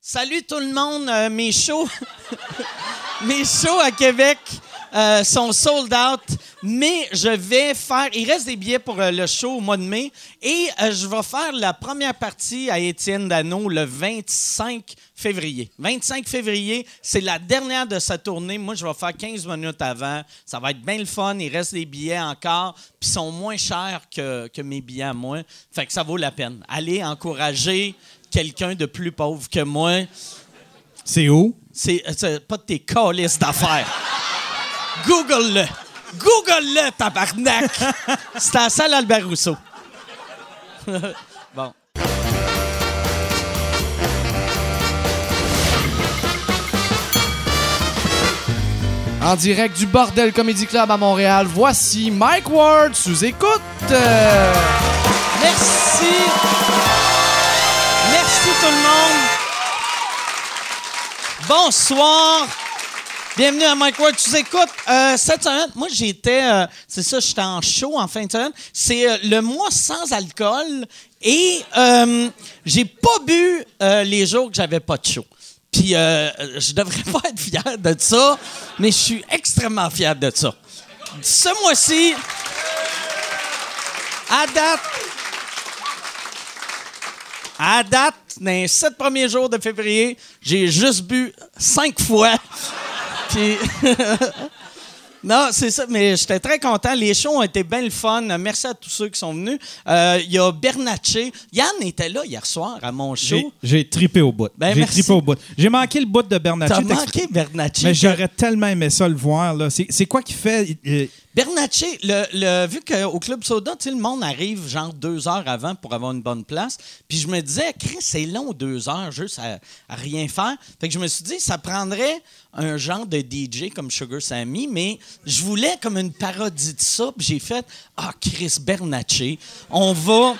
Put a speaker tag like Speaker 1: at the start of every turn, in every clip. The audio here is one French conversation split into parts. Speaker 1: Salut tout le monde, euh, mes shows, mes shows à Québec euh, sont sold out, mais je vais faire, il reste des billets pour euh, le show au mois de mai et euh, je vais faire la première partie à Étienne Dano le 25 février. 25 février, c'est la dernière de sa tournée. Moi, je vais faire 15 minutes avant. Ça va être bien le fun. Il reste des billets encore, puis ils sont moins chers que, que mes billets à moi. Fait que ça vaut la peine. Allez encourager quelqu'un de plus pauvre que moi.
Speaker 2: C'est où?
Speaker 1: C'est euh, c'est pas de tes calices d'affaires. Google-le. Google-le, tabarnak. C'est à la salle Albert Rousseau. bon.
Speaker 2: En direct du Bordel Comedy Club à Montréal, voici Mike Ward sous écoute. Euh,
Speaker 1: Merci. Merci tout le monde. Bonsoir. Bienvenue à Mike Ward. Tu nous écoutes Euh, cette semaine, moi j'étais, euh, c'est ça, j'étais en show en fin de semaine. C'est euh, le mois sans alcool et euh, j'ai pas bu euh, les jours que j'avais pas de show. Puis euh, je devrais pas être fier de ça, mais je suis extrêmement fier de ça. Ce mois-ci, à date, à date, dans les sept premiers jours de février, j'ai juste bu cinq fois. Puis. Non, c'est ça, mais j'étais très content. Les shows ont été bien le fun. Merci à tous ceux qui sont venus. Euh, Il y a Bernatchez. Yann était là hier soir à mon
Speaker 2: J'ai-
Speaker 1: show.
Speaker 2: J'ai tripé au bout.
Speaker 1: Ben,
Speaker 2: J'ai
Speaker 1: merci.
Speaker 2: trippé au bout. J'ai manqué le bout de Bernatchez.
Speaker 1: T'as
Speaker 2: t'expliques-
Speaker 1: manqué Bernatchez.
Speaker 2: Mais j'aurais tellement aimé ça le voir. là. C'est c'est quoi qui fait? euh,
Speaker 1: Bernatchez, le, le- vu qu'au Club Soda, tu sais, le monde arrive genre deux heures avant pour avoir une bonne place, puis je me disais, Chris, c'est long deux heures juste à, à rien faire. Fait que je me suis dit, ça prendrait un genre de DJ comme Sugar Sammy, mais je voulais comme une parodie de ça, puis j'ai fait, ah, Chris Bernatchez, on va.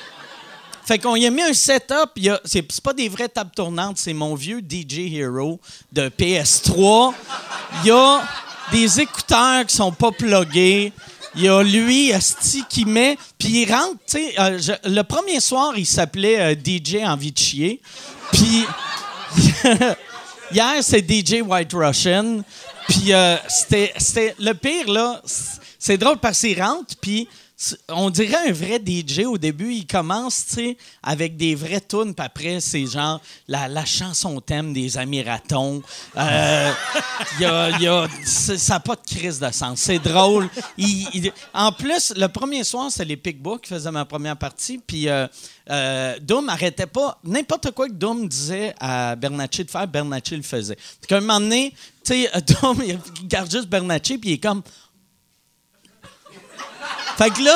Speaker 1: Fait qu'on y a mis un setup. il y a- C'est c'est pas des vraies tables tournantes, c'est mon vieux DJ Hero de PS3. Il y a des écouteurs qui sont pas pluggés. Il y a lui, Asti, qui met. Puis il rentre, tu sais. euh, je- le premier soir, il s'appelait euh, DJ Envie de chier. Puis. Hier, c'est DJ White Russian. Puis euh, c'était, c'était- le pire, là. c- C'est drôle parce qu'il rentre, puis c- on dirait un vrai DJ au début. Il commence, tu sais, avec des vraies tunes, puis après, c'est genre la, la chanson thème des Amiratons. Euh, il y a- il y a- c'est- ça n'a pas de crise de sens. C'est drôle. Il- il- en plus, le premier soir, c'est les Picbois qui faisaient ma première partie, puis euh, euh, Doom arrêtait pas. N'importe quoi que Doom disait à Bernacchi de faire, Bernacchi le faisait. Puis qu'à un moment donné, tu sais, euh, Doom, il garde juste Bernacchi, puis il est comme. Fait que là,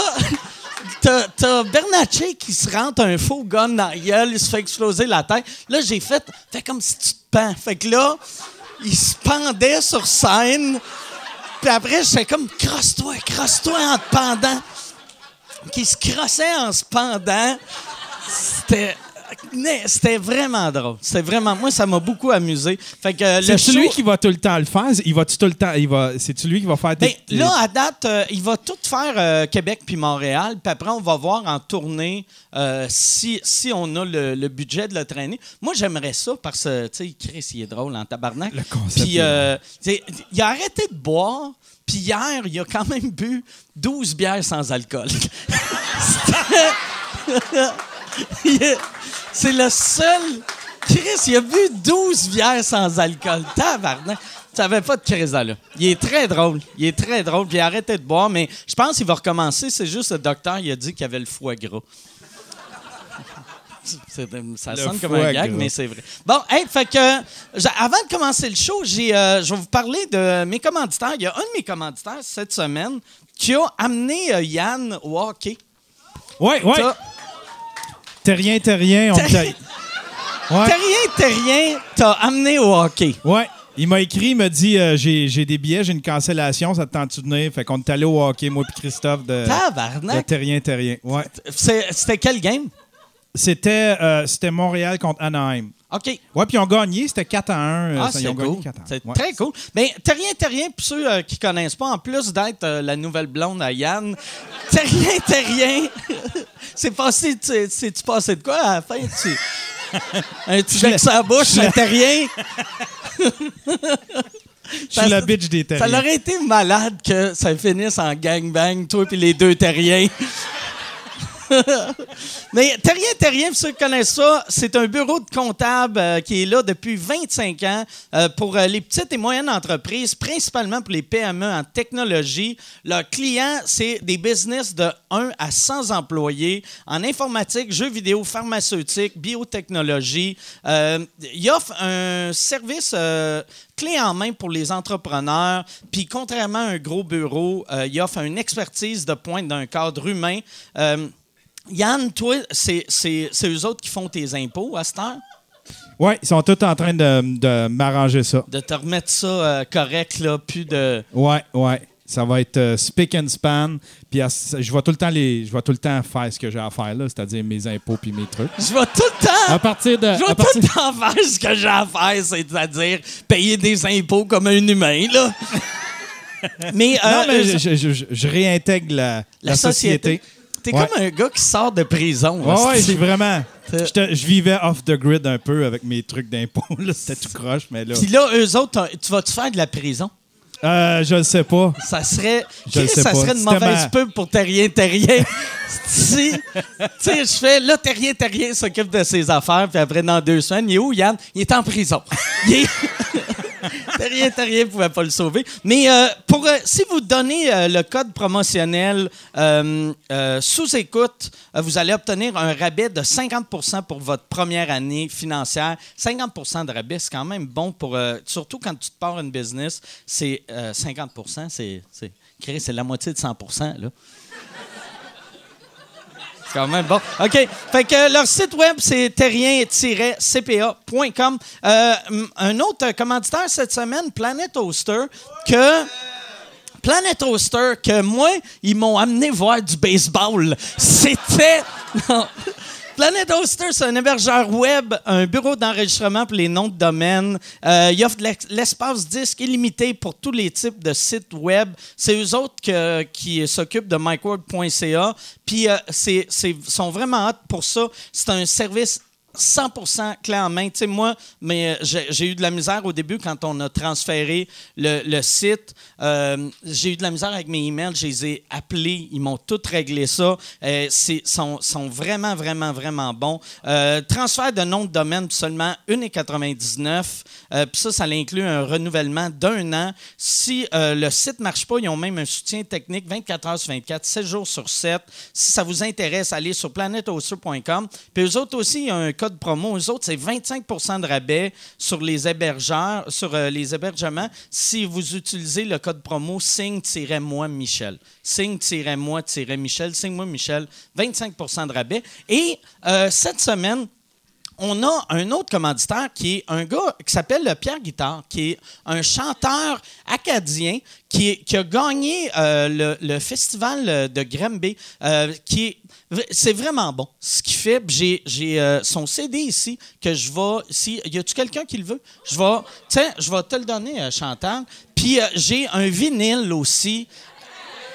Speaker 1: t'as- t'as Bernatchez qui se rentre un faux gun dans la gueule, il se fait exploser la tête. Là, j'ai fait, fait comme si tu te pends. Fait que là, il se pendait sur scène. Puis après, j'étais comme, crosse-toi, crosse-toi en te pendant. Qui se crossait en se pendant. C'était. mais C'était vraiment drôle. C'était vraiment. Moi, ça m'a beaucoup amusé. Fait que euh, le
Speaker 2: C'est-tu lui
Speaker 1: show-
Speaker 2: qui va tout le temps le faire? Il va tout le temps. Il va. C'est-tu lui qui va faire
Speaker 1: ben,
Speaker 2: tes-
Speaker 1: là, à date, euh, il va tout faire euh, Québec puis Montréal. Puis après, on va voir en tournée euh, si, si on a le, le budget de le traîner. Moi, j'aimerais ça parce que, tu sais, Chris, il est drôle en tabarnak.
Speaker 2: Le concept
Speaker 1: Puis,
Speaker 2: est-
Speaker 1: euh, tu sais, il a arrêté de boire. Puis hier, il a quand même bu 12 bières sans alcool. C'était- Il est- C'est le seul. Chris, il a bu 12 bières sans alcool. Tabarnak. Ça avait pas de crise là. Il est très drôle. Il est très drôle. Puis il a arrêté de boire, mais je pense qu'il va recommencer. C'est juste le docteur, il a dit qu'il avait le foie gras. C'est- Ça
Speaker 2: Le
Speaker 1: sonne comme
Speaker 2: foie
Speaker 1: un gag,
Speaker 2: gras.
Speaker 1: mais c'est vrai. Bon, hey, fait que j'a- avant de commencer le show, j'ai, euh, je vais vous parler de mes commanditaires. Il y a un de mes commanditaires cette semaine qui a amené euh, Yann au hockey.
Speaker 2: Ouais, ouais.
Speaker 1: Ça,
Speaker 2: Terrien, terrien, on
Speaker 1: Terrien.
Speaker 2: te- Ouais.
Speaker 1: Terrien, Terrien, t'as amené au hockey.
Speaker 2: Ouais. Il m'a écrit, il m'a dit euh, j'ai j'ai des billets, j'ai une cancellation, ça te tente-tu de venir? Fait qu'on est allé au hockey, moi puis Christophe de, de
Speaker 1: Tabarnak!
Speaker 2: Terrien Terrien. Ouais.
Speaker 1: C'est- C'était quel game?
Speaker 2: C'était euh, c'était Montréal contre Anaheim.
Speaker 1: OK.
Speaker 2: Ouais, puis ils ont gagné, c'était 4 à 1. euh,
Speaker 1: Ah,
Speaker 2: ça,
Speaker 1: c'est
Speaker 2: ils ont
Speaker 1: cool.
Speaker 2: gagné 4 à 1.
Speaker 1: C'est
Speaker 2: Ouais.
Speaker 1: très cool. Mais Terrien, Terrien, pour ceux euh, qui connaissent pas, en plus d'être euh, la nouvelle blonde à Yann, Terrien, Terrien, c'est passé, tu- c'est-tu passé de quoi à la fin? Tu... Un petit bec sur la bouche, ça n'était rien.
Speaker 2: Je suis la bitch des terriens.
Speaker 1: Ça aurait été malade que ça finisse en gangbang, toi et les deux terriens. Mais Terrien Terrien, pour ceux qui connaissent ça, c'est un bureau de comptable euh, qui est là depuis 25 ans euh, pour euh, les petites et moyennes entreprises, principalement pour les PME en technologie. Leurs clients, c'est des business de 1 à 100 employés en informatique, jeux vidéo, pharmaceutique, biotechnologie. Euh, ils offrent un service euh, clé en main pour les entrepreneurs. Puis, contrairement à un gros bureau, euh, il offre une expertise de pointe d'un cadre humain. Euh, Yann, toi, c'est, c'est, c'est eux autres qui font tes impôts à cette heure?
Speaker 2: Oui, ils sont tous en train de, de m'arranger ça.
Speaker 1: De te remettre ça euh, correct, là, plus de.
Speaker 2: Ouais, ouais. Ça va être euh, spick and span. Puis à- je vais tout le temps les, je vais tout le temps faire ce que j'ai à faire là, c'est-à-dire mes impôts puis mes trucs.
Speaker 1: Je vais tout le temps.
Speaker 3: À partir de.
Speaker 1: Je vais
Speaker 3: à
Speaker 1: tout
Speaker 3: partir-
Speaker 1: le temps faire ce que j'ai à faire, c'est-à-dire payer des impôts comme un humain, là. mais, euh,
Speaker 2: non, mais
Speaker 1: eux-
Speaker 2: je, je- je- je réintègre la,
Speaker 1: la société. T'es
Speaker 2: Ouais.
Speaker 1: comme un gars qui sort de prison.
Speaker 2: Ouais, ouais,
Speaker 1: hostie.
Speaker 2: j'ai vraiment.
Speaker 1: Euh,
Speaker 2: j'étais- Je vivais off the grid un peu avec mes trucs d'impôts. là, C'était tout croche, mais là.
Speaker 1: Puis là, eux autres, t'as- tu vas-tu faire de la prison?
Speaker 2: Euh, je le sais pas.
Speaker 1: Ça serait,
Speaker 2: Je le
Speaker 1: Chris,
Speaker 2: sais
Speaker 1: ça
Speaker 2: pas.
Speaker 1: serait une
Speaker 2: C'était
Speaker 1: mauvaise
Speaker 2: ma-
Speaker 1: pub pour Terrien Terrien. si, tu sais, je fais, là, Terrien Terrien s'occupe de ses affaires, puis après, dans deux semaines, il est où, Yann? Il est en prison. Il est- Terrien Terrien pouvait pas le sauver. Mais euh, pour, euh, si vous donnez euh, le code promotionnel euh, euh, sous écoute, euh, vous allez obtenir un rabais de 50 pour votre première année financière. 50 de rabais, c'est quand même bon pour. euh, surtout quand tu te pars une business, c'est euh, 50 c'est. c'est- Chris, c'est la moitié de 100 là. C'est quand même bon. OK. Fait que leur site web, c'est terrien-cpa.com. Euh, m- un autre commanditaire cette semaine, Planet Oster, que. Planet Oster, que moi, ils m'ont amené voir du baseball. C'était. Non. Planet Oster, c'est un hébergeur web, un bureau d'enregistrement pour les noms de domaine. Euh, il offre de l'ex- l'espace disque illimité pour tous les types de sites web. C'est eux autres que- qui s'occupent de micworld.ca. Puis, euh, c'est, c'est- sont vraiment hâte pour ça. C'est un service 100% clé en main. Tu sais, moi, mais euh, j'ai j'ai eu de la misère au début quand on a transféré le, le site. Euh, j'ai eu de la misère avec mes emails. Je les ai appelés. Ils m'ont tout réglé ça. Euh, c'est sont, sont vraiment, vraiment, vraiment bons. Euh, transfert de nom de domaine, seulement 1,99. Euh, Puis ça, ça inclut un renouvellement d'un an. Si euh, le site ne marche pas, ils ont même un soutien technique 24 heures sur 24, 7 jours sur 7. Si ça vous intéresse, allez sur planetoster.com. Puis eux autres aussi, il y a un code promo. Eux autres, c'est 25 de rabais sur les hébergeurs, sur euh, les hébergements si vous utilisez le code promo signe-moi Michel. Signe-moi Michel. Signe-moi Michel. 25 de rabais. Et euh, cette semaine, on a un autre commanditaire qui est un gars qui s'appelle Pierre Guitard, qui est un chanteur acadien qui, est- qui a gagné euh, le, le festival de Granby, euh, qui est- c'est vraiment bon ce qu'il fait. Puis J'ai, j'ai, euh, son CD ici que je vais. Si, y a-tu quelqu'un qui le veut? Je vais, tiens, je vais te le donner, euh, Chantal. Puis euh, j'ai un vinyle aussi.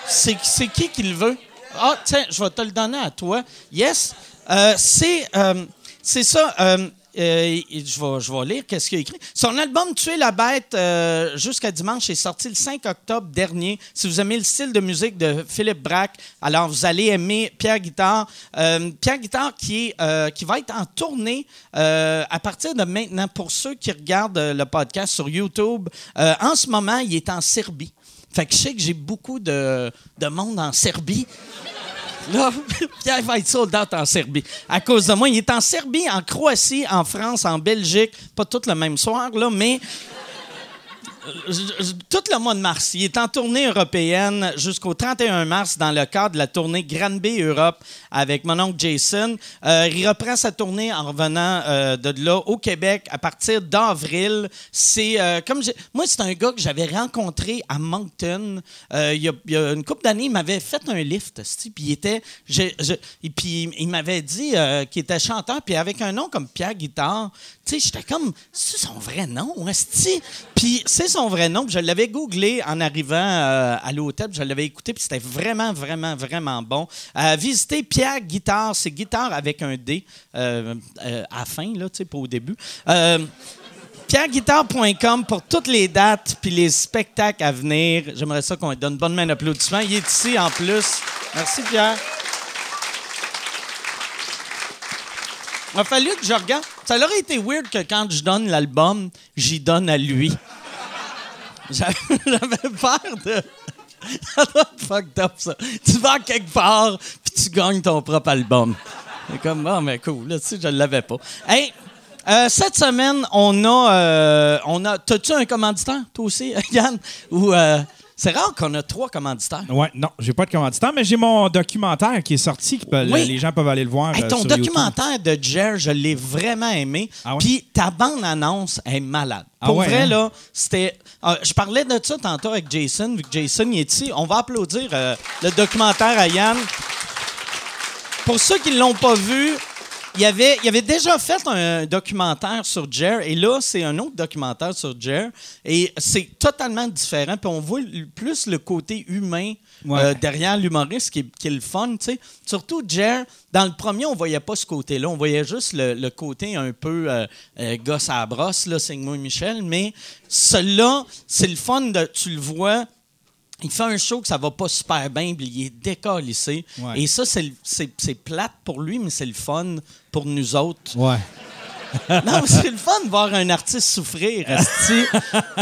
Speaker 1: C'est, c'est qui qui le veut? Ah, tiens, je vais te le donner à toi. Yes. Euh, c'est, euh, c'est ça. euh, euh, je, vais, je vais lire qu'est-ce qu'il a écrit. Son album Tuer la bête euh, jusqu'à dimanche est sorti le 5 octobre dernier. Si vous aimez le style de musique de Philippe Braque, alors vous allez aimer Pierre Guitard. Euh, Pierre Guitard qui, est, euh, qui va être en tournée euh, à partir de maintenant pour ceux qui regardent euh, le podcast sur YouTube. Euh, en ce moment, il est en Serbie. Fait que je sais que j'ai beaucoup de, de monde en Serbie. Là, Pierre va être sold out en Serbie. À cause de moi, il est en Serbie, en Croatie, en France, en Belgique. Pas tout le même soir, là, mais je- je- tout le mois de mars. Il est en tournée européenne jusqu'au 31 mars dans le cadre de la tournée Grand B Europe avec mon oncle Jason. Euh, il reprend sa tournée en revenant euh, de là au Québec à partir d'avril. C'est euh, comme j'ai- moi, c'est un gars que j'avais rencontré à Moncton. Euh, il, y a, il y a une couple d'années, il m'avait fait un lift, esti, puis il était, j'ai- je- et puis il m'avait dit euh, qu'il était chanteur, puis avec un nom comme Pierre Guitard, tu sais, j'étais comme, c'est son vrai nom, esti? Puis c'est son vrai nom. puis Je l'avais googlé en arrivant euh, à l'hôtel. puis Je l'avais écouté. Puis c'était vraiment, vraiment, vraiment bon. Euh, visitez Pierre Guitare. C'est guitare avec un D euh, euh, à la fin, là, tu sais, pas au début. Euh, PierreGuitare.com pour toutes les dates puis les spectacles à venir. J'aimerais ça qu'on lui donne une bonne main d'applaudissement. Il est ici en plus. Merci, Pierre. Il a fallu que je regarde. Ça aurait été weird que quand je donne l'album, j'y donne à lui. J'avais j'avais peur de. Ça doit être fucked up, ça. Tu vas quelque part, puis tu gagnes ton propre album. C'est comme, ah, mais cool, là, tu sais, je l'avais pas. Hey! euh, cette semaine, on a. euh, on a T'as-tu un commanditaire, toi aussi, Yann? Ou. euh, c'est rare qu'on a trois commanditaires.
Speaker 2: Ouais, non, j'ai pas de commanditaire, mais j'ai mon documentaire qui est sorti. Que euh,
Speaker 1: Oui.
Speaker 2: Les gens peuvent aller le voir.
Speaker 1: Hey,
Speaker 2: euh,
Speaker 1: ton
Speaker 2: sur YouTube.
Speaker 1: documentaire de Jer, je l'ai vraiment aimé.
Speaker 2: Ah ouais?
Speaker 1: Puis ta bande-annonce est malade.
Speaker 2: Ah
Speaker 1: Pour
Speaker 2: ouais,
Speaker 1: vrai,
Speaker 2: hein?
Speaker 1: là, c'était. Ah, je parlais de ça tantôt avec Jason, vu que Jason il est ici. On va applaudir euh, le documentaire à Yann. Pour ceux qui ne l'ont pas vu, il avait, il avait déjà fait un documentaire sur Jer, et là, c'est un autre documentaire sur Jer, et c'est totalement différent. Puis on voit l- plus le côté humain
Speaker 2: Ouais.
Speaker 1: euh, derrière l'humoriste qui, est- qui est le fun, tu sais. Surtout Jer, dans le premier, on voyait pas ce côté-là. On voyait juste le, le côté un peu euh, euh, gosse à la brosse, là, Sigmund Michel, mais celui-là, c'est le fun, de, tu le vois. Il fait un show que ça va pas super bien, puis il est décalissé.
Speaker 2: Ouais.
Speaker 1: Et ça, c'est le- c'est c'est plate pour lui, mais c'est le fun pour nous autres.
Speaker 2: Ouais.
Speaker 1: Non, mais c'est le fun de voir un artiste souffrir, esti,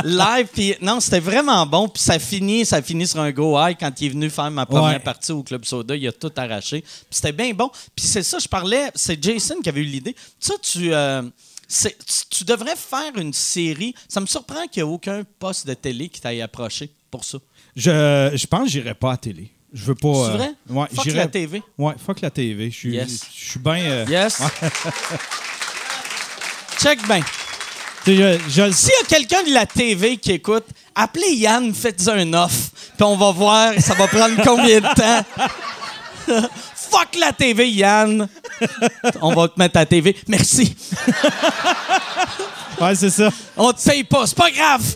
Speaker 1: live. Puis non, c'était vraiment bon. Puis ça finit, ça finit sur un go high quand il est venu faire ma première
Speaker 2: Ouais.
Speaker 1: partie au Club Soda. Il a tout arraché. Puis c'était bien bon. Puis c'est ça, je parlais. C'est Jason qui avait eu l'idée. Ça, tu. euh, c'est- tu- tu devrais faire une série. Ça me surprend qu'il n'y ait aucun poste de télé qui t'aille approché pour ça.
Speaker 2: Je, je pense que j'irai pas à la télé. Je veux pas.
Speaker 1: C'est
Speaker 2: euh,
Speaker 1: vrai?
Speaker 2: Ouais,
Speaker 1: Fuck
Speaker 2: j'irai-
Speaker 1: la TV.
Speaker 2: Ouais, fuck la TV. Je suis
Speaker 1: Yes.
Speaker 2: je suis bien. euh,
Speaker 1: Yes. Check bien.
Speaker 2: tu sais, Je, je le
Speaker 1: S'il
Speaker 2: sais.
Speaker 1: y a quelqu'un de la TV qui écoute, appelez Yann, faites un off, puis on va voir, ça va prendre combien de temps. Fuck la TV, Yann! On va te mettre à la TV. Merci.
Speaker 2: Ouais, c'est ça.
Speaker 1: On te paye pas, c'est pas grave!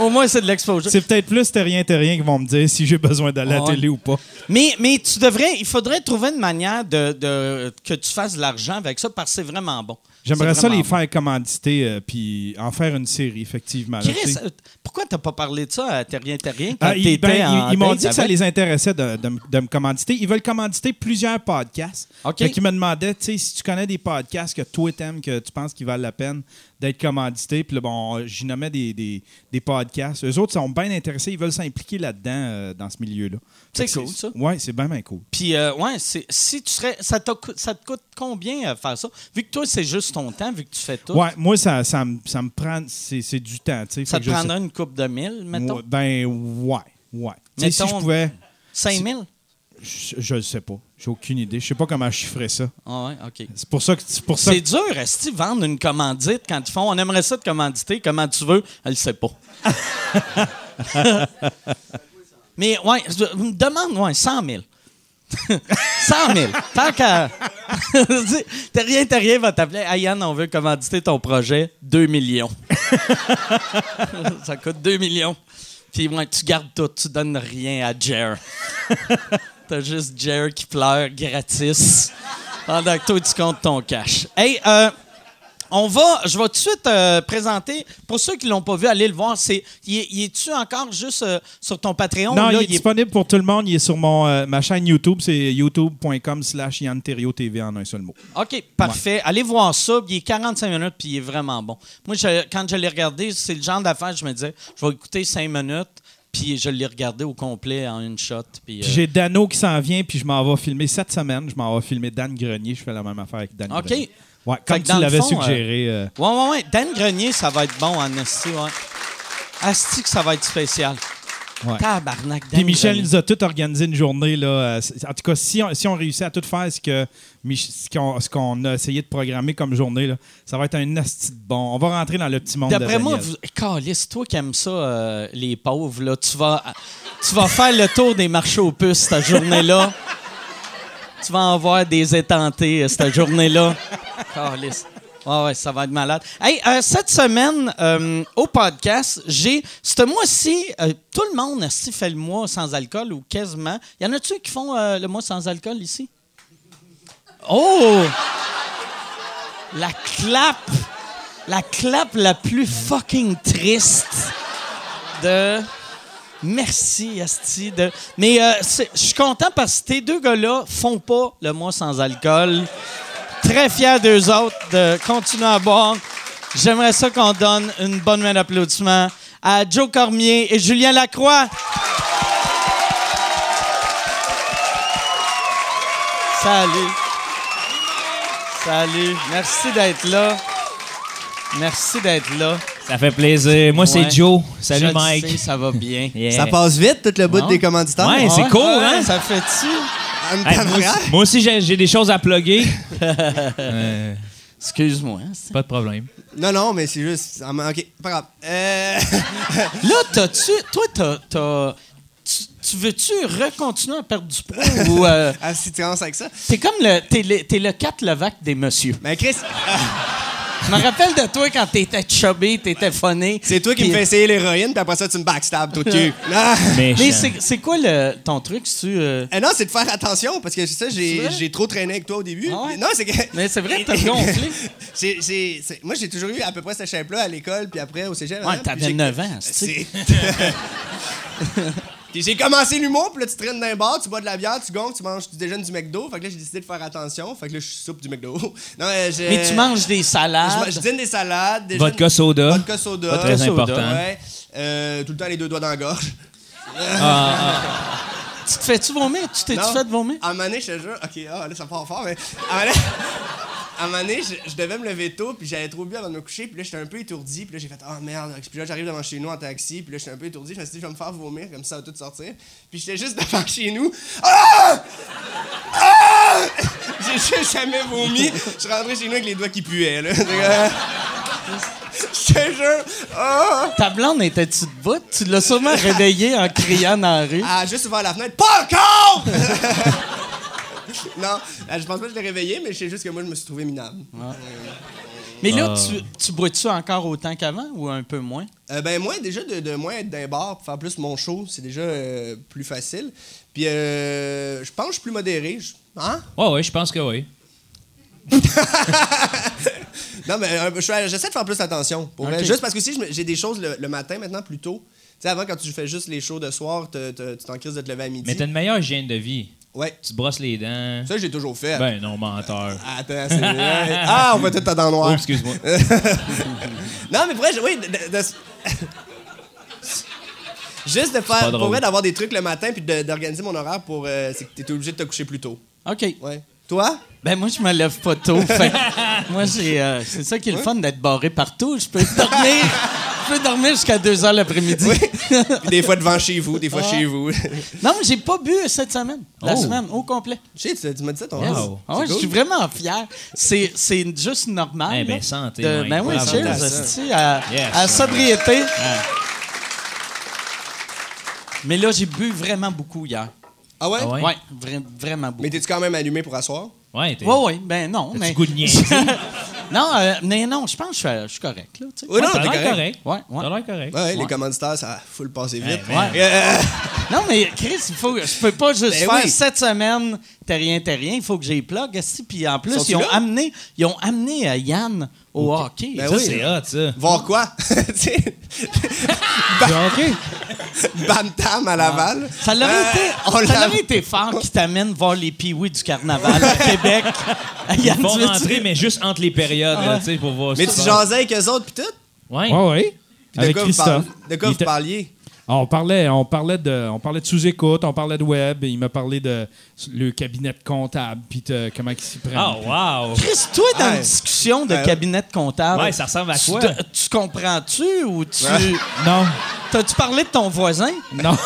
Speaker 1: Au moins, c'est de l'exposure.
Speaker 2: C'est peut-être plus t'es rien, t'es rien qui vont me dire si j'ai besoin d'aller à la
Speaker 1: Ouais.
Speaker 2: télé ou pas.
Speaker 1: Mais, mais tu devrais, il faudrait trouver une manière de, de- que tu fasses de l'argent avec ça parce que c'est vraiment bon.
Speaker 2: J'aimerais
Speaker 1: C'est
Speaker 2: ça les
Speaker 1: vraiment bon.
Speaker 2: faire commanditer euh, puis en faire une série, effectivement. là, tu
Speaker 1: Chris,
Speaker 2: sais.
Speaker 1: euh, pourquoi t'as pas parlé de ça à Terrien Terrien quand
Speaker 2: Ah, ils
Speaker 1: t'étais
Speaker 2: ben, ils-
Speaker 1: en
Speaker 2: ils m'ont
Speaker 1: date
Speaker 2: dit que ça
Speaker 1: avec?
Speaker 2: les intéressait de, de m- de me commanditer. Ils veulent commanditer plusieurs podcasts.
Speaker 1: OK.
Speaker 2: Fait qu'ils me demandaient, tu sais, si tu connais des podcasts que toi t'aimes, que tu penses qu'ils valent la peine d'être commandité. Puis là, bon, j'y nommais des, des- des podcasts. Eux autres sont bien intéressés. Ils veulent s'impliquer là-dedans, euh, dans ce milieu-là.
Speaker 1: C'est
Speaker 2: Fait que
Speaker 1: cool, ça.
Speaker 2: Ouais, c'est bien, bien cool.
Speaker 1: Puis, euh, ouais, c'est- si tu serais. Ça, t'a cou- ça te coûte combien euh, faire ça? Vu que toi, c'est juste ton temps, vu que tu fais tout,
Speaker 2: Ouais, moi, ça, ça, me- ça me prend. C'est c'est du temps, tu sais.
Speaker 1: ça
Speaker 2: Fait
Speaker 1: te
Speaker 2: que je sais-
Speaker 1: prendrait une coupe de 1000, mettons?
Speaker 2: Ouais, Ben, ouais. Ouais. Tu sais, si
Speaker 1: Mettons-
Speaker 2: je pouvais.
Speaker 1: 5000?
Speaker 2: Je, je le sais pas. J'ai aucune idée. Je sais pas comment chiffrer ça.
Speaker 1: Ah, ouais, OK.
Speaker 2: C'est pour ça que. C'est pour ça
Speaker 1: C'est dur, est-ce qu'ils vendent une commandite quand ils font on aimerait ça te commanditer, comment tu veux? Elle le sait pas. Mais, ouais, je- me demande, ouais, 100 000. 100 000. Tant qu'à. Tu sais, t'as rien, t'as rien, va t'appeler. Hey, Yann, on veut commanditer ton projet. 2 millions. ça coûte 2 millions. Puis, ouais, tu gardes tout, tu donnes rien à Jer. T'as juste Jer qui pleure gratis pendant que toi, tu comptes ton cash. Hey, euh, on va, je vais tout de suite euh, présenter. Pour ceux qui l'ont pas vu, allez le voir. C'est, il est- il est-tu encore juste euh, sur ton Patreon
Speaker 2: Non,
Speaker 1: ou là,
Speaker 2: il est disponible pour tout le monde. Il est sur mon, euh, ma chaîne YouTube. C'est youtube.com slash Yann Terriot TV en un seul mot.
Speaker 1: OK, parfait. Allez voir ça. Il est 45 minutes, puis il est vraiment bon. Moi, je- quand je l'ai regardé, c'est le genre d'affaire, je me disais, je vais écouter 5 minutes, puis je l'ai regardé au complet en une shot. Puis, euh,
Speaker 2: Puis j'ai Dano qui s'en vient, puis je m'en vais filmer cette semaine. Je m'en vais filmer Dan Grenier. Je fais la même affaire avec Dan
Speaker 1: OK.
Speaker 2: Grenier. Ouais,
Speaker 1: que
Speaker 2: comme
Speaker 1: dans
Speaker 2: tu
Speaker 1: le
Speaker 2: l'avais
Speaker 1: fond,
Speaker 2: suggéré. euh,
Speaker 1: Ouais, ouais, ouais. Dan Grenier, ça va être bon en esti, ouais. Asti que ça va être spécial.
Speaker 2: ouais.
Speaker 1: Tabarnak, Dan
Speaker 2: Puis Michel
Speaker 1: Grenier.
Speaker 2: nous a tout organisé une journée. Là, euh, c- en tout cas, si on, si on réussit à tout faire ce que Mich- ce qu'on ce qu'on a essayé de programmer comme journée, là, ça va être un asti de bon. On va rentrer dans le petit monde
Speaker 1: D'après
Speaker 2: de
Speaker 1: moi,
Speaker 2: Daniel.
Speaker 1: vous... Calisse, toi qui aimes ça, euh, les pauvres, là, tu vas, tu vas faire le tour des marchés aux puces cette journée-là. tu vas en voir des étantés euh, cette journée-là. Calisse. Ouais, ouais, ça va être malade. Hey, euh, cette semaine, euh, au podcast, j'ai. Ce mois-ci, euh, tout le monde asti, fait le mois sans alcool ou quasiment. Y en a-tu qui font euh, le mois sans alcool ici? Oh! La clap! La clap la plus fucking triste de. Merci, Asti. De... Mais euh, c'est- je suis content parce que tes deux gars-là font pas le mois sans alcool. Très fiers d'eux autres de continuer à boire. J'aimerais ça qu'on donne une bonne main d'applaudissement à Joe Cormier et Julien Lacroix. Salut. Salut. Merci d'être là. Merci d'être là.
Speaker 3: Ça fait plaisir. Moi,
Speaker 1: Ouais.
Speaker 3: c'est Joe. Salut,
Speaker 1: Je le
Speaker 3: Mike.
Speaker 1: sais, ça va bien.
Speaker 3: Yeah.
Speaker 4: Ça passe vite, tout le bout
Speaker 1: Non.
Speaker 4: des commanditaires.
Speaker 3: Ouais, c'est
Speaker 1: Ouais,
Speaker 3: court,
Speaker 1: ouais,
Speaker 3: hein?
Speaker 1: Ça fait-tu?
Speaker 4: En
Speaker 3: Hey, moi,
Speaker 4: tabarnak.
Speaker 3: aussi- moi aussi, j'ai j'ai des choses à plugger.
Speaker 1: Excuse-moi. c'est-
Speaker 3: Pas de problème.
Speaker 4: Non, non, mais c'est juste. ah, mais Ok, pas grave. Euh,
Speaker 1: Là, t'as-tu. Toi, t'as. t'as- tu, tu veux-tu recontinuer à perdre du poids ou. euh,
Speaker 4: ah, si tu commences avec ça.
Speaker 1: t'es comme le. T'es le, t'es le Kat Levac des messieurs.
Speaker 4: Mais Chris, euh,
Speaker 1: Je me rappelle de toi quand t'étais chubby, t'étais phoné.
Speaker 4: c'est toi qui me
Speaker 1: Puis-
Speaker 4: fais essayer l'héroïne, puis après ça, tu me backstabs tout cul. Ah.
Speaker 3: Mais
Speaker 1: Mais c'est, c'est quoi le, ton truc? tu euh,
Speaker 4: Eh non, c'est de faire attention, parce que ça,
Speaker 1: C'est
Speaker 4: j'ai
Speaker 1: vrai?
Speaker 4: j'ai trop traîné avec toi au début.
Speaker 1: Ah ouais?
Speaker 4: Non, c'est que.
Speaker 1: Mais c'est vrai que t'as gonflé.
Speaker 4: C'est- c'est- c'est- Moi, j'ai toujours eu à peu près cette shape-là à l'école, puis après au cégep.
Speaker 1: Ouais,
Speaker 4: hein,
Speaker 1: t'avais
Speaker 4: puis j'ai-
Speaker 1: 9 ans, c'est-tu?
Speaker 4: C'est. Puis j'ai commencé l'humour, puis là, tu traînes d'un bar, tu bois de la bière, tu gonfles, tu manges, tu déjeunes du McDo. Fait que là, j'ai décidé de faire attention. Fait que là, je soupe du McDo. non, euh, j'ai-
Speaker 1: Mais tu manges des
Speaker 4: Je,
Speaker 1: salades.
Speaker 4: ma- je dîne des salades. Des
Speaker 3: Vodka soda.
Speaker 4: Vodka soda.
Speaker 3: Pas très
Speaker 1: soda,
Speaker 3: important.
Speaker 4: Ouais. Euh, tout le temps, les deux doigts dans la gorge.
Speaker 1: Tu te fais-tu vomir? Tu t'es-tu
Speaker 4: Non.
Speaker 1: fait vomir?
Speaker 4: À un moment donné, je te jure, ok, ah, là, ça part fort, mais. À un moment donné, à un moment donné, je, je devais me lever tôt, puis j'avais trop bu avant de me coucher, puis là, j'étais un peu étourdi, puis là, j'ai fait, ah merde, puis là, j'arrive devant chez nous en taxi, puis là, j'étais un peu étourdi, je me suis dit, je vais me faire vomir, comme ça, ça va tout sortir. Puis j'étais juste devant chez nous. Ah! Ah! J'ai juste jamais vomi. Je suis rentré chez nous avec les doigts qui puaient, là. Je te jure. Ah!
Speaker 1: Ta blonde était-tu debout? Tu l'as sûrement réveillée en criant dans la rue.
Speaker 4: Ah, juste ouvert la fenêtre. Pas encore! non, euh, je pense pas que je l'ai réveillé, mais je sais juste que moi, je me suis trouvé minable.
Speaker 1: Mais là, tu, tu bois-tu encore autant qu'avant ou un peu moins?
Speaker 4: Euh, ben, moi, déjà, de, de moins être d'un bar pour faire plus mon show, c'est déjà euh, plus facile. Puis, euh, je pense que je suis plus modéré. Je- Hein?
Speaker 3: Ouais, ouais, je pense que oui.
Speaker 4: Non, mais euh, je suis- j'essaie de faire plus attention. Pour vrai.
Speaker 1: Ok.
Speaker 4: Juste parce que si je me- j'ai des choses le, le matin maintenant plus tôt. Tu sais, avant, quand tu fais juste les shows de soir, te- te- tu t'en crises de te lever à midi.
Speaker 3: Mais t'as une meilleure hygiène de vie.
Speaker 4: Ouais.
Speaker 3: Tu te brosses les dents.
Speaker 4: Ça, j'ai toujours fait.
Speaker 3: Ben non, menteur.
Speaker 4: Attends, c'est vrai. Ah, on va tout être dans le
Speaker 3: Oh,
Speaker 4: noir.
Speaker 3: excuse-moi.
Speaker 4: Non, mais pour vrai, je- oui, de- de- de- Juste de faire, pour
Speaker 3: drôle.
Speaker 4: vrai, d'avoir des trucs le matin puis de- d'organiser mon horaire pour. euh, c'est que t'es obligé de te coucher plus tôt.
Speaker 1: OK.
Speaker 4: Ouais. Toi?
Speaker 1: Ben moi, je me lève pas tôt. fait que moi, j'ai, euh, c'est ça qui est le fun d'être barré partout. Je peux dormir, je peux dormir jusqu'à 2 h l'après-midi.
Speaker 4: Oui. Puis des fois devant chez vous, des fois
Speaker 1: Ah.
Speaker 4: chez vous. tu
Speaker 1: Non, mais j'ai pas bu cette semaine. La
Speaker 3: Oh.
Speaker 1: semaine, au complet.
Speaker 4: sais, tu, tu m'as dit ça, ton
Speaker 3: Yes.
Speaker 4: horaire.
Speaker 1: Ah ouais,
Speaker 4: C'est
Speaker 1: je suis
Speaker 4: cool.
Speaker 1: vraiment fier. C'est, c'est juste normal.
Speaker 3: Eh ben,
Speaker 1: là,
Speaker 3: santé,
Speaker 1: de-
Speaker 3: Mike.
Speaker 1: ben oui,
Speaker 3: Bravo.
Speaker 1: cheers,
Speaker 4: Santé à ça.
Speaker 1: esti, à,
Speaker 3: Yes.
Speaker 1: à sobriété. Mais là, j'ai bu vraiment beaucoup hier.
Speaker 4: Ah ouais?
Speaker 3: Ah ouais?
Speaker 1: Oui, vraiment beaucoup.
Speaker 4: Mais t'es-tu quand même allumé pour asseoir?
Speaker 3: Ouais, t'es.
Speaker 1: Oui, oui, ben non.
Speaker 3: T'as-tu
Speaker 1: mais...
Speaker 3: le goût de niaiser?
Speaker 1: non, euh, mais non, je pense que je suis, je suis correct. Là, tu sais.
Speaker 4: Ouais, non,
Speaker 3: T'as
Speaker 4: t'es
Speaker 3: l'air
Speaker 4: correct.
Speaker 3: correct.
Speaker 1: Ouais, ouais.
Speaker 3: T'as l'air correct.
Speaker 4: Ouais, ouais, les
Speaker 1: Ouais.
Speaker 4: commanditaires, ça faut le passer vite.
Speaker 3: Eh, man.
Speaker 4: Euh,
Speaker 1: Non, mais Chris, il faut, je peux pas juste
Speaker 4: Ben
Speaker 1: faire
Speaker 4: oui.
Speaker 1: cette semaine, t'es rien, t'es rien, il faut que j'y plug. esti. Puis en plus,
Speaker 4: Sont-ils
Speaker 1: ils ont,
Speaker 4: là?
Speaker 1: amené, ils ont amené euh, Yann au hockey.
Speaker 4: Ben
Speaker 3: Ça,
Speaker 4: oui.
Speaker 3: c'est hot, ça.
Speaker 4: voir quoi? Tu sais,
Speaker 3: OK.
Speaker 4: Bantam à
Speaker 1: Ah.
Speaker 4: Laval.
Speaker 1: Ça l'aurait
Speaker 4: Euh, on
Speaker 1: été, ça
Speaker 4: l'a-
Speaker 1: l'aurait été fort qui t'amène voir les piouis du carnaval à Québec. Yann,
Speaker 3: Ils font
Speaker 1: tu veux-tu-
Speaker 3: rentrer, mais juste entre les périodes, là, tu sais, pour voir
Speaker 4: Mais
Speaker 3: si
Speaker 4: tu
Speaker 3: ça-
Speaker 4: jasais avec eux autres, pis tout?
Speaker 3: Ouais.
Speaker 2: Ouais, ouais.
Speaker 4: Puis
Speaker 2: Avec
Speaker 4: de quoi vous
Speaker 2: Christophe.
Speaker 4: parlez- De
Speaker 2: Il
Speaker 4: quoi vous
Speaker 2: était-
Speaker 4: parliez?
Speaker 2: Ah, on parlait, on parlait de, on parlait de sous-écoute, on parlait de web. et il m'a parlé de le cabinet de comptable, puis de comment il s'y prend.
Speaker 3: Ah, wow.
Speaker 1: Chris, toi, dans
Speaker 4: Ouais.
Speaker 1: une discussion de
Speaker 4: Ouais.
Speaker 1: cabinet de comptable,
Speaker 3: Ouais, ça ressemble à
Speaker 1: tu,
Speaker 3: quoi?
Speaker 1: te- tu comprends-tu ou tu...
Speaker 4: Ouais.
Speaker 2: Non,
Speaker 1: T'as-tu parlé de ton voisin?
Speaker 2: non.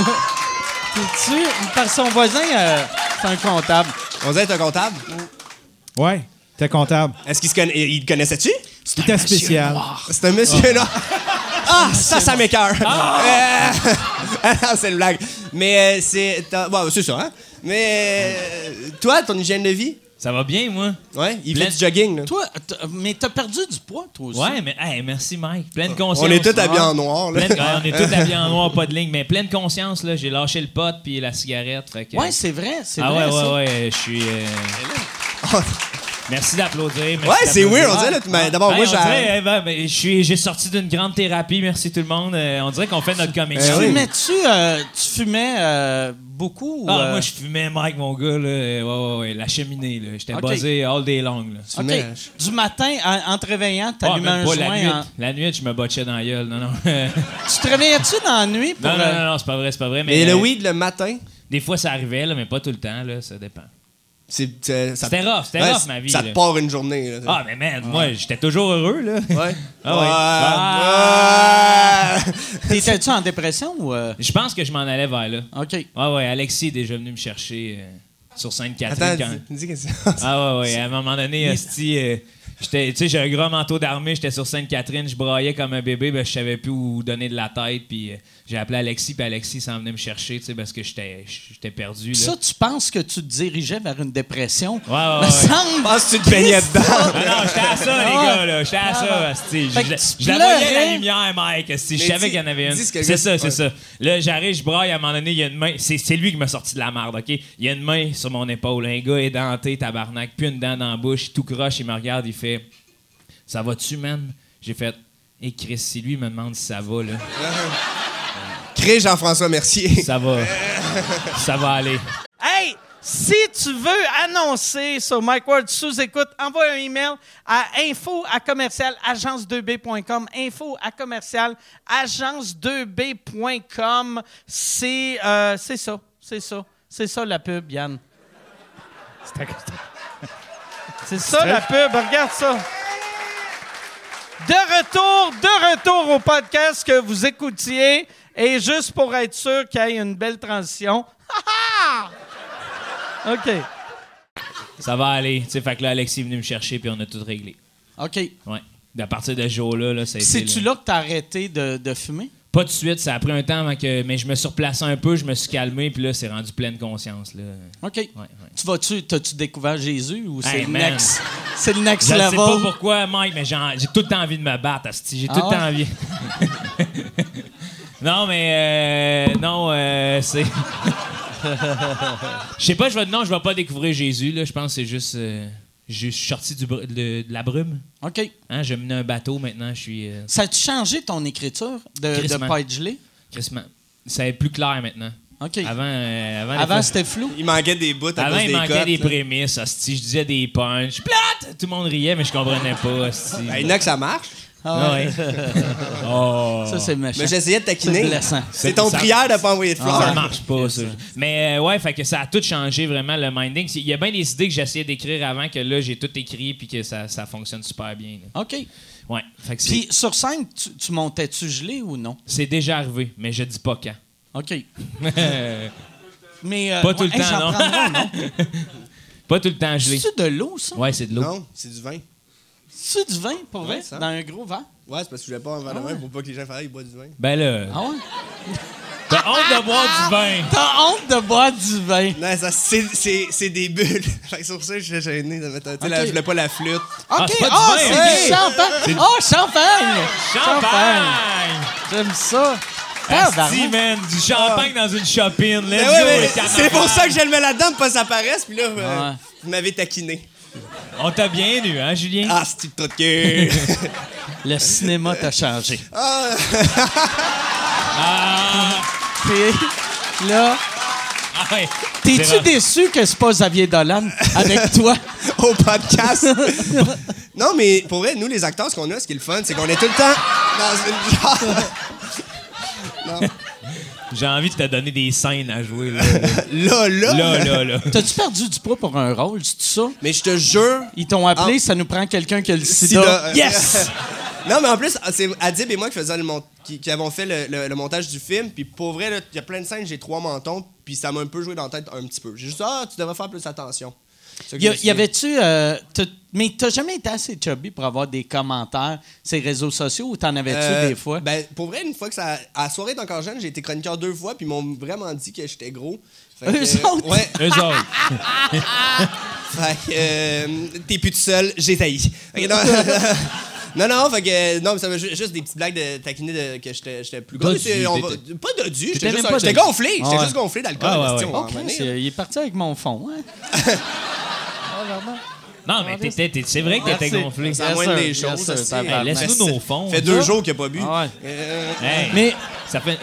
Speaker 1: T'es-tu... Parce que son voisin, euh, c'est un comptable.
Speaker 4: On disait, t'es un comptable?
Speaker 2: Ouais, t'es comptable.
Speaker 4: Est-ce qu'il se conna- il- il te connaissait-tu?
Speaker 2: C'était spécial.
Speaker 4: C'est un monsieur, là. Ah, ça, ça m'écœure. Euh, ah, c'est une blague. Mais euh, c'est. t'as- Bon, c'est ça, hein? Mais euh, toi, ton hygiène de vie,
Speaker 3: Ça va bien, moi?
Speaker 4: Ouais, il fait
Speaker 3: Plein-
Speaker 4: du jogging, là.
Speaker 1: Toi, t'as- mais t'as perdu du poids, toi aussi.
Speaker 3: Ouais, mais hey, merci, Mike. Pleine conscience.
Speaker 4: On est tous
Speaker 3: Ah.
Speaker 4: habillés en noir, là.
Speaker 3: Pleine- ouais, on est tous habillés en noir, pas de ligne, mais pleine conscience, là, j'ai lâché le pot puis la cigarette. Fait que-
Speaker 1: Ouais, c'est vrai. C'est
Speaker 3: ah
Speaker 1: vrai,
Speaker 3: ouais,
Speaker 1: ça.
Speaker 3: ouais, ouais, je suis. euh, Merci d'applaudir. merci
Speaker 4: Ah. Ouais, c'est
Speaker 3: d'applaudir.
Speaker 4: weird, on dirait, là, mais
Speaker 3: Ah,
Speaker 4: d'abord,
Speaker 3: ben,
Speaker 4: moi,
Speaker 3: on
Speaker 4: j'ai-
Speaker 3: dirait, eh ben, ben, je suis- j'ai sorti d'une grande thérapie, merci tout le monde. Euh, on dirait qu'on fait notre comédie.
Speaker 4: Ben
Speaker 1: Tu
Speaker 4: oui.
Speaker 1: Fumais-tu euh, tu fumais euh, beaucoup? ou,
Speaker 3: Ah,
Speaker 1: euh,
Speaker 3: moi, je fumais Mike, mon gars, là. Ouais, ouais, ouais, la cheminée, là. J'étais
Speaker 1: Ok.
Speaker 3: buzzé all day long, là.
Speaker 1: OK.
Speaker 4: fumais-
Speaker 1: Du matin, en, en te réveillant, t'allumais
Speaker 3: Ah, même
Speaker 1: un
Speaker 3: pas
Speaker 1: joint.
Speaker 3: la nuit.
Speaker 1: en-
Speaker 3: La nuit, je me botchais dans la gueule. Non, non. non,
Speaker 1: Tu te réveillais-tu dans la nuit pour...
Speaker 3: non,
Speaker 1: euh,
Speaker 3: non, non, c'est pas vrai, c'est pas vrai. Mais,
Speaker 4: Mais le
Speaker 3: euh,
Speaker 4: weed le matin,
Speaker 3: Des fois, ça arrivait, là, mais pas tout le temps, là. Ça dépend.
Speaker 4: c'est. c'est- ça-
Speaker 3: C'était rough, c'était
Speaker 4: Ouais,
Speaker 3: rough, ma vie.
Speaker 4: Ça
Speaker 3: là.
Speaker 4: te part une journée, là.
Speaker 3: Ah, mais man, moi, j'étais toujours heureux, là.
Speaker 4: Ouais.
Speaker 3: Ah ouais.
Speaker 4: Ah.
Speaker 1: T'étais-tu en dépression ou... euh,
Speaker 3: Je pense que je m'en allais vers là.
Speaker 1: OK.
Speaker 3: Ouais, ouais, Alexis est déjà venu me chercher euh, sur Sainte-Catherine.
Speaker 4: Attends,
Speaker 3: quand-
Speaker 4: dis, dis qu'est-ce que c'est.
Speaker 3: Ah ouais, ouais. À un moment donné, esti, euh, j'étais, tu sais, j'ai un gros manteau d'armée, j'étais sur Sainte-Catherine, je braillais comme un bébé, ben, je savais plus où donner de la tête, puis euh, j'ai appelé Alexis, puis Alexis s'en venait me chercher, tu sais, parce que j'étais, j'étais perdu, là.
Speaker 1: Ça, tu penses que tu te dirigeais vers une dépression?
Speaker 3: Ouais, ouais,
Speaker 1: Me
Speaker 3: ouais.
Speaker 1: semble.
Speaker 4: Ah, si tu te baignais dedans.
Speaker 3: Ah non, j'étais à ça, les
Speaker 1: Ah.
Speaker 3: gars, là. J'étais à ça, esti. Je,
Speaker 1: Fait que tu
Speaker 3: je- je la voyais
Speaker 1: pleurais.
Speaker 3: la lumière, Mike. esti. Je
Speaker 4: Mais
Speaker 3: savais
Speaker 4: dis-
Speaker 3: qu'il y en avait une.
Speaker 4: dis ce que le
Speaker 3: C'est
Speaker 4: gars-
Speaker 3: ça, c'est
Speaker 4: ouais.
Speaker 3: ça. Là, j'arrive, je braille. À un moment donné, il y a une main. C'est c'est lui qui m'a sorti de la merde, OK? Il y a une main sur mon épaule. Un gars édenté, tabarnak, puis une dent dans la bouche, tout croche. Il me regarde, il fait Ça va-tu, man? J'ai fait Et Chris, si lui me demande si ça va, là,
Speaker 4: Crée Jean-François Mercier.
Speaker 3: ça va. ça va aller.
Speaker 1: Hey, si tu veux annoncer sur Mike Ward sous écoute, envoie un email à info à commercial agence2b.com. Info à commercial agence2b.com. C'est euh, c'est ça, c'est ça. C'est ça la pub, Yann. C'est ça la pub, regarde ça. De retour, de retour au podcast que vous écoutiez. Et juste pour être sûr qu'il y ait une belle transition. OK.
Speaker 3: Ça va aller. Tu sais, fait que là, Alexis est venu me chercher, puis on a tout réglé.
Speaker 1: OK.
Speaker 3: Ouais. À partir de ce jour-là, là, ça a été.
Speaker 1: C'est-tu
Speaker 3: le-
Speaker 1: là que t'as arrêté de, de fumer?
Speaker 3: Pas tout de suite, ça a pris un temps avant que. Mais je me suis replacé un peu, je me suis calmé, puis là, c'est rendu pleine conscience. Là.
Speaker 1: OK.
Speaker 3: ouais.
Speaker 1: Tu vas-tu, t'as-tu découvert Jésus ou c'est
Speaker 3: Hey,
Speaker 1: le
Speaker 3: man.
Speaker 1: next, c'est le next
Speaker 3: Je
Speaker 1: level?
Speaker 3: sais pas pourquoi, Mike, mais j'ai j'ai tout le temps envie de me battre, asti. J'ai
Speaker 1: Ah
Speaker 3: tout le temps
Speaker 1: ouais?
Speaker 3: envie. non, mais. euh, non, euh, c'est. Je sais pas, je vais. Non, je vais pas découvrir Jésus, là. Je pense que c'est juste. euh, je suis sorti du br- de, de la brume.
Speaker 1: OK.
Speaker 3: Hein, je menais un bateau maintenant, je suis. euh,
Speaker 1: Ça a-tu changé ton écriture de, de
Speaker 3: Crissement.
Speaker 1: pas être gelé?
Speaker 3: crissement. Ça est plus clair maintenant.
Speaker 1: OK.
Speaker 3: Avant, euh, avant, les
Speaker 1: Avant,
Speaker 3: fois-
Speaker 1: c'était flou.
Speaker 4: Il manquait des bouts à
Speaker 3: Avant,
Speaker 4: cause
Speaker 3: il
Speaker 4: des
Speaker 3: manquait
Speaker 4: cotes,
Speaker 3: des
Speaker 4: là.
Speaker 3: prémices, hostie. Je disais des punchs. Plate! Tout le monde riait, mais je comprenais pas, hostie.
Speaker 4: Ben, il y en a que ça marche.
Speaker 1: Ah
Speaker 3: Ouais. oh.
Speaker 1: Ça, c'est méchant.
Speaker 4: Mais j'essayais de
Speaker 1: C'est
Speaker 4: taquiner.
Speaker 1: blessant.
Speaker 4: C'est ton
Speaker 3: Ça-
Speaker 4: prière de pas envoyer de fleurs.
Speaker 3: Ah, Ça marche pas, ça. Mais euh, ouais, fait que ça a tout changé vraiment le minding. Il y a bien des idées que j'essayais d'écrire avant que là, j'ai tout écrit puis que ça, ça fonctionne super bien. là.
Speaker 1: OK.
Speaker 3: Ouais. Fait que c'est-
Speaker 1: Puis sur scène, tu, tu montais-tu gelé ou non?
Speaker 3: c'est déjà arrivé, mais je dis pas quand.
Speaker 1: OK. Mais, euh,
Speaker 3: Pas tout le
Speaker 1: ouais, hey,
Speaker 3: temps,
Speaker 1: j'en
Speaker 3: non.
Speaker 1: prendrai un, non?
Speaker 3: pas tout le temps gelé.
Speaker 1: C'est-tu de l'eau, ça?
Speaker 3: Ouais, c'est de l'eau.
Speaker 4: Non, c'est du vin.
Speaker 1: C'est du vin, pour vrai?
Speaker 4: Ouais, ça.
Speaker 1: Dans un gros verre?
Speaker 4: Ouais, c'est parce que je voulais pas en verre de vin pour pas que les gens fassent, ils boivent du vin.
Speaker 3: Ben là,
Speaker 1: Ah ouais?
Speaker 3: t'as honte de boire du vin.
Speaker 1: T'as honte de boire du vin.
Speaker 4: Non, ça, c'est, c'est, c'est des bulles. fait que sur ça, je suis gêné de mettre. un- Tu sais,
Speaker 1: Ok.
Speaker 4: la- je voulais pas la flûte.
Speaker 1: OK.
Speaker 3: c'est pas du
Speaker 1: Ah,
Speaker 3: vin,
Speaker 1: c'est du
Speaker 4: ok.
Speaker 1: champagne. Oh, champagne!
Speaker 3: Champagne!
Speaker 1: J'aime ça.
Speaker 3: Asti,
Speaker 1: Tabarnak.
Speaker 3: man, du champagne dans une shopping. Let's
Speaker 4: Mais Eh
Speaker 3: go,
Speaker 4: Ben ouais, mais
Speaker 3: les
Speaker 4: c'est
Speaker 3: camarades.
Speaker 4: pour ça que je le mets là-dedans pour pas que ça paraisse. Puis là, euh,
Speaker 1: Ouais.
Speaker 4: vous m'avez taquiné.
Speaker 3: On t'a bien eu, hein, Julien?
Speaker 4: Ah, c'est type trop de cul.
Speaker 1: Le cinéma t'a changé.
Speaker 4: Ah,
Speaker 3: Ah!
Speaker 1: Puis là,
Speaker 3: ah ouais. C'est
Speaker 1: t'es-tu
Speaker 3: vrai.
Speaker 1: déçu que c'est pas Xavier Dolan avec toi?
Speaker 4: au podcast. non, mais pour vrai, nous, les acteurs, ce qu'on a, ce qui est le fun, c'est qu'on est tout le temps dans une genre.
Speaker 3: J'ai envie de te donner des scènes à jouer, là.
Speaker 4: Là, là.
Speaker 3: là, là, là.
Speaker 1: T'as-tu perdu du poids pour un rôle, c'est ça?
Speaker 4: Mais je te jure.
Speaker 1: Ils t'ont
Speaker 4: Ah.
Speaker 1: appelé, ça nous prend quelqu'un qui a le sida.
Speaker 4: Sida.
Speaker 1: Yes!
Speaker 4: Non, mais en plus, ah, c'est Adib et moi qui, faisions le mon- qui, qui avons fait le, le- le montage du film. Puis pour vrai, là, il y a plein de scènes, j'ai trois mentons. Puis ça m'a un peu joué dans la tête un petit peu. J'ai juste ah, tu devrais faire plus attention. C'est ça que
Speaker 1: Y,
Speaker 4: je
Speaker 1: a-
Speaker 4: me suis
Speaker 1: y
Speaker 4: dit.
Speaker 1: avait-tu. euh, t'as- mais t'as jamais été assez chubby pour avoir des commentaires sur les réseaux sociaux ou t'en avais-tu
Speaker 4: Euh,
Speaker 1: des fois?
Speaker 4: Ben, pour vrai, une fois que ça. À la soirée d'encore jeune, j'ai été chroniqueur deux fois, puis ils m'ont vraiment dit que j'étais gros. Fait que-
Speaker 1: Eux autres?
Speaker 4: Ouais.
Speaker 3: Eux autres.
Speaker 4: Fait que, euh, t'es plus tout seul, j'ai taillé. non, non, non, fait que, euh, non, mais ça m'a ju- juste des petites blagues de taquiner de, que j'étais j'étais plus gros.
Speaker 1: Dodu,
Speaker 4: C'est- on va-
Speaker 1: t'étais-
Speaker 4: Pas dodu,
Speaker 1: T'étais
Speaker 4: j'étais
Speaker 1: même
Speaker 4: juste,
Speaker 1: pas
Speaker 4: j'étais
Speaker 1: dodu.
Speaker 4: gonflé, j'étais
Speaker 1: Ah ouais.
Speaker 4: juste gonflé d'alcool.
Speaker 3: Ah ouais,
Speaker 4: esti,
Speaker 3: ouais.
Speaker 4: on va en
Speaker 1: Ok,
Speaker 4: venir.
Speaker 1: c'est- Oh, il est parti avec mon fond. Hein? Ah, vraiment?
Speaker 3: Non, mais t'étais- t'étais- c'est vrai que t'étais
Speaker 1: Merci.
Speaker 3: gonflé.
Speaker 4: C'est la
Speaker 1: Yes,
Speaker 4: moindre
Speaker 1: sir.
Speaker 4: des
Speaker 1: Yes,
Speaker 4: choses.
Speaker 1: sir.
Speaker 4: esti.
Speaker 1: Tabarnak.
Speaker 3: Hey, laisse-nous nos fonds.
Speaker 4: Ça fait deux jours qu'il a pas bu.
Speaker 1: Ah ouais.
Speaker 4: Euh,
Speaker 3: Mais
Speaker 1: Mais
Speaker 3: ça fait.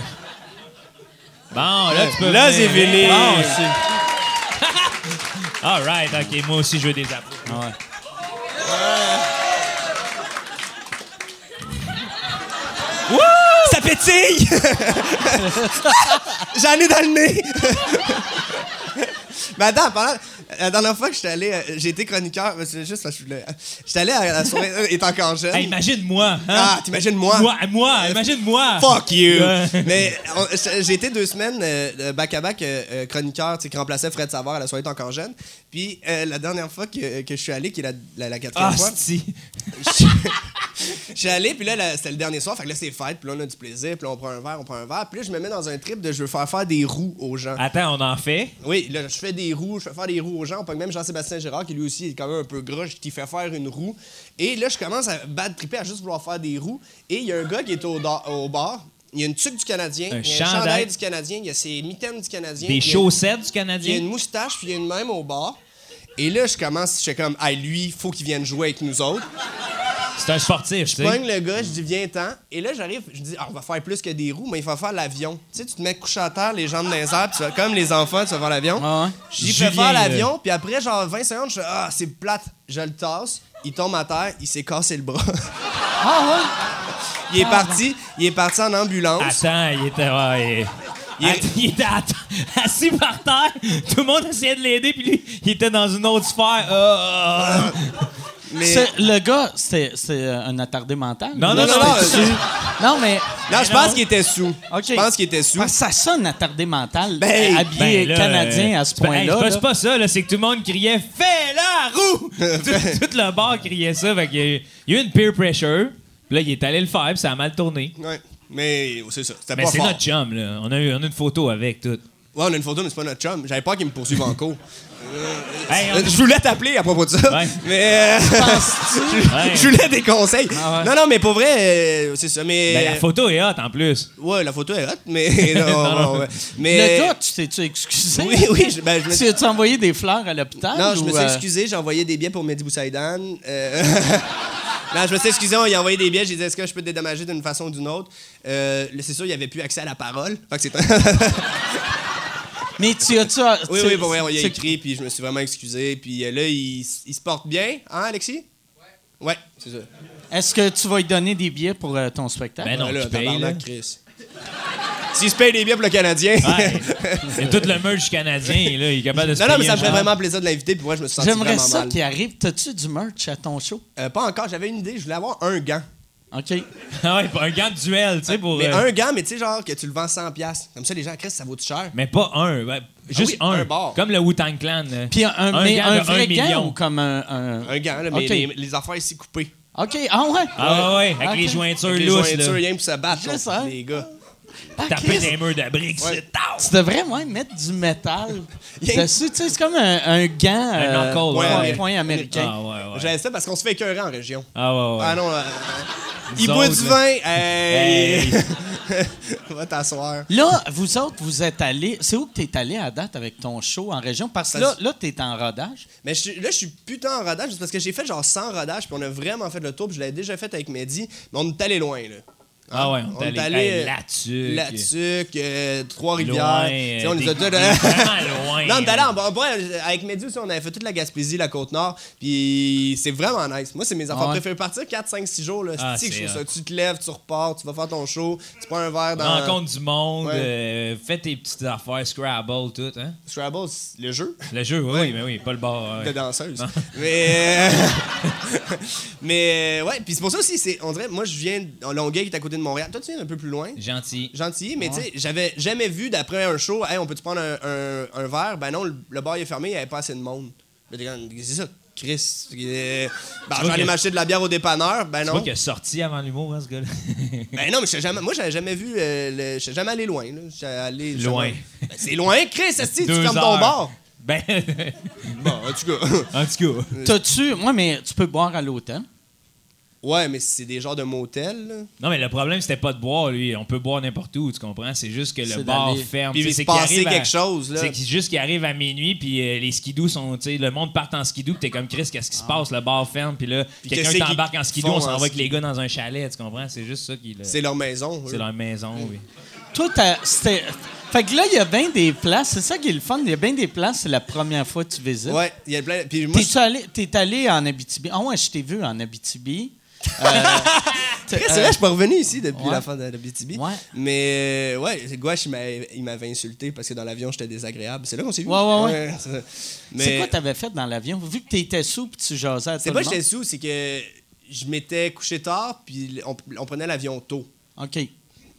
Speaker 3: Bon, là, tu peux.
Speaker 4: Là, c'est
Speaker 3: venir.
Speaker 4: fini.
Speaker 3: Bon, c'est- All right, OK. Moi aussi, je veux des applaudissements.
Speaker 4: Ça pétille! J'en ai dans le nez! Mais Ben, attends, pendant, la dernière fois que j'étais allé, euh, j'ai été chroniqueur, mais c'est juste parce que je voulais. J'étais allé à la soirée, euh, étant encore jeune.
Speaker 3: Hey, imagine-moi. hein?
Speaker 4: Ah, t'imagines-moi? Euh,
Speaker 3: Moi, moi, imagine-moi. Euh,
Speaker 4: Fuck you!
Speaker 3: Ouais.
Speaker 4: Mais on- j'ai- j'ai été deux semaines euh, euh, back-à-back euh, euh, chroniqueur, tu sais, qui remplaçait Fred Savard à la soirée étant encore jeune. Puis euh, la dernière fois que, que je suis allé, qui est la, la- la quatrième
Speaker 3: Ah,
Speaker 4: fois.
Speaker 3: si.
Speaker 4: Je suis allé, puis là, là, c'était le dernier soir, fait que là, c'est fête, puis là, on a du plaisir, puis là, on prend un verre, on prend un verre, puis là, je me mets dans un trip de je veux faire faire des roues aux gens.
Speaker 3: Attends, on en fait.
Speaker 4: Oui, là, je fais des roues, je fais faire des roues aux gens, on pogne même Jean-Sébastien Gérard, qui lui aussi est quand même un peu gros, je t'y fais faire une roue. Et là, je commence à bad tripper à juste vouloir faire des roues, et il y a un gars qui est au, da- au bar, il y a une tuque du Canadien,
Speaker 3: Un
Speaker 4: il y a un
Speaker 3: chandail.
Speaker 4: chandail du Canadien, il y a ses mitaines du Canadien. il
Speaker 3: Des
Speaker 4: y a-
Speaker 3: chaussettes du
Speaker 4: il y a
Speaker 3: Canadien.
Speaker 4: une moustache, puis il y a une même au bar. Et là, je commence, je fais comme, ah, lui, faut qu'il vienne jouer avec nous autres.
Speaker 3: C'est un sportif, tu
Speaker 4: Je
Speaker 3: sais.
Speaker 4: pogne le gars, je dis viens-t'en. Et là, j'arrive, je dis, Ah, on va faire plus que des roues, mais il va faire l'avion. Tu sais, tu te mets couché à terre, les jambes dans les airs, puis tu vas- comme les enfants, tu vas faire l'avion.
Speaker 1: Ah ouais.
Speaker 4: J'y
Speaker 3: Julien, euh,
Speaker 4: fais faire
Speaker 3: là.
Speaker 4: l'avion, puis après, genre 20 secondes, je fais, ah, c'est plate. Je le tasse, il tombe à terre, il s'est cassé le bras.
Speaker 1: ah
Speaker 4: il est parti, il est parti en ambulance.
Speaker 3: Attends, il était. ouais, il...
Speaker 4: Il est-
Speaker 3: Attends, il était atta- assis par terre. Tout le monde essayait de l'aider, puis lui, il était dans une autre sphère. Euh, Ah, ah, ah.
Speaker 1: ouais.
Speaker 4: Mais...
Speaker 1: C'est- Le gars, c'est c'est, euh, un attardé mental?
Speaker 3: Non,
Speaker 1: Là,
Speaker 3: non,
Speaker 4: non,
Speaker 1: c'était
Speaker 4: non,
Speaker 1: dessus. Non, mais
Speaker 4: Non, je
Speaker 3: Mais non.
Speaker 4: pense qu'il était sous.
Speaker 1: Ah. Ok.
Speaker 4: Je pense qu'il était sous.
Speaker 1: parce que ça sonne attardé mental, euh,
Speaker 4: Ben,
Speaker 1: habillé
Speaker 3: Ben là,
Speaker 1: canadien
Speaker 3: euh,
Speaker 1: à ce
Speaker 3: c'est pas- hey,
Speaker 1: point-là.
Speaker 3: c'est pas-
Speaker 1: là.
Speaker 3: C'est pas ça, là, c'est que tout le monde criait Fais la roue tout, tout le bar criait ça. Fait qu'il y a eu- il y a eu une peer pressure. Puis là, il est allé le faire, puis ça a mal tourné.
Speaker 4: Ouais. Mais c'est ça, c'était
Speaker 3: Mais
Speaker 4: pas
Speaker 3: c'est
Speaker 4: fort.
Speaker 3: notre chum, là. On a, eu, on a une photo avec tout.
Speaker 4: Ouais, on a une photo, mais c'est pas notre chum. J'avais pas qu'il me poursuive en cours.
Speaker 3: Hey, on-
Speaker 4: Euh, Je voulais t'appeler à propos de ça,
Speaker 3: Ouais.
Speaker 4: mais euh, je,
Speaker 3: Ouais.
Speaker 4: je voulais des conseils.
Speaker 1: Ah ouais.
Speaker 4: Non, non, mais pour vrai, euh, c'est ça. Mais
Speaker 3: Ben, la photo est hot en plus.
Speaker 4: ouais, la photo est hot, mais non,
Speaker 3: Non, non.
Speaker 4: ouais. mais
Speaker 1: Le gars, tu t'es-tu excusé?
Speaker 4: Oui, oui, je- ben, je me-
Speaker 1: Tu as-tu envoyé des fleurs à l'hôpital?
Speaker 4: non, je me
Speaker 1: ou,
Speaker 4: suis
Speaker 1: euh,
Speaker 4: excusé. J'ai envoyé des billets pour Mehdi Boussaïdan. Euh, non, je me suis excusé. On lui a envoyé des billets. J'ai dit est-ce que je peux te dédommager d'une façon ou d'une autre. Euh, là, c'est sûr, il n'y avait plus accès à la parole. Fait que c'est
Speaker 1: Mais tu as-tu.
Speaker 4: Oui,
Speaker 1: tu-
Speaker 4: oui, bon, ouais, on y a
Speaker 1: tu-
Speaker 4: écrit, puis je me suis vraiment excusé. Puis euh, là, il, s- il se porte bien, hein, Alexis? Ouais. Ouais, c'est ça.
Speaker 1: Est-ce que tu vas lui donner des billets pour euh, ton spectacle?
Speaker 3: Ben non,
Speaker 4: Ouais, là,
Speaker 3: tu payes,
Speaker 4: tabarnak,
Speaker 3: là.
Speaker 4: Chris. S'il se paye des biens pour le Canadien.
Speaker 3: Ouais. Il y a tout le merch canadien, là. Il est capable de se
Speaker 4: non, non, mais
Speaker 3: payer
Speaker 4: ça
Speaker 3: un
Speaker 4: me ferait
Speaker 3: genre.
Speaker 4: vraiment plaisir de l'inviter, puis moi, je me suis senti
Speaker 1: J'aimerais
Speaker 4: vraiment
Speaker 1: ça
Speaker 4: mal.
Speaker 1: qu'il arrive. T'as-tu du merch à ton show?
Speaker 4: Euh, pas encore, j'avais une idée, je voulais avoir un gant.
Speaker 1: OK.
Speaker 3: Ah ouais, pas un gant de duel, tu sais, pour. euh,
Speaker 4: mais
Speaker 3: Mais,
Speaker 4: un gant, mais tu sais, genre, que tu le vends 100$. piastres. Comme ça, les gens, Chris, ça vaut-tu cher?
Speaker 3: pas un. ouais, juste
Speaker 4: Ah oui, un
Speaker 3: un.
Speaker 4: bar.
Speaker 3: Comme le Wu-Tang Clan. euh. là.
Speaker 1: Puis un, un- mais
Speaker 3: gant
Speaker 1: un
Speaker 3: de
Speaker 1: vrai
Speaker 3: 1 million.
Speaker 1: gant ou comme un. un-
Speaker 4: Un gant, là, mais
Speaker 1: Ok.
Speaker 4: les, les affaires ici coupées.
Speaker 1: OK. Ah ouais?
Speaker 3: Ah ouais, avec
Speaker 1: Ok.
Speaker 3: les jointures
Speaker 4: Les
Speaker 3: lousses,
Speaker 4: jointures,
Speaker 3: là.
Speaker 4: rien pour se battre,
Speaker 1: Juste
Speaker 4: contre
Speaker 1: un.
Speaker 4: les gars.
Speaker 1: Ah,
Speaker 3: Taper
Speaker 1: Christ,
Speaker 3: des murs de briques,
Speaker 4: Ouais.
Speaker 3: c'est tard.
Speaker 1: Tu devrais, ouais, mettre du métal
Speaker 4: Il y a-
Speaker 1: dessus. Tu sais, c'est comme un, un gant. euh,
Speaker 3: Un knuckle,
Speaker 1: point,
Speaker 4: ouais.
Speaker 1: point américain.
Speaker 3: Ah ouais, ouais.
Speaker 4: J'avais ça parce qu'on se fait écœurer en région.
Speaker 3: Ah ouais, ouais.
Speaker 4: Ah non, euh, il
Speaker 3: Nous
Speaker 4: boit
Speaker 3: autres,
Speaker 4: du
Speaker 3: là.
Speaker 4: vin. Hey!
Speaker 3: Hey.
Speaker 4: Va t'asseoir.
Speaker 1: Là, vous autres, vous êtes allés. C'est où que t'es allé à date avec ton show en région? Parce que là,
Speaker 4: Parce-
Speaker 1: là t'es en rodage.
Speaker 4: Mais je suis- là, je suis putain en rodage juste parce que j'ai fait genre 100 rodages, puis on a vraiment fait le tour, puis je l'avais déjà fait avec Mehdi, mais on est allé loin, là.
Speaker 3: Ah ouais, on
Speaker 4: On est allé,
Speaker 3: est allé
Speaker 4: euh,
Speaker 3: là-dessus.
Speaker 4: Là-dessus,
Speaker 3: Loin.
Speaker 4: Trois-Rivières. Tu sais,
Speaker 3: euh,
Speaker 4: on les a
Speaker 3: des-
Speaker 4: tous-
Speaker 3: Vraiment loin.
Speaker 4: Non, on est allé en bas. en bas, Avec Mehdi aussi, on avait fait toute la Gaspésie, la Côte-Nord, puis c'est vraiment nice. Moi, c'est mes affaires
Speaker 1: Ah ouais.
Speaker 4: préférées. Partir 4, 5, 6 jours, là,
Speaker 3: Ah,
Speaker 4: c'est-tu que je
Speaker 3: c'est
Speaker 4: trouve ça. Tu te lèves, tu repars, tu vas faire ton show, tu prends un verre dans.
Speaker 3: Rencontre du monde,
Speaker 4: Ouais.
Speaker 3: euh, fais tes petites affaires, Scrabble, tout, hein?
Speaker 4: Scrabble, c'est le jeu.
Speaker 3: Le jeu, oui, oui, mais oui, pas le bar. ouais. Ah.
Speaker 4: de danseuse. Mais, euh, mais ouais, puis c'est pour ça aussi, c'est, on dirait, moi je viens en Longueuil qui est à côté de Montréal. Toi tu viens un peu plus loin.
Speaker 3: Gentil.
Speaker 4: Gentil, mais tu sais, j'avais jamais vu d'après un show, hey, on peut-tu prendre un, un- un verre? Ben non, le, le bar il est fermé, il n'y avait pas assez de monde. Là, t'es comme, C'est ça, Chris. Euh, Ben,
Speaker 3: vois
Speaker 4: j'en ai
Speaker 3: que-
Speaker 4: m'acheter de la bière au dépanneur, ben
Speaker 3: Tu vois
Speaker 4: non.
Speaker 3: qu'il a sorti avant l'humour, hein, ce gars-là?
Speaker 4: Ben non, mais j'étais jamais, moi j'avais jamais vu, euh, le- j'étais jamais allé loin. Là. J'étais allé
Speaker 3: Loin.
Speaker 4: Ben, c'est loin, Chris, asti, tu
Speaker 3: Deux
Speaker 4: fermes ton
Speaker 3: heures.
Speaker 4: bar.
Speaker 3: Ben,
Speaker 4: Bon, en tout cas.
Speaker 3: en tout cas.
Speaker 1: T'as-tu. Moi, mais tu peux boire à l'automne.
Speaker 4: ouais, mais c'est des genres de motels. là.
Speaker 3: Non, mais le problème, c'était pas de boire, lui. On peut boire n'importe où, tu comprends? C'est juste que le
Speaker 1: C'est
Speaker 3: bar
Speaker 1: d'aller-
Speaker 3: ferme.
Speaker 4: Puis
Speaker 3: Tu
Speaker 4: il
Speaker 3: sais,
Speaker 4: se
Speaker 3: c'est qu'il
Speaker 4: passait
Speaker 3: arrive à-
Speaker 4: quelque chose, là.
Speaker 3: C'est qu'il- juste qu'il arrive à minuit, puis euh, les skidous sont. tu sais, Le monde part en skidou, puis t'es comme Chris, qu'est-ce qui se
Speaker 1: Ah.
Speaker 3: passe? Le bar ferme, puis là,
Speaker 4: Puis
Speaker 3: quelqu'un
Speaker 4: qu'est-ce qu'ils
Speaker 3: t'embarque en skidou, on
Speaker 4: font
Speaker 3: s'en
Speaker 4: en
Speaker 3: va avec
Speaker 4: skidoo?
Speaker 3: les gars dans un chalet, tu comprends? C'est juste ça qui. le-
Speaker 4: C'est leur maison. eux.
Speaker 3: C'est leur maison, oui.
Speaker 1: Toi, t'as. c'était- Fait que là, il y a bien des places. C'est ça qui est le fun. Il y a bien des places, c'est la première fois que tu visites.
Speaker 4: Ouais, il y a plein. Puis moi,
Speaker 1: T'es-tu allé, t'es allé en Abitibi? Ah ouais, je t'ai vu en Abitibi. Euh, t'es-
Speaker 4: Après, c'est vrai, je suis pas revenu ici depuis
Speaker 1: Euh, ouais.
Speaker 4: la fin de la BTB.
Speaker 1: Ouais.
Speaker 4: Mais euh, ouais, Gouache, il m'avait- il m'avait insulté parce que dans l'avion, j'étais désagréable. C'est là qu'on s'est vu.
Speaker 1: Ouais, ouais, ouais.
Speaker 4: c'est ça.
Speaker 1: euh,
Speaker 4: Mais
Speaker 1: c'est quoi t'avais fait dans l'avion? Vu que t'étais sous puis tu jasais à
Speaker 4: C'est
Speaker 1: tout
Speaker 4: pas
Speaker 1: le
Speaker 4: que j'étais
Speaker 1: monde.
Speaker 4: sous, c'est que je m'étais couché tard, puis on, on prenait l'avion tôt.
Speaker 1: OK.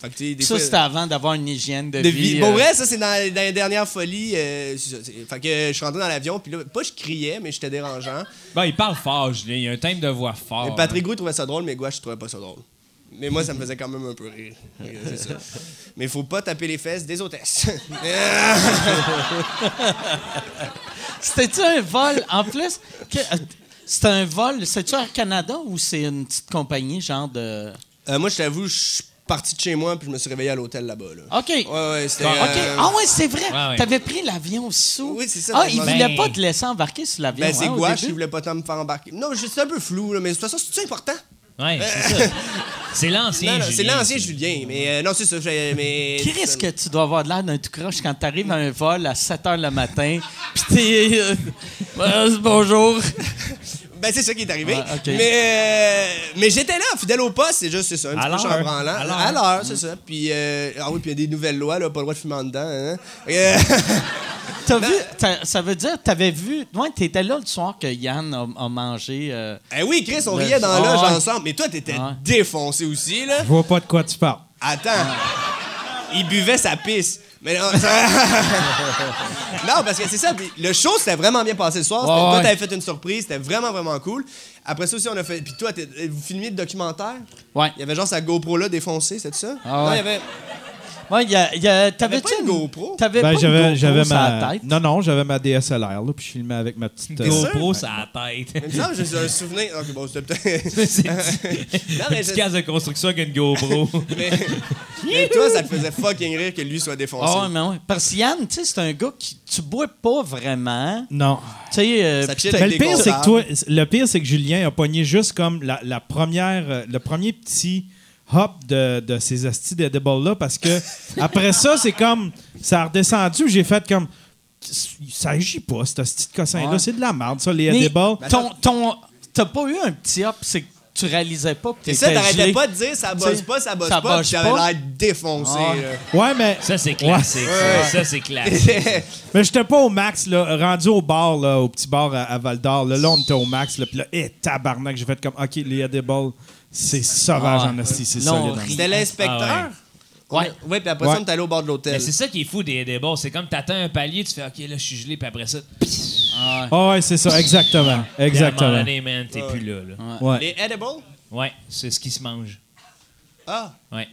Speaker 4: Fait que, tu sais, des
Speaker 1: Ça,
Speaker 4: fois-
Speaker 1: c'était avant d'avoir une hygiène de,
Speaker 4: de vie.
Speaker 1: vie.
Speaker 4: Pour
Speaker 1: euh,
Speaker 4: vrai, ça, c'est dans, dans les dernières folies. euh, c'est ça, c'est- fait que je suis rentré dans l'avion, puis là, pas je criais, mais j'étais dérangeant.
Speaker 3: Ben, il parle fort, Julien. Il y a un thème de voix fort.
Speaker 1: Ah,
Speaker 4: Mais Patrick Gouy trouvait ça drôle, mais Gouache, je trouvais pas ça drôle. Mais moi, ça me faisait quand même un peu rire. C'est ça. Mais faut pas taper les fesses des hôtesses.
Speaker 1: C'était-tu un vol? En plus, que- euh, c'était un vol. C'est-tu Air Canada ou c'est une petite compagnie, genre de.
Speaker 4: Euh, moi, je t'avoue, je suis parti de chez moi, puis je me suis réveillé à l'hôtel là-bas. Là.
Speaker 1: OK.
Speaker 4: Ouais, ouais, c'était.
Speaker 1: Ah, OK.
Speaker 4: euh,
Speaker 1: Ah ouais, c'est vrai.
Speaker 3: Ouais, ouais.
Speaker 1: T'avais pris l'avion sous.
Speaker 4: Oui, c'est ça,
Speaker 1: Ah,
Speaker 4: je
Speaker 1: ils
Speaker 4: m'en-
Speaker 1: voulaient
Speaker 3: Ben-
Speaker 1: pas te laisser embarquer sur l'avion.
Speaker 4: Ben, c'est
Speaker 1: hein, au
Speaker 4: gouache,
Speaker 1: début?
Speaker 4: il voulait pas tant me faire embarquer. Non, je- c'est un peu flou, là, mais de toute façon, c'est-tu important?
Speaker 3: Ouais, c'est ça. C'est
Speaker 4: Non,
Speaker 3: l'ancien
Speaker 4: non,
Speaker 3: Julien.
Speaker 4: c'est l'ancien Julien, mais euh, non, c'est ça. j'ai- Mais,
Speaker 1: Chris, que tu dois avoir de l'air d'un tout croche quand t'arrives à un vol à 7 h le matin, pis t'es. euh, euh, bonjour.
Speaker 4: Ben, c'est ça qui est arrivé.
Speaker 1: Ah, ok.
Speaker 4: Mais, euh, mais j'étais là, fidèle au poste, c'est juste, c'est ça, un
Speaker 3: À
Speaker 4: petit peu
Speaker 3: l'heure.
Speaker 4: chambranlant.
Speaker 3: À l'heure.
Speaker 4: À l'heure, c'est
Speaker 1: Mm.
Speaker 4: ça. Puis, euh, ah oui, puis il y a des nouvelles lois, là, pas le droit de fumer en dedans. hein. Euh,
Speaker 1: T'as
Speaker 4: Ben-
Speaker 1: vu, t'as- ça veut dire, t'avais vu. Ouais, t'étais là le soir que Yann a, a mangé. euh,
Speaker 4: eh oui, Chris, on
Speaker 1: Le-
Speaker 4: riait dans
Speaker 1: Ah,
Speaker 4: l'âge
Speaker 1: ouais.
Speaker 4: ensemble, mais toi, t'étais
Speaker 1: Ah, ouais.
Speaker 4: défoncé aussi, là.
Speaker 2: Je vois pas de quoi tu parles.
Speaker 4: Attends. Il buvait sa pisse. Mais non, ça- non, parce que c'est ça. puis Le show, c'était vraiment bien passé le soir. C'était-
Speaker 1: Ouais,
Speaker 4: toi,
Speaker 1: ouais.
Speaker 4: t'avais fait une surprise. C'était vraiment, vraiment cool. Après ça aussi, on a fait. Puis toi, t'es- vous filmiez le documentaire.
Speaker 1: Ouais.
Speaker 4: Il y avait genre sa GoPro là défoncée, c'est ça?
Speaker 1: Ah
Speaker 4: Non,
Speaker 1: ouais.
Speaker 4: il y avait.
Speaker 1: Ouais, y a- y a- t'avais-tu
Speaker 4: pas une GoPro?
Speaker 1: T'avais
Speaker 2: Ben,
Speaker 1: pas une
Speaker 2: j'avais,
Speaker 1: GoPro
Speaker 2: j'avais
Speaker 1: sur la
Speaker 2: ma.
Speaker 1: tête.
Speaker 2: Non, non, j'avais ma DSLR, là, puis je filmais avec ma petite. euh,
Speaker 3: GoPro, ça la tête.
Speaker 4: Il me semble que j'ai un souvenir. Ok, bon, c'était peut-être.
Speaker 3: C'est
Speaker 4: Non,
Speaker 3: une
Speaker 4: mais
Speaker 3: petite
Speaker 4: je-
Speaker 3: case de construction avec une GoPro.
Speaker 4: mais... mais toi, ça te faisait fucking rire que lui soit défoncé.
Speaker 1: Ah ouais, mais ouais. Parce que Yann, tu sais, c'est un gars qui. Tu bois pas vraiment.
Speaker 2: Non.
Speaker 1: Tu sais. euh,
Speaker 4: Ça
Speaker 1: pis
Speaker 4: chill
Speaker 1: t'as-
Speaker 2: Mais
Speaker 4: avec
Speaker 2: le
Speaker 4: des
Speaker 2: pire, c'est que
Speaker 4: comptables.
Speaker 2: toi, le pire, c'est que Julien a pogné juste comme la, la première, euh, le premier petit hop de, de ces astis d'edible là parce que après ça, c'est comme ça a redescendu. J'ai fait comme ça agit pas, cet asti de cossin là,
Speaker 1: Ouais.
Speaker 2: c'est de la merde ça, les
Speaker 1: mais ben,
Speaker 2: edibles.
Speaker 1: ton, ton, t'as pas eu un petit hop, c'est que tu réalisais pas. pis
Speaker 4: C'est ça,
Speaker 1: t'étais gelé.
Speaker 4: t'arrêtais pas de dire ça bosse
Speaker 1: T'sais,
Speaker 4: pas, ça bosse
Speaker 1: ça
Speaker 4: pas,
Speaker 1: bosse
Speaker 4: puis j'avais
Speaker 1: pas.
Speaker 4: l'air défoncé.
Speaker 1: Ah.
Speaker 4: là.
Speaker 2: Ouais, mais
Speaker 3: Ça, c'est classique.
Speaker 4: Ouais.
Speaker 3: Ça, Ça, c'est classique.
Speaker 2: mais j'étais pas au max là, rendu au bar là, au petit bar à, à Val d'Or. Là, là, on était au max là, puis là, eh, tabarnak, j'ai fait comme ok, les edibles, c'est sauvage
Speaker 1: Ah.
Speaker 2: en asti, c'est
Speaker 1: Là, on
Speaker 2: solide. hein.
Speaker 1: rit.
Speaker 4: C'était l'inspecteur?
Speaker 1: Ouais.
Speaker 4: Ouais, puis après
Speaker 2: Ouais.
Speaker 4: ça, on est allé au bord de
Speaker 3: Ah, Mais
Speaker 4: l'hôtel.
Speaker 3: c'est ça qui est fou des débats. C'est comme t'atteins un palier, tu fais OK, là, je suis gelé, puis après ça, pisse.
Speaker 1: Ah ouais.
Speaker 2: Ah ouais, c'est ça, exactement,
Speaker 3: Puis à un moment
Speaker 2: exactement.
Speaker 3: donné, man, t'es plus là. là.
Speaker 2: Ouais.
Speaker 4: Les edibles?
Speaker 3: Ouais, c'est ce qui se mange.
Speaker 4: Ah,
Speaker 3: Ouais.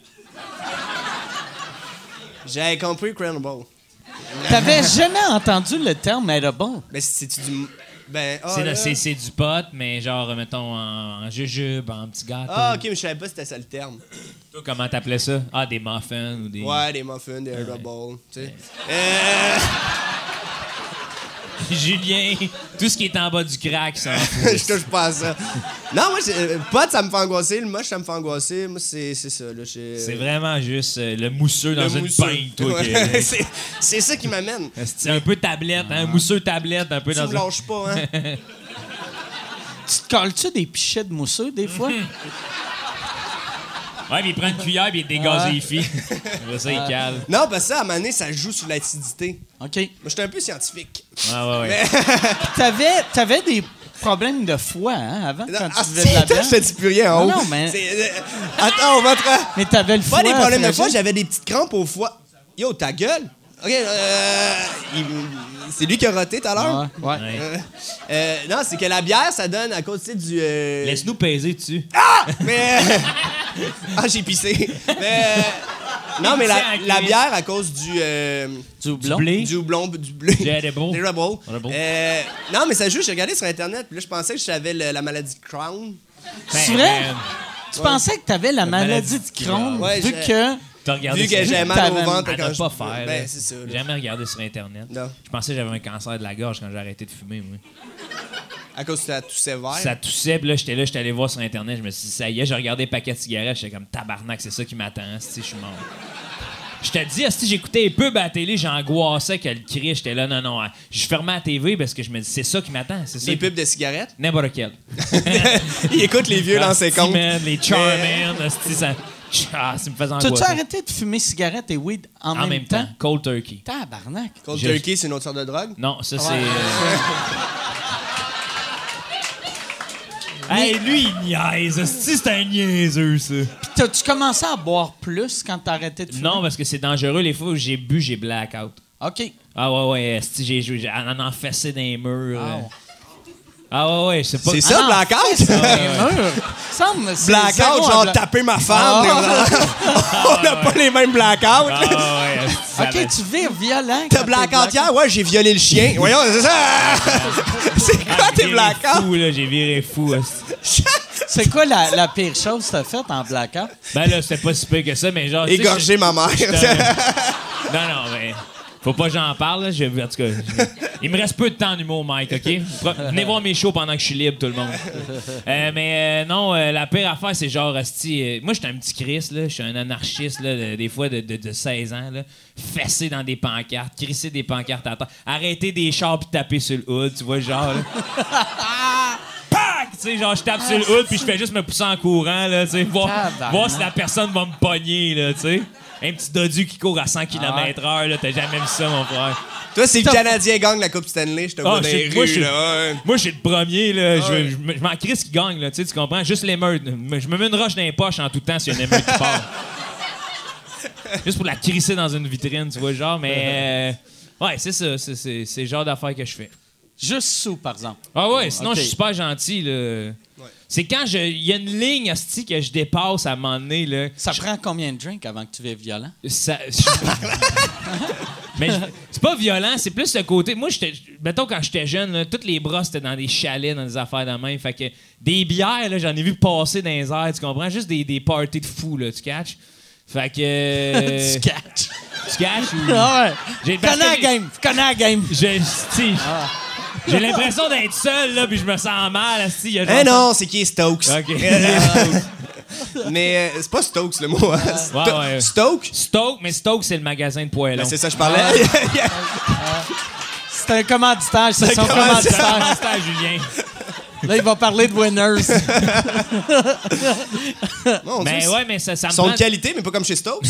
Speaker 4: j'ai compris Crannable.
Speaker 1: T'avais jamais entendu le terme edible?
Speaker 4: Mais c'est-tu du... Ben, ah,
Speaker 3: C'est
Speaker 4: là.
Speaker 3: là- c'est c'est du pot, mais genre, mettons, en, en jujube, en petit gâteau.
Speaker 4: Ah, OK, mais je savais pas c'était ça le terme.
Speaker 3: Toi, comment t'appelais ça? Ah, des muffins ou des.
Speaker 4: Ouais, des muffins, des edibles, tu sais. Euh,
Speaker 3: Julien, tout ce qui est en bas du crack, ça.
Speaker 4: je touche pas à ça. Non, moi, c'est- euh, pote, ça me fait angoisser. Le moche, ça me fait angoisser. Moi, c'est c'est ça, là.
Speaker 3: C'est vraiment juste euh, le mousseux dans une pinte, toi. que-
Speaker 4: Ouais, c'est c'est ça qui m'amène.
Speaker 3: C'est un peu tablette, hein? Mousseux tablette, un peu
Speaker 4: Ah. Tu
Speaker 3: dans
Speaker 4: me
Speaker 3: un.
Speaker 4: lâches pas, hein?
Speaker 1: Tu te colles-tu des pichets de mousseux des fois?
Speaker 3: Ouais, puis il prend une cuillère, puis il dégazéifie. Après ça, il cale.
Speaker 4: Non, parce que ça, à un moment donné, ça joue sur l'acidité.
Speaker 1: OK.
Speaker 4: Moi, j'étais un peu scientifique.
Speaker 3: Ouais, ouais, ouais.
Speaker 1: T'avais, t'avais des problèmes de foie hein, avant quand
Speaker 4: Ah,
Speaker 1: tu buvais de la
Speaker 4: putain,
Speaker 1: bière.
Speaker 4: je te dis plus rien en haut.
Speaker 1: Non, non, mais-
Speaker 4: hein, C'est- euh, Attends, on va te...
Speaker 1: Mais t'avais le foie.
Speaker 4: Pas des problèmes de
Speaker 1: fragile.
Speaker 4: foie, j'avais des petites crampes au foie. Yo, ta gueule! Ok, euh, il- C'est lui qui a roté tout à l'heure?
Speaker 1: Ouais, ouais.
Speaker 3: Ouais.
Speaker 4: Euh, euh, non, c'est que la bière, ça donne à cause tu sais, du. euh, Ah!
Speaker 3: Laisse-nous peser dessus.
Speaker 4: Mais. ah, j'ai pissé. Mais. euh, Non, mais la,
Speaker 3: Tiens,
Speaker 4: la
Speaker 3: Chris.
Speaker 4: bière à cause du. euh,
Speaker 1: Du blond.
Speaker 3: blé.
Speaker 4: Du houblon, du bleu.
Speaker 3: Du edible.
Speaker 4: Des rebels.
Speaker 3: Edible.
Speaker 4: Euh, non, mais ça juste, j'ai regardé sur Internet, puis là, je pensais que j'avais le- la maladie de Crohn.
Speaker 1: C'est
Speaker 3: Ben,
Speaker 1: vrai?
Speaker 3: man,
Speaker 1: Tu pensais que tu avais la maladie
Speaker 3: maladie
Speaker 1: de
Speaker 3: de
Speaker 1: Crohn,
Speaker 3: Crohn. Ah,
Speaker 4: Ouais,
Speaker 1: vu
Speaker 4: j'ai-
Speaker 1: que.
Speaker 3: T'as regardé
Speaker 4: Vu que
Speaker 3: ça?
Speaker 4: j'ai mal au
Speaker 1: t'avais-
Speaker 4: ventre
Speaker 3: À
Speaker 4: quand
Speaker 3: ne
Speaker 4: je.
Speaker 3: pas faire. là.
Speaker 4: Ben, c'est ça. là.
Speaker 3: J'ai jamais regardé sur Internet.
Speaker 4: Non.
Speaker 3: Je pensais que j'avais un cancer de la gorge quand j'ai arrêté de fumer. Moi.
Speaker 4: À cause de la toux sévère.
Speaker 3: Ça toussait, puis là, j'étais là, j'étais allé voir sur Internet. Je me suis dit, ça y est, j'ai regardé les paquets de cigarettes. J'étais comme, tabarnak, c'est ça qui m'attend. Si je suis mort. Je te dis, si j'écoutais les pubs à la télé, j'angoissais qu'elle criait. J'étais là, non, non. hein. Je fermais la TV parce que je me dis, c'est ça qui m'attend. C'est ça.
Speaker 4: Les
Speaker 3: qui-
Speaker 4: pubs de cigarettes.
Speaker 3: N'importe quel.
Speaker 4: Il écoute les vieux dans ses
Speaker 3: Asti,
Speaker 4: comptes.
Speaker 3: man, les Charman, asti, ça... Ah, ça me faisait
Speaker 1: T'as-tu
Speaker 3: angoisser.
Speaker 1: arrêté de fumer cigarette et weed en,
Speaker 3: En même temps, cold turkey.
Speaker 1: Tabarnak.
Speaker 4: Cold
Speaker 3: Je-
Speaker 4: Turkey, c'est une autre sorte de drogue.
Speaker 3: Non, ça, c'est... euh, Hey, lui, il niaise. asti, c'est un niaiseux, ça.
Speaker 1: Puis t'as-tu commencé à boire plus quand t'as arrêté de fumer?
Speaker 3: Non, parce que c'est dangereux. Les fois où j'ai bu, j'ai blackout.
Speaker 1: OK.
Speaker 3: Ah ouais, ouais, asti, j'ai joué. j'ai- On en enfessé dans les murs.
Speaker 1: Ah
Speaker 3: euh.
Speaker 1: ouais.
Speaker 3: Ah ouais, ouais, c'est pas...
Speaker 4: C'est
Speaker 3: Ah,
Speaker 4: ça,
Speaker 1: non,
Speaker 4: Blackout?
Speaker 1: Mur. Ben, Semble, c'est
Speaker 4: Blackout,
Speaker 1: zéro à
Speaker 4: genre
Speaker 1: bla-
Speaker 4: taper ma femme. On n'a pas les mêmes blackouts.
Speaker 3: Ah ouais, ouais, asti, ça va-
Speaker 1: OK, tu vires violent.
Speaker 4: T'as
Speaker 1: quand
Speaker 4: blackout
Speaker 1: t'es black-
Speaker 4: hier? Ouais, j'ai violé le chien. Voyons, c'est ça! c'est
Speaker 3: Ah,
Speaker 4: quoi
Speaker 3: j'ai
Speaker 4: tes
Speaker 3: viré
Speaker 4: blackouts?
Speaker 3: fou, là, j'ai viré fou, asti.
Speaker 1: C'est quoi la, la pire chose que t'as faite en blackout?
Speaker 3: Ben là, c'était pas si pire que ça, mais genre. Ah, tu sais,
Speaker 4: Égorger ma mère.
Speaker 3: je- je- non, non, mais. Faut pas que j'en parle, là. Je, en tout cas, je- il me reste peu de temps d'humour, Mike, OK? Pro- Venez voir mes shows pendant que je suis libre, tout le monde. Euh, mais euh, non, euh, la pire affaire, c'est genre, asti, euh, moi, j'étais un petit Chris, là. Je suis un anarchiste, là, de- des fois de, de- de 16 ans, là. Fessé dans des pancartes, crisser des pancartes à terre, arrêter des chars puis taper sur le hood, tu vois, genre, là. Pac! Tu sais, genre, je tape sur le hood puis je fais juste me pousser en courant, là, tu sais, voir,
Speaker 1: Tabarnak.
Speaker 3: voir si la personne va me pogner, là, tu sais. Un petit dodu qui court à 100
Speaker 1: Ah.
Speaker 3: km/h, là, t'as jamais vu ça, mon frère.
Speaker 4: Toi, c'est le Canadien gagne la Coupe Stanley. Je te vois
Speaker 3: Ah,
Speaker 4: dans
Speaker 3: je-
Speaker 4: les
Speaker 3: moi,
Speaker 4: rues,
Speaker 3: je-
Speaker 4: là. ouais.
Speaker 3: Moi, je suis le premier, là,
Speaker 1: Ah
Speaker 3: je-
Speaker 4: ouais.
Speaker 3: je me- je m'en crie ce qui gagne, là, tu sais, tu comprends? Juste l'émeute. Je me mets une roche dans les poches en tout temps s'il y a une émeute qui part. Juste pour la crisser dans une vitrine, tu vois, genre, mais... euh, ouais, c'est ça, c'est- c'est c'est le genre d'affaires que je fais.
Speaker 1: Juste sous, par exemple.
Speaker 3: Ah ouais, sinon
Speaker 1: ok.
Speaker 3: je suis super gentil. là. C'est quand je- il y a une ligne asti que je dépasse à un moment donné. Là,
Speaker 1: Ça prend combien de drinks avant que tu vires violent?
Speaker 3: ça- Mais je- c'est pas violent, c'est plus le côté. Moi, j'étais, mettons, quand j'étais jeune, là, toutes les bras, c'était dans des chalets, dans des affaires de même. Fait que des bières, là, j'en ai vu passer dans les airs, tu comprends? Juste des, des parties de fous, là, tu catches? Fait que. euh,
Speaker 1: tu catches.
Speaker 3: tu catches? ou-
Speaker 1: Ah ouais.
Speaker 3: J'ai- parce
Speaker 1: Connais la
Speaker 3: que-
Speaker 1: game. Ah. Connais la game.
Speaker 3: J'ai, si, j'ai l'impression d'être seul, là, puis je me sens mal, asti, il y a
Speaker 4: Eh
Speaker 3: genre-
Speaker 4: non, c'est qui Stokes?
Speaker 3: Ok.
Speaker 4: Mais euh, c'est pas Stokes le mot. hein. Sto-
Speaker 3: ouais.
Speaker 4: Stoke?
Speaker 3: Stoke, mais Stoke, c'est le magasin de poêlons.
Speaker 4: Ben, c'est ça, que je parlais.
Speaker 1: C'est un commanditaire. C'est son
Speaker 4: commanditaire.
Speaker 1: commanditaire.
Speaker 3: Commanditaire, Julien.
Speaker 1: Là, il va parler de winners.
Speaker 4: Mon Dieu,
Speaker 3: Mais
Speaker 4: c'est-
Speaker 3: Ben, ouais, mais ça, ça me
Speaker 4: Sont
Speaker 3: prend,
Speaker 4: de qualité, mais pas comme chez Stokes.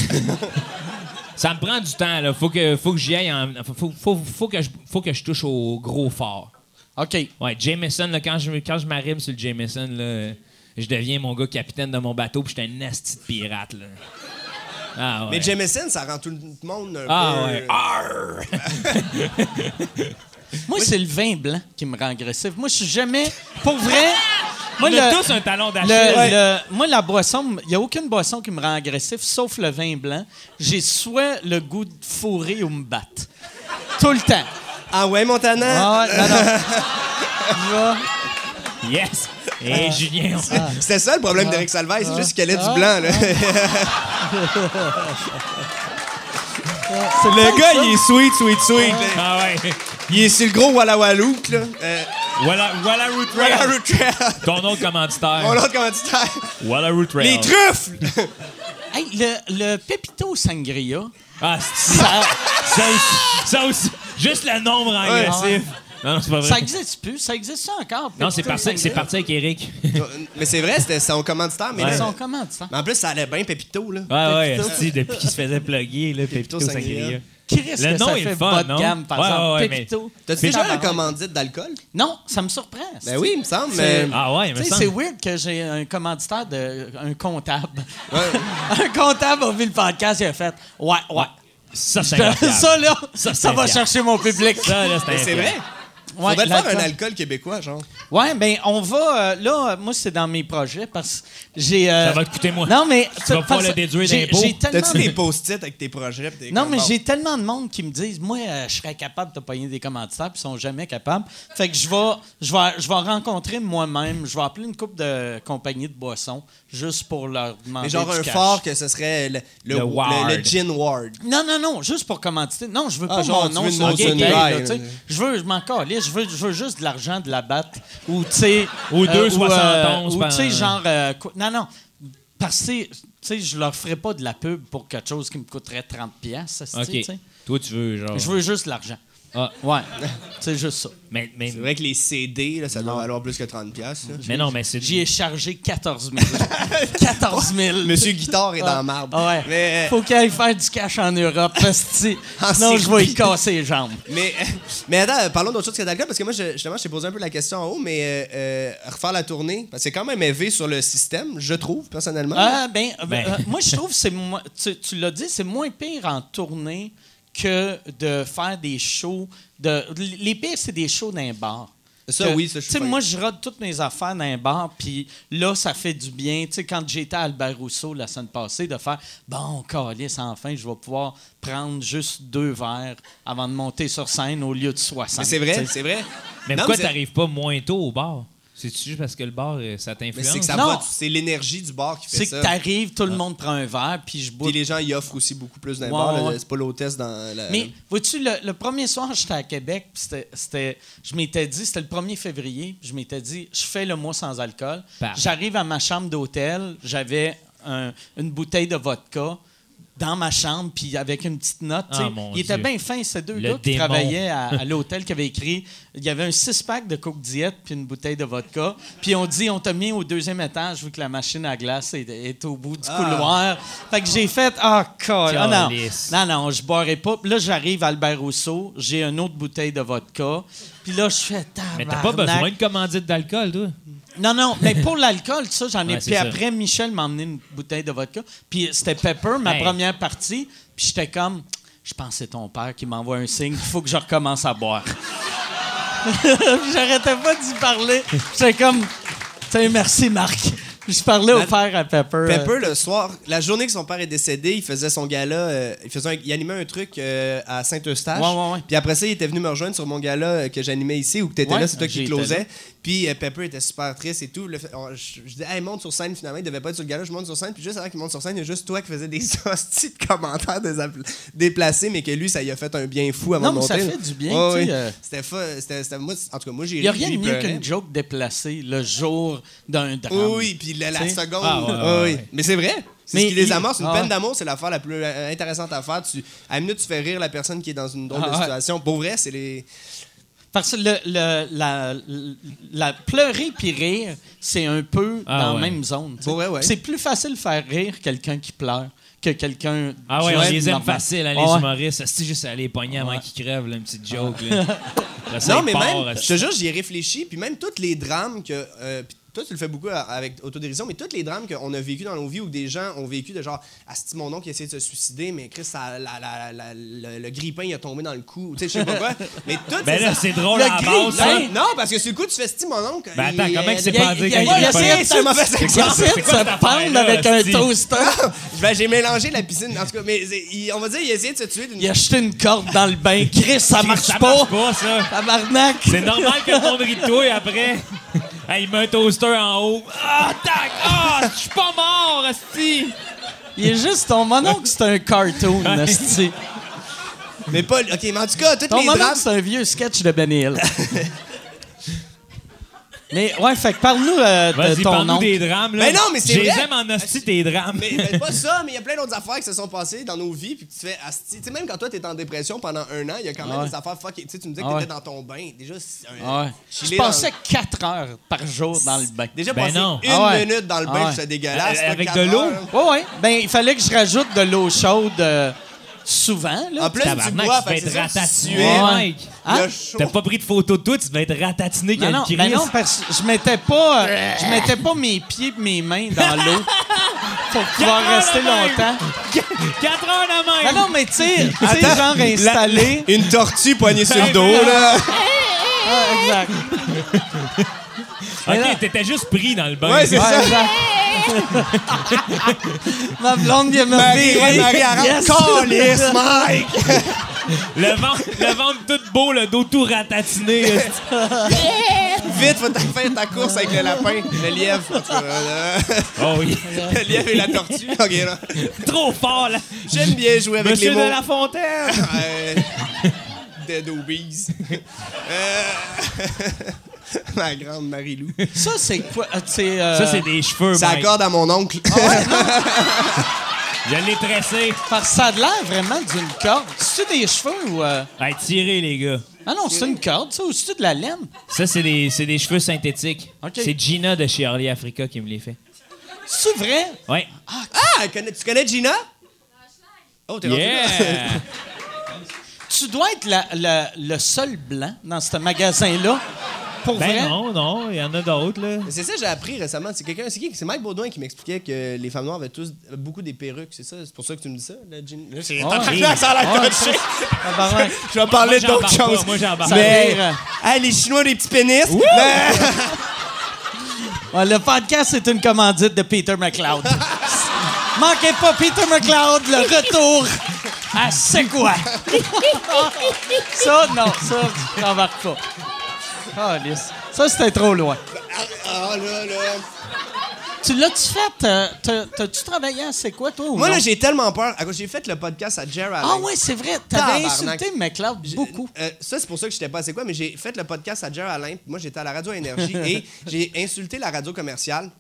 Speaker 3: ça me prend du temps. Là. Faut que, faut que j'y aille. en- faut, faut, faut, que je, faut que je touche au gros fort.
Speaker 1: OK.
Speaker 3: Ouais, Jameson, là, quand je, quand je m'arrive sur le Jameson, là, je deviens mon gars capitaine de mon bateau, puis je suis un nasty de pirate. Là. Ah ouais.
Speaker 4: Mais Euh. Jameson, ça rend tout le monde un
Speaker 3: Ah
Speaker 4: peu.
Speaker 3: ouais. Arr!
Speaker 1: Moi, c'est le vin blanc qui me rend agressif. Moi, je suis jamais. Pour vrai. Moi,
Speaker 3: On a
Speaker 1: le-
Speaker 3: tous un talon
Speaker 1: le-
Speaker 3: d'Achille.
Speaker 1: le- moi, la boisson, il n'y a aucune boisson qui me rend agressif, sauf le vin blanc. J'ai soit le goût de fourrer ou me battre. Tout le temps.
Speaker 4: Ah ouais, Montana?
Speaker 1: Ah, non, non. Je vais-
Speaker 3: Yes!
Speaker 1: Ah.
Speaker 3: Et Julien, on-
Speaker 4: C'était ça le
Speaker 3: Ah.
Speaker 4: problème d'Eric Salvaille, c'est juste qu'il allait du blanc. Là.
Speaker 1: C'est
Speaker 4: Le
Speaker 1: pas
Speaker 4: gars,
Speaker 1: ça.
Speaker 4: il est sweet, sweet, sweet. là.
Speaker 3: Ah ouais.
Speaker 4: Il est sur le gros Walla Wallouk, là. Euh,
Speaker 3: Voilà, voilà Root Rail.
Speaker 4: Walla Root Trail.
Speaker 3: Ton autre commanditaire.
Speaker 4: Mon autre commanditaire.
Speaker 3: Voilà Root Rail.
Speaker 4: Les truffles!
Speaker 1: Hey, le, le Pepito Sangria,
Speaker 3: Ah, c'est-
Speaker 1: ça,
Speaker 3: Ça aussi, ça aussi- Juste le nombre en
Speaker 4: Ouais.
Speaker 3: agressif. Non, non, c'est pas vrai.
Speaker 1: ça existe plus. Ça existe ça encore.
Speaker 3: non, c'est
Speaker 1: Pepito
Speaker 3: parti, c'est
Speaker 1: Sangria?
Speaker 3: parti avec Eric.
Speaker 4: mais c'est vrai, c'était son commanditaire, mais
Speaker 1: Ils
Speaker 4: là-
Speaker 1: sont comment, tu sens?
Speaker 4: mais en plus, ça allait bien, Pépito, là.
Speaker 3: Ouais, ouais,
Speaker 1: Pepito.
Speaker 3: si, depuis qu'il se faisait plugger, là, Pepito
Speaker 4: Sangria.
Speaker 3: Sangria.
Speaker 1: Christ,
Speaker 3: Le
Speaker 1: que
Speaker 3: nom
Speaker 1: ça
Speaker 3: est
Speaker 1: fait
Speaker 3: le fun,
Speaker 1: bas de
Speaker 3: non?
Speaker 1: gamme, par
Speaker 3: Ouais,
Speaker 1: exemple.
Speaker 3: ouais, ouais,
Speaker 1: Pepito.
Speaker 4: T'as-tu déjà eu un
Speaker 1: Tabarnak.
Speaker 4: commandite d'alcool?
Speaker 1: Non, ça me surprend.
Speaker 4: Ben oui, il me semble, mais.
Speaker 1: C'est-
Speaker 3: Ah ouais,
Speaker 1: Tu
Speaker 3: mais
Speaker 1: sais,
Speaker 3: ça.
Speaker 1: c'est weird que j'ai un commanditaire de un comptable.
Speaker 4: Ouais.
Speaker 1: un comptable a vu le podcast, il a fait Ouais, ouais.
Speaker 3: Ça, c'est
Speaker 1: Ça,
Speaker 3: incroyable.
Speaker 1: là, ça,
Speaker 3: c'est
Speaker 1: va
Speaker 3: fiable.
Speaker 1: chercher mon public.
Speaker 3: Ça, là,
Speaker 4: Mais
Speaker 3: c'est
Speaker 4: c'est vrai?
Speaker 3: incroyable.
Speaker 1: Ah, Ouais,
Speaker 4: Faudrait le faire
Speaker 1: l'alcool.
Speaker 4: un alcool québécois, genre.
Speaker 1: Ouais, ben on va. euh, là, euh, moi, c'est dans mes projets parce que j'ai. euh,
Speaker 3: Ça va te coûter moins.
Speaker 1: Non, mais.
Speaker 3: Tu vas pas
Speaker 1: parce-
Speaker 3: le déduire
Speaker 1: j'ai-
Speaker 3: d'impôts.
Speaker 1: J'ai tellement.
Speaker 4: T'as-tu des post-it avec tes projets? pis tes
Speaker 1: Non, mais
Speaker 4: commandes?
Speaker 1: j'ai tellement de monde qui me disent, moi, euh, je serais capable de pogner des commanditaires, puis ils sont jamais capables. Fait que je vais, je vais, je vais rencontrer moi-même, je vais appeler une couple de compagnies de boissons juste pour leur demander.
Speaker 4: Mais genre
Speaker 1: du
Speaker 4: un
Speaker 1: cash.
Speaker 4: fort que ce serait le, le,
Speaker 3: Le
Speaker 4: le-
Speaker 3: Ward.
Speaker 4: le gin ward.
Speaker 1: Non, non, non, juste pour commanditer. Non, je veux
Speaker 4: Ah,
Speaker 1: pas
Speaker 4: genre,
Speaker 1: mon
Speaker 4: tu
Speaker 1: nom
Speaker 4: veux
Speaker 1: sur
Speaker 4: une
Speaker 1: le
Speaker 4: notion de
Speaker 1: bouteille, là,
Speaker 4: bail,
Speaker 1: tu sais.
Speaker 4: là.
Speaker 1: Je veux, je m'en calisse, je veux, je veux juste de l'argent de la batte. Ou, tu sais.
Speaker 3: Ou
Speaker 1: euh,
Speaker 3: deux
Speaker 1: ou, euh,
Speaker 3: 71,
Speaker 1: Ou, tu sais,
Speaker 3: ben,
Speaker 1: genre. euh, quoi- non, non. Parce que, tu sais, je leur ferai pas de la pub pour quelque chose qui me coûterait 30$. piastres, ça,
Speaker 3: OK.
Speaker 1: tu sais.
Speaker 3: Toi, tu veux, genre.
Speaker 1: Je veux juste de l'argent.
Speaker 3: Ah,
Speaker 1: Ouais, c'est juste ça.
Speaker 3: mais, mais,
Speaker 4: C'est vrai que les CD, là, ça doit valoir plus que 30$. piastres, là.
Speaker 3: mais non, mais c'est.
Speaker 1: J'y ai chargé 14 000. 14 000.
Speaker 4: Monsieur Guitare est dans
Speaker 1: Ah,
Speaker 4: la marbre.
Speaker 1: Ouais.
Speaker 4: Mais, euh, Ah,
Speaker 1: Faut qu'il aille faire du cash en Europe, parce que, tu sais,
Speaker 4: En
Speaker 1: sinon je vais
Speaker 4: Syrie.
Speaker 1: y casser les jambes.
Speaker 4: mais, mais attends, euh, parlons d'autre chose que d'alcool, parce que moi, je- justement, je t'ai posé un peu la question en haut, mais euh, euh, refaire la tournée, parce que c'est quand même élevé sur le système, je trouve, personnellement.
Speaker 1: Ah, ben, euh,
Speaker 3: Ben.
Speaker 1: euh, moi, je trouve que c'est moins- tu, tu l'as dit, c'est moins pire en tournée que de faire des shows. De, les pires, c'est des shows d'un bar.
Speaker 4: Ça, oui, ça, je suis
Speaker 1: Tu sais,
Speaker 4: pas-
Speaker 1: moi, je rode toutes mes affaires dans un bar, puis là, ça fait du bien. Tu sais, quand j'étais à Albert Rousseau la semaine passée, de faire bon, calice, enfin, je vais pouvoir prendre juste deux verres avant de monter sur scène au lieu de 60.
Speaker 4: mais c'est
Speaker 1: tu
Speaker 4: vrai,
Speaker 1: sais.
Speaker 4: c'est vrai.
Speaker 3: Mais
Speaker 4: Non,
Speaker 3: pourquoi
Speaker 4: c'est-
Speaker 3: t'arrives pas moins tôt au bar? C'est-tu juste parce que le bar, euh, ça
Speaker 4: Mais
Speaker 3: t'influence?
Speaker 4: c'est que ça
Speaker 1: hein? Non.
Speaker 4: va- c'est l'énergie du bar qui
Speaker 1: C'est
Speaker 4: fait ça.
Speaker 1: que t'arrives, tout le monde prend un verre, puis je bois
Speaker 4: Puis les gens y offrent aussi beaucoup plus d'un
Speaker 1: Ouais,
Speaker 4: bar. là.
Speaker 1: ouais.
Speaker 4: C'est pas l'hôtesse dans la.
Speaker 1: Mais vois-tu, le, le premier soir, j'étais à Québec, puis c'était- c'était, je m'étais dit, c'était le 1er février, puis je m'étais dit, je fais le mois sans alcool.
Speaker 3: Parfait.
Speaker 1: J'arrive à ma chambre d'hôtel, j'avais un- une bouteille de vodka dans ma chambre, puis avec une petite note. tu sais.
Speaker 3: Ah, mon
Speaker 1: il était
Speaker 3: Dieu.
Speaker 1: bien fin, ces deux
Speaker 3: Le
Speaker 1: gars qui
Speaker 3: démon.
Speaker 1: travaillaient à, à l'hôtel qui avaient écrit, il y avait un six-pack de Coke Diet puis une bouteille de vodka. Puis on dit, on t'a mis au deuxième étage vu que la machine à glace est, est au bout du couloir. Fait que j'ai fait, ah, colle. Ah, non.
Speaker 3: Calisse.
Speaker 1: Non, non, je boirai pas. Puis là, j'arrive à Albert Rousseau, j'ai une autre bouteille de vodka. Puis là, je fais
Speaker 3: Mais t'as pas
Speaker 1: tabarnak.
Speaker 3: besoin de commandite d'alcool, toi?
Speaker 1: Non, non, mais pour l'alcool, ça, j'en ai.
Speaker 3: Ouais, c'est
Speaker 1: puis
Speaker 3: ça.
Speaker 1: après, Michel m'a emmené une bouteille de vodka. Puis c'était Pepper, ma
Speaker 3: Hey.
Speaker 1: première partie. Puis j'étais comme, je pense que c'est ton père qui m'envoie un signe, il faut que je recommence à boire. J'arrêtais pas d'y parler. J'étais comme, tiens, merci, Marc. Je parlais au
Speaker 4: Ma-
Speaker 1: père à Pepper. euh,
Speaker 4: Pepper, le soir, la journée que son père est décédé, il faisait son gala, euh, il, faisait un- il animait un truc euh, à Saint-Eustache.
Speaker 1: Ouais, ouais, ouais.
Speaker 4: Puis après ça, il était venu me rejoindre sur mon gala euh, que j'animais ici, où tu étais
Speaker 1: Ouais,
Speaker 4: là, c'est toi qui
Speaker 1: j'étais là.
Speaker 4: closais. Puis euh, Pepper était super triste et tout. Le fait- on- je, je dis, hey, monte sur scène finalement, il devait pas être sur le gala, je monte sur scène. Puis juste avant qu'il monte sur scène, il y a juste toi qui faisais des hosties de commentaires désapl- déplacés, mais que lui, ça lui a fait un bien fou avant
Speaker 1: Non,
Speaker 4: de
Speaker 1: mais
Speaker 4: monter.
Speaker 1: ça
Speaker 4: là.
Speaker 1: fait du bien,
Speaker 4: Ouais,
Speaker 1: tu sais,
Speaker 4: ouais.
Speaker 1: euh.
Speaker 4: C'était fa- c'était- c'était- moi, en tout cas, moi, j'ai
Speaker 1: Il n'y a
Speaker 4: ri,
Speaker 1: rien de
Speaker 4: lui,
Speaker 1: mieux
Speaker 4: pleurait.
Speaker 1: qu'une joke déplacée le jour d'un drame.
Speaker 4: Oui, oui, puis la, la
Speaker 1: Tu sais?
Speaker 4: seconde.
Speaker 3: Ah, ouais, ouais,
Speaker 4: Oui,
Speaker 3: ouais.
Speaker 4: oui. Mais c'est vrai. C'est
Speaker 1: Mais
Speaker 4: ce qui les
Speaker 1: il-
Speaker 4: amorce. Une
Speaker 1: ah, ouais.
Speaker 4: peine d'amour, c'est l'affaire la plus euh, intéressante à faire. Tu, à une minute, tu fais rire la personne qui est dans une drôle
Speaker 1: Ah,
Speaker 4: de
Speaker 1: ouais.
Speaker 4: situation. Pour vrai, c'est les.
Speaker 1: Parce que le, le- la, la- pleurer puis rire, c'est un peu
Speaker 3: Ah
Speaker 1: dans
Speaker 3: ouais.
Speaker 1: la même zone. tu sais.
Speaker 4: Ouais, ouais.
Speaker 1: C'est plus facile de faire rire quelqu'un qui pleure que quelqu'un.
Speaker 3: Ah ouais, on
Speaker 1: juste
Speaker 3: les aime
Speaker 1: normal.
Speaker 3: facile, hein, les
Speaker 1: Ah ouais.
Speaker 3: humoristes. C'est juste à les pogner avant
Speaker 1: Ouais. Ah.
Speaker 3: qu'ils crèvent, là, une petite joke. là. Après ça,
Speaker 4: Non,
Speaker 3: ils
Speaker 4: mais
Speaker 3: partent,
Speaker 4: même, je
Speaker 3: asti.
Speaker 4: te jure, j'y ai réfléchi. Puis même tous les drames que. euh, puis toi, tu le fais beaucoup à- avec autodérision, mais tous les drames qu'on a vécu dans nos vies où des gens ont vécu de genre, Asti, mon oncle qui a essayé de se suicider, mais Chris, ça- la- la- la- le, le grippin, il a tombé dans le cou. Tu sais, je sais pas quoi. Mais tout
Speaker 3: Ben là, c'est drôle
Speaker 1: Le
Speaker 3: à la
Speaker 1: gris,
Speaker 3: base.
Speaker 1: hein?
Speaker 3: hein.
Speaker 4: Non, non, parce que sur le coup, tu fais Asti, mon oncle.
Speaker 3: Ben attends,
Speaker 4: il-
Speaker 3: comment il s'est
Speaker 1: Il a-
Speaker 3: passé
Speaker 1: il a-
Speaker 3: quand
Speaker 1: il
Speaker 3: il
Speaker 1: a
Speaker 3: est
Speaker 1: essayé
Speaker 3: pas-
Speaker 1: de se-
Speaker 4: mauvais exemple.
Speaker 1: il a essayé de
Speaker 3: C'est quoi cette
Speaker 1: se pendre
Speaker 3: affaire-là,
Speaker 1: avec un
Speaker 3: hostie?
Speaker 1: toaster.
Speaker 4: Ben, j'ai mélangé la piscine. En tout cas, mais c'est- il- on va dire, il a essayé de se tuer d'une.
Speaker 1: Il a jeté une corde dans le bain. Chris, ça marche
Speaker 3: Ça
Speaker 1: pas.
Speaker 3: marche pas, ça.
Speaker 1: Tabarnak.
Speaker 3: C'est normal que le monde rit de toi et après. Hey, il met un toaster en haut. Ah, tac! Ah, je suis pas mort, Asti!
Speaker 1: Il est juste ton mononcle, c'est un cartoon. esti.
Speaker 4: Mais pas. Ok, mais en tout cas, toutes
Speaker 1: Ton
Speaker 4: les drames.
Speaker 1: mononcle, c'est un vieux sketch de Benny Hill. Mais ouais, fait que parle-nous euh, de
Speaker 3: Vas-y,
Speaker 1: ton
Speaker 3: parle-nous
Speaker 1: nom.
Speaker 3: des drames, là.
Speaker 4: Mais non, mais c'est
Speaker 3: Je les
Speaker 4: vrai.
Speaker 3: aime en Asti, tes drames.
Speaker 4: Mais ben, pas ça, mais il y a plein d'autres affaires qui se sont passées dans nos vies. Puis que tu fais Asti. Tu sais, même quand toi, t'es en dépression pendant un an, il y a quand même
Speaker 1: Ah ouais.
Speaker 4: des affaires fuck. Tu sais, tu me disais que
Speaker 1: Ah
Speaker 4: t'étais
Speaker 1: ouais.
Speaker 4: dans ton bain. Déjà, c'est
Speaker 1: Ah
Speaker 4: un.
Speaker 1: ouais.
Speaker 4: chiller
Speaker 1: Je
Speaker 4: dans-
Speaker 1: passais 4 heures par jour dans le bain.
Speaker 4: Déjà,
Speaker 3: Ben
Speaker 4: passé
Speaker 3: non.
Speaker 4: une
Speaker 1: Ah ouais.
Speaker 4: minute dans le
Speaker 1: Ah
Speaker 4: bain,
Speaker 1: ouais.
Speaker 4: c'était dégueulasse.
Speaker 3: Euh,
Speaker 4: pas
Speaker 3: avec
Speaker 4: quatre
Speaker 3: de l'eau?
Speaker 4: heures.
Speaker 1: Oui, oui. Ben, il fallait que je rajoute de l'eau chaude euh, souvent. Là.
Speaker 4: En plus, tu
Speaker 3: Tabarnak,
Speaker 4: bois,
Speaker 3: tu vas
Speaker 4: fait que c'est
Speaker 3: être
Speaker 4: sûr que tu
Speaker 3: ratatiné,
Speaker 4: sues.
Speaker 3: Mike.
Speaker 1: Hein?
Speaker 4: Il y a chaud.
Speaker 3: T'as pas pris de photo de toi, tu vas être ratatiné
Speaker 1: non,
Speaker 3: qu'elle
Speaker 1: non,
Speaker 3: crise.
Speaker 1: ben non, parce que je mettais pas, euh, je mettais pas mes pieds et mes mains dans l'eau pour pouvoir
Speaker 3: Quatre heures
Speaker 1: rester
Speaker 3: de même.
Speaker 1: longtemps. Ben
Speaker 3: 4 heures de
Speaker 1: Non,
Speaker 3: même!
Speaker 1: non, mais tu sais, tu sais, genre installé.
Speaker 4: Une tortue poignée sur
Speaker 3: Ben,
Speaker 4: le dos, là.
Speaker 1: Ah, exact. Mais non.
Speaker 3: Ok, t'étais juste pris dans le bain.
Speaker 4: Ouais, c'est
Speaker 1: Ouais,
Speaker 4: ça.
Speaker 1: exact. Ma blonde vient me
Speaker 4: Marie,
Speaker 1: virer.
Speaker 4: ouais, Marie, arrête.
Speaker 1: Yes.
Speaker 4: Calisse, Mike!
Speaker 3: le, ventre, le ventre tout beau, le dos tout ratatiné. esti.
Speaker 4: Vite, faut t'en faire ta course avec le lapin, le lièvre. en tout cas, euh,
Speaker 3: oh oui.
Speaker 4: le lièvre et la tortue. Ok, là.
Speaker 3: Trop fort, là.
Speaker 4: J'aime bien jouer avec
Speaker 3: Monsieur
Speaker 4: les mots.
Speaker 3: de la Fontaine.
Speaker 4: Euh, Dead Obies. Euh, Ma grande Marie-Lou.
Speaker 1: Ça, c'est quoi? Euh, c'est, euh,
Speaker 3: Ça, c'est des cheveux,
Speaker 4: Ça
Speaker 3: Mike. Ah
Speaker 4: accorde à mon oncle.
Speaker 3: Je l'ai tressé.
Speaker 1: Parce que ça a l'air vraiment d'une corde. C'est-tu des cheveux ou. euh,
Speaker 3: Hey, tirez, les gars.
Speaker 1: Ah non, c'est une corde, ça, ou c'est-tu de la laine?
Speaker 3: Ça, c'est des, c'est des cheveux synthétiques.
Speaker 1: Ok.
Speaker 3: C'est Gina de chez Orly Africa qui me les fait.
Speaker 1: C'est vrai?
Speaker 3: Ouais.
Speaker 4: Ah, connais- tu connais Gina? Oh, t'es rendu là?
Speaker 3: Ah, Yeah!
Speaker 1: Tu dois être la- la- le seul blanc dans ce magasin-là. Pour vrai?
Speaker 3: ben non, non, il y en a d'autres, là.
Speaker 4: C'est ça que j'ai appris récemment. C'est quelqu'un, c'est qui C'est Mike Baudouin qui m'expliquait que les femmes noires avaient tous beaucoup des perruques. C'est ça C'est pour ça que tu me dis ça, la Gina? Là, j'ai-
Speaker 1: Ah,
Speaker 4: T'as
Speaker 1: oui.
Speaker 4: l'air que ça a l'air
Speaker 1: Ah,
Speaker 4: touché.
Speaker 1: Ah, ben ouais.
Speaker 4: Je vais parler
Speaker 3: Moi,
Speaker 4: d'autre
Speaker 3: j'embarque pas.
Speaker 4: chose.
Speaker 3: Moi, j'embarque.
Speaker 4: Mais,
Speaker 1: Ça vire.
Speaker 4: ah, les Chinois ont des petits pénis. Mais-
Speaker 1: Ouais, Ah, le podcast, c'est une commandite de Peter McLeod. Manquez pas Peter McLeod, le retour à C'est quoi? ça, non, ça, tu t'embarques pas. Ah, lisse. Ça, c'était trop loin.
Speaker 4: Ah, ah, là, là.
Speaker 1: Tu l'as-tu fait? euh, t'as- T'as-tu travaillé à C'est quoi, toi? ou
Speaker 4: Moi,
Speaker 1: non?
Speaker 4: là, j'ai tellement peur. À cause- J'ai fait le podcast à Gerald.
Speaker 1: Ah, ouais, c'est vrai. T'avais
Speaker 4: Tabarnak.
Speaker 1: insulté McLeod beaucoup.
Speaker 4: Euh, ça, c'est pour ça que j'étais pas assez quoi, mais j'ai fait le podcast à Jerry Alain. puis Moi, j'étais à la radio Énergie et j'ai insulté la radio commerciale.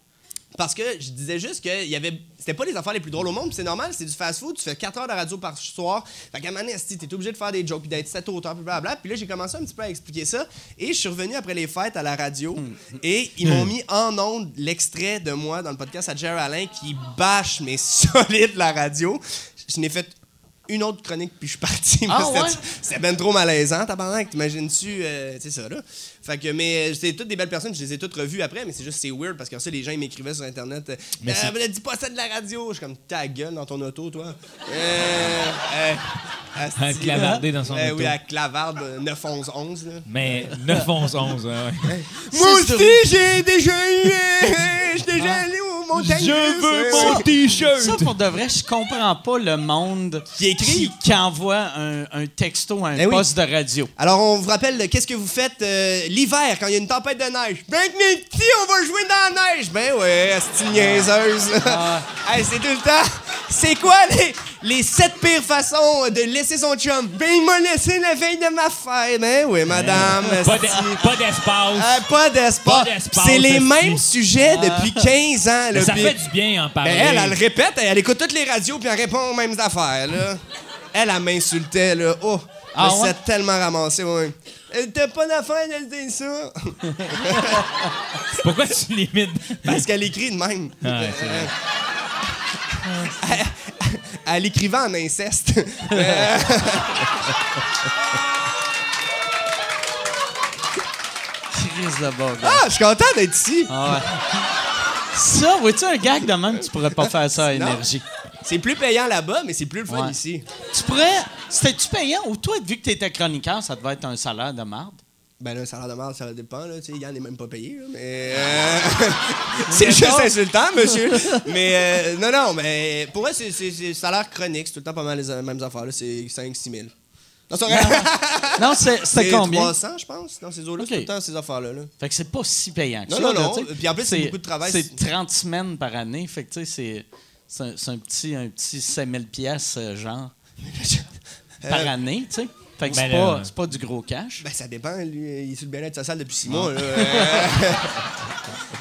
Speaker 4: Parce que je disais juste que il y avait c'était pas les affaires les plus drôles au monde, puis c'est normal, c'est du fast-food, tu fais 4 heures de radio par soir. Fait qu'à un moment donné, esti, t'es obligé de faire des jokes puis d'être 7 auteurs puis blablabla. Puis là, j'ai commencé un petit peu à expliquer ça et je suis revenu après les fêtes à la radio et ils m'ont mis en onde l'extrait de moi dans le podcast à Jerry Alain qui bâche mais solide la radio. Je n'ai fait une autre chronique puis je suis parti.
Speaker 1: Ah
Speaker 4: Moi, c'était-
Speaker 1: ouais?
Speaker 4: c'était ben trop malaisant, tabarnak. T'imagines-tu, euh, c'est ça, là. Fait que, mais euh, c'est toutes des belles personnes, je les ai toutes revues après, mais c'est juste, c'est weird parce que ça, les gens, ils m'écrivaient sur Internet. euh, Euh, ben, dis pas ça de la radio. Je suis comme, ta gueule dans ton auto, toi. Euh, euh, asti,
Speaker 3: À clavarder dans son
Speaker 4: euh,
Speaker 3: auto.
Speaker 4: Oui, à clavarde euh, 911, là.
Speaker 3: Mais 9 11 11 hein, ouais.
Speaker 4: Moi
Speaker 1: C'est
Speaker 4: aussi, j'ai déjà eu. Je suis déjà allé aux montagnes. russes, euh, ouais.
Speaker 1: Ça,
Speaker 3: t-shirt!
Speaker 1: pour de vrai, je comprends pas le monde
Speaker 4: Qui écrit.
Speaker 1: qui, qui envoie un, un texto à un
Speaker 4: Eh oui.
Speaker 1: poste de radio.
Speaker 4: Alors, on vous rappelle, euh, qu'est-ce que vous faites euh, l'hiver quand il y a une tempête de neige? Ben, que mes petits, on va jouer dans la neige! Ben ouais, c'est niaiseuse!
Speaker 3: Ah.
Speaker 4: Hey, c'est tout le temps! C'est quoi les, les sept pires façons de laisser son chum? Ben, il m'a laissé la veille de ma fête! Ben oui, madame!
Speaker 3: Pas
Speaker 4: asti.
Speaker 3: de- pas d'espace.
Speaker 4: Ah, pas d'espace!
Speaker 3: Pas d'espace,
Speaker 4: C'est les
Speaker 3: asti.
Speaker 4: mêmes sujets depuis 15 ans, le
Speaker 3: Mais Ça
Speaker 4: pire.
Speaker 3: fait du bien en parler.
Speaker 4: Ben, elle, elle le répète, elle, elle écoute toutes les radios puis elle répond aux mêmes affaires, là. Elle, elle m'insultait, là. Oh,
Speaker 1: Ah
Speaker 4: elle
Speaker 1: ouais?
Speaker 4: s'est tellement ramassée, ouais. Elle T'as pas d'affaire de dire ça.
Speaker 3: Pourquoi tu limites?
Speaker 4: Parce qu'elle écrit de même.
Speaker 3: Ah, ouais, c'est vrai.
Speaker 4: Elle, elle écrivait en inceste. Euh,
Speaker 1: Crise de bordel.
Speaker 4: ah, je suis content d'être ici.
Speaker 1: Ah ouais. Ça, vois-tu un gag de même, tu pourrais pas faire ça à
Speaker 4: Non.
Speaker 1: énergie.
Speaker 4: C'est plus payant là-bas, mais c'est plus le fun
Speaker 1: Ouais.
Speaker 4: ici.
Speaker 1: Tu pourrais. C'était-tu payant ou toi, vu que t'étais chroniqueur, ça devait être un salaire de marde?
Speaker 4: Ben là, ça a l'air de mal, ça dépend, là. Tu sais, Yann n'est même pas payé, là, mais... euh, c'est juste insultant, monsieur. mais euh, non, non, mais pour moi, c'est c'est- c'est salaire chronique. C'est tout le temps pas mal les euh, mêmes affaires, là. C'est 5-6 000. Non, c'est vrai.
Speaker 1: Non, c'est- c'était
Speaker 4: C'est
Speaker 1: combien?
Speaker 4: 300, je pense, dans ces eaux-là.
Speaker 1: Ok.
Speaker 4: C'est tout le temps ces affaires-là. là.
Speaker 1: Fait que c'est pas si payant que
Speaker 4: Non,
Speaker 1: ça,
Speaker 4: non,
Speaker 1: là,
Speaker 4: non.
Speaker 1: tu sais.
Speaker 4: Puis en plus, c'est beaucoup de travail.
Speaker 1: C'est 30 semaines par année. Fait que tu sais, c'est- c'est un, c'est un petit, un petit 5000 pièces euh, genre, par
Speaker 4: Euh.
Speaker 1: année, tu sais. Fait que c'est
Speaker 3: Ben là,
Speaker 1: pas,
Speaker 3: ouais.
Speaker 1: c'est pas du gros cash.
Speaker 4: Ben, ça dépend. Lui, il est sur le bien-être social depuis 6 mois, là. Euh,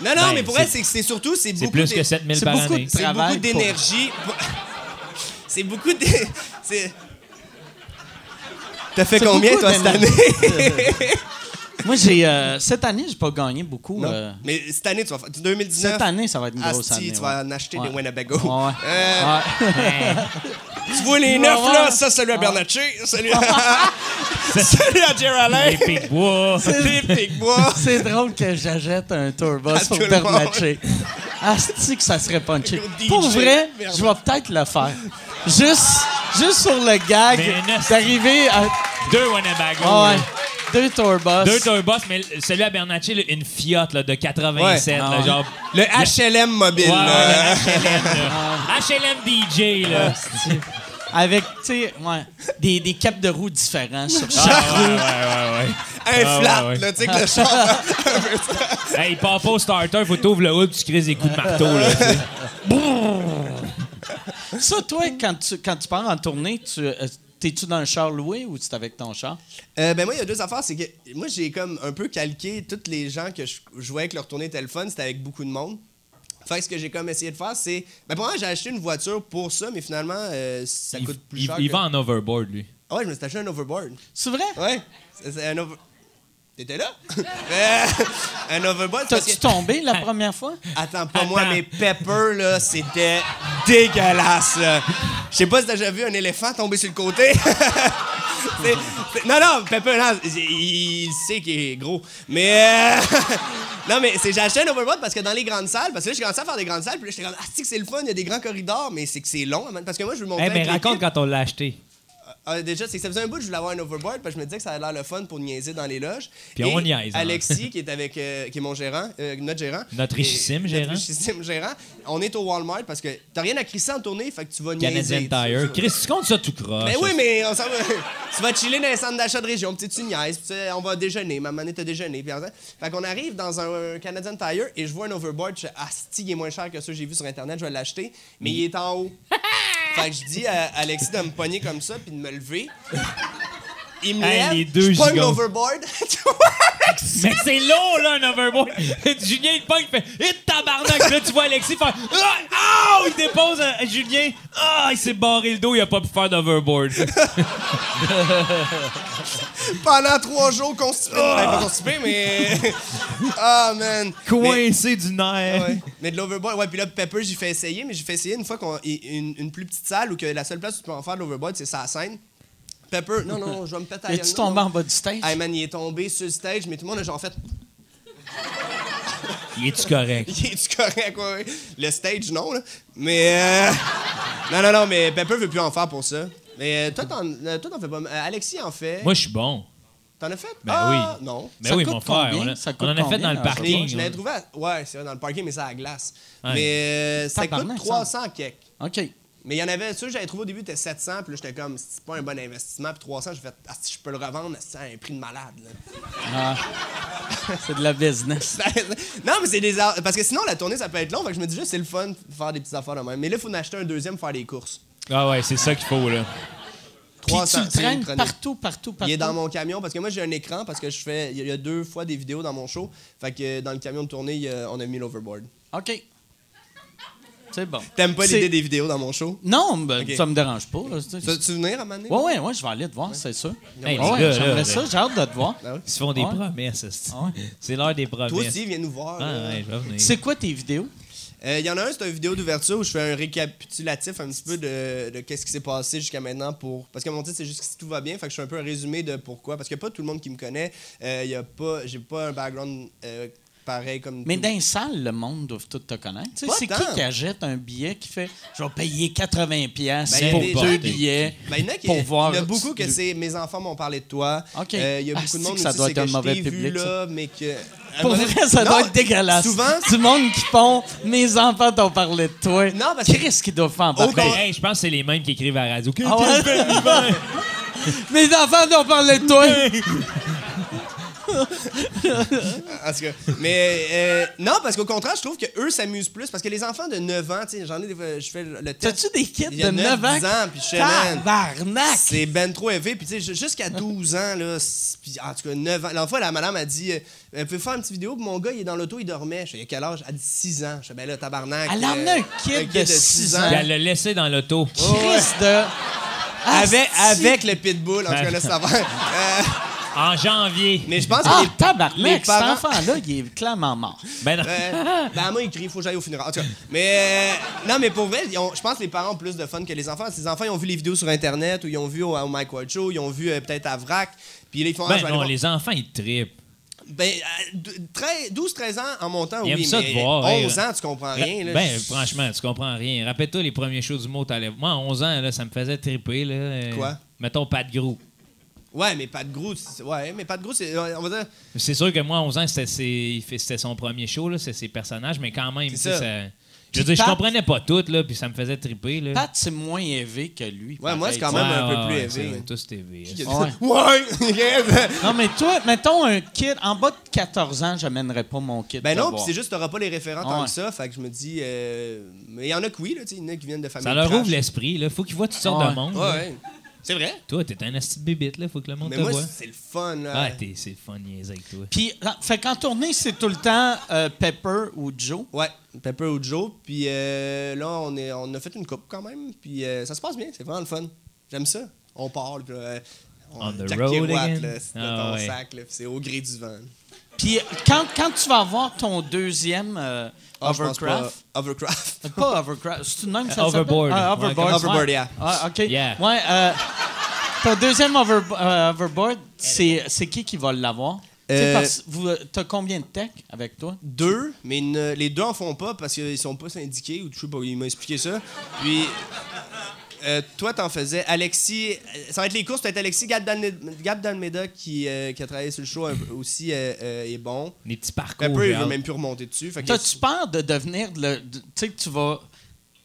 Speaker 4: non, non,
Speaker 3: Ben,
Speaker 4: mais pour
Speaker 3: c'est-
Speaker 4: elle, c'est c'est surtout... C'est
Speaker 3: C'est
Speaker 4: beaucoup
Speaker 3: plus
Speaker 4: des-
Speaker 3: que 7000
Speaker 1: c'est
Speaker 3: par
Speaker 1: beaucoup de
Speaker 3: année.
Speaker 4: C'est beaucoup
Speaker 1: Travail pour-
Speaker 4: d'énergie. C'est beaucoup de. c'est- T'as fait
Speaker 1: C'est
Speaker 4: combien,
Speaker 1: beaucoup
Speaker 4: toi, cette année?
Speaker 1: d'énergie. Moi, j'ai. euh, cette année, j'ai pas gagné beaucoup.
Speaker 4: Non.
Speaker 1: euh,
Speaker 4: Mais cette année, tu vas faire. 2019.
Speaker 1: cette année, ça va être une grosse
Speaker 4: Asti,
Speaker 1: année.
Speaker 4: tu
Speaker 1: ouais.
Speaker 4: vas en acheter
Speaker 1: Ouais.
Speaker 4: des Winnebago.
Speaker 1: Ouais, ouais.
Speaker 4: Euh,
Speaker 1: Ouais.
Speaker 4: Tu vois les
Speaker 1: Ouais,
Speaker 4: neuf,
Speaker 1: ouais. Ah.
Speaker 4: là? Ça, celui à Bernatchez. Celui à. celui à
Speaker 3: Les
Speaker 4: Geraldin.
Speaker 3: pics bois.
Speaker 4: Les Picbois.
Speaker 1: C'est drôle que j'achète un tourbus
Speaker 4: oh. À
Speaker 1: sur
Speaker 4: tout le
Speaker 1: Bernatchez. Asti que ça serait punché.
Speaker 4: Au
Speaker 1: Pour
Speaker 4: DJ,
Speaker 1: vrai,
Speaker 4: merde.
Speaker 1: je vais peut-être le faire. Juste, juste sur le gag
Speaker 3: Mais un asti.
Speaker 1: d'arriver à...
Speaker 3: Deux Winnebago.
Speaker 1: Ah ouais.
Speaker 3: là.
Speaker 1: Deux tourbus.
Speaker 3: Deux tourbus, mais celui à Bernatchez, là, une Fiat là, de 87,
Speaker 1: Ouais.
Speaker 3: là,
Speaker 1: Ah.
Speaker 3: genre...
Speaker 4: Le HLM mobile.
Speaker 3: Ouais, ouais,
Speaker 4: là.
Speaker 3: le HLM,
Speaker 1: Ah
Speaker 3: là. HLM DJ, là.
Speaker 1: Avec, tu sais, ouais, des, des caps de roues différents sur chaque.
Speaker 3: Ah, ouais, ouais, ouais, ouais.
Speaker 4: un
Speaker 3: Ah,
Speaker 4: flat,
Speaker 3: ouais, ouais.
Speaker 4: là, tu sais, que le char.
Speaker 3: Hey, il part pas au starter, faut que t'ouvres le hood, tu crises des coups de marteau, là. tu sais.
Speaker 1: Ça, toi, quand tu, quand tu pars en tournée, tu, euh, t'es-tu dans le char loué ou tu es avec ton char?
Speaker 4: Euh, ben, moi, il y a deux affaires. C'est que moi, j'ai comme un peu calqué toutes les gens que je je voyais avec leur tournée téléphone. C'était avec beaucoup de monde. Fait que ce que j'ai comme essayé de faire, c'est. Ben, pour moi, j'ai acheté une voiture pour ça, mais finalement, euh, ça
Speaker 3: Il,
Speaker 4: coûte plus
Speaker 3: il-
Speaker 4: cher.
Speaker 3: il
Speaker 4: que-
Speaker 3: va en overboard, lui.
Speaker 4: Ah ouais, je me suis acheté un overboard.
Speaker 1: C'est vrai?
Speaker 4: Ouais. C'est c'est un over. T'étais là? Euh, un overboard. c'est parce
Speaker 1: T'as-tu
Speaker 4: que-
Speaker 1: tombé la première fois?
Speaker 4: Attends, pas moi,
Speaker 3: Attends.
Speaker 4: mais Pepper, là, c'était dégueulasse, là. Je sais pas si t'as déjà vu un éléphant tomber sur le côté. C'est- c'est- non, non, Pepper, non, il, il sait qu'il est gros. Mais. euh, non, mais c'est j'ai acheté un overboard parce que dans les grandes salles, parce que là, j'ai commencé à faire des grandes salles, puis là, j'étais comme, ah, c'est que c'est le fun, il y a des grands corridors, mais c'est que c'est long. man. Parce que moi, je veux montrer.
Speaker 3: Hey, Eh, mais
Speaker 4: avec
Speaker 3: raconte
Speaker 4: l'équipe.
Speaker 3: quand on l'a acheté.
Speaker 4: Ah, déjà, c'est que ça faisait un bout que je voulais avoir un overboard, parce que je me disais que ça avait l'air le fun pour niaiser dans les loges.
Speaker 3: Puis
Speaker 4: Et
Speaker 3: on niaise, hein.
Speaker 4: Alexis, qui est avec, euh, qui est mon gérant, euh, notre gérant.
Speaker 3: Notre
Speaker 4: et-
Speaker 3: richissime gérant.
Speaker 4: Notre richissime gérant. On est au Walmart parce que t'as rien à crisser en tournée, fait que tu vas
Speaker 3: Canadian
Speaker 4: niaiser.
Speaker 3: Tire. Chris, tu comptes ça tout croche.
Speaker 4: Mais Ben oui, mais on s'en va. tu vas chiller dans un centre d'achat de région, puis tu sais, tu niaises, puis tu sais, on va déjeuner, maman est à déjeuner, puis en fait. Fait qu'on arrive dans un, un Canadian Tire et je vois un overboard, je fais Ah, c'ti, il est moins cher que ceux que j'ai vu sur Internet, je vais l'acheter, mais il est en haut. fait que je dis à Alexis de me pogner comme ça, puis de me lever. Il me
Speaker 3: Hey,
Speaker 4: lève,
Speaker 3: les deux
Speaker 4: je pogne
Speaker 3: gigots.
Speaker 4: l'overboard. Tu vois, Alexis?
Speaker 3: Mais c'est long, là, un overboard. Julien, il pogne, il fait « Hit tabarnak! » Puis Là, tu vois Alexis faire « Ah! Ah! Il dépose euh, Julien. Ah! Il s'est barré le dos, il a pas pu faire d'overboard.
Speaker 4: Pendant trois jours constipé.
Speaker 3: Oh!
Speaker 4: Ben, pas constipé, mais. Ah, man.
Speaker 3: Coincé du nerf.
Speaker 4: Ouais. Mais de l'overboard, ouais. Puis là, Pepper, j'ai fait essayer, mais j'ai fait essayer une fois qu'on. i- Une, une plus petite salle où que la seule place où tu peux en faire de l'overboard, c'est sa scène. Pepper, non, non, je vais me péter à la
Speaker 1: Es-tu
Speaker 4: gueule, non,
Speaker 1: tombé
Speaker 4: non.
Speaker 1: en bas du stage?
Speaker 4: Hey man, il est tombé sur le stage, mais tout le monde a genre fait.
Speaker 3: Il est-tu correct?
Speaker 4: Il est correct, ouais, ouais. Le stage, non, là. Mais. euh, non, non, non, mais Pepper veut plus en faire pour ça. Mais euh, toi, t'en euh, toi, t'en fais pas. euh, Alexis en fait.
Speaker 3: Moi, je suis bon.
Speaker 4: T'en as fait?
Speaker 3: Ben
Speaker 4: Ah,
Speaker 3: oui.
Speaker 4: Non.
Speaker 3: Mais
Speaker 1: Ça
Speaker 3: oui,
Speaker 1: coûte
Speaker 3: mon frère.
Speaker 1: combien?
Speaker 3: On, a-
Speaker 1: Ça coûte
Speaker 3: on en a fait
Speaker 1: combien,
Speaker 3: dans le
Speaker 1: un
Speaker 3: parking.
Speaker 4: Je
Speaker 3: on-
Speaker 4: l'avais trouvé à- Ouais, c'est vrai, dans le parking, mais c'est à la glace.
Speaker 3: Ouais.
Speaker 4: Mais euh, ça coûte
Speaker 1: Tabarnak, ça.
Speaker 4: 300 quelques.
Speaker 1: OK.
Speaker 4: Mais il y en avait, ceux que j'avais trouvé au début, c'était 700, puis là, j'étais comme, c'est pas un bon investissement, puis 300, j'ai fait, ah, si je peux le revendre, c'est à un prix de malade, là.
Speaker 1: Ah.
Speaker 4: Ben,
Speaker 1: C'est de la business.
Speaker 4: non, mais c'est des. a- Parce que sinon, la tournée, ça peut être long, fait que je me dis juste, c'est le fun de faire des petites affaires de même. Mais là, il faut en acheter un deuxième, pour faire des courses.
Speaker 3: Ah ouais, c'est ça qu'il faut, là.
Speaker 1: Puis tu
Speaker 4: 300,
Speaker 1: le
Speaker 4: c'est une
Speaker 1: traînes
Speaker 4: chronique.
Speaker 1: partout, partout, partout.
Speaker 4: Il est dans mon camion parce que moi j'ai un écran parce que je fais il y a deux fois des vidéos dans mon show. Fait que dans le camion de tournée, il y a- on a mis l'overboard.
Speaker 1: OK. C'est bon.
Speaker 4: T'aimes pas
Speaker 1: C'est-
Speaker 4: l'idée des vidéos dans mon show
Speaker 1: Non, ben,
Speaker 4: Ok.
Speaker 1: ça me dérange pas. là.
Speaker 4: Tu veux venir à un moment donné?
Speaker 1: Ouais, ouais, ouais, je vais aller te voir, c'est sûr.
Speaker 3: Hey,
Speaker 1: Ouais,
Speaker 3: les gars, là,
Speaker 1: j'aimerais
Speaker 3: là.
Speaker 1: ça, j'ai hâte de te voir.
Speaker 4: Ah ouais?
Speaker 3: Ils se font des
Speaker 1: Ouais.
Speaker 3: promesses. esti.
Speaker 1: Ah ouais.
Speaker 3: C'est l'heure des promesses.
Speaker 4: Toi aussi, viens nous voir. euh,
Speaker 3: Ah
Speaker 4: là.
Speaker 3: ouais, je vais venir.
Speaker 1: C'est quoi tes vidéos?
Speaker 4: Euh, Il y en a un, c'est une vidéo d'ouverture où je fais un récapitulatif un petit peu de, de qu'est-ce qui s'est passé jusqu'à maintenant pour. Parce que mon titre, c'est juste que si tout va bien, fait que je fais un peu un résumé de pourquoi. Parce qu'il n'y a pas tout le monde qui me connaît. Euh, Il y a pas. J'ai pas un background euh, pareil comme.
Speaker 1: Mais
Speaker 4: tout-
Speaker 1: dans les salles, le monde doit tout te connaître. Tu sais,
Speaker 4: Pas
Speaker 1: c'est
Speaker 4: tant.
Speaker 1: qui qui achète un billet qui fait je vais payer 80$ piastres
Speaker 4: Ben, il y a
Speaker 1: pour
Speaker 4: des
Speaker 1: deux
Speaker 4: gens qui-
Speaker 1: billets
Speaker 4: Ben, il y en a qui-
Speaker 1: pour voir.
Speaker 4: il y en a beaucoup que
Speaker 1: du-
Speaker 4: c'est mes enfants m'ont parlé de toi.
Speaker 1: Ok.
Speaker 4: Euh, il y a
Speaker 1: Ah,
Speaker 4: beaucoup de
Speaker 1: c'est
Speaker 4: monde
Speaker 1: que ça
Speaker 4: aussi,
Speaker 1: doit
Speaker 4: c'est
Speaker 1: être un
Speaker 4: je
Speaker 1: mauvais
Speaker 4: t'ai vu
Speaker 1: public, ça.
Speaker 4: là, mais que
Speaker 1: Pour
Speaker 4: Un
Speaker 1: vrai, ça
Speaker 4: Non,
Speaker 1: doit être dégueulasse.
Speaker 4: Souvent,
Speaker 1: Du monde qui font mes enfants t'ont parlé de toi.
Speaker 4: Non, parce que-
Speaker 1: Qu'est-ce qu'ils doivent faire
Speaker 4: Au
Speaker 3: Ben,
Speaker 1: embarquer?
Speaker 4: con-
Speaker 3: hey, je pense que c'est les mêmes qui écrivent à la radio.
Speaker 1: Ah ouais? Mes enfants t'ont parlé de toi.
Speaker 4: En tout cas, mais euh, non, parce qu'au contraire, je trouve que eux s'amusent plus parce que les enfants de 9 ans, tu sais, j'en ai des fois, je fais le test.
Speaker 1: T'as-tu des kids
Speaker 4: Il y a
Speaker 1: de 9 ans?
Speaker 4: 10 ans, puis je fais, man,
Speaker 1: Tabarnak!
Speaker 4: C'est ben trop élevé. Puis tu sais, ju- jusqu'à 12 ans, là, c'est- puis en tout cas, 9 ans. La fois, la madame a dit euh, Elle peut faire une petite vidéo, puis mon gars, il est dans l'auto, il dormait. Je fais Il a quel âge Elle dit 6 ans. Je fais Ben là, tabarnak.
Speaker 1: Elle
Speaker 4: euh,
Speaker 1: emmenait un kid de six ans.
Speaker 3: Puis elle l'a laissé dans l'auto.
Speaker 4: Oh.
Speaker 1: Chris de... Ah,
Speaker 4: Avec,
Speaker 1: Asti.
Speaker 4: avec le pitbull, en tout cas, là, ça va. Euh,
Speaker 3: En janvier.
Speaker 4: mais je pense que.
Speaker 1: Ah,
Speaker 4: les- les
Speaker 1: tabarnak! Cet
Speaker 4: parents-
Speaker 1: enfant-là, il est clairement mort.
Speaker 3: Ben non.
Speaker 4: Euh, ben, moi, il crie, faut que j'aille au funérail. En tout cas, mais euh, non, mais pour vrai, ils ont- je pense que les parents ont plus de fun que les enfants. Ces enfants, ils ont vu les vidéos sur Internet ou ils ont vu au, au Mike Ward Show, ils ont vu euh, peut-être à Vrac. Puis là, ils font Ah,
Speaker 3: Ben
Speaker 4: je vais aller
Speaker 3: non,
Speaker 4: voir.
Speaker 3: les enfants, ils trippent.
Speaker 4: Ben, euh, d- 13 12, 13 ans en montant,
Speaker 3: Ils
Speaker 4: Ah oui,
Speaker 3: aiment ça
Speaker 4: mais
Speaker 3: de voir, hey,
Speaker 4: 11 ans, tu comprends rien. Là,
Speaker 3: ben,
Speaker 4: Je-
Speaker 3: franchement, tu comprends rien. Rappelle-toi les premiers shows du mot, t'allais. Moi, à 11 ans, là, ça me faisait tripper. Là, Euh,
Speaker 4: Quoi?
Speaker 3: Mettons, pas de groupe.
Speaker 4: Ouais, mais pas de gros. c'est- Ouais, mais pas de gros, c'est. euh, On va dire.
Speaker 3: C'est sûr que moi, à 11 ans, c'était ses- il fait- c'était son premier show, là, c'est ses personnages, mais quand même, tu sais,
Speaker 4: ça.
Speaker 3: ça-
Speaker 1: Puis
Speaker 3: Je veux dire, je
Speaker 1: Pat-
Speaker 3: comprenais pas tout, là, puis ça me faisait triper, là.
Speaker 1: Pat, c'est moins élevé que lui.
Speaker 4: Ouais, Ah, moi, c'est
Speaker 1: pareil.
Speaker 4: quand même un peu plus
Speaker 3: ouais,
Speaker 4: élevé,
Speaker 3: c'est-
Speaker 4: ouais.
Speaker 3: Tous TV.
Speaker 4: Ouais!
Speaker 1: Non, mais toi, mettons un kid en bas de 14 ans, j'amènerais pas mon kid.
Speaker 4: Ben
Speaker 1: te
Speaker 4: non,
Speaker 1: voir.
Speaker 4: puis c'est juste, t'auras pas les référents
Speaker 1: Ah
Speaker 4: tant
Speaker 1: ouais.
Speaker 4: que ça. Fait que je me dis. euh, Mais il y en a que oui, là, tu sais, il y en a qui viennent de familles.
Speaker 3: Ça leur
Speaker 4: trash.
Speaker 3: ouvre l'esprit, là. Faut qu'ils voient toutes sortes
Speaker 1: Ouais.
Speaker 3: de monde.
Speaker 4: Ouais,
Speaker 3: là.
Speaker 4: ouais. C'est vrai.
Speaker 3: Toi, t'es un asti de bébite, là. Faut que le monde
Speaker 4: Mais
Speaker 3: te
Speaker 4: moi,
Speaker 3: voie.
Speaker 4: c'est le fun, là.
Speaker 3: Ah, t'es, c'est le fun, niaiser avec toi.
Speaker 1: Puis, ah, fait qu'en tournée, c'est tout le temps euh, Pepper ou Joe.
Speaker 4: Ouais, Pepper ou Joe. Puis euh, là, on, est, on a fait une coupe quand même. Puis euh, ça se passe bien, c'est vraiment le fun. J'aime ça. On parle, puis euh, on
Speaker 3: On the
Speaker 4: Jack
Speaker 3: road
Speaker 4: Kerouac,
Speaker 3: again.
Speaker 4: là, c'est
Speaker 3: Ah,
Speaker 4: dans ton
Speaker 3: ouais.
Speaker 4: sac, là, puis c'est au gré du vent.
Speaker 1: Puis, quand, quand tu vas avoir ton deuxième euh,
Speaker 4: Ah, je pense pas-
Speaker 1: Overcraft.
Speaker 4: Overcraft.
Speaker 1: Pas, Overcraft, c'est une même ça
Speaker 3: Euh,
Speaker 1: s'appelle?
Speaker 3: Overboard.
Speaker 1: Ah,
Speaker 3: Ouais,
Speaker 1: overboard.
Speaker 4: comme- Overboard,
Speaker 1: ouais.
Speaker 4: yeah.
Speaker 1: Ah, OK.
Speaker 3: Yeah.
Speaker 1: Ouais, euh, ton deuxième over- euh, Overboard, c'est c'est qui qui va l'avoir? Tu sais,
Speaker 4: Euh,
Speaker 1: parce que vous- T'as combien de tech avec toi?
Speaker 4: Deux, mais ne- les deux en font pas parce qu'ils sont pas syndiqués ou je sais pas, il m'a expliqué ça. Puis euh, toi, t'en faisais. Alexis, euh, ça va être les courses, peut-être Alexis Gab Dan- Gab Dalmeda qui, euh, qui a travaillé sur le show un peu aussi euh, euh, est bon.
Speaker 3: Les petits parcours.
Speaker 4: Pepper, il
Speaker 3: genre.
Speaker 4: veut même plus remonter dessus. Fait que-
Speaker 1: T'as-tu peur de devenir le. de- Tu sais que tu vas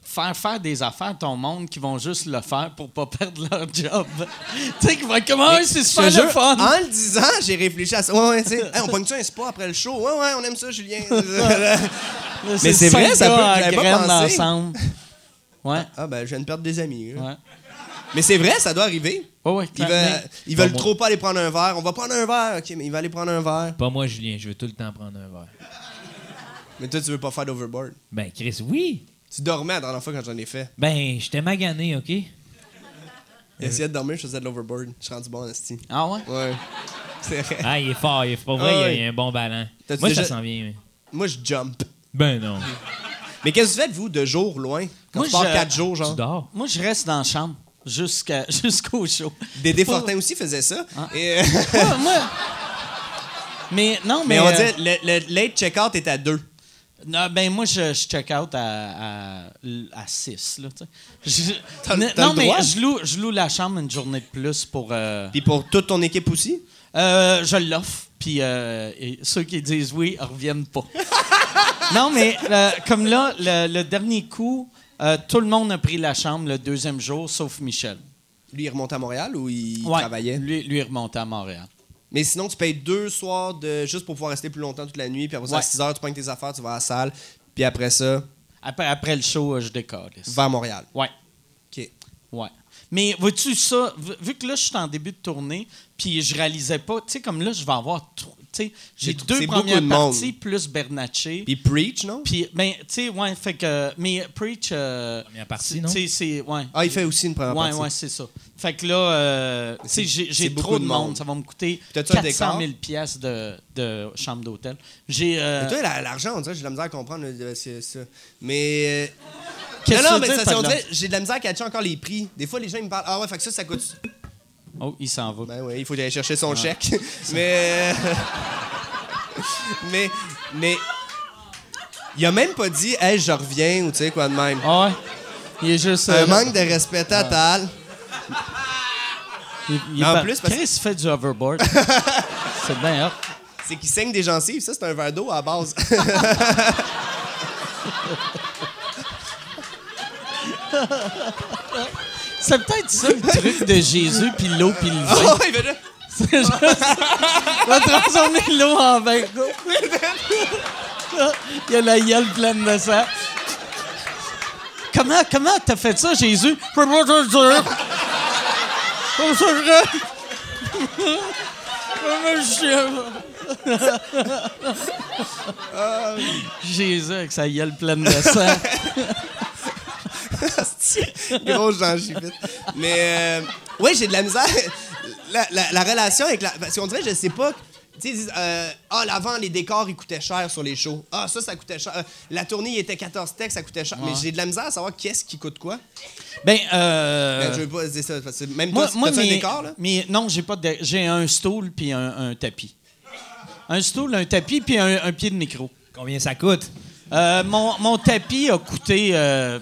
Speaker 1: faire faire des affaires à ton monde qui vont juste le faire pour pas perdre leur job. tu sais, qu'ils vont être comme, Ah, c'est super
Speaker 4: Je te
Speaker 1: le
Speaker 4: jure, hein?
Speaker 1: fun.
Speaker 4: En le disant, j'ai réfléchi à ça. Ouais, ouais, tu sais, Hey, on pogne-tu un spa après le show? Ouais, ouais, on aime ça, Julien. mais c'est
Speaker 1: cinq
Speaker 4: vrai, ça
Speaker 1: gars
Speaker 4: peut-
Speaker 1: en
Speaker 4: j'avais pas
Speaker 1: graines
Speaker 4: pensé.
Speaker 1: ensemble. Ouais,
Speaker 4: ah, ben, je viens de perdre des amis. là.
Speaker 1: ouais.
Speaker 4: Mais c'est vrai, ça doit arriver.
Speaker 1: Ouais, ouais,
Speaker 4: Ils
Speaker 1: clairement.
Speaker 4: veulent, ils veulent
Speaker 3: Pas moi.
Speaker 4: trop pas aller prendre un verre. On va prendre un verre. OK, mais il va aller prendre un verre.
Speaker 3: Pas moi, Julien. Je veux tout le temps prendre un verre.
Speaker 4: Mais toi, tu veux pas faire d'overboard.
Speaker 3: Ben, Chris, oui.
Speaker 4: Tu dormais la dernière fois quand j'en ai fait.
Speaker 3: Ben, j'étais magané, OK?
Speaker 4: J'essayais de dormir, je faisais de l'overboard. Je suis rendu bon, Esti.
Speaker 1: Ah ouais?
Speaker 4: Ouais. C'est vrai.
Speaker 3: Ah, il est fort. Il est pas vrai.
Speaker 4: Ah,
Speaker 3: il, a,
Speaker 4: oui.
Speaker 3: il a un bon ballon.
Speaker 4: T'as-tu
Speaker 3: Moi,
Speaker 4: déjà-
Speaker 3: ça s'en vient. mais-
Speaker 4: Moi, je jump.
Speaker 3: Ben, non.
Speaker 4: Mais qu'est-ce que vous faites, vous, de jour loin? Quand
Speaker 1: Moi,
Speaker 4: tu pars
Speaker 1: je-
Speaker 4: 4 jours, genre.
Speaker 3: Tu dors.
Speaker 1: Moi, je reste dans la chambre jusqu'à- jusqu'au show.
Speaker 4: Dédé Fortin aussi faisait ça.
Speaker 1: Ah.
Speaker 4: Et- euh,
Speaker 1: Moi, moi- Mais non, mais.
Speaker 4: mais on
Speaker 1: euh,
Speaker 4: dit, le, le late check-out est à 2.
Speaker 1: Non, ben moi, je, je check out à, à, à 6. Là, tu sais. Je-
Speaker 4: T'as le-
Speaker 1: non,
Speaker 4: t'as le
Speaker 1: mais
Speaker 4: droit?
Speaker 1: je loue, je loue la chambre une journée de plus pour. euh,
Speaker 4: Puis pour toute ton équipe aussi.
Speaker 1: euh, je l'offre, puis euh, et ceux qui disent oui reviennent pas. non, mais euh, comme là, le, le dernier coup, euh, tout le monde a pris la chambre le deuxième jour, sauf Michel.
Speaker 4: Lui, il remonte à Montréal ou il
Speaker 1: Ouais.
Speaker 4: travaillait?
Speaker 1: Lui, lui est remonté à Montréal.
Speaker 4: Mais sinon, tu payes deux soirs de juste pour pouvoir rester plus longtemps toute la nuit. Puis après ça,
Speaker 1: Ouais.
Speaker 4: à 6 heures, tu prends tes affaires, tu vas à la salle. Puis après ça,
Speaker 1: Après, après le show, euh, je décolle.
Speaker 4: vers Montréal.
Speaker 1: Ouais.
Speaker 4: OK.
Speaker 1: Ouais. Mais vois-tu ça, vu vu que là, je suis en début de tournée, puis je réalisais pas, tu sais, comme là, je vais avoir, tro- tu sais, j'ai
Speaker 4: C'est-
Speaker 1: deux
Speaker 4: c'est beaucoup de
Speaker 1: premières
Speaker 4: monde.
Speaker 1: parties plus Bernatchez.
Speaker 4: Puis Preach, non?
Speaker 1: Puis, ben, tu sais, ouais, fait que, mais Preach. euh,
Speaker 3: Première partie,
Speaker 1: c'est-
Speaker 3: non?
Speaker 1: Tu sais, c'est, ouais.
Speaker 4: Ah, il fait aussi une première
Speaker 1: Ouais,
Speaker 4: partie.
Speaker 1: ouais, c'est ça. Fait que là, euh, tu sais, j'ai
Speaker 4: c'est
Speaker 1: j'ai
Speaker 4: beaucoup
Speaker 1: trop de
Speaker 4: de
Speaker 1: monde.
Speaker 4: monde.
Speaker 1: Ça va me coûter
Speaker 4: T'as-tu un
Speaker 1: 400 000
Speaker 4: décor?
Speaker 1: pièces de, de chambre d'hôtel. J'ai. euh,
Speaker 4: Mais toi, la- l'argent, on dirait, j'ai de la misère à comprendre. là, euh, c'est ça. Mais. euh,
Speaker 1: qu'est-ce que
Speaker 4: non, non,
Speaker 1: tu
Speaker 4: mais
Speaker 1: veux
Speaker 4: ça,
Speaker 1: dire, pas
Speaker 4: on
Speaker 1: de
Speaker 4: dirait, j'ai de la misère à catcher encore les prix. Des fois, les gens, ils me parlent. Ah ouais, fait que ça, ça coûte.
Speaker 1: l'argent? Oh, il s'en va.
Speaker 4: Ben oui, il faut aller chercher son chèque. mais. euh, mais. Mais. Il a même pas dit, hey, je reviens ou tu sais quoi de même.
Speaker 1: Ah ouais? Il est juste.
Speaker 4: C'est un
Speaker 1: euh,
Speaker 4: manque de respect total.
Speaker 1: Il, il est
Speaker 4: En
Speaker 1: pas-
Speaker 4: plus, parce-
Speaker 1: Chris fait du hoverboard. c'est bien hop.
Speaker 4: C'est qu'il saigne des gencives. Ça, c'est un verre d'eau à la base.
Speaker 1: C'est peut-être ça le truc de Jésus, puis l'eau, puis le vin.
Speaker 4: Oh, il fait là.
Speaker 1: C'est juste. On va transformer l'eau en vin. Il a la gueule pleine de sang. Comment comment t'as fait ça, Jésus? Je peux pas te le dire. Comme ça, je- Jésus avec sa gueule pleine de sang.
Speaker 4: Grosse gingivite. Mais euh, ouais, j'ai de la misère. La, la- la relation avec la. Parce qu'on dirait, je sais pas. Tu sais, ils disent, euh, ah, l'avant, les décors, ils coûtaient cher sur les shows. Ah, ça, ça coûtait cher. Euh, la tournée, il était 14 textes, ça coûtait cher. Mais j'ai de la misère à savoir qu'est-ce qui coûte quoi.
Speaker 1: Ben,
Speaker 4: Ben,
Speaker 1: euh,
Speaker 4: je veux pas dire ça. Parce que même
Speaker 1: Moi,
Speaker 4: toi,
Speaker 1: moi,
Speaker 4: t'as-tu
Speaker 1: mes-
Speaker 4: un décor, là?
Speaker 1: mes- non, j'ai pas de dé- j'ai un stool puis un, un tapis. Un stool, un tapis puis un, un pied de micro.
Speaker 3: Combien ça coûte?
Speaker 1: Euh, mon, mon tapis a coûté euh,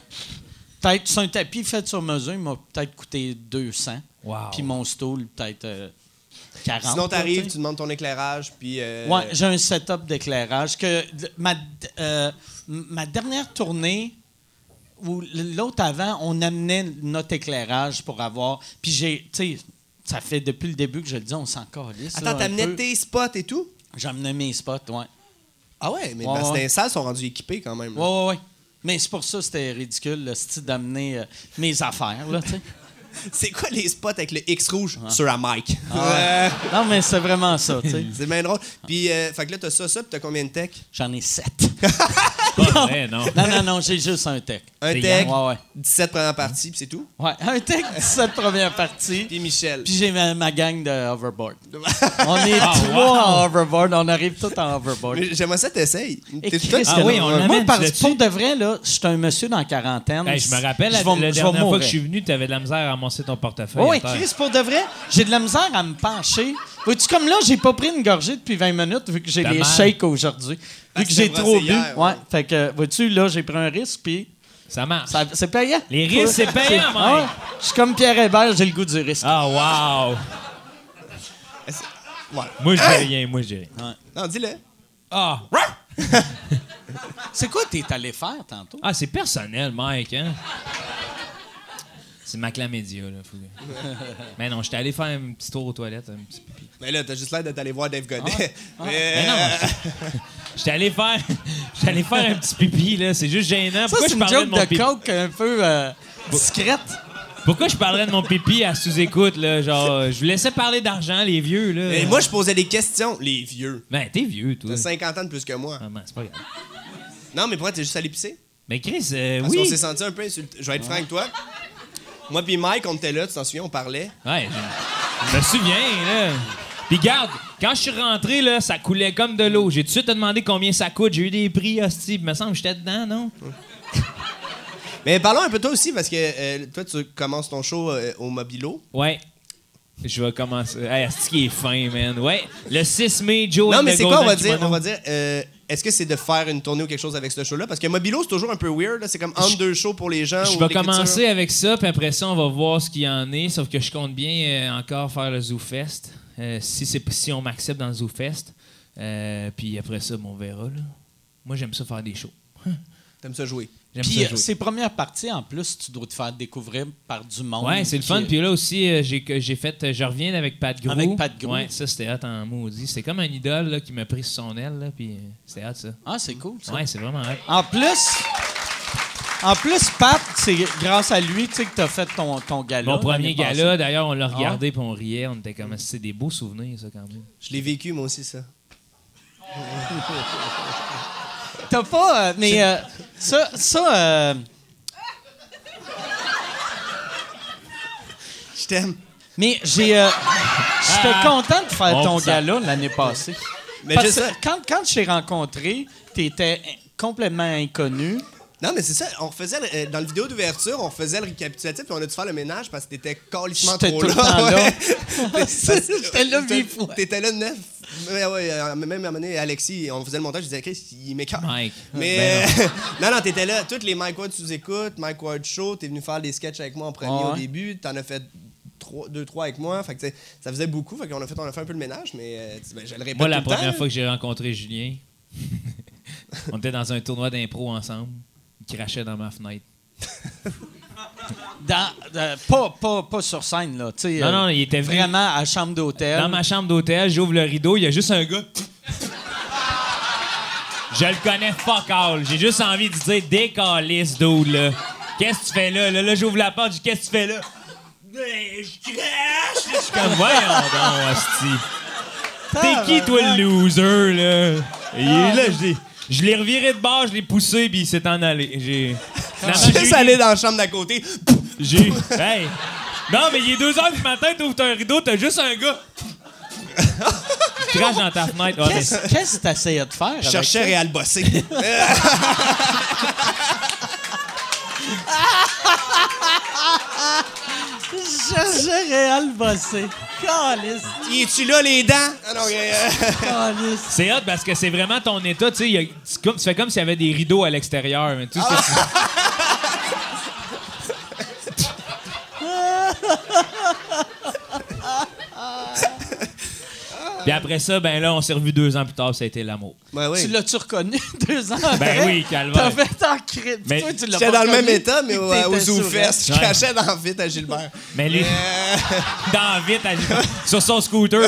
Speaker 1: peut-être c'est un tapis fait sur mesure, il m'a peut-être coûté 200.
Speaker 3: Wow.
Speaker 1: Puis mon stool peut-être euh, 40,
Speaker 4: Sinon,
Speaker 1: là,
Speaker 4: t'arrives,
Speaker 1: tu sais.
Speaker 4: tu demandes ton éclairage, puis. euh,
Speaker 1: Ouais, j'ai un setup d'éclairage que d- ma, d- euh, m- ma dernière tournée ou l- l'autre avant, on amenait notre éclairage pour avoir puis j'ai tu sais ça fait depuis le début que je le dis, on s'en calisse. là,
Speaker 4: Attends,
Speaker 1: un
Speaker 4: t'amenais
Speaker 1: peu.
Speaker 4: tes spots et tout?
Speaker 1: J'amenais mes spots, ouais.
Speaker 4: Ah ouais, mais
Speaker 1: Ouais,
Speaker 4: parce que
Speaker 1: ouais.
Speaker 4: les salles sont rendues équipées quand même. là.
Speaker 1: Ouais, ouais, ouais. Mais c'est pour ça que c'était ridicule, le style d'amener euh, mes affaires, là, tu sais.
Speaker 4: C'est quoi les spots avec le X rouge sur un mic?
Speaker 1: Ah
Speaker 4: Euh,
Speaker 1: ouais. Non, mais c'est vraiment ça, tu sais.
Speaker 4: C'est bien drôle. Puis, euh, fait que là, t'as ça, ça, puis t'as combien de tech?
Speaker 1: J'en ai sept.
Speaker 3: Pas vrai, non.
Speaker 1: Non, non, non, j'ai juste un tech.
Speaker 4: Un
Speaker 3: C'est
Speaker 4: tech,
Speaker 1: Ouais, ouais.
Speaker 4: 17 premières parties, puis c'est tout.
Speaker 1: Ouais, un tech, 17 premières parties.
Speaker 4: Puis Michel.
Speaker 1: Puis j'ai ma, ma gang de hoverboard.
Speaker 3: Ah,
Speaker 1: On est trois en hoverboard, on arrive tous en hoverboard.
Speaker 4: Mais J'aimerais ça, t'essayes.
Speaker 1: Et
Speaker 4: T'es
Speaker 1: Christ,
Speaker 4: tout-
Speaker 1: que
Speaker 3: Ah oui,
Speaker 1: non.
Speaker 3: on
Speaker 1: Moi,
Speaker 3: l'amène,
Speaker 1: parce-
Speaker 3: tu l'as-tu?
Speaker 1: pour de vrai, là, je suis un monsieur dans la quarantaine.
Speaker 3: Hey, je me rappelle, la,
Speaker 1: vais-
Speaker 3: la
Speaker 1: je vais
Speaker 3: dernière fois que
Speaker 1: mourir.
Speaker 3: je suis venu, tu avais de la misère à ramasser ton
Speaker 4: Oh,
Speaker 3: portefeuille.
Speaker 1: Oui,
Speaker 3: à terre.
Speaker 1: Chris, pour de vrai, j'ai de la misère à me pencher. Vois-tu, comme là, j'ai pas pris une gorgée depuis 20 minutes vu que j'ai
Speaker 3: T'as
Speaker 1: les
Speaker 3: mal.
Speaker 1: shakes aujourd'hui. Vu
Speaker 4: Ah,
Speaker 1: que
Speaker 4: c'était
Speaker 1: j'ai
Speaker 4: brassé
Speaker 1: trop bu.
Speaker 4: hier,
Speaker 1: ouais.
Speaker 4: ouais.
Speaker 1: Fait que, vois-tu, là, j'ai pris un risque, puis
Speaker 3: Ça marche.
Speaker 1: ça- c'est payant.
Speaker 3: Les risques, c'est payant,
Speaker 1: Ah ouais.
Speaker 3: mec.
Speaker 1: Je suis comme Pierre Hébert, j'ai le goût du risque.
Speaker 3: Ah, wow!
Speaker 4: Voilà.
Speaker 3: Moi, je dis rien, moi, je dis rien.
Speaker 4: Non, dis-le.
Speaker 3: Ah,
Speaker 1: C'est quoi t'es allé faire tantôt?
Speaker 3: ah c'est personnel, Mike, hein? C'est Maclamédia, là. Faut... Mais non, j'étais allé faire un petit tour aux toilettes, un petit pipi.
Speaker 4: Mais là, t'as juste l'air d'être allé voir Dave Godet. Mais- euh,
Speaker 3: Mais non, j'étais- j'étais allé faire... J'étais allé faire un petit pipi, là. C'est juste
Speaker 1: Ça,
Speaker 3: gênant.
Speaker 1: c'est
Speaker 3: Pourquoi je
Speaker 1: une
Speaker 3: parlais
Speaker 1: joke
Speaker 3: de mon
Speaker 1: de
Speaker 3: pipi?
Speaker 1: coke un peu euh, discrète.
Speaker 3: Pourquoi je parlerais de mon pipi à sous-écoute, là? Genre, euh, je vous laissais parler d'argent, les vieux, là.
Speaker 4: Mais moi, je posais des questions. Les vieux.
Speaker 3: Ben, t'es vieux, toi.
Speaker 4: T'as 50 ans de plus que moi.
Speaker 3: Ah, non, c'est pas grave.
Speaker 4: Non, mais pourquoi t'es juste allé pisser?
Speaker 3: Mais Chris, euh,
Speaker 4: Parce qu'on
Speaker 3: oui.
Speaker 4: s'est senti un peu insulté. Je vais être franc avec toi. Moi puis Mike, on était là, tu t'en souviens, on parlait.
Speaker 3: Ouais, je, je me souviens, là. Puis garde, quand je suis rentré, là, ça coulait comme de l'eau. J'ai tout de suite demandé combien ça coûte. J'ai eu des prix, hostie. Il me semble que j'étais dedans, non?
Speaker 4: Mais parlons un peu de toi aussi, parce que euh, toi, tu commences ton show euh, au Mobilo.
Speaker 3: Ouais. Je vais commencer. Hey, hostie qui est fin, man. Ouais. Le 6 mai, Joe.
Speaker 4: non,
Speaker 3: and
Speaker 4: mais
Speaker 3: the
Speaker 4: c'est quoi, on
Speaker 3: Golden
Speaker 4: va dire?
Speaker 3: Kimono.
Speaker 4: On va dire euh, Est-ce que c'est de faire une tournée ou quelque chose avec ce show-là? Parce que Mobilo, c'est toujours un peu weird. là. C'est comme entre deux shows pour les gens.
Speaker 3: Je
Speaker 4: ou
Speaker 3: vais
Speaker 4: l'écriture.
Speaker 3: commencer avec ça, puis après ça, on va voir ce qu'il y en est. Sauf que je compte bien euh, encore faire le Zoo Fest. Euh, si, c'est, si on m'accepte dans le Zoo Fest. Euh, puis après ça, bon, on verra. Là. Moi, j'aime ça faire des shows.
Speaker 4: T'aimes ça jouer.
Speaker 3: J'aime
Speaker 1: Puis
Speaker 3: ça
Speaker 1: euh,
Speaker 3: jouer.
Speaker 1: ces premières parties, en plus, tu dois te faire découvrir par du monde.
Speaker 3: Ouais, c'est le fun.
Speaker 1: Puis,
Speaker 3: Puis là aussi, euh, j'ai que- j'ai fait. euh, Je reviens avec Pat Grou.
Speaker 1: Avec Pat Grou.
Speaker 3: Ouais, ça, c'était hot en maudit. C'était comme un idole là, qui m'a pris sous son aile. Là, puis euh, c'était hot, ça.
Speaker 1: Ah, c'est cool, ça.
Speaker 3: Ouais, c'est vraiment hot.
Speaker 1: En plus, en plus, Pat, c'est grâce à lui tu sais, que tu as fait ton, ton gala.
Speaker 3: Mon premier
Speaker 1: l'année passée.
Speaker 3: gala, d'ailleurs, on l'a
Speaker 1: ouais?
Speaker 3: regardé puis on riait. On était comme. Ah, C'est des beaux souvenirs, ça, quand même.
Speaker 4: Je l'ai vécu, moi aussi, ça.
Speaker 1: T'as pas. euh, mais euh, ça. ça euh,
Speaker 4: Je t'aime.
Speaker 1: mais j'ai. euh, J'étais
Speaker 3: Ah!
Speaker 1: content de faire
Speaker 3: On
Speaker 1: ton
Speaker 3: le sent.
Speaker 1: gala l'année passée.
Speaker 4: Mais
Speaker 1: Parce
Speaker 4: je sais.
Speaker 1: que quand, quand je t'ai rencontré, t'étais complètement inconnu.
Speaker 4: Non, mais c'est ça. On faisait euh, dans la vidéo d'ouverture, on faisait le récapitulatif, puis on a dû faire le ménage parce que t'étais calissement
Speaker 1: J'étais
Speaker 4: trop
Speaker 1: tout le
Speaker 4: là.
Speaker 1: temps là.
Speaker 4: Ouais.
Speaker 1: C'est- J'étais là
Speaker 4: T'étais-
Speaker 1: huit fois.
Speaker 4: T'étais là neuf. Ouais, ouais, euh, même à un moment donné, Alexis, on faisait le montage, je disais, Chris, il m'écarte.
Speaker 3: Mike.
Speaker 4: Mais
Speaker 3: Ben
Speaker 4: non, non, t'étais là. Toutes les Mike Ward sous-écoute, Mike Ward Show, t'es venu faire des sketchs avec moi en premier
Speaker 1: Ah ouais.
Speaker 4: au début, t'en as fait trois, deux, trois avec moi. Fait que, tu sais, ça faisait beaucoup. Fait qu'on a fait, on a fait un peu le ménage, mais euh, tu- ben, je le répète.
Speaker 3: Moi, la
Speaker 4: tout le temps,
Speaker 3: première
Speaker 4: là.
Speaker 3: fois que j'ai rencontré Julien, on était dans un tournoi d'impro ensemble. Il crachait dans ma fenêtre.
Speaker 1: Dans, euh, pas, pas, pas sur scène, là. tu sais,
Speaker 3: Non,
Speaker 1: euh,
Speaker 3: non, il était venu-
Speaker 1: Vraiment à la chambre d'hôtel.
Speaker 3: Dans ma chambre d'hôtel, j'ouvre le rideau, il y a juste un gars. Je le connais fuck all. J'ai juste envie de dire décalisse, dude, là. Qu'est-ce que tu fais là? Là, là j'ouvre la porte, je dis qu'est-ce que tu fais là? Ben, Je crache! Je suis comme, voyons donc, hostie. T'es qui, toi,
Speaker 1: Ah,
Speaker 3: le loser, là? Et il est là, je l'ai- Je l'ai reviré de bord, je l'ai poussé, puis il s'est en allé. J'ai. Finalement, j'ai eu
Speaker 4: Juste
Speaker 3: des-
Speaker 4: aller dans la chambre d'à côté.
Speaker 3: j'ai. Hey! Non, mais il est 2 h du matin, t'ouvres ton rideau, t'as juste un gars. Tu craches dans ta fenêtre. Ah, mais
Speaker 1: Qu'est-ce qu'est-ce que t'essayais de faire?
Speaker 4: Je
Speaker 1: avec
Speaker 4: cherchais Réal Bossé.
Speaker 1: Je cherchais Réal Bossé. Calice,
Speaker 4: Il est-tu là, les dents? Ah non, euh,
Speaker 1: calice.
Speaker 3: c'est hot parce que c'est vraiment ton état. Tu sais, il y a- c'est comme- tu fais comme s'il y avait des rideaux à l'extérieur. mais tout ce que tu- Puis après ça, ben là, on s'est revus deux ans plus tard, ça a été l'amour.
Speaker 4: Ben oui.
Speaker 1: Tu l'as-tu reconnu deux ans après?
Speaker 3: Ben oui,
Speaker 1: T'as
Speaker 3: calvaire.
Speaker 1: fait en crime.
Speaker 3: Mais
Speaker 1: Toi, tu l'as
Speaker 4: J'étais
Speaker 1: pas
Speaker 4: dans le même
Speaker 1: reconnu.
Speaker 4: état, mais au,
Speaker 1: T'étais
Speaker 4: aux
Speaker 1: sourd,
Speaker 4: ZooFest. Je
Speaker 3: Ouais.
Speaker 4: crachais dans vite à Gilbert.
Speaker 3: Mais lui,
Speaker 4: Euh,
Speaker 3: dans vite, elle- sur son scooter.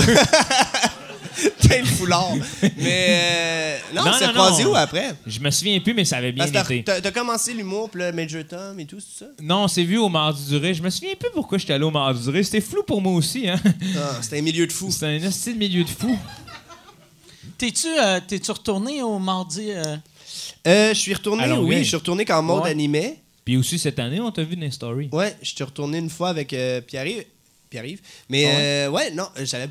Speaker 4: T'as le foulard. Mais euh, non,
Speaker 3: Non,
Speaker 4: c'est
Speaker 3: non,
Speaker 4: croisé
Speaker 3: non.
Speaker 4: où après?
Speaker 3: Je me souviens plus, mais ça avait bien
Speaker 4: Parce que
Speaker 3: été.
Speaker 4: t'as- t'as t'as commencé l'humour, puis le Major Tom et tout, c'est ça?
Speaker 3: Non, on s'est vu au Mardi du Ré. Je me souviens plus pourquoi j'étais allé au Mardi du Ré. C'était flou pour moi aussi, hein.
Speaker 4: Ah, C'était un milieu de fous.
Speaker 3: C'était un hostile milieu de fou.
Speaker 1: T'es-tu euh, t'es-tu retourné au mardi? euh?
Speaker 4: Euh, je suis retourné,
Speaker 3: À Longueuil.
Speaker 4: oui, je suis retourné quand mode
Speaker 3: Ouais.
Speaker 4: animait.
Speaker 3: Puis aussi, cette année, on t'a vu dans les stories.
Speaker 4: Ouais, je suis retourné une fois avec euh, Pierre-Yves. Pierre-Yves. Mais
Speaker 3: Ah ouais?
Speaker 4: euh, ouais, non, euh, j'avais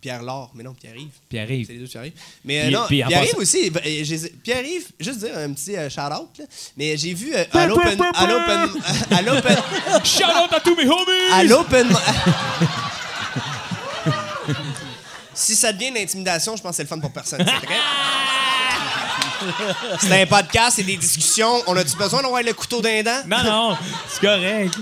Speaker 4: Pierre-Laure, mais non, Pierre-Yves.
Speaker 3: Puis
Speaker 4: C'est
Speaker 3: arrive.
Speaker 4: les deux Pierre-Yves. Mais euh,
Speaker 3: Puis-
Speaker 4: non,
Speaker 3: puis en
Speaker 4: Pierre-Yves
Speaker 3: passant-
Speaker 4: aussi. ben, euh, j'ai- Pierre-Yves, juste dire un petit euh, shout-out, là, mais j'ai vu euh, à l'open... À l'open... À l'open...
Speaker 3: Shout out à tous mes homies!
Speaker 4: À l'open... Si ça devient de l'intimidation, je pense que c'est le fun pour personne. C'est vrai? C'est un podcast, c'est des discussions. On a-tu besoin d'avoir le couteau d'un dent?
Speaker 3: Non, non, c'est correct.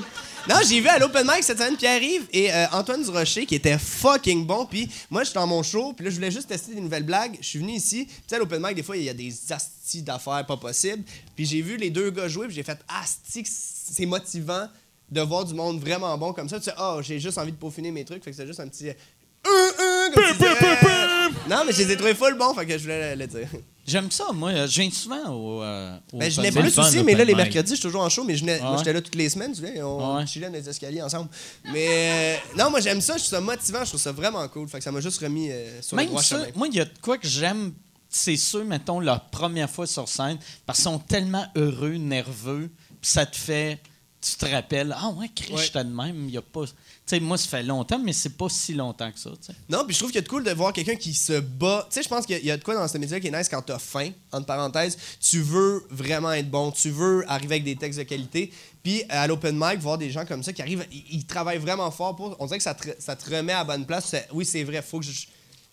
Speaker 4: Non, j'ai vu à l'open mic cette semaine Pierre-Yves et euh, Antoine Durocher qui était fucking bon. Puis moi, j'étais dans mon show, puis là, je voulais juste tester des nouvelles blagues. Je suis venu ici. Puis tu sais, à l'open mic, des fois, il y a des astis d'affaires pas possibles. Puis j'ai vu les deux gars jouer, puis j'ai fait asti, que c'est motivant de voir du monde vraiment bon comme ça. Tu sais, oh, j'ai juste envie de peaufiner mes trucs. Fait que c'est juste un petit. euh, euh, euh, comme tu disais. Non, mais je les ai trouvés full bon, fait que je voulais le- le dire.
Speaker 1: J'aime ça, moi. euh, J'ai souvent au. euh, au
Speaker 4: Ben, je
Speaker 1: Open
Speaker 4: venais
Speaker 1: Mic.
Speaker 4: plus
Speaker 3: fun,
Speaker 4: aussi,
Speaker 3: l'open
Speaker 4: mais là, les
Speaker 3: mic.
Speaker 4: mercredis, je suis toujours en show, mais je venais-
Speaker 1: Ah
Speaker 4: moi,
Speaker 1: ouais?
Speaker 4: j'étais là toutes les semaines, tu sais, on
Speaker 1: Ah ouais?
Speaker 4: chillait dans les escaliers ensemble. Mais euh, non, moi, j'aime ça, je trouve ça motivant, je trouve ça vraiment cool. Fait que ça m'a juste remis euh, sur le
Speaker 1: Même
Speaker 4: droit
Speaker 1: ceux,
Speaker 4: chemin.
Speaker 1: moi, il y a de quoi que j'aime, c'est ceux, mettons, leur première fois sur scène, parce qu'ils sont tellement heureux, nerveux, puis ça te fait. Tu te rappelles, ah ouais, Chris,
Speaker 4: Ouais.
Speaker 1: j'étais de même, il y a pas. Tu sais, moi, ça fait longtemps, mais c'est pas si longtemps que ça, tu sais.
Speaker 4: Non, puis je trouve qu'il y a de cool de voir quelqu'un qui se bat. Tu sais, je pense qu'il y a- il y a de quoi dans ce média qui est nice quand t'as faim, entre parenthèses. Tu veux vraiment être bon, tu veux arriver avec des textes de qualité. Puis euh, à l'open mic, voir des gens comme ça qui arrivent, ils, ils travaillent vraiment fort pour. On dirait que ça te, ça te remet à la bonne place. C'est- Oui, c'est vrai, faut que je.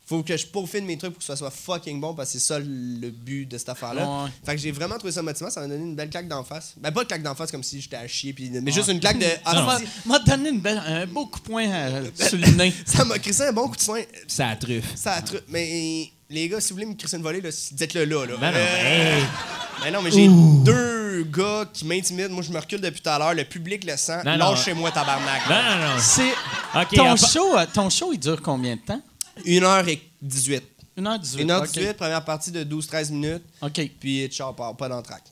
Speaker 4: Faut que je peaufine mes trucs pour que ça soit fucking bon parce que c'est ça le but de cette affaire-là.
Speaker 1: Ouais.
Speaker 4: Fait que j'ai vraiment trouvé ça motivant, ça m'a donné une belle claque d'en face. Ben pas de claque d'en face comme si j'étais à chier, puis, mais juste une claque de. Ah,
Speaker 1: m'a-
Speaker 4: si.
Speaker 1: m'a donné une belle, un beau coup de poing euh, sur le nez.
Speaker 4: ça m'a crissé un bon coup de soin.
Speaker 3: Ça la truffe.
Speaker 4: Ça a tru- Mais les gars, si vous voulez me crisser une volée, là, dites-le là. là.
Speaker 3: Ben Non, non,
Speaker 4: Euh,
Speaker 3: hey.
Speaker 4: mais non, mais j'ai deux gars qui m'intimident. Moi, je me recule depuis tout à l'heure. Le public le sent.
Speaker 3: Non, Ben. non.
Speaker 4: Lâchez-moi, tabarnak.
Speaker 3: Non, non, non.
Speaker 1: C'est.
Speaker 3: Ok,
Speaker 1: ton,
Speaker 3: à part-
Speaker 1: show, euh, ton show, il dure combien de temps?
Speaker 4: 1h18.
Speaker 1: 1h18.
Speaker 4: 1h18, première partie de 12-13 minutes.
Speaker 1: OK.
Speaker 4: Puis, tchao, part, pas d'entraque.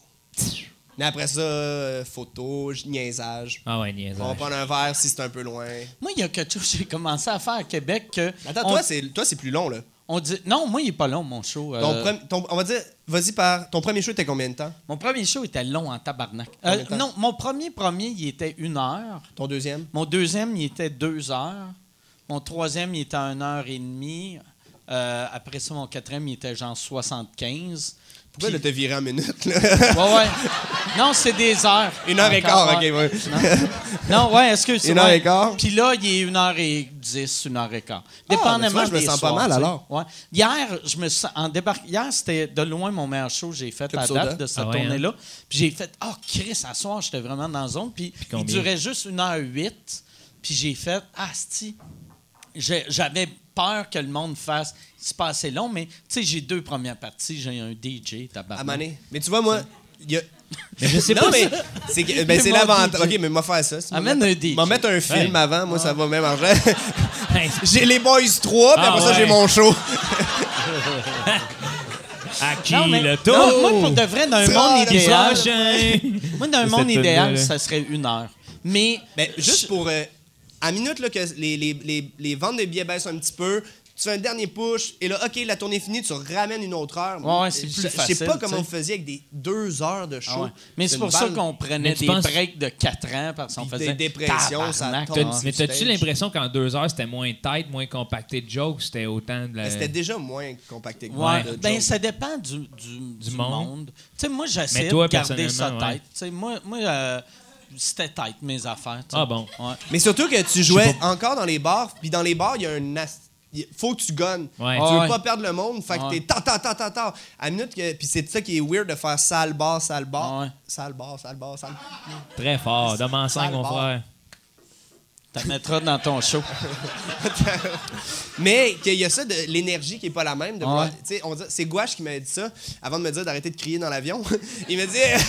Speaker 4: Mais après ça, euh, photo, j- niaisage.
Speaker 3: Ah ouais,
Speaker 4: On va
Speaker 3: niaisage.
Speaker 4: prendre un verre si c'est un peu loin.
Speaker 1: Moi, il y a quelque chose que j'ai commencé à faire à Québec que.
Speaker 4: Attends,
Speaker 1: on,
Speaker 4: toi, c'est toi, c'est plus long, là.
Speaker 1: on dit. Non, moi, il est pas long, mon show.
Speaker 4: Ton
Speaker 1: euh,
Speaker 4: premi- ton- on va dire, vas-y par. Ton premier show était combien de temps
Speaker 1: Mon premier show était long en tabarnak.
Speaker 4: Combien
Speaker 1: Euh,
Speaker 4: de temps?
Speaker 1: non, mon premier premier, il était une heure.
Speaker 4: Ton deuxième
Speaker 1: Mon deuxième, il était deux heures. Mon troisième, il était à une heure et demie. Euh, après ça, mon quatrième, il était genre 75.
Speaker 4: Pourquoi
Speaker 1: Puis-
Speaker 4: là, t'as viré en minute, là
Speaker 1: Ouais, ouais. Non, c'est des heures.
Speaker 4: Une heure et
Speaker 1: Encore,
Speaker 4: quart, ok,
Speaker 1: ouais.
Speaker 4: ouais.
Speaker 1: Non, ouais, excuse
Speaker 4: Une heure
Speaker 1: ouais.
Speaker 4: et quart.
Speaker 1: Puis là, il est une heure et dix, une heure et quart. Dépendamment
Speaker 4: ben tu vois, je me
Speaker 1: des
Speaker 4: sens pas
Speaker 1: soirs,
Speaker 4: mal,
Speaker 1: tu sais.
Speaker 4: alors.
Speaker 1: Ouais. Hier, je me sens- en débarque. Hier, c'était de loin mon meilleur show que j'ai fait
Speaker 4: Club
Speaker 1: à
Speaker 4: Soda.
Speaker 1: date de cette
Speaker 3: Ah ouais, hein?
Speaker 1: tournée-là. Puis j'ai fait Ah, Chris, à soir, j'étais vraiment dans la zone. Puis il
Speaker 3: combien?
Speaker 1: durait juste une heure huit. Puis j'ai fait Ah, c'ti. J'ai- J'avais peur que le monde fasse. C'est pas assez long, mais tu sais, j'ai deux premières parties. J'ai un DJ,
Speaker 4: À
Speaker 1: tabarnak.
Speaker 4: Mané. Mais tu vois, moi, il y a.
Speaker 3: Mais je sais
Speaker 4: Non,
Speaker 3: pas.
Speaker 4: mais c'est que- ben,
Speaker 1: Mais
Speaker 4: c'est
Speaker 1: mon
Speaker 4: l'avantage.
Speaker 1: DJ.
Speaker 4: Ok, mais moi, faire ça. si
Speaker 1: Amène
Speaker 4: m'en
Speaker 1: un
Speaker 4: mettre-
Speaker 1: DJ.
Speaker 4: M'en mettre un film
Speaker 3: Ouais.
Speaker 4: avant, moi, ça va même argent.
Speaker 3: Hey,
Speaker 4: j'ai les Boys 3, puis
Speaker 3: Ah
Speaker 4: après ça,
Speaker 3: ouais.
Speaker 4: j'ai mon show.
Speaker 3: à qui
Speaker 1: Non, mais-
Speaker 3: le tour?
Speaker 1: non, moi, pour de vrai, dans un
Speaker 4: Ça,
Speaker 1: monde
Speaker 4: le
Speaker 1: idéal,
Speaker 3: Prochain.
Speaker 1: moi, dans un
Speaker 3: Cette
Speaker 1: monde
Speaker 3: toune-là,
Speaker 1: idéal,
Speaker 3: là.
Speaker 1: ça serait une heure. Mais
Speaker 4: Ben, juste pour. euh, à minute, là, que les, les, les, les ventes de billets baissent un petit peu. Tu fais un dernier push, et là, OK, la tournée est finie, tu ramènes une autre heure.
Speaker 1: Ouais, ouais, c'est plus
Speaker 4: Je- Je sais
Speaker 1: facile,
Speaker 4: pas comment
Speaker 1: tu
Speaker 4: vous
Speaker 1: sais.
Speaker 4: faisiez avec des deux heures de show.
Speaker 1: Ah ouais. Mais c'est
Speaker 4: une
Speaker 1: pour ça
Speaker 4: balle.
Speaker 1: qu'on
Speaker 3: Mais
Speaker 1: prenait
Speaker 3: tu
Speaker 1: des
Speaker 3: penses-
Speaker 1: breaks de 4 ans parce qu'on
Speaker 4: Puis des
Speaker 1: faisait
Speaker 4: dépressions, ça
Speaker 1: tabarnak,
Speaker 4: tombe.
Speaker 1: hein.
Speaker 3: Mais t'as-tu
Speaker 4: Ah, stage.
Speaker 3: l'impression qu'en deux heures, c'était moins tight, moins compacté de jokes? C'était autant de la.
Speaker 4: Ben, C'était déjà moins compacté que moi.
Speaker 1: Euh, Ouais.
Speaker 4: de
Speaker 1: Ben,
Speaker 4: jokes.
Speaker 1: ça dépend du, du, du
Speaker 3: monde.
Speaker 1: monde. Tu sais, moi, j'essaie
Speaker 3: Mais toi,
Speaker 1: de garder ça
Speaker 3: personnellement, ouais.
Speaker 1: tête. Tu sais, moi, moi euh, c'était tête, mes affaires. tu sais.
Speaker 3: Ah bon.
Speaker 1: Ouais.
Speaker 4: Mais surtout que tu
Speaker 3: Je
Speaker 4: jouais
Speaker 3: sais
Speaker 4: encore dans les bars, puis dans les bars, il y a un. as- il Faut que tu gonnes.
Speaker 3: Ouais.
Speaker 4: Tu
Speaker 1: Ah
Speaker 4: veux
Speaker 1: ouais.
Speaker 4: pas perdre le monde, fait
Speaker 1: Ah
Speaker 4: que t'es
Speaker 1: ouais.
Speaker 4: ta ta ta ta ta. À la minute que. Puis c'est ça qui est weird de faire sale bar, sale bar.
Speaker 1: Ah ouais.
Speaker 4: Sale bar, sale bar, sale bar.
Speaker 3: Très fort. Demain 5, mon
Speaker 4: Sale
Speaker 3: frère.
Speaker 1: T'en mettras dans ton show.
Speaker 4: Mais qu'il y a ça de l'énergie qui est pas la même. de
Speaker 1: Ouais.
Speaker 4: voir- tu sais, on dit- C'est Gouache qui m'a dit ça avant de me dire d'arrêter de crier dans l'avion. il me dit,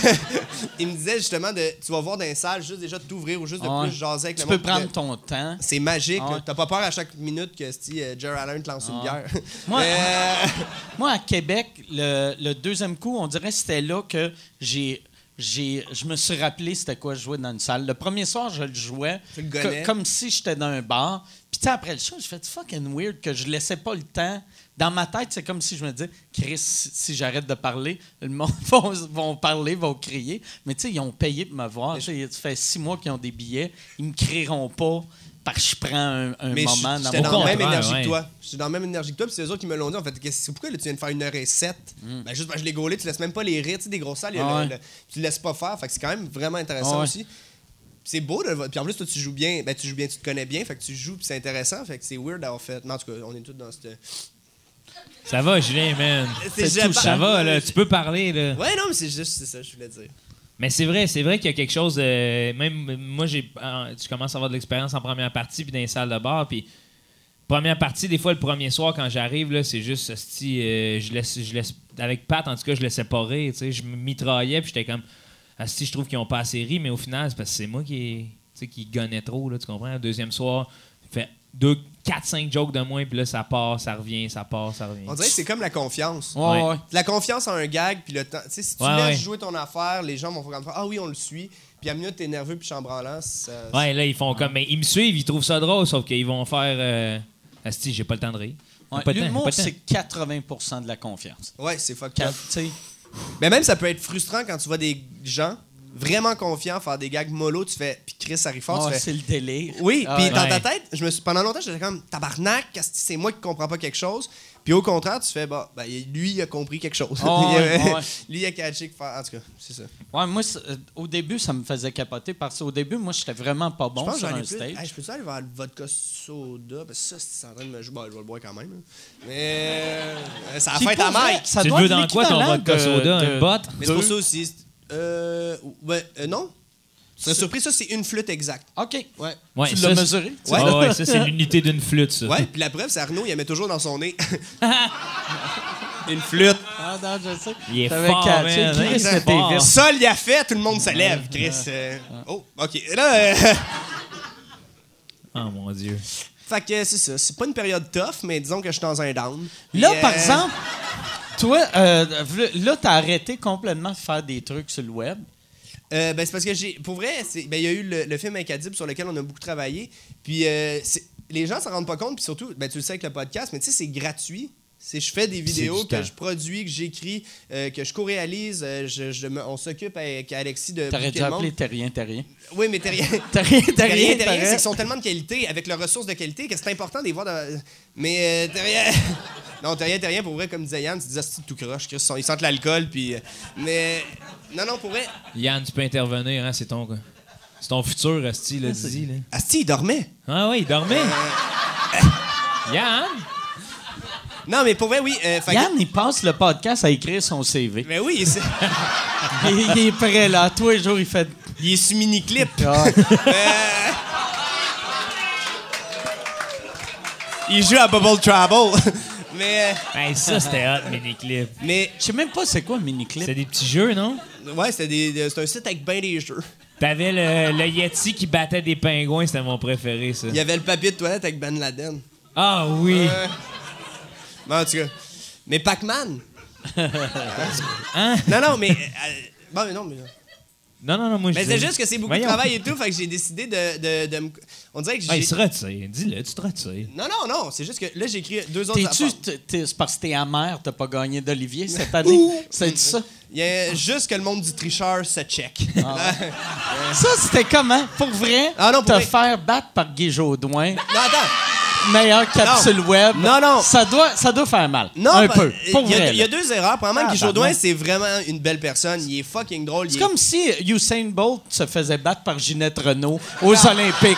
Speaker 4: il me disait justement de, tu vas voir dans les salles juste déjà de t'ouvrir ou juste de
Speaker 1: Ouais.
Speaker 4: plus jaser avec
Speaker 1: Tu
Speaker 4: le
Speaker 1: peux
Speaker 4: monde.
Speaker 1: prendre ton temps.
Speaker 4: C'est magique.
Speaker 1: Ouais.
Speaker 4: là. T'as pas peur à chaque minute que si euh, Jerry Allen te lance une bière.
Speaker 1: Moi-
Speaker 4: Mais-
Speaker 1: Moi, à Québec, le, le deuxième coup, on dirait que c'était là que j'ai. J'ai, je me suis rappelé c'était quoi jouer dans une salle. Le premier soir, je le jouais
Speaker 4: Tu le gonnais.
Speaker 1: co- comme si j'étais dans un bar. Puis tu sais, après le show, je fait fucking weird que je laissais pas le temps. Dans ma tête, c'est comme si je me disais, Chris, si, si j'arrête de parler, le monde vont, vont parler, vont crier. Mais tu sais, ils ont payé pour me voir. Tu sais, ça fait six mois qu'ils ont des billets. Ils me crieront pas parce que je prends un, un
Speaker 4: Mais
Speaker 1: moment
Speaker 4: je-
Speaker 1: dans
Speaker 4: j'étais
Speaker 1: mon
Speaker 4: dans la
Speaker 1: contrat.
Speaker 4: même
Speaker 3: contraire,
Speaker 4: énergie
Speaker 3: ouais.
Speaker 4: que toi. J'étais dans la même énergie que toi, puis c'est eux autres qui me l'ont dit. En fait, Qu'est-ce- pourquoi là, tu viens de faire une heure et sept? Ben, juste parce que je l'ai gaulé, tu laisses même pas les rires, tu sais, des grosses salles, il y a
Speaker 1: Mm. Ah Ouais. Ah
Speaker 4: le- le- tu le laisses pas faire. Fait que c'est quand même vraiment intéressant
Speaker 1: Ouais.
Speaker 4: aussi. Puis C'est beau de le voir. Puis en plus, toi, tu joues bien. Ben, tu joues bien, tu te connais bien. Fait que tu joues, puis c'est intéressant. Fait que c'est weird d'avoir fait. Non, en tout cas, on est tous dans cette.
Speaker 3: Ça va, Julien, man.
Speaker 4: C'est
Speaker 3: Ça
Speaker 4: touchant.
Speaker 3: va, là. Tu peux parler, là.
Speaker 4: Ouais, non, mais c'est juste, c'est ça, que je voulais dire.
Speaker 3: Mais c'est vrai, c'est vrai qu'il y a quelque chose. euh, même moi, j'ai, en- tu commences à avoir de l'expérience en première partie puis dans les salles de bar. Puis première partie, des fois le premier soir quand j'arrive là, c'est juste hostie, euh, je laisse, je laisse avec Pat en tout cas, je laissais pas rire. Tu sais, je me mitraillais puis j'étais comme si je trouve qu'ils ont pas assez ri, mais au final c'est parce que c'est moi qui, tu sais, qui gonnais trop là, tu comprends. Deuxième soir, fait deux, quatre, cinq jokes de moins puis là ça part, ça revient, ça part, ça revient.
Speaker 4: On dirait que c'est comme la confiance.
Speaker 1: Ouais,
Speaker 3: Ouais.
Speaker 1: ouais.
Speaker 4: La confiance en un gag, puis le temps. Tu sais, si tu
Speaker 3: Ouais,
Speaker 4: laisses
Speaker 3: ouais.
Speaker 4: jouer ton affaire, les gens vont faire comme ça. Ah oui, on le suit. Puis à la minute, t'es nerveux, puis chambranlant. ça-
Speaker 3: Ouais, là ils font comme, mais ils me suivent, ils trouvent ça drôle, sauf qu'ils vont faire. Euh, Asti, j'ai pas le temps de rire. J'ai
Speaker 1: Ouais,
Speaker 3: pas le temps, j'ai
Speaker 1: L'humour,
Speaker 3: pas le temps.
Speaker 1: c'est 80 de la confiance.
Speaker 4: Ouais, c'est fucked
Speaker 1: Quand,
Speaker 4: up.
Speaker 1: tu sais,
Speaker 4: Mais même ça peut être frustrant quand tu vois des gens vraiment confiants faire des gags mollo, tu fais puis Chris arrive fort,
Speaker 1: ah,
Speaker 4: tu fais
Speaker 1: c'est le délire.
Speaker 4: oui,
Speaker 1: Ah,
Speaker 4: puis
Speaker 1: ouais.
Speaker 4: dans ta
Speaker 3: Ouais.
Speaker 4: tête, je me suis pendant longtemps j'étais comme tabarnak, asti, c'est moi qui comprends pas quelque chose. Puis au contraire, tu fais bah ben, lui il a compris quelque chose.
Speaker 1: Ah
Speaker 4: Il a-
Speaker 1: ouais, ouais.
Speaker 4: lui il a catché que faire en tout cas, c'est ça.
Speaker 1: Ouais, moi, c'est- euh, au début, ça me faisait capoter parce qu'au début, moi, j'étais vraiment pas
Speaker 4: je
Speaker 1: bon
Speaker 4: pense que
Speaker 1: sur
Speaker 4: j'en ai
Speaker 1: un
Speaker 4: plus.
Speaker 1: stage.
Speaker 4: Hey, je peux tu aller vers le vodka soda parce que ça c'est en train de me jouer, Bon, je vais le boire quand même. hein. Mais euh, ça a
Speaker 1: Puis
Speaker 4: fait
Speaker 1: pour
Speaker 4: à
Speaker 1: vrai,
Speaker 4: Mike.
Speaker 1: ça
Speaker 3: tu
Speaker 1: doit
Speaker 3: le veux
Speaker 1: être
Speaker 3: dans quoi ton
Speaker 1: l'équivalent
Speaker 3: vodka
Speaker 1: de-
Speaker 3: soda?
Speaker 1: de-
Speaker 3: Une botte?
Speaker 4: Mais c'est pour ça aussi c'est- euh, ouais, euh, non. Tu serais surpris, ça c'est une flûte exacte.
Speaker 1: OK.
Speaker 4: Ouais.
Speaker 3: Ouais,
Speaker 1: tu
Speaker 3: ça,
Speaker 1: l'as
Speaker 3: c'est-
Speaker 1: mesuré?
Speaker 3: Ouais,
Speaker 4: Ouais.
Speaker 3: ouais, ça, c'est l'unité d'une flûte, ça.
Speaker 4: Ouais, puis la preuve, c'est Arnaud, il la met toujours dans son nez. Une flûte.
Speaker 1: Ah, non, je sais.
Speaker 3: Il est
Speaker 1: T'avais
Speaker 3: fort,
Speaker 1: catché.
Speaker 3: man.
Speaker 1: Chris,
Speaker 3: Il est
Speaker 1: c'était
Speaker 3: fort.
Speaker 1: vite.
Speaker 4: Ça, il a fait, tout le monde se lève, Chris. Euh, Oh, OK. Là, euh,
Speaker 3: Oh mon Dieu.
Speaker 4: fait que c'est ça. C'est pas une période tough, mais disons que je suis dans un down.
Speaker 1: Là,
Speaker 4: Et, euh,
Speaker 1: par exemple, toi, euh, v'là- là, t'as arrêté complètement de faire des trucs sur le web.
Speaker 4: euh, ben, c'est parce que j'ai. Pour vrai, c'est- ben, il y a eu le, le film Incadible sur lequel on a beaucoup travaillé. Puis euh, c'est- les gens s'en rendent pas compte, puis surtout, ben, tu le sais avec le podcast, mais tu sais, c'est gratuit. C'est je fais des vidéos
Speaker 3: du
Speaker 4: que
Speaker 3: temps.
Speaker 4: je produis, que j'écris, euh, que je co-réalise. euh, je, je me- on s'occupe avec Alexis de.
Speaker 1: T'aurais
Speaker 4: booker
Speaker 1: dû
Speaker 4: le monde.
Speaker 1: appeler Terrien, Terrien.
Speaker 4: Oui, mais t'es rien.
Speaker 1: Terrien, Terrien,
Speaker 4: Derrière, derrière, c'est
Speaker 1: Terrien.
Speaker 4: qu'ils sont tellement de qualité, avec leurs ressources de qualité, que c'est important de les voir. dans- Mais euh, derrière. Non, derrière, derrière, pour vrai, comme disait Yann, tu disais, c'est tout croche, Chris, ils sont- ils sentent l'alcool, puis. euh, Mais. Non, non, pour vrai.
Speaker 3: Yann, tu peux intervenir, hein, c'est ton. C'est ton futur, Asti, là, dis là.
Speaker 4: Asti, il dormait.
Speaker 3: Ah oui, il dormait. Yann?
Speaker 4: Non, mais pour vrai, oui. euh, fait que-
Speaker 1: Yann, il passe le podcast à écrire son CV.
Speaker 4: Mais oui, il est,
Speaker 1: Et il est prêt, là. Tous les jours, il fait...
Speaker 4: il est sous mini-clip. euh.
Speaker 1: Ah,
Speaker 4: Il joue à Bubble Trouble. mais. euh,
Speaker 3: Hey, ça, c'était hot, mini-clip.
Speaker 4: Mais.
Speaker 1: Je sais même pas c'est quoi, mini-clip.
Speaker 3: C'était des petits jeux, non?
Speaker 4: Ouais, c'est des- c'est un site avec bien des jeux.
Speaker 3: T'avais le, le Yeti qui battait des pingouins, c'était mon préféré, ça.
Speaker 4: Il y avait le papier de toilette avec Ben Laden.
Speaker 3: Ah oui!
Speaker 1: Euh,
Speaker 4: Ouais. Bon, en tout cas. Mais Pac-Man.
Speaker 3: Hein?
Speaker 4: Non, non, mais. euh, bon, mais non, mais.
Speaker 3: Non, non, non, moi, je
Speaker 4: Mais c'est
Speaker 3: disais-
Speaker 4: juste que c'est beaucoup
Speaker 3: Voyons.
Speaker 4: de travail et tout, fait que j'ai décidé de, de, de me- On dirait que
Speaker 3: Ah,
Speaker 4: j'ai.
Speaker 3: il se retire. Dis-le, tu te retires.
Speaker 4: Non, non, non, c'est juste que là, j'ai écrit deux autres
Speaker 1: T'es-tu,
Speaker 4: affaires.
Speaker 1: t'es- t'es- c'est parce que t'es amer, t'as pas gagné d'Olivier cette année? C'est ça?
Speaker 4: Il y a juste que le monde du tricheur se check.
Speaker 1: Ah. Ça, c'était comment? Pour vrai,
Speaker 4: Ah non, pour
Speaker 1: te
Speaker 4: vrai.
Speaker 1: faire battre par Guy Jodoin,
Speaker 4: non, attends.
Speaker 1: meilleure capsule web,
Speaker 4: Non, non.
Speaker 1: Ça, doit, ça doit faire mal.
Speaker 4: Non,
Speaker 1: Un
Speaker 4: pa-
Speaker 1: peu, pour
Speaker 4: il y a-
Speaker 1: vrai.
Speaker 4: Il y, a
Speaker 1: là.
Speaker 4: deux erreurs. Premièrement,
Speaker 1: Ah,
Speaker 4: Guy
Speaker 1: pardon.
Speaker 4: Jodoin, c'est vraiment une belle personne. Il est fucking drôle. il
Speaker 1: C'est
Speaker 4: est-
Speaker 1: comme si Usain Bolt se faisait battre par Ginette Renault aux Olympiques.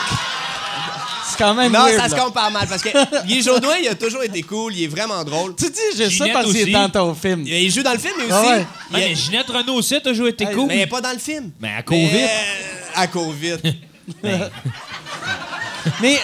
Speaker 1: C'est quand même
Speaker 4: Non,
Speaker 1: weird,
Speaker 4: ça se
Speaker 1: là.
Speaker 4: compare mal parce que Guy Jodoin, il a toujours été cool. Il est vraiment drôle.
Speaker 1: Tu dis juste ça
Speaker 3: Ginette
Speaker 1: parce qu'il est
Speaker 3: aussi.
Speaker 1: dans ton film.
Speaker 4: Il joue dans le film, mais
Speaker 1: Ah
Speaker 4: aussi.
Speaker 1: ouais.
Speaker 4: il y a- Ah,
Speaker 3: mais Ginette Renault aussi, t'as joué tes coups.
Speaker 4: Mais elle est pas dans le film.
Speaker 3: Mais à
Speaker 4: Mais,
Speaker 3: Covid.
Speaker 4: euh, à Covid.
Speaker 1: Mais euh,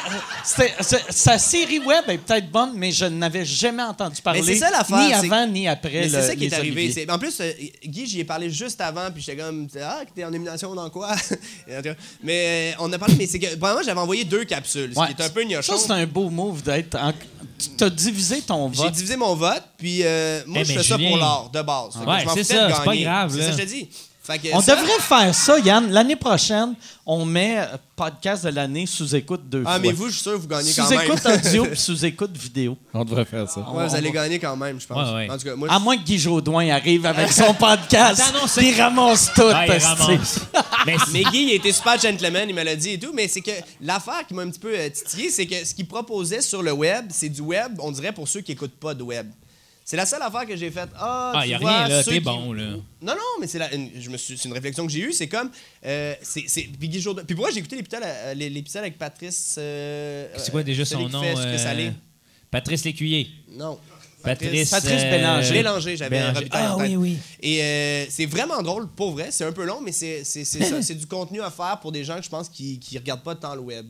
Speaker 1: c'était- c'est- sa série web est peut-être bonne, mais je n'avais jamais entendu parler.
Speaker 4: Mais c'est ça l'affaire,
Speaker 1: Ni
Speaker 4: c'est-
Speaker 1: avant, ni après.
Speaker 4: Mais
Speaker 1: le-
Speaker 4: c'est ça qui est
Speaker 1: les
Speaker 4: arrivé.
Speaker 1: Oliviers.
Speaker 4: C'est- En plus, euh, Guy, j'y ai parlé juste avant, puis j'étais comme, ah, que t'es en élimination dans quoi? Et en tout cas, mais euh, on a parlé, mais c'est que, vraiment, j'avais envoyé deux capsules, ce
Speaker 1: Ouais.
Speaker 4: qui est un peu gnochon.
Speaker 1: Ça, c'est un beau move d'être. en- Tu t'as divisé ton
Speaker 4: J'ai
Speaker 1: vote.
Speaker 4: divisé mon vote, puis euh, moi,
Speaker 3: Eh,
Speaker 4: je
Speaker 3: mais
Speaker 4: fais ça
Speaker 3: Julien-
Speaker 4: pour l'art, de base. Fait que
Speaker 3: Ouais,
Speaker 4: je m'en
Speaker 3: c'est
Speaker 4: foutais
Speaker 3: ça,
Speaker 4: de
Speaker 3: c'est pas
Speaker 4: gagner.
Speaker 3: grave,
Speaker 4: C'est
Speaker 3: là.
Speaker 4: ça que je te dis. Fait que
Speaker 1: On
Speaker 4: ça-
Speaker 1: devrait faire ça, Yann. L'année prochaine, on met euh, podcast de l'année sous écoute deux
Speaker 4: Ah,
Speaker 1: fois.
Speaker 4: mais vous, je suis sûr que vous gagnez quand
Speaker 1: sous
Speaker 4: même.
Speaker 1: écoute audio puis sous écoute vidéo.
Speaker 2: On devrait faire ça.
Speaker 4: Ouais, vous allez gagner quand même, je pense.
Speaker 3: hein. Ouais, ouais. Ah,
Speaker 4: En tout cas, moi,
Speaker 1: À moins que Guy Jodoin arrive avec son podcast.
Speaker 3: Attends, non, c'est-
Speaker 1: Il ramasse tout.
Speaker 3: Ah, il
Speaker 1: esti.
Speaker 3: ramasse. Mais
Speaker 4: je-
Speaker 3: c'est-
Speaker 4: mais Guy, il était super gentleman, il me l'a dit et tout, mais c'est que l'affaire qui m'a un petit peu euh, titillé, c'est que ce qu'il proposait sur le web, c'est du web, on dirait pour ceux qui écoutent pas de web. C'est la seule affaire que j'ai faite. Ah,
Speaker 3: Ah,
Speaker 4: tu
Speaker 3: y a
Speaker 4: vois,
Speaker 3: rien, là,
Speaker 4: ceux
Speaker 3: t'es
Speaker 4: qui-
Speaker 3: bon, là.
Speaker 4: Non, non, mais c'est la- une, je me suis- c'est une réflexion que j'ai eue. C'est comme. euh, c'est, c'est, puis Guy Jourdain- Puis moi, j'ai écouté l'épisode, euh, l'épisode avec Patrice. euh,
Speaker 3: c'est quoi déjà
Speaker 4: celui
Speaker 3: son
Speaker 4: qui
Speaker 3: nom?
Speaker 4: fait ce que
Speaker 3: euh,
Speaker 4: ça l'est.
Speaker 3: Patrice Lécuyer.
Speaker 4: Non.
Speaker 3: Patrice,
Speaker 1: Patrice
Speaker 3: euh,
Speaker 1: Bélanger.
Speaker 4: Bélanger, j'avais
Speaker 3: Bélanger.
Speaker 4: Robitaille en tête. Et euh, c'est vraiment drôle, pour vrai. C'est un peu long, mais c'est c'est- c'est ça. C'est du contenu à faire pour des gens que je pense qui ne regardent pas tant le web.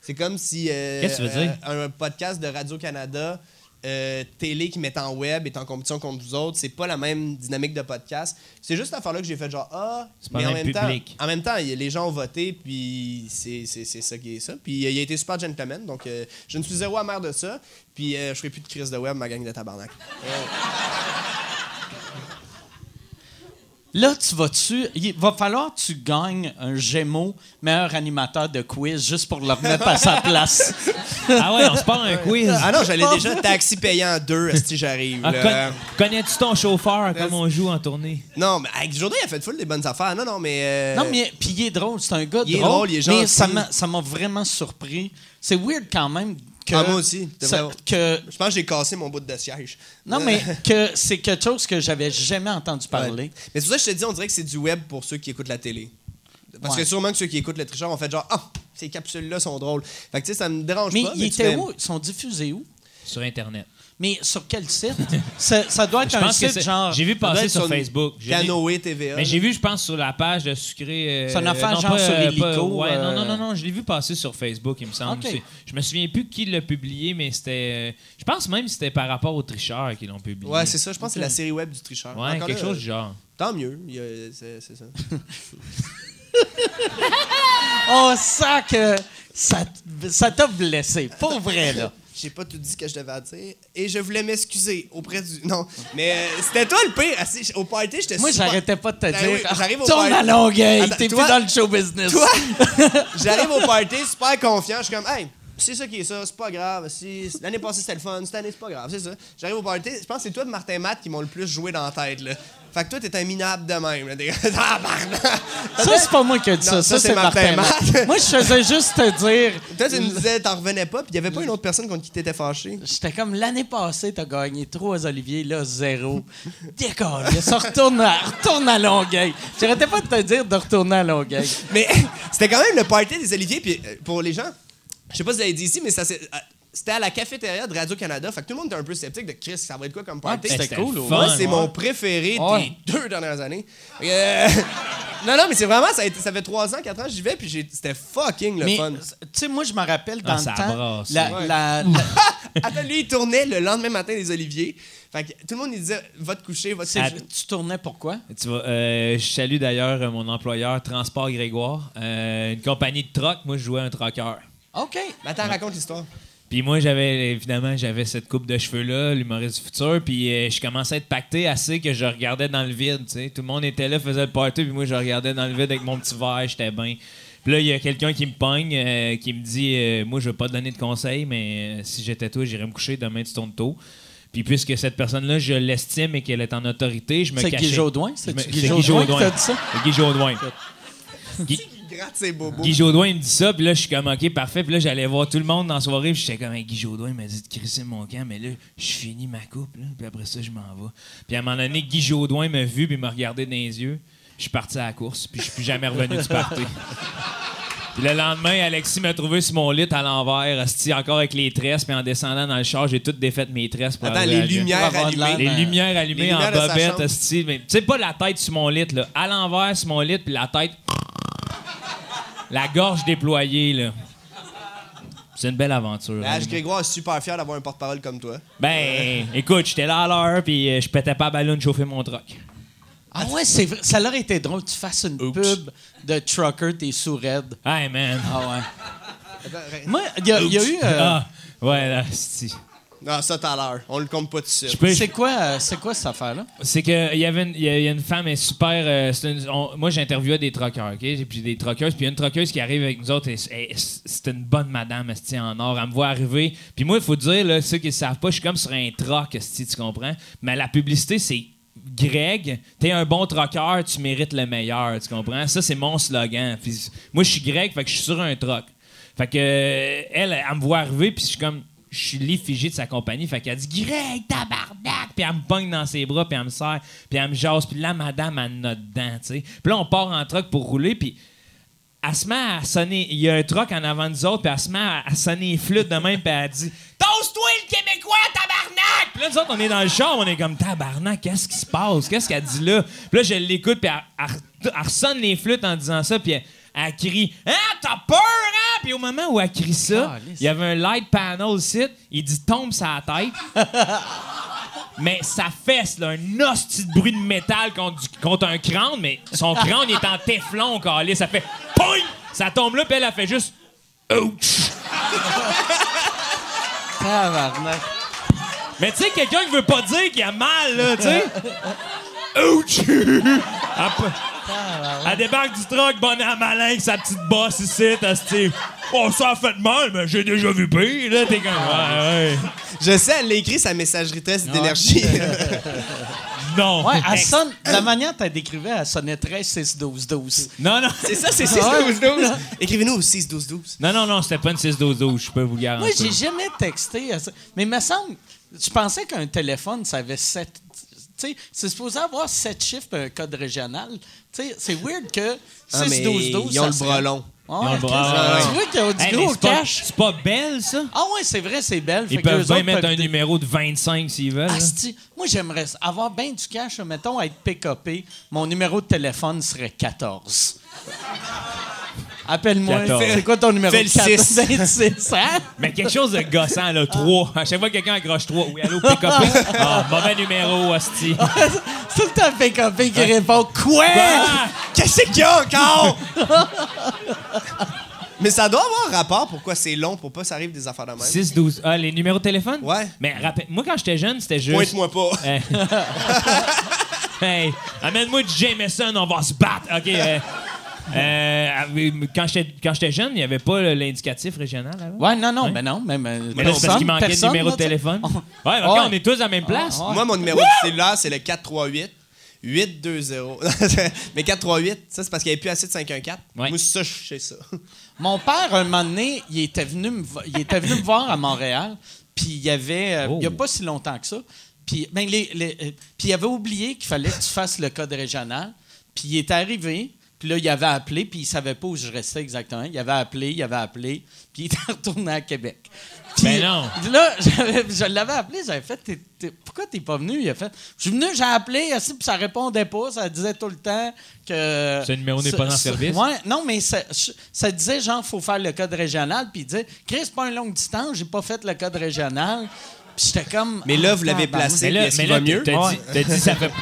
Speaker 4: C'est comme si euh,
Speaker 3: Qu'est-ce que tu veux
Speaker 4: euh,
Speaker 3: dire?
Speaker 4: un podcast de Radio-Canada, euh, télé qui met en web est en compétition contre vous autres. C'est pas la même dynamique de podcast. C'est juste cette affaire-là que j'ai fait genre Ah,
Speaker 3: C'est pas
Speaker 4: mais
Speaker 3: le
Speaker 4: en
Speaker 3: même
Speaker 4: même
Speaker 3: public.
Speaker 4: temps. En même temps, il y a- les gens ont voté, puis c'est c'est- c'est ça qui est ça. Puis euh, il a été super gentleman, donc euh, je ne suis zéro amer de ça. Puis euh, je ferai plus de crise de web, ma gang de tabarnak.
Speaker 1: Là, tu vas-tu. Il va falloir que tu gagnes un Gémeaux meilleur animateur de quiz juste pour le remettre à sa place.
Speaker 3: Ah ouais, on se parle un quiz.
Speaker 4: Ah non, j'allais déjà taxi payant 2 si j'arrive.
Speaker 3: Ah,
Speaker 4: là.
Speaker 3: con- Connais-tu ton chauffeur comme on joue en tournée?
Speaker 4: Non, mais avec Jourdain, il a fait full des bonnes affaires. Non, non, mais. euh,
Speaker 1: Non, mais puis il est drôle. C'est un gars
Speaker 4: Il est
Speaker 1: drôle.
Speaker 4: drôle, il est
Speaker 1: Mais
Speaker 4: gentil.
Speaker 1: ça m'a- ça m'a vraiment surpris. C'est weird quand même que.
Speaker 4: Ah, moi aussi, c'est
Speaker 1: ça-
Speaker 4: vrai.
Speaker 1: que
Speaker 4: Je pense que j'ai cassé mon bout de siège.
Speaker 1: Non, mais que c'est quelque chose que j'avais jamais entendu
Speaker 4: Ouais.
Speaker 1: parler.
Speaker 4: Mais c'est pour ça que je te dis, on dirait que c'est du web pour ceux qui écoutent la télé. Parce
Speaker 1: Ouais.
Speaker 4: que sûrement que ceux qui écoutent le tricheur ont fait genre, ah, ces capsules-là sont drôles. Fait que tu sais, ça me dérange
Speaker 1: Mais
Speaker 4: pas.
Speaker 1: ils
Speaker 4: tu
Speaker 1: étaient
Speaker 4: fais-
Speaker 1: où? Ils sont diffusés où?
Speaker 3: Sur Internet.
Speaker 1: Mais sur quel site? ça, ça doit être
Speaker 3: Je
Speaker 1: un
Speaker 3: pense que
Speaker 1: site
Speaker 3: c'est-
Speaker 1: genre...
Speaker 3: J'ai vu
Speaker 4: Ça doit
Speaker 3: passer
Speaker 4: être
Speaker 3: sur
Speaker 4: une-
Speaker 3: Facebook. J'ai vu-
Speaker 4: Canoë TVA.
Speaker 3: Mais j'ai vu, je pense, sur la page de Sucré. euh,
Speaker 1: C'est une affaire
Speaker 3: non,
Speaker 1: genre
Speaker 3: pas,
Speaker 1: sur
Speaker 3: euh,
Speaker 1: l'hélico,
Speaker 3: pas- ouais,
Speaker 1: euh,
Speaker 3: non, non, non, non, je l'ai vu passer sur Facebook, il me semble.
Speaker 1: Ok.
Speaker 3: C'est- Je me souviens plus qui l'a publié, mais c'était. euh, je pense même que c'était par rapport aux tricheurs qui l'ont publié.
Speaker 4: Ouais, c'est ça. Je pense que c'est la série web du tricheur.
Speaker 3: Ouais,
Speaker 4: Encore
Speaker 3: quelque
Speaker 4: là,
Speaker 3: chose du genre.
Speaker 4: Tant mieux. il y a- C'est c'est ça.
Speaker 1: Oh, ça que... Ça ça t'a blessé. Pour vrai, là.
Speaker 4: J'ai pas tout dit ce que je devais dire et je voulais m'excuser auprès du. Non, mais euh, c'était toi le pire. Ah, si, Au party, j'étais
Speaker 1: Moi,
Speaker 4: super-
Speaker 1: j'arrêtais pas de te
Speaker 4: Ben oui,
Speaker 1: dire...
Speaker 4: j'arrive au
Speaker 1: Tourne
Speaker 4: party.
Speaker 1: à Longueuil,
Speaker 4: Attends,
Speaker 1: t'es
Speaker 4: toi-
Speaker 1: plus dans le show business.
Speaker 4: Toi, j'arrive au party super confiant. Je suis comme, hey, c'est ça qui est ça, c'est pas grave. Si, L'année passée, c'était le fun. Cette année, c'est pas grave, c'est ça. J'arrive au party. Je pense que c'est toi et Martin Matt qui m'ont le plus joué dans la tête. Là. Fait que toi, t'es un minable de même. Là. T'es- Ah, pardon.
Speaker 1: Ça, c'est pas moi qui ai dit
Speaker 4: Non,
Speaker 1: ça. Ça, c'est Martin Matt. Moi, je faisais juste te dire...
Speaker 4: Toi, tu me disais, t'en revenais pas, puis il y avait pas une autre personne contre qui t'étais fâché.
Speaker 1: J'étais comme l'année passée, t'as gagné trois Olivier, là, zéro. Décolle, ça retourne à, retourne à Longueuil. J'arrêtais pas de te dire de retourner à Longueuil.
Speaker 4: Mais c'était quand même le party des Oliviers. Puis euh, pour les gens, je sais pas si vous l'avez dit ici, mais ça c'est- euh, c'était à la cafétéria de Radio-Canada. Fait que tout le monde était un peu sceptique de Chris, ça va être quoi comme party?
Speaker 1: puis c'était
Speaker 3: ben, C'était
Speaker 1: cool,
Speaker 3: le
Speaker 1: ouais.
Speaker 3: fun,
Speaker 4: Moi, c'est
Speaker 3: ouais.
Speaker 4: mon préféré
Speaker 1: Ouais.
Speaker 4: des deux dernières années. Euh, non, non, mais c'est vraiment, ça, a été- ça fait 3 ans, 4 ans que j'y vais, puis j'ai- c'était fucking le
Speaker 1: Mais,
Speaker 4: fun.
Speaker 1: tu sais, moi, je me rappelle
Speaker 3: Ah,
Speaker 1: dans
Speaker 3: ça
Speaker 1: le temps.
Speaker 3: brasse,
Speaker 1: La,
Speaker 3: ouais.
Speaker 1: la- la-
Speaker 4: Attends, lui, il tournait le lendemain matin des Oliviers. Fait que tout le monde, il disait, va te coucher, va te
Speaker 1: c'est-
Speaker 4: coucher.
Speaker 1: tu tournais pourquoi?
Speaker 3: Tu vois, euh, je salue d'ailleurs euh, mon employeur Transport Grégoire, euh, une compagnie de troc. Moi, je jouais un troqueur.
Speaker 1: OK.
Speaker 4: Mais Attends, raconte l'histoire.
Speaker 3: Puis moi, j'avais évidemment, j'avais cette coupe de cheveux-là, l'humoriste du futur, puis euh, je commençais à être pacté assez que je regardais dans le vide, tu sais. Tout le monde était là, faisait le party, puis moi, je regardais dans le vide avec mon petit verre, j'étais bien. Puis là, il y a quelqu'un qui me pogne, euh, qui me dit euh, Moi, je veux pas te donner de conseils, mais euh, si j'étais toi, j'irais me coucher, demain, tu tournes tôt. Puis puisque cette personne-là, je l'estime et qu'elle est en autorité, je me
Speaker 1: C'est
Speaker 3: cachais.
Speaker 1: Guy Jodoin?
Speaker 3: Je me-
Speaker 1: C'est-tu
Speaker 3: C'est
Speaker 1: Guy Jodoin qui t'a dit ça?
Speaker 3: C'est Guy Jodoin.
Speaker 4: Il gratte ses bobos.
Speaker 3: Guy Jodoin il me dit ça, puis là, je suis comme, OK, parfait. Puis là, j'allais voir tout le monde dans la soirée, puis j'étais comme, Hey, Guy Jodoin il m'a dit de crisser mon camp, mais là, je finis ma coupe, là, puis après ça, je m'en vais. Puis à un moment donné, Guy Jodoin m'a vu, puis il m'a regardé dans les yeux. Je suis parti à la course, puis je suis plus jamais revenu du party. Puis le lendemain, Alexis m'a trouvé sur mon lit à l'envers, hostie, encore avec les tresses, puis en descendant dans le char, j'ai toutes défait mes tresses. Pour
Speaker 4: Attends,
Speaker 3: arriver à
Speaker 4: les
Speaker 3: la gym.
Speaker 4: lumières
Speaker 1: Pour avoir de
Speaker 4: allumées.
Speaker 1: l'air.
Speaker 3: Ah, Les lumières
Speaker 4: Les
Speaker 3: allumées
Speaker 4: lumières
Speaker 3: en
Speaker 4: de sa
Speaker 3: bobette,
Speaker 4: chambre.
Speaker 3: hostie, mais tu sais pas la tête sur mon lit là, à l'envers sur mon lit puis la tête la gorge déployée là. C'est une belle aventure.
Speaker 4: Mais
Speaker 3: hein,
Speaker 4: H. Grégoire est super fier d'avoir un porte-parole comme toi.
Speaker 3: Ben, écoute, j'étais là à l'heure, puis euh, je pétais pas à ballon de chauffer mon truck.
Speaker 1: Ah ouais, c'est vrai. Ça leur été drôle que tu fasses une pub de trucker, t'es sous raide.
Speaker 3: Hey, man.
Speaker 1: Ah ouais. Moi, il y, a- il y a eu. euh,
Speaker 3: Ah, ouais, là, c'est...
Speaker 4: Non, ça, t'as l'air. On le compte pas tout de suite.
Speaker 3: Je peux-
Speaker 1: C'est quoi, euh, c'est quoi cette affaire-là?
Speaker 3: C'est que il y avait une, il y a, il y a une femme elle est super. euh, c'est une- on- moi j'interviewais des truckers, ok, Et puis des truckeuses, puis il y a une truckeuse qui arrive avec nous autres. et- et c'est une bonne madame, esti, en or. Elle me voit arriver. Puis moi, il faut dire là, ceux qui le savent pas, je suis comme sur un truck, esti, tu comprends Mais la publicité, c'est Greg, t'es un bon trucker, tu mérites le meilleur, tu comprends Ça, c'est mon slogan. Puis moi, je suis Greg, fait que je suis sur un truck. Fait que euh, elle, elle, me voit arriver, puis je suis comme, je suis l'effigie de sa compagnie. Fait qu'elle dit Greg, tabarnak! Puis elle me pogne dans ses bras, puis elle me serre, puis elle me jase, puis là, madame, elle note dedans, tu sais. Puis là, on part en truck pour rouler, puis elle se met à sonner. Il y a un truck en avant de nous autres, puis elle se met à, à sonner les flûtes de même, puis elle dit Tosse-toi le Québécois, tabarnak! Puis là, nous autres, on est dans le char, on est comme Tabarnak, qu'est-ce qui se passe? Qu'est-ce qu'elle dit là? Puis là, je l'écoute, puis elle, elle- elle sonne les flûtes en disant ça, puis elle, elle crie Ah, t'as peur, hein? Puis au moment où elle crie ça,
Speaker 1: Caliste.
Speaker 3: il y avait un light panel ici, il dit Tombe sa tête. Mais sa fesse, là, un hostie de bruit de métal contre, du- contre un crâne, mais son crâne il est en téflon, calé. Ça fait POIN! Ça tombe là, puis elle, a fait juste Ouch!
Speaker 1: Tabarnak.
Speaker 3: Mais tu sais, quelqu'un qui veut pas dire qu'il a mal, là, tu sais. Ouch! elle, peut- elle débarque du truck, bonne à malin, avec sa petite bosse ici, t'as ce Oh, ça a fait mal, mais j'ai déjà vu pire, là. T'es comme. Ouais, ouais.
Speaker 4: Je sais, elle l'a écrit sa messagerie tresse d'énergie.
Speaker 3: Non.
Speaker 1: Ouais, elle
Speaker 3: Ex-
Speaker 1: sonne. de La manière dont tu décrivais, elle sonnait très 6-12-12.
Speaker 3: Non, non.
Speaker 4: c'est ça, c'est 6-12-12. Écrivez-nous au 6-12-12.
Speaker 3: Non, non, non, c'était pas une 6-12-12, je peux vous
Speaker 1: Moi,
Speaker 3: le garantir.
Speaker 1: j'ai jamais texté. à ça. Mais il me semble. Je pensais qu'un téléphone, ça avait 7. Tu sais, c'est supposé avoir 7 chiffres et un code régional. Tu sais, c'est weird que 6-12-12.
Speaker 4: Ah, Ils ont
Speaker 1: ça
Speaker 4: le
Speaker 1: serait-
Speaker 4: bras long.
Speaker 1: Ouais,
Speaker 3: Ils ont le bras-
Speaker 1: qu'est-ce que-
Speaker 4: ouais.
Speaker 1: Ah, Tu vois qu'ils ont du
Speaker 3: Hey, mais
Speaker 1: gros
Speaker 3: c'est pas-
Speaker 1: cash.
Speaker 3: C'est pas belle, ça?
Speaker 1: Ah ouais, c'est vrai, c'est belle.
Speaker 3: Ils
Speaker 1: Fait que
Speaker 3: peuvent
Speaker 1: eux
Speaker 3: bien
Speaker 1: autres
Speaker 3: mettre
Speaker 1: peuvent Ah,
Speaker 3: un numéro de 25 s'ils veulent. hein. là.
Speaker 1: Asti, moi, j'aimerais avoir bien du cash, mettons, à être pick-upé. Mon numéro de téléphone serait 14. Appelle-moi.
Speaker 3: 14.
Speaker 1: C'est quoi ton numéro
Speaker 4: Fais le
Speaker 1: de téléphone?
Speaker 4: six.
Speaker 1: six, hein?
Speaker 3: Mais quelque chose de gossant,
Speaker 1: Ah.
Speaker 3: là, 3. À chaque fois que quelqu'un accroche 3, oui, allô, pick up. Ah, mauvais numéro, hostie.
Speaker 1: C'est tout le temps pick-upé qui répond Quoi?
Speaker 3: Ah!
Speaker 4: Qu'est-ce qu'il y a encore? Mais ça doit avoir un rapport pourquoi c'est long, pour pas que ça arrive des affaires de même.
Speaker 3: 6, 12. Ah, les numéros de téléphone?
Speaker 4: Ouais.
Speaker 3: Mais rappelle, moi, quand j'étais jeune, c'était juste.
Speaker 4: Pointe-moi pas.
Speaker 3: Hey. hey, amène-moi du Jameson, on va se battre. OK. euh, euh, quand j'étais quand j'étais jeune, il n'y avait pas l'indicatif régional avant.
Speaker 1: Ouais, non, non, mais non, même. euh,
Speaker 3: Mais là, c'est parce qu'il manquait
Speaker 1: personne,
Speaker 3: de numéro
Speaker 1: là,
Speaker 3: de téléphone.
Speaker 1: tu sais. Oh.
Speaker 3: Ouais, OK,
Speaker 1: Ouais.
Speaker 3: on est tous à la même place.
Speaker 1: ouais.
Speaker 4: Moi, mon numéro de cellulaire, c'est le 438. 820. Mais 438, ça, c'est parce qu'il n'y avait plus assez de 514.
Speaker 3: Ouais.
Speaker 4: Moi, ça, je sais ça.
Speaker 1: Mon père, un moment donné, il était venu me, vo- il était venu me voir à Montréal, puis il y avait, euh,
Speaker 3: Oh.
Speaker 1: il n'y a pas si longtemps que ça, puis ben, les- les- euh, puis il avait oublié qu'il fallait que tu fasses le code régional, puis il est arrivé, puis là, il avait appelé, puis il savait pas où je restais exactement. Il avait appelé, il avait appelé, puis il était retourné à Québec. Puis
Speaker 3: Ben non.
Speaker 1: Là, j'avais- je l'avais appelé, j'avais fait T'es- t'es- Pourquoi t'es pas venu? Il a fait Je suis venu, j'ai appelé, assis, puis ça répondait pas, ça disait tout le temps que.
Speaker 3: Ce numéro n'est
Speaker 1: Ça-
Speaker 3: pas en
Speaker 1: ça-
Speaker 3: service.
Speaker 1: Ouais, Ah, non, mais ça, ça disait genre, faut faire le code régional. Puis il disait, Chris, c'est pas un long distance, j'ai pas fait le code régional. Puis j'étais comme.
Speaker 4: Mais là, vous l'avez
Speaker 1: Ah, pardon.
Speaker 4: placé, puis est-ce qu'il va mieux?
Speaker 3: T'as dit,
Speaker 1: Ouais.
Speaker 3: t'as dit ça fait,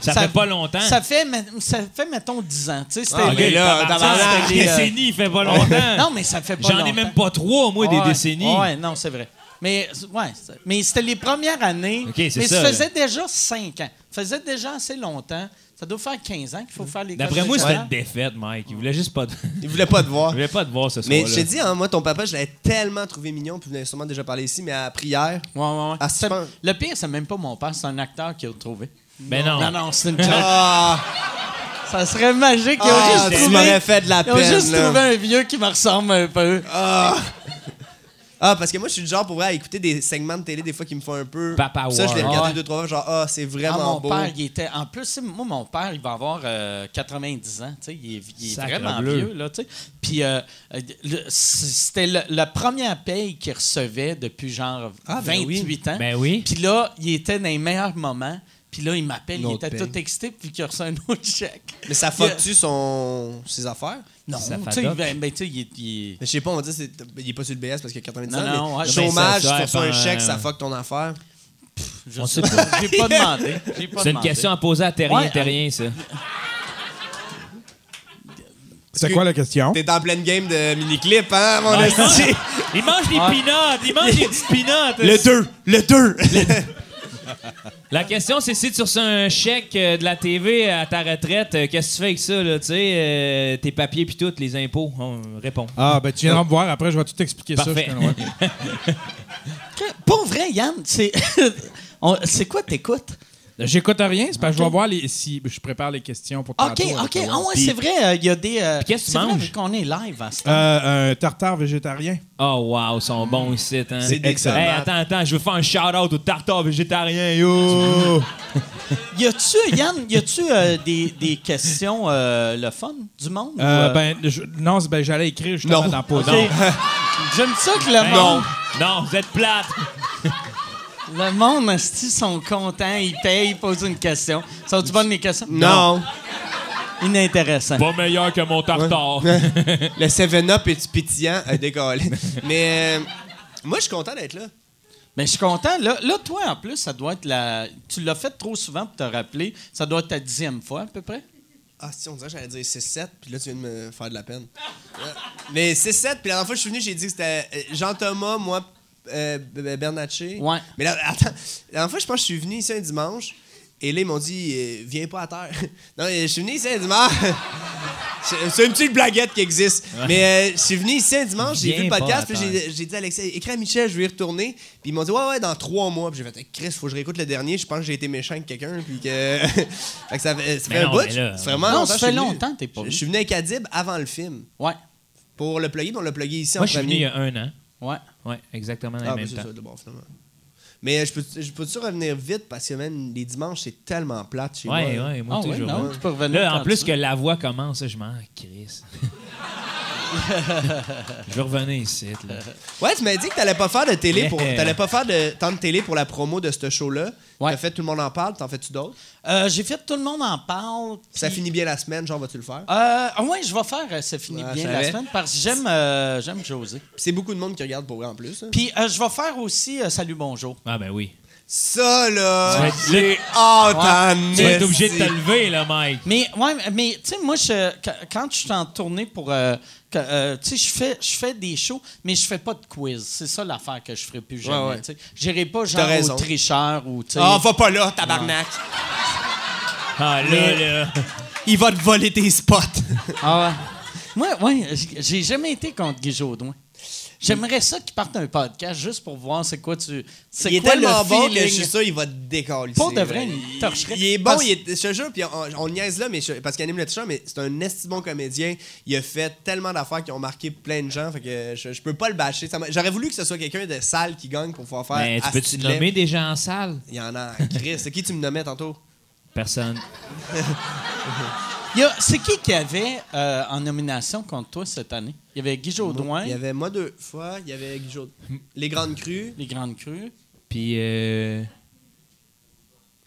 Speaker 3: ça fait pas longtemps.
Speaker 1: Ça fait, me- ça fait mettons, 10 ans. Tu sais, c'était.
Speaker 4: Ah,
Speaker 3: mais
Speaker 4: mais
Speaker 3: là,
Speaker 4: là, tabarnak,
Speaker 3: une
Speaker 1: les, euh,
Speaker 3: décennie, il fait pas longtemps.
Speaker 1: non, mais ça fait pas
Speaker 3: J'en ai
Speaker 1: longtemps.
Speaker 3: même pas trois, moi, des
Speaker 1: Ouais,
Speaker 3: décennies.
Speaker 1: Ouais, non, c'est vrai. Mais, ouais, c'est- mais c'était les premières années.
Speaker 3: Ok, c'est
Speaker 1: mais
Speaker 3: ça,
Speaker 1: faisait déjà 5 ans. Ça faisait déjà assez longtemps. Ça doit faire 15 ans qu'il faut faire les codes
Speaker 3: D'après moi, c'était
Speaker 1: régionales.
Speaker 3: une défaite, Mike. Il voulait juste pas te, il
Speaker 4: Il voulait pas te voir.
Speaker 3: voulait pas te voir ce soir.
Speaker 4: Mais je te dis, hein, moi, ton papa, je l'avais tellement trouvé mignon, puis vous en avez sûrement déjà parlé ici, mais à la prière.
Speaker 1: Ouais, ouais, ouais.
Speaker 4: Ah, c'est
Speaker 1: C'est-
Speaker 4: pas un-
Speaker 1: Le pire, c'est même pas mon père, c'est un acteur qui a trouvé.
Speaker 3: Mais Ben non.
Speaker 1: Non, non, c'est une joke.
Speaker 4: Ah,
Speaker 1: Ça serait magique. Ils ont
Speaker 4: ah,
Speaker 1: juste
Speaker 4: tu
Speaker 1: trouvé,
Speaker 4: m'aurais fait de la
Speaker 1: ils ont juste
Speaker 4: peine. là.
Speaker 1: trouvé un vieux qui me ressemble un peu.
Speaker 4: Ah. Ah, parce que moi, je suis du genre pour vrai à écouter des segments de télé des fois qui me font un peu.
Speaker 3: Papa
Speaker 4: Ça, je les
Speaker 3: War.
Speaker 4: regarde
Speaker 1: Ouais.
Speaker 4: deux, trois fois, genre, ah, c'est
Speaker 1: Ah,
Speaker 4: vraiment
Speaker 1: mon
Speaker 4: beau.
Speaker 1: père, il était. En plus, c'est- moi, mon père, il va avoir euh, 90 ans. tu sais, Il est, il est
Speaker 3: Sacre
Speaker 1: vraiment
Speaker 3: bleu.
Speaker 1: vieux. Là, tu sais. Puis euh, euh, le- c'était le- la première paye qu'il recevait depuis genre
Speaker 4: Ah, ben
Speaker 1: 28 ans.
Speaker 3: Ben oui.
Speaker 1: Puis là, il était dans les meilleurs moments. Puis là, il m'appelle,
Speaker 4: Une
Speaker 1: il
Speaker 4: autre
Speaker 1: était
Speaker 4: paye.
Speaker 1: tout excité, puis qu'il a reçu un autre chèque.
Speaker 4: Mais ça
Speaker 1: Il a-
Speaker 4: fuck-tu son... ses affaires?
Speaker 1: Non,
Speaker 3: Ça
Speaker 1: tu sais,
Speaker 3: fadoque.
Speaker 1: ben, ben, tu sais, il est- il est-
Speaker 4: Mais je sais pas, on va dire c'est- il est pas sur le BS parce qu'il y a 90
Speaker 1: Non,
Speaker 4: ans,
Speaker 1: non,
Speaker 4: mais
Speaker 1: ouais,
Speaker 4: chômage,
Speaker 3: ben, ça
Speaker 4: tu reçois un
Speaker 3: sert,
Speaker 4: chèque,
Speaker 3: ben,
Speaker 4: ça fuck ton affaire.
Speaker 1: je
Speaker 3: On
Speaker 1: sais
Speaker 3: sait
Speaker 1: pas. J'ai pas demandé. J'ai pas
Speaker 3: C'est une
Speaker 1: demandé.
Speaker 3: question à poser à Terrien,
Speaker 1: Ouais,
Speaker 3: Terrien, ça.
Speaker 2: C'est quoi la question?
Speaker 4: T'es en pleine game de mini-clip, hein, mon
Speaker 3: Ah, il, mange,
Speaker 4: esti?
Speaker 3: il mange des peanuts, il mange des petites peanuts.
Speaker 4: Le 2! Le 2!
Speaker 3: La question, c'est si tu reçois un chèque euh, de la TV à ta retraite, euh, qu'est-ce que tu fais avec ça, là, tu sais, euh, tes papiers puis tout, les impôts? On répond.
Speaker 2: Ah, ben tu viendras me voir après, je vais tout t'expliquer ça.
Speaker 3: Parfait.
Speaker 2: je te- ouais.
Speaker 1: Que- Pour vrai, Yann, c'est on- c'est quoi t'écoutes?
Speaker 2: J'écoute rien, c'est parce que je vais voir les, si ben, je prépare les questions pour
Speaker 1: OK,
Speaker 2: tantôt,
Speaker 1: OK.
Speaker 2: avec
Speaker 1: Ah
Speaker 2: toi.
Speaker 1: ouais,
Speaker 3: Puis-
Speaker 1: c'est vrai, euh, il y a des... euh,
Speaker 3: qu'est-ce que
Speaker 1: c'est
Speaker 3: tu
Speaker 1: vrai,
Speaker 3: manges?
Speaker 1: vu qu'on est live à ce temps.
Speaker 2: Euh, un tartare végétarien.
Speaker 3: Oh, wow, ils sont bons ici, hein?
Speaker 4: C'est des
Speaker 2: excellent.
Speaker 3: Hey,
Speaker 4: tomates.
Speaker 3: attends, attends, je veux faire un shout-out au tartare végétarien, yo!
Speaker 1: Y a-tu, Yann, y a-tu euh, des, des questions euh, le fun du monde? ou,
Speaker 2: Euh,
Speaker 1: euh,
Speaker 2: ben, je- non, c'est- ben, j'allais écrire justement
Speaker 4: Non.
Speaker 2: dans pause.
Speaker 1: OK. J'aime ça que le
Speaker 3: Hey,
Speaker 1: monde,
Speaker 3: Non, vous êtes plate!
Speaker 1: le monde, asti, sont contents, ils payent, ils posent une question. Sont-tu bonnes les questions?
Speaker 4: Non!
Speaker 1: Inintéressant.
Speaker 3: Pas meilleur que mon tartare.
Speaker 4: Le 7-Up est pétillant à décoller. Mais euh, moi, je suis content d'être là.
Speaker 1: Mais je suis content. Là, là, toi, en plus, ça doit être la. Tu l'as fait trop souvent pour te rappeler. Ça doit être ta dixième fois, à peu près.
Speaker 4: Ah, si, on dirait que j'allais dire 6-7, puis là, tu viens de me faire de la peine. Euh, Mais 6-7, puis la dernière fois que je suis venu, j'ai dit que c'était euh, Jean-Thomas, moi, euh, B- B- Bernatchez.
Speaker 1: Ouais.
Speaker 4: Mais là, attends, la dernière fois, je pense que je suis venu ici un dimanche, et là, ils m'ont dit, euh, viens pas à terre. non, euh, je suis venu ici un dimanche. C'est- C'est une petite blaguette qui existe. Mais euh, je suis venu ici un dimanche, j'ai
Speaker 3: Viens
Speaker 4: vu le
Speaker 3: pas
Speaker 4: podcast,
Speaker 3: à
Speaker 4: puis
Speaker 3: terre.
Speaker 4: j'ai j'ai dit à Alexis, écris à Michel, je vais y retourner. Puis ils m'ont dit, ouais, ouais, dans trois mois. Puis j'ai fait, Eh, Chris, faut que je réécoute le dernier. Je pense que j'ai été méchant avec quelqu'un. Puis que. fait que ça fait, euh, ça fait
Speaker 3: Mais
Speaker 4: un
Speaker 3: non,
Speaker 4: bout.
Speaker 3: mais là-
Speaker 4: Ça fait vraiment
Speaker 1: Non,
Speaker 4: longtemps
Speaker 1: ça
Speaker 4: que je
Speaker 1: fait
Speaker 4: suis venu.
Speaker 1: longtemps que t'es pas
Speaker 4: Je-
Speaker 1: venu.
Speaker 4: Je suis venu avec Adib avant le film.
Speaker 1: Ouais.
Speaker 4: Pour le plugger, puis on l'a plugué ici
Speaker 3: Moi,
Speaker 4: en
Speaker 3: je suis venu
Speaker 4: premier.
Speaker 3: il y a un an.
Speaker 1: Ouais.
Speaker 3: Ouais, exactement dans
Speaker 4: Ah,
Speaker 3: les
Speaker 4: ben,
Speaker 3: mêmes
Speaker 4: c'est
Speaker 3: temps.
Speaker 4: ça, de bon, finalement. Mais euh, je peux- je peux-tu revenir vite parce que même les dimanches, c'est tellement plate chez
Speaker 3: Ouais,
Speaker 4: moi.
Speaker 3: ouais, moi
Speaker 1: Ah ouais,
Speaker 3: toujours.
Speaker 1: non, tu peux revenir
Speaker 3: Là, en
Speaker 1: quand
Speaker 3: plus
Speaker 1: tu
Speaker 3: que
Speaker 1: veux.
Speaker 3: la voix commence, je m'en crisse. je vais revenir ici. Là.
Speaker 4: Ouais, tu m'as dit que t'allais pas faire de télé pour.
Speaker 3: Yeah.
Speaker 4: T'allais pas faire de tant de télé pour la promo de ce show-là.
Speaker 1: Ouais.
Speaker 4: T'as fait Tout le monde en parle, t'en fais-tu d'autres?
Speaker 1: Euh, J'ai fait Tout le monde en parle.
Speaker 4: Ça
Speaker 1: puis-
Speaker 4: finit bien la semaine, genre vas-tu le faire?
Speaker 1: Euh, ah ouais, je vais faire euh, Ça finit
Speaker 4: Ouais,
Speaker 1: bien
Speaker 4: je
Speaker 1: la
Speaker 4: savais.
Speaker 1: semaine parce que j'aime euh, j'aime José.
Speaker 4: Puis C'est beaucoup de monde qui regarde pour vrai en plus. hein.
Speaker 1: Puis euh, je vais faire aussi euh, Salut, bonjour.
Speaker 3: Ah, ben oui.
Speaker 4: Ça là!
Speaker 3: Ouais.
Speaker 4: j'ai hâte en
Speaker 3: Tu vas être obligé de
Speaker 4: esti.
Speaker 3: te lever, là, Mike.
Speaker 1: Mais ouais, mais tu sais, moi, je- qu- quand je suis en tournée pour, euh, que- euh, tu sais, je fais, je fais des shows, mais je fais pas de quiz. C'est ça l'affaire que je ferai plus jamais.
Speaker 4: Ouais, ouais.
Speaker 1: tu sais. J'irai pas
Speaker 4: T'as
Speaker 1: genre
Speaker 4: raison.
Speaker 1: au tricheur ou tu sais.
Speaker 4: Ah, va pas là, tabarnak!
Speaker 3: Ah, là,
Speaker 4: Mais-
Speaker 3: là.
Speaker 4: Il va te voler tes spots!
Speaker 1: Ah ouais. Moi, ouais, j- j'ai jamais été contre Guy Jodoin. J'aimerais ça qu'il parte un podcast juste pour voir c'est quoi tu. C'est
Speaker 4: il est
Speaker 1: quoi le
Speaker 4: tellement bon que je
Speaker 1: feeling.
Speaker 4: suis sûr, il va te décoller.
Speaker 1: Pour
Speaker 4: c'est
Speaker 1: de vrai, il torcherait.
Speaker 4: Il est bon,
Speaker 1: Parce-
Speaker 4: il est, je te jure, puis on, on le niaise là, mais je- parce qu'il anime le t-shirt, mais c'est un esti bon comédien. Il a fait tellement d'affaires qui ont marqué plein de gens, fait que je, je peux pas le bâcher. Ça m'a- J'aurais voulu que ce soit quelqu'un de sale qui gagne pour pouvoir faire.
Speaker 1: Ben,
Speaker 3: Mais tu peux-tu
Speaker 4: Asti de lait.
Speaker 3: nommer des gens en salle?
Speaker 4: Il y en a, Chris. C'est qui tu me nommais tantôt?
Speaker 3: Personne.
Speaker 1: Il y a- C'est qui qui avait euh, en nomination contre toi cette année? Il y avait Guy Jodoin,
Speaker 4: Il y avait moi deux fois, il y avait Guy Jodoin. Les Grandes Crues.
Speaker 1: Les Grandes Crues.
Speaker 3: Puis, euh,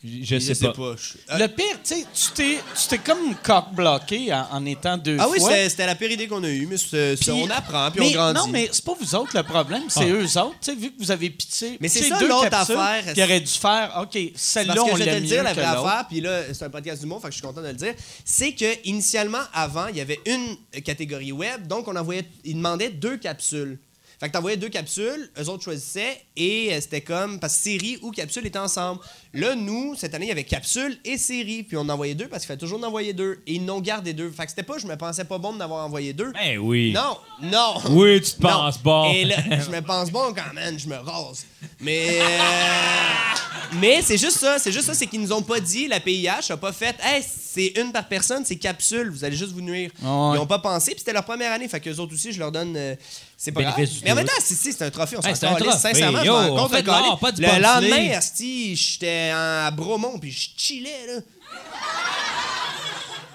Speaker 3: je, je sais pas.
Speaker 4: Je- Ah,
Speaker 1: Le pire, tu sais, tu t'es- tu t'es comme cock-bloqué en, en étant deux
Speaker 4: ah oui,
Speaker 1: fois.
Speaker 4: c'était c'était la pire idée qu'on a eue, mais c'est- c'est-
Speaker 1: Puis-
Speaker 4: on apprend, puis
Speaker 1: mais,
Speaker 4: on grandit.
Speaker 1: Non, mais c'est pas vous autres le problème, c'est
Speaker 3: Ah.
Speaker 1: eux autres. Tu sais, vu que vous avez pitché.
Speaker 4: Mais c'est
Speaker 1: pitché
Speaker 4: ça
Speaker 1: deux
Speaker 4: l'autre
Speaker 1: capsules, Puis
Speaker 4: affaire.
Speaker 1: il aurait dû faire, OK,
Speaker 4: Parce
Speaker 1: celle-là,
Speaker 4: que
Speaker 1: on
Speaker 4: je vais te
Speaker 1: l'a
Speaker 4: le
Speaker 1: mieux
Speaker 4: dire, la
Speaker 1: que
Speaker 4: vraie
Speaker 1: l'autre.
Speaker 4: affaire, puis là, c'est un podcast du monde, fait que je suis content de le dire, c'est que initialement, avant, il y avait une catégorie web, donc on envoyait, ils demandaient deux capsules. Fait que t'envoyais deux capsules, eux autres choisissaient, et euh, c'était comme, parce que série ou capsule étaient ensemble. Là, nous, cette année, il y avait capsule et série, puis on en envoyait deux, parce qu'il fallait toujours en envoyer deux, et ils n'ont gardé deux. Fait que c'était pas, je me pensais pas bon d'avoir envoyé deux.
Speaker 3: Ben oui.
Speaker 4: Non, non.
Speaker 3: Oui, tu te
Speaker 4: Non.
Speaker 3: penses bon.
Speaker 4: Et là, je me pense bon quand même, je me rase. Mais euh, mais c'est juste ça, c'est juste ça, c'est qu'ils nous ont pas dit, la PIH a pas fait, hey, c'est une par personne, c'est capsule, vous allez juste vous nuire.
Speaker 1: Ah ouais.
Speaker 4: Ils ont pas pensé, puis c'était leur première année, fait qu'eux autres aussi, je leur donne, euh, c'est pas grave.
Speaker 3: Bénéfice du
Speaker 4: Mais en même
Speaker 3: doute.
Speaker 4: temps, si, si, c'est un trophée, on s'en
Speaker 3: Hey, c'est un
Speaker 4: calisse,
Speaker 3: trophée,
Speaker 4: sincèrement,
Speaker 3: yo,
Speaker 4: je m'en
Speaker 3: on
Speaker 4: contre
Speaker 3: fait de l'art, pas du
Speaker 4: Le
Speaker 3: bobsleigh.
Speaker 4: lendemain, asti, j'étais à Bromont, puis je chillais, là.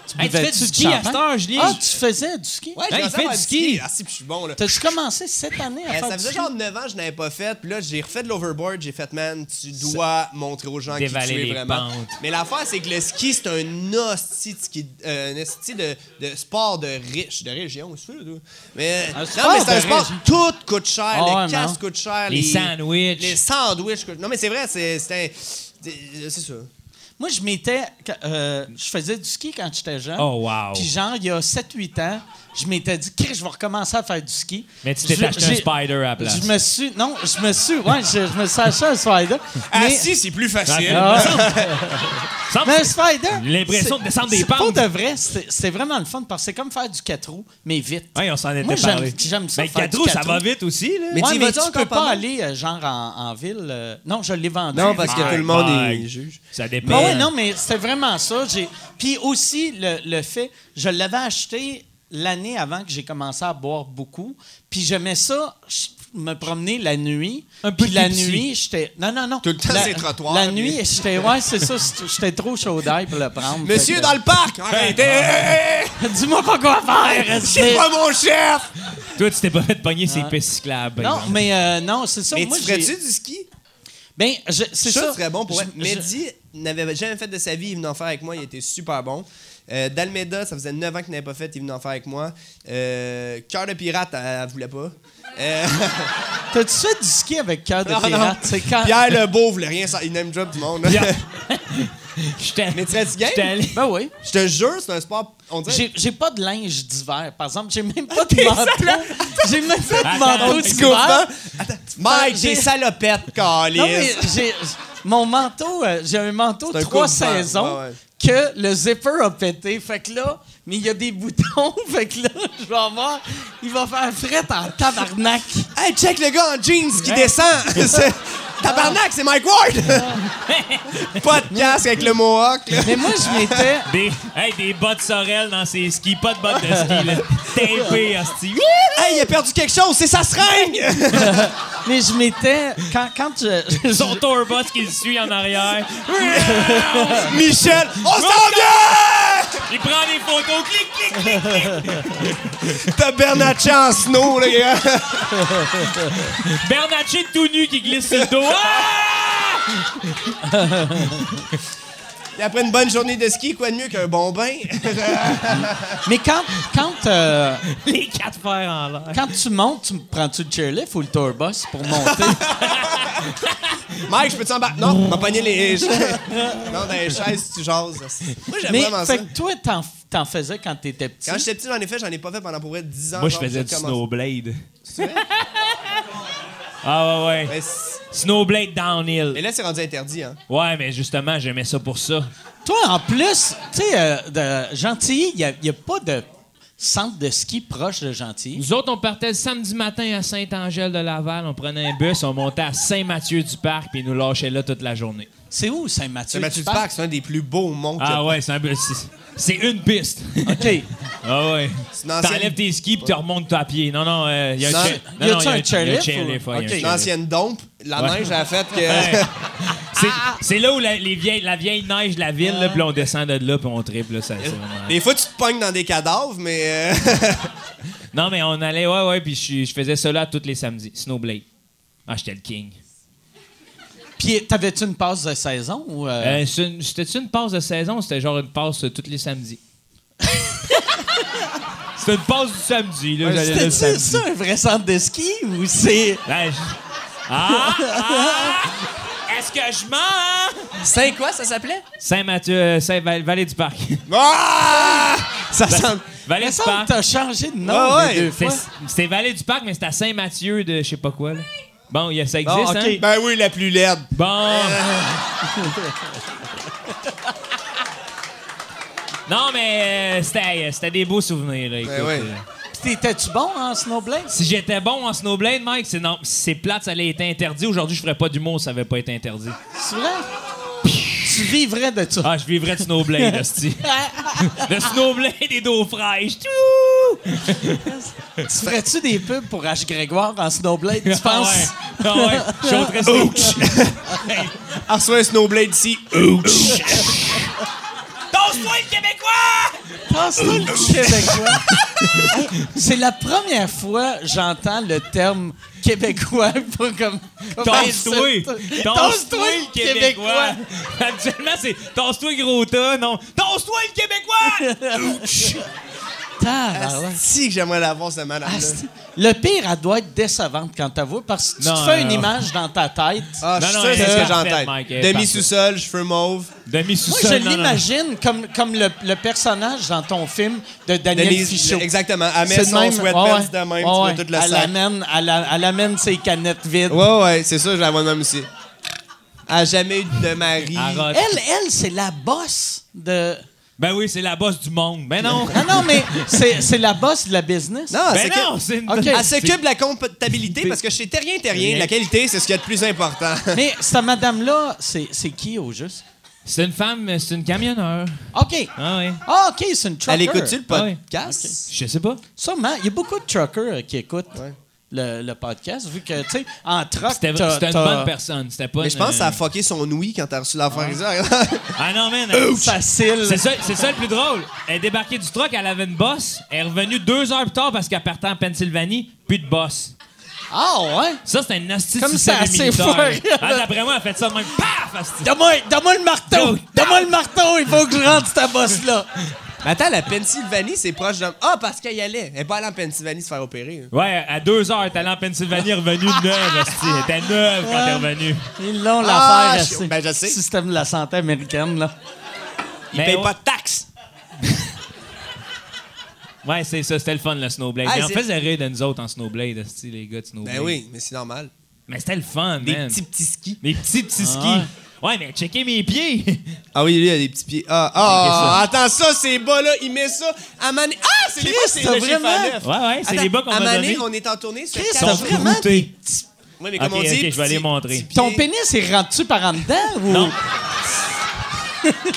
Speaker 1: Tu
Speaker 3: Hey, tu fais
Speaker 1: buvais-tu
Speaker 3: du ski à
Speaker 1: champagne?
Speaker 3: cette heure, Julien?
Speaker 1: Ah, tu faisais du ski?
Speaker 4: Ouais,
Speaker 3: Hey,
Speaker 4: j'ai
Speaker 3: il
Speaker 4: commencé à
Speaker 3: fait
Speaker 4: faire
Speaker 3: du
Speaker 4: du
Speaker 3: ski.
Speaker 4: ski. Ah, si, puis je suis bon, là.
Speaker 1: T'as-tu commencé cette année à
Speaker 4: Euh,
Speaker 1: faire
Speaker 4: ça
Speaker 1: du
Speaker 4: faisait
Speaker 1: ski?
Speaker 4: genre 9 ans que je n'avais pas fait. Puis là, j'ai refait de l'overboard. J'ai fait, man, tu dois montrer aux gens qui tu
Speaker 3: Dévaler
Speaker 4: es
Speaker 3: les
Speaker 4: vraiment.
Speaker 3: pentes.
Speaker 4: Mais l'affaire, c'est que le ski, c'est un hostie de ski- euh, un hostie de, de sport de riche, de région, c'est sûr. toi. Mais,
Speaker 1: Un
Speaker 4: non,
Speaker 1: sport
Speaker 4: mais c'est un
Speaker 1: de
Speaker 4: sport.
Speaker 1: région.
Speaker 4: Tout coûte cher.
Speaker 1: Ah ouais,
Speaker 4: le casque
Speaker 1: non.
Speaker 4: coûte cher.
Speaker 3: Les sandwichs.
Speaker 4: Les sandwichs coûtent- Non, mais c'est vrai, c'est c'est un. C'est c'est ça.
Speaker 1: Moi, je m'étais. euh, je faisais du ski quand j'étais jeune.
Speaker 3: Oh, wow.
Speaker 1: Puis, genre, il y a 7-8 ans, je m'étais dit, Chris, je vais recommencer à faire du ski.
Speaker 3: Mais tu t'es
Speaker 1: Je-
Speaker 3: acheté un
Speaker 1: j'ai-
Speaker 3: Spider à la place.
Speaker 1: Je me suis. Non, je me suis. Ouais, je, je me suis acheté un Spider.
Speaker 3: Ah,
Speaker 1: mais,
Speaker 4: Assis, c'est plus facile.
Speaker 1: Ah.
Speaker 3: Semble-
Speaker 1: mais un Spider.
Speaker 3: L'impression
Speaker 1: c'est-
Speaker 3: de descendre des
Speaker 1: c'est
Speaker 3: pentes.
Speaker 1: Pour de vrai, c'est c'est vraiment le fun parce que c'est comme faire du 4 roues, mais vite.
Speaker 3: Ouais, on s'en était
Speaker 1: Moi, j'aime-
Speaker 3: parlé.
Speaker 1: j'aime ça
Speaker 3: Mais
Speaker 1: faire
Speaker 3: quatre
Speaker 1: du
Speaker 3: roues, ça
Speaker 1: quatre
Speaker 3: va
Speaker 1: roues.
Speaker 3: vite aussi, là.
Speaker 4: Mais
Speaker 1: Ouais,
Speaker 4: tu
Speaker 1: mais
Speaker 4: vas-tu
Speaker 1: tu
Speaker 4: encore
Speaker 1: peux
Speaker 4: pas
Speaker 1: pas
Speaker 4: mal?
Speaker 1: aller, euh, genre, en, en ville. euh, Non, je l'ai vendu.
Speaker 4: Non, parce que
Speaker 3: My
Speaker 4: tout le monde
Speaker 3: God.
Speaker 4: est juge.
Speaker 3: Ça
Speaker 1: Ben
Speaker 3: dépend.
Speaker 1: ouais, non, mais c'était vraiment ça. J'ai- Puis aussi, le, le fait, je l'avais acheté l'année avant que j'ai commencé à boire beaucoup. Puis j'aimais ça, je me promener la nuit.
Speaker 3: Un
Speaker 1: Puis
Speaker 3: peu
Speaker 1: la
Speaker 3: tipsy.
Speaker 1: nuit, j'étais... Non, non, non.
Speaker 4: Tout le temps,
Speaker 1: la,
Speaker 4: c'est trottoir,
Speaker 1: La
Speaker 4: puis-
Speaker 1: nuit, j'étais... Ouais, c'est ça, c'est- j'étais trop chaud d'air pour le prendre.
Speaker 4: Monsieur dans le parc! Arrêtez!
Speaker 1: le... Dis-moi pas quoi faire!
Speaker 4: C'est pas mon chef!
Speaker 3: Toi, tu t'es pas fait pogner ces pistes cyclables. par
Speaker 1: Non,
Speaker 3: exemple.
Speaker 1: mais euh, non, c'est ça.
Speaker 4: Mais
Speaker 1: moi,
Speaker 4: tu
Speaker 1: j'ai-
Speaker 4: ferais-tu du ski?
Speaker 1: Ben, je- c'est
Speaker 4: ça,
Speaker 1: ça.
Speaker 4: ça serait bon pour
Speaker 1: Je-
Speaker 4: elle.
Speaker 1: je-
Speaker 4: Mehdi n'avait jamais fait de sa vie, il venait en faire avec moi, il était super bon. Euh, D'Almeda, ça faisait 9 ans qu'il n'avait pas fait, il venait en faire avec moi. Euh, Cœur de pirate, elle, elle voulait pas. Euh,
Speaker 1: T'as-tu fait du ski avec cœur de
Speaker 4: non, non.
Speaker 1: pirate? C'est quand...
Speaker 4: Pierre Lebeau voulait rien, ça, il name drop du monde. là.
Speaker 3: Pierre- J'étais-
Speaker 4: Mais tu serais-tu game?
Speaker 3: j'étais allé-
Speaker 1: Ben oui.
Speaker 4: Je te jure, c'est un sport. On dirait.
Speaker 1: J'ai, j'ai pas de linge d'hiver, par exemple. J'ai même pas de manteau. J'ai même pas de
Speaker 3: Attends,
Speaker 1: manteau
Speaker 3: tu
Speaker 4: Tu coupes, hein?
Speaker 1: d'hiver.
Speaker 4: Attends, Mike,
Speaker 1: J'ai-
Speaker 4: j'ai salopette,
Speaker 1: Non, mais
Speaker 4: calice.
Speaker 1: j'ai, mon manteau, euh, j'ai un manteau
Speaker 4: C'est un
Speaker 1: trois
Speaker 4: coup de vent,
Speaker 1: saisons
Speaker 4: ouais, ouais.
Speaker 1: que le zipper a pété. Fait que là, mais il y a des boutons. Fait que là, je vais avoir. Il va faire fret en tabarnak.
Speaker 4: Hey, check le gars en jeans qui descend. C'est- Tabarnak, c'est Mike Ward! pas de casque avec le mohawk, là.
Speaker 1: Mais moi, je m'étais.
Speaker 3: Des, hey, des bottes sorel dans ses skis, pas de bottes de ski, là. Tapé, hostie.
Speaker 4: Hey, il a perdu quelque chose, c'est sa seringue!
Speaker 1: Mais je m'étais. Quand, quand je.
Speaker 3: Son tour boss qui le suit en arrière.
Speaker 4: Michel, on s'en
Speaker 3: Il prend des photos, clic, clic, clic.
Speaker 4: vient! T'as Bernatchez en snow, les gars!
Speaker 3: Bernatchez tout nu qui glisse sur le dos. Ah!
Speaker 4: Et après une bonne journée de ski, quoi de mieux qu'un bon bain?
Speaker 1: Mais quand. Quand, euh,
Speaker 3: Les quatre fers en l'air.
Speaker 1: quand tu montes, tu prends-tu le chairlift ou le tour bus pour monter?
Speaker 4: Mike, je peux t'embarquer? Non, m'a pogné les chaises. Non, dans les chaises, tu jases. Moi, j'aime
Speaker 1: Mais
Speaker 4: vraiment ça.
Speaker 1: fait que toi, t'en, t'en faisais quand t'étais petit.
Speaker 4: Quand j'étais petit, j'en ai fait, j'en ai pas fait pendant pour vrai 10 ans.
Speaker 3: Moi, je
Speaker 4: genre,
Speaker 3: faisais
Speaker 4: j'ai
Speaker 3: du
Speaker 4: commencé.
Speaker 3: snowblade. Ah ouais, ouais.
Speaker 4: Mais, c'est-
Speaker 3: Snowblade
Speaker 4: mais
Speaker 3: downhill.
Speaker 4: là, c'est rendu interdit, hein.
Speaker 3: Ouais, mais justement, j'aimais ça pour ça.
Speaker 1: Toi, en plus, tu sais, euh, de Gentilly, il n'y a, pas de centre de ski proche de Gentilly.
Speaker 3: Nous autres, on partait le samedi matin à Saint-Angèle-de-Laval. On prenait un bus, on montait à Saint-Mathieu-du-Parc, puis ils nous lâchaient là toute la journée.
Speaker 1: C'est où, Saint-Mathieu?
Speaker 4: Le Mathieu du Parc, c'est un des plus beaux monts
Speaker 3: Ah ouais, c'est un bus. c'est- C'est une piste.
Speaker 1: OK.
Speaker 3: Ah ouais.
Speaker 4: une ancienne-
Speaker 3: T'enlèves tes skis, puis tu remontes à pied. Non, non, euh, il y a
Speaker 4: Non.
Speaker 3: un chair-
Speaker 1: Y
Speaker 3: non, non,
Speaker 1: a-tu
Speaker 3: il y a
Speaker 1: un
Speaker 3: un
Speaker 1: chairlift
Speaker 3: chairlift,
Speaker 1: ou-
Speaker 3: ouais, il y a un
Speaker 1: Ok.
Speaker 4: Une
Speaker 3: chairlift.
Speaker 4: ancienne dompe, la
Speaker 3: Ouais.
Speaker 4: neige a fait que.
Speaker 3: Ouais. C'est- C'est là où la, les vieilles- la vieille neige de la ville, là, puis là, on descend de là, puis on triple. Là, ça, c'est vraiment-
Speaker 4: Des fois, tu te pognes dans des cadavres, mais. euh,
Speaker 3: Non, mais on allait, ouais, ouais, puis je, je faisais ça là tous les samedis. Snowblade. Ah, j'étais le king.
Speaker 1: Puis, t'avais-tu une passe de saison? Ou, euh,
Speaker 3: Euh, c'est une- C'était-tu une passe de saison ou c'était genre une passe euh, tous les samedis? c'était une passe du samedi, là. j'allais là le
Speaker 1: C'était-tu
Speaker 3: samedi.
Speaker 1: ça, un vrai centre de ski? Ou c'est...
Speaker 3: Ben, je- Ah! ah! Est-ce que je mens?
Speaker 4: C'est quoi, ça s'appelait?
Speaker 3: Saint-Mathieu, euh, Saint-Vallée-du-Parc.
Speaker 4: Ah! Ça sent.
Speaker 1: Mais ça,
Speaker 3: Vallée-du-Parc.
Speaker 1: t'as changé de nom les
Speaker 4: Ah ouais,
Speaker 1: deux fois.
Speaker 3: C'était Vallée-du-Parc, mais c'était à Saint-Mathieu de je sais pas quoi, là. Bon, il y a- ça existe,
Speaker 1: Bon, Ah, ok.
Speaker 3: hein?
Speaker 4: Ben oui, la plus laide.
Speaker 3: Bon! non, mais euh, c'était euh, c'était des beaux souvenirs, là, écoute.
Speaker 4: Ben oui.
Speaker 3: euh.
Speaker 1: Puis T'étais-tu bon en snowblade?
Speaker 3: Si j'étais bon en snowblade, Mike, c'est non, si c'est plate, ça allait être interdit. Aujourd'hui, je ferais pas d'humour, ça avait pas été interdit.
Speaker 1: C'est vrai? tu vivrais de ça.
Speaker 3: Ah, je vivrais de snowblade, hostie.
Speaker 4: Ah.
Speaker 3: Le snowblade et d'eau fraîche. Tout!
Speaker 1: tu ferais-tu des pubs pour H. Grégoire en snowblade, tu penses?
Speaker 3: Ah ouais. Ah ouais. Je suis au trésor.
Speaker 4: Ah, reçoit un snowblade ici.
Speaker 3: Danse-toi, le Québécois!
Speaker 1: Passe-moi le québécois. Hey, C'est la première fois que j'entends le terme québécois pour comme. comme
Speaker 3: Tasse-toi!
Speaker 1: insulte.
Speaker 3: Tasse-toi le Québécois! Habituellement, c'est Tasse-toi gros tas, non? Tasse-toi le Québécois!
Speaker 1: Tabarouette.
Speaker 4: Ah, Si que j'aimerais l'avoir, cette madame-là.
Speaker 1: Asti. Le pire, elle doit être décevante quand t'as vu parce que tu
Speaker 3: Non,
Speaker 1: te fais une
Speaker 3: non.
Speaker 1: image dans ta tête.
Speaker 4: Ah, je
Speaker 3: Non,
Speaker 4: suis sûr
Speaker 3: non,
Speaker 4: que
Speaker 3: elle
Speaker 4: c'est
Speaker 3: est
Speaker 4: ce que j'ai en
Speaker 3: parfaite,
Speaker 4: tête.
Speaker 3: Mike, elle est
Speaker 4: Demi-sous-sol, cheveux mauves.
Speaker 3: Demi sous
Speaker 1: Moi, je l'imagine comme, comme le, le personnage dans ton film de Daniel
Speaker 4: Denise,
Speaker 1: Fichot.
Speaker 4: exactement. Elle met
Speaker 1: C'est le
Speaker 4: son
Speaker 1: même.
Speaker 4: sweatpants
Speaker 1: Ouais,
Speaker 4: de même, tu
Speaker 1: ouais,
Speaker 4: vois
Speaker 1: ouais.
Speaker 4: tout le
Speaker 1: elle
Speaker 4: sac.
Speaker 1: amène, elle, a- elle amène ses canettes vides.
Speaker 4: Ouais, ouais, c'est ça, je la vois de même aussi. Elle a jamais eu de mari.
Speaker 3: Arrête.
Speaker 1: Elle, elle, c'est la bosse de.
Speaker 3: Ben oui, c'est la bosse du monde. Ben non!
Speaker 1: Non, non, mais c'est c'est la bosse de la business.
Speaker 4: Non,
Speaker 3: ben
Speaker 4: c'est que-
Speaker 3: non! C'est une...
Speaker 1: Ok.
Speaker 4: Elle s'occupe de la comptabilité parce que chez Terrien Terrien, la qualité, c'est ce qu'il y a de plus important.
Speaker 1: Mais cette madame-là, c'est c'est qui au juste?
Speaker 3: C'est une femme, c'est une camionneur.
Speaker 1: OK.
Speaker 3: Ah oui.
Speaker 1: Ah, OK, c'est une trucker.
Speaker 4: Elle écoute-tu le
Speaker 3: Ah ouais.
Speaker 4: podcast?
Speaker 3: Je sais pas.
Speaker 1: Sûrement. Il y a beaucoup de truckers euh, qui écoutent le, le podcast, vu que, tu sais, en truck,
Speaker 3: C'était
Speaker 1: Ah, t'as-
Speaker 3: c'était une
Speaker 1: t'as-
Speaker 3: bonne personne. C'était pas
Speaker 4: Mais je pense que
Speaker 3: une-
Speaker 4: ça a fucké son ouïe quand t'as reçu l'affaire.
Speaker 3: Ah non, man!
Speaker 1: facile.
Speaker 3: C'est ça, c'est ça le plus drôle. Elle est débarquée du truck, elle avait une bosse. Elle est revenue deux heures plus tard parce qu'elle partait en Pennsylvanie, plus de bosse.
Speaker 1: Ah, ouais?
Speaker 3: Ça, c'est un asti de
Speaker 1: Comme
Speaker 3: système
Speaker 1: ça, c'est
Speaker 3: immunitaire.
Speaker 1: foiré.
Speaker 3: Ah, D'après moi, elle a fait ça de même. Paf! asti.
Speaker 1: Donne-moi donne-moi le marteau!
Speaker 3: Go.
Speaker 1: Donne-moi le marteau! Il faut que je rentre cette bosse-là!
Speaker 4: Mais attends, la Pennsylvanie, c'est proche de... Ah, parce qu'elle y allait. Elle est pas allée en Pennsylvanie se faire opérer. hein.
Speaker 3: Ouais, à deux heures, elle est allée en Pennsylvanie, elle est revenue neuve, asti. Elle était neuve quand elle est revenue.
Speaker 1: Ils l'ont
Speaker 4: Ah,
Speaker 1: l'affaire,
Speaker 4: je-
Speaker 1: assez.
Speaker 4: ben, je sais.
Speaker 1: Système de la santé américaine, là.
Speaker 4: Il
Speaker 3: Mais
Speaker 4: paye
Speaker 3: ouais.
Speaker 4: pas de taxes.
Speaker 3: Ouais, c'est ça, c'était le fun, le Snowblade.
Speaker 4: Ah,
Speaker 3: Mais on
Speaker 4: c'est-
Speaker 3: faisait rire de nous autres en Snowblade, asti, les gars de Snowblade.
Speaker 4: Ben oui, mais c'est normal.
Speaker 3: Mais c'était le fun,
Speaker 4: Des
Speaker 3: man.
Speaker 4: petits petits skis.
Speaker 3: Mes petits, petits skis. Ouais, mais checker mes pieds.
Speaker 4: Ah oui, lui, il a des petits pieds. Ah, ah, attends, ça, c'est bas, là. Il met ça. À Mané... Ah, c'est les bas,
Speaker 1: Chris,
Speaker 4: c'est
Speaker 1: t'as
Speaker 4: le chiffre à
Speaker 1: vraiment-
Speaker 4: neuf.
Speaker 3: Ouais, ouais, c'est
Speaker 4: Attends,
Speaker 3: les bas qu'on
Speaker 4: à
Speaker 3: m'a
Speaker 4: Mané,
Speaker 3: donné.
Speaker 4: on est en tournée sur
Speaker 1: Chris,
Speaker 4: quatre-
Speaker 1: t'as
Speaker 3: sont
Speaker 1: vraiment des
Speaker 3: croûtés.
Speaker 1: petits-
Speaker 4: Oui, mais
Speaker 3: Ok,
Speaker 4: comme on dit...
Speaker 3: ok, je vais aller
Speaker 4: petits-
Speaker 3: montrer.
Speaker 4: petits
Speaker 1: Ton
Speaker 4: pieds.
Speaker 1: pénis, il rentre-tu par en dedans? Ou...
Speaker 3: Non.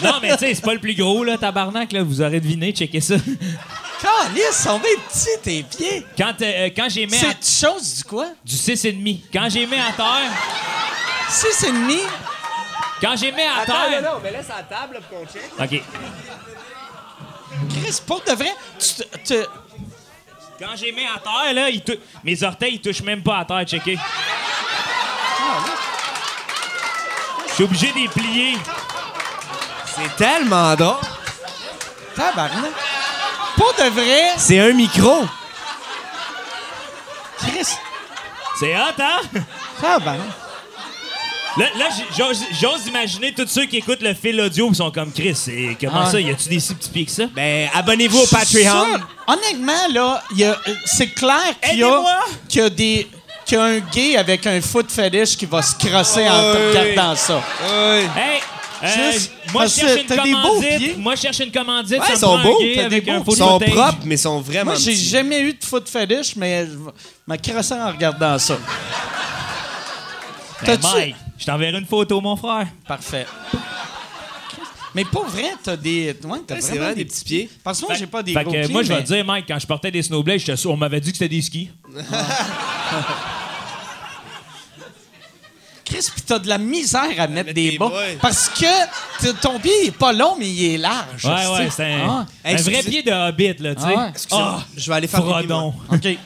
Speaker 3: non, mais tu sais, c'est pas le plus gros, là, tabarnak, là. Vous aurez deviné, checker ça.
Speaker 1: Calice, on va être petits, tes pieds!
Speaker 3: Quand, euh, quand j'ai mis à...
Speaker 1: C'est chose du quoi?
Speaker 3: du 6,5, quand j'ai mis à terre,
Speaker 1: 6,5?
Speaker 3: quand j'ai mis à
Speaker 4: Attends,
Speaker 3: terre.
Speaker 4: non, non, mais laisse à la table là, pour qu'on check.
Speaker 3: OK.
Speaker 1: Chris, pour de vrai, tu te- te-
Speaker 3: Quand j'ai mis à terre, là, il tou- mes orteils, ils touchent même pas à terre, checker. Je suis obligé de les plier.
Speaker 4: C'est tellement drôle.
Speaker 1: Tabarnak! Pour de vrai,
Speaker 4: C'est un micro.
Speaker 1: Chris,
Speaker 3: C'est hot, hein?
Speaker 1: tabarnak!
Speaker 3: Là, là, j- j'ose- j'ose imaginer tous ceux qui écoutent le fil audio qui sont comme Chris. c'est- Comment
Speaker 1: Ah.
Speaker 3: ça? Y a-tu des si petits pieds que ça?
Speaker 4: Ben, abonnez-vous au Patreon.
Speaker 1: Sûr, honnêtement, là, il y a- euh, c'est clair qu'il y, a,
Speaker 3: Aidez-moi!
Speaker 1: qu'il y a des. qu'il y a un gay avec un foot fetish qui va se crosser en
Speaker 4: Oui.
Speaker 1: te regardant ça.
Speaker 4: Oui.
Speaker 3: Hey! euh,
Speaker 1: Juste
Speaker 3: moi, je
Speaker 1: parce
Speaker 3: cherche
Speaker 1: que
Speaker 3: une
Speaker 1: t'as des beaux
Speaker 3: commandite.
Speaker 1: pieds.
Speaker 3: Moi, je cherche une
Speaker 4: Ouais,
Speaker 3: commandite. ça
Speaker 4: ils
Speaker 3: me
Speaker 4: sont
Speaker 3: prend un
Speaker 4: beaux.
Speaker 3: gay
Speaker 1: T'as des
Speaker 3: avec un
Speaker 1: beaux
Speaker 3: photo
Speaker 4: Ils sont
Speaker 3: tape.
Speaker 4: propres, mais ils sont vraiment
Speaker 1: Moi, j'ai
Speaker 4: petits.
Speaker 1: jamais eu de foot fetish, mais je vais- me crosser en regardant ça.
Speaker 3: Ben,
Speaker 1: T'as-tu-
Speaker 3: Mike, je t'enverrai une photo, mon frère.
Speaker 1: Parfait. Mais pour vrai, t'as des. Ouais, t'as
Speaker 4: Ouais, c'est
Speaker 1: vraiment
Speaker 4: vrai,
Speaker 1: des petits pieds. Parce que moi,
Speaker 3: Fait-
Speaker 1: j'ai pas des
Speaker 3: fait
Speaker 1: gros
Speaker 3: que, euh,
Speaker 1: pieds.
Speaker 3: Moi, je vais
Speaker 1: mais-
Speaker 3: te dire, Mike, quand je portais des snowblades, j'étais sûr- on m'avait dit que c'était des skis.
Speaker 1: Chris, pis t'as de la misère à mettre des,
Speaker 4: des
Speaker 1: bas.
Speaker 4: bas.
Speaker 1: Parce que t- ton pied il est pas long, mais il est large.
Speaker 3: Ouais,
Speaker 1: tu sais.
Speaker 3: ouais, c'est un,
Speaker 1: Ah.
Speaker 3: un vrai
Speaker 4: Excusez-
Speaker 3: pied de hobbit, là, tu sais.
Speaker 1: Ah ouais.
Speaker 4: Excusez-moi, je vais aller faire pipi,
Speaker 3: Frodon.
Speaker 1: Ah. OK.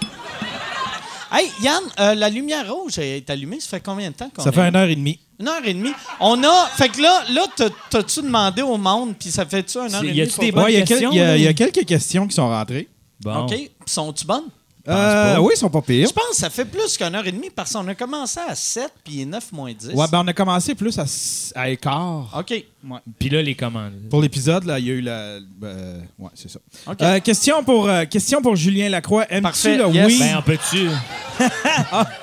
Speaker 1: Hey, Yann, euh, la lumière rouge est allumée. Ça fait combien de temps qu'on
Speaker 2: Ça fait
Speaker 1: est-
Speaker 2: une heure et demie.
Speaker 1: Une heure et demie. On a. Fait que là, là t'as- t'as-tu demandé au monde, puis ça fait-tu un heure
Speaker 3: C'est-
Speaker 1: et
Speaker 3: y
Speaker 1: demie?
Speaker 3: a-tu des
Speaker 1: pour-
Speaker 3: bonnes
Speaker 2: Ouais, il y, a quel-
Speaker 3: questions,
Speaker 2: il y a-
Speaker 3: là?
Speaker 2: il y a quelques questions qui sont rentrées.
Speaker 3: Bon.
Speaker 1: OK. Puis Sont-tu bonnes?
Speaker 2: Euh,
Speaker 3: pas.
Speaker 2: oui, ils sont pas pires.
Speaker 1: Je pense que ça fait plus qu'une heure et demie parce qu'on a commencé à 7 puis il est 9 moins 10.
Speaker 2: Ouais, ben on a commencé plus à, s- à écart.
Speaker 1: OK.
Speaker 3: Puis là, les commandes.
Speaker 2: Pour l'épisode, là, il y a eu la. euh, ouais, c'est ça.
Speaker 1: OK.
Speaker 2: Euh, question, pour, euh, question pour Julien Lacroix. Aimes-tu
Speaker 1: Parfait,
Speaker 2: le
Speaker 1: yes.
Speaker 2: oui?
Speaker 3: Ben, on peut-tu?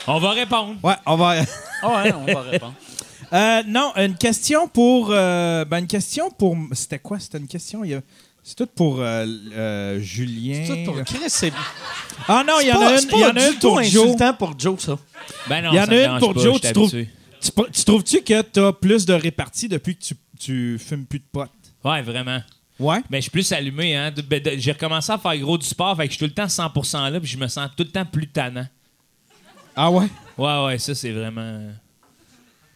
Speaker 3: on va répondre.
Speaker 2: Ouais, on va.
Speaker 1: Ah ouais, on va répondre.
Speaker 2: Euh, non, une question pour. euh, ben, une question pour. C'était quoi? C'était une question. il y a- C'est tout pour euh, euh, Julien.
Speaker 1: Ça, pour Chris, c'est.
Speaker 2: Ah non, il y en a une, il y en a une pour Joe.
Speaker 1: insultant pour Joe, ça.
Speaker 3: Ben non,
Speaker 2: Il y en
Speaker 3: ça me
Speaker 2: a une
Speaker 3: dérange
Speaker 2: pour
Speaker 3: pas,
Speaker 2: Joe.
Speaker 3: je
Speaker 2: Tu
Speaker 3: suis
Speaker 2: trouves,
Speaker 3: habitué.
Speaker 2: tu, pr- tu trouves-tu que tu as plus de répartie depuis que tu, tu fumes plus de potes?
Speaker 3: Ouais, vraiment.
Speaker 2: Ouais.
Speaker 3: Ben, je suis plus allumé, hein. De- ben, de- J'ai recommencé à faire gros du sport, fait que je suis tout le temps 100% là, puis je me sens tout le temps plus tannant.
Speaker 2: Ah ouais?
Speaker 3: Ouais,
Speaker 2: Ben-
Speaker 3: ouais, ça, c'est vraiment...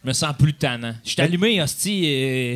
Speaker 3: Je me sens plus tannant. Je suis allumé, hostie. euh,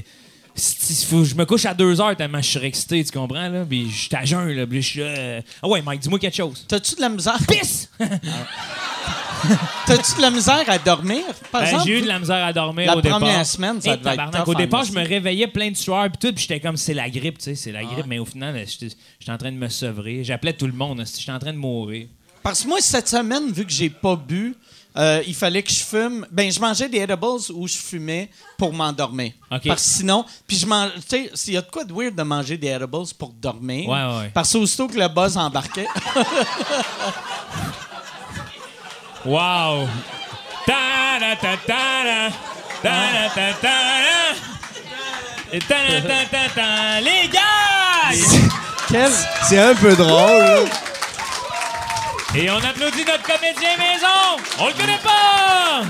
Speaker 3: si- faut- je me couche à 2 heures tellement je suis excité, tu comprends, là? Puis je suis à jeun, là. Puis je suis, euh, Ah ouais, Mike, dis-moi quelque chose.
Speaker 1: T'as-tu de la misère?
Speaker 3: Pisse!
Speaker 1: T'as-tu de la misère à dormir? Par
Speaker 3: Ben,
Speaker 1: exemple,
Speaker 3: j'ai eu de la misère à dormir
Speaker 1: la
Speaker 3: au départ.
Speaker 1: première semaine, ça
Speaker 3: Eh,
Speaker 1: devait être
Speaker 3: tabarnak,
Speaker 1: tough
Speaker 3: Au
Speaker 1: en
Speaker 3: départ, je
Speaker 1: esti. Ah
Speaker 3: me réveillais plein de sueur puis tout, puis j'étais comme c'est la grippe, tu sais, c'est la grippe, mais au final, là, j'étais j'étais en train de me sevrer. J'appelais tout le monde, esti, j'étais en train de mourir.
Speaker 1: Parce que moi, cette semaine, vu que j'ai pas bu, euh, il fallait que je fume. Ben, je mangeais des edibles où je fumais pour m'endormir.
Speaker 3: OK.
Speaker 1: Parce que sinon, puis je mange. Tu sais, s'il y a de quoi de weird de manger des edibles pour dormir.
Speaker 3: Ouais, ouais, ouais.
Speaker 1: Parce que aussitôt que le buzz embarquait.
Speaker 3: Wow! Ta-da, ta, ta-da. Ta-da, ta, ta-da. Et ta-da, ta, ta, ta. Les gars!
Speaker 1: Quel.
Speaker 4: C'est un peu drôle. là.
Speaker 3: Et on applaudit notre comédien maison! On le connaît pas!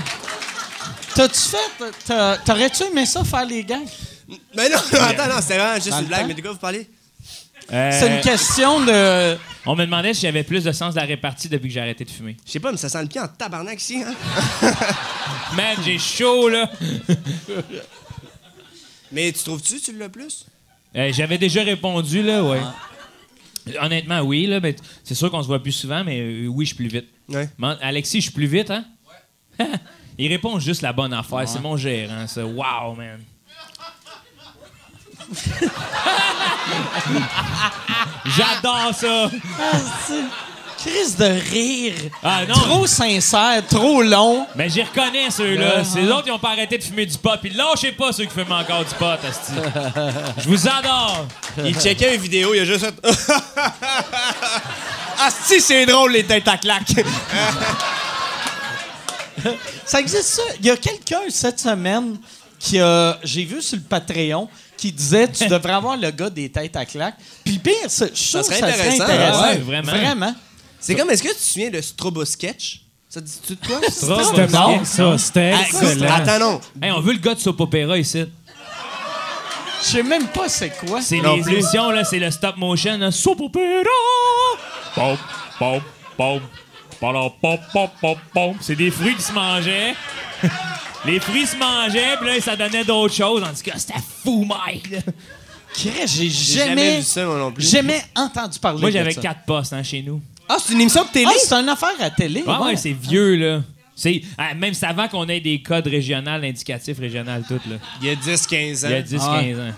Speaker 1: T'as-tu fait. t'as- T'aurais-tu aimé ça faire les gangs?
Speaker 4: Mais non, non, attends, non, c'était vraiment
Speaker 1: Dans
Speaker 4: juste
Speaker 1: le
Speaker 4: une
Speaker 1: temps?
Speaker 4: blague. Mais de quoi vous parlez?
Speaker 1: C'est
Speaker 3: Euh,
Speaker 1: une question de.
Speaker 3: On me demandait si j'avais plus de sens de la répartie depuis que j'ai arrêté de fumer.
Speaker 4: Je sais pas, mais ça sent le pied en tabarnak ici, hein?
Speaker 3: Man, j'ai chaud, là!
Speaker 4: Mais tu trouves-tu tu l'as plus?
Speaker 3: Euh, J'avais déjà répondu, là, ouais.
Speaker 4: Ah.
Speaker 3: Honnêtement, oui, là, mais t- c'est sûr qu'on se voit plus souvent, mais euh, oui, je suis plus vite.
Speaker 4: Ouais.
Speaker 3: Man- Alexis, je suis plus vite, hein? Il répond juste la bonne affaire. C'est mon gérant, ça. Wow, man. J'adore ça!
Speaker 1: Ah, c'est- Crise de rire.
Speaker 3: Ah, non.
Speaker 1: Trop sincère, trop long.
Speaker 3: Mais j'y reconnais ceux-là. Ces autres, ils ont pas arrêté de fumer du pot. Puis lâchez pas ceux qui fument encore du pot, Asti. Je vous adore!
Speaker 4: Il checkait une vidéo, il a juste fait. ah, si, c'est drôle, les têtes à claque!
Speaker 1: Ça existe ça. Il y a quelqu'un cette semaine qui a, j'ai vu sur le Patreon qui disait tu devrais avoir le gars des têtes à claque. Puis pire, c'est- je suis sûr
Speaker 4: Ça
Speaker 1: que
Speaker 4: serait
Speaker 1: ça serait
Speaker 4: intéressant,
Speaker 1: intéressant.
Speaker 3: ouais, vraiment.
Speaker 4: c'est comme, est-ce que tu te souviens de Strobo Sketch? Ça te dit-tu de quoi? ça?
Speaker 2: C'était
Speaker 3: Stroboscope.
Speaker 2: bon, ça. C'était
Speaker 4: Ah,
Speaker 2: excellent.
Speaker 4: Attends, non.
Speaker 3: Hey, on veut le gars de Soap Opera ici.
Speaker 1: Je sais même pas c'est quoi.
Speaker 3: C'est
Speaker 4: Non
Speaker 3: les
Speaker 4: plus.
Speaker 3: émissions, là, c'est le stop motion. Là. Soap opera! Pom, pom, pom. Pom, pom, pom, pom, pom. C'est des fruits qui se mangeaient. les fruits se mangeaient, puis là, ça donnait d'autres choses. En tout cas, c'était fou, Mike! là.
Speaker 1: Crée, j'ai
Speaker 4: J'ai jamais...
Speaker 1: jamais,
Speaker 4: vu ça, moi non plus.
Speaker 1: jamais entendu parler.
Speaker 3: Moi,
Speaker 1: de
Speaker 3: j'avais
Speaker 1: ça.
Speaker 3: quatre postes hein, chez nous.
Speaker 4: Ah, c'est une émission de télé?
Speaker 1: Ah, c'est une affaire à télé.
Speaker 3: Ah Ouais, ouais,
Speaker 1: ouais.
Speaker 3: c'est vieux, là. C'est, ah, même c'est avant qu'on ait des codes régionaux, indicatifs régionaux, tout, là.
Speaker 4: Il y a 10-15 ans.
Speaker 3: Il y a 10,
Speaker 1: Ah ouais.
Speaker 3: 15 ans. Ben,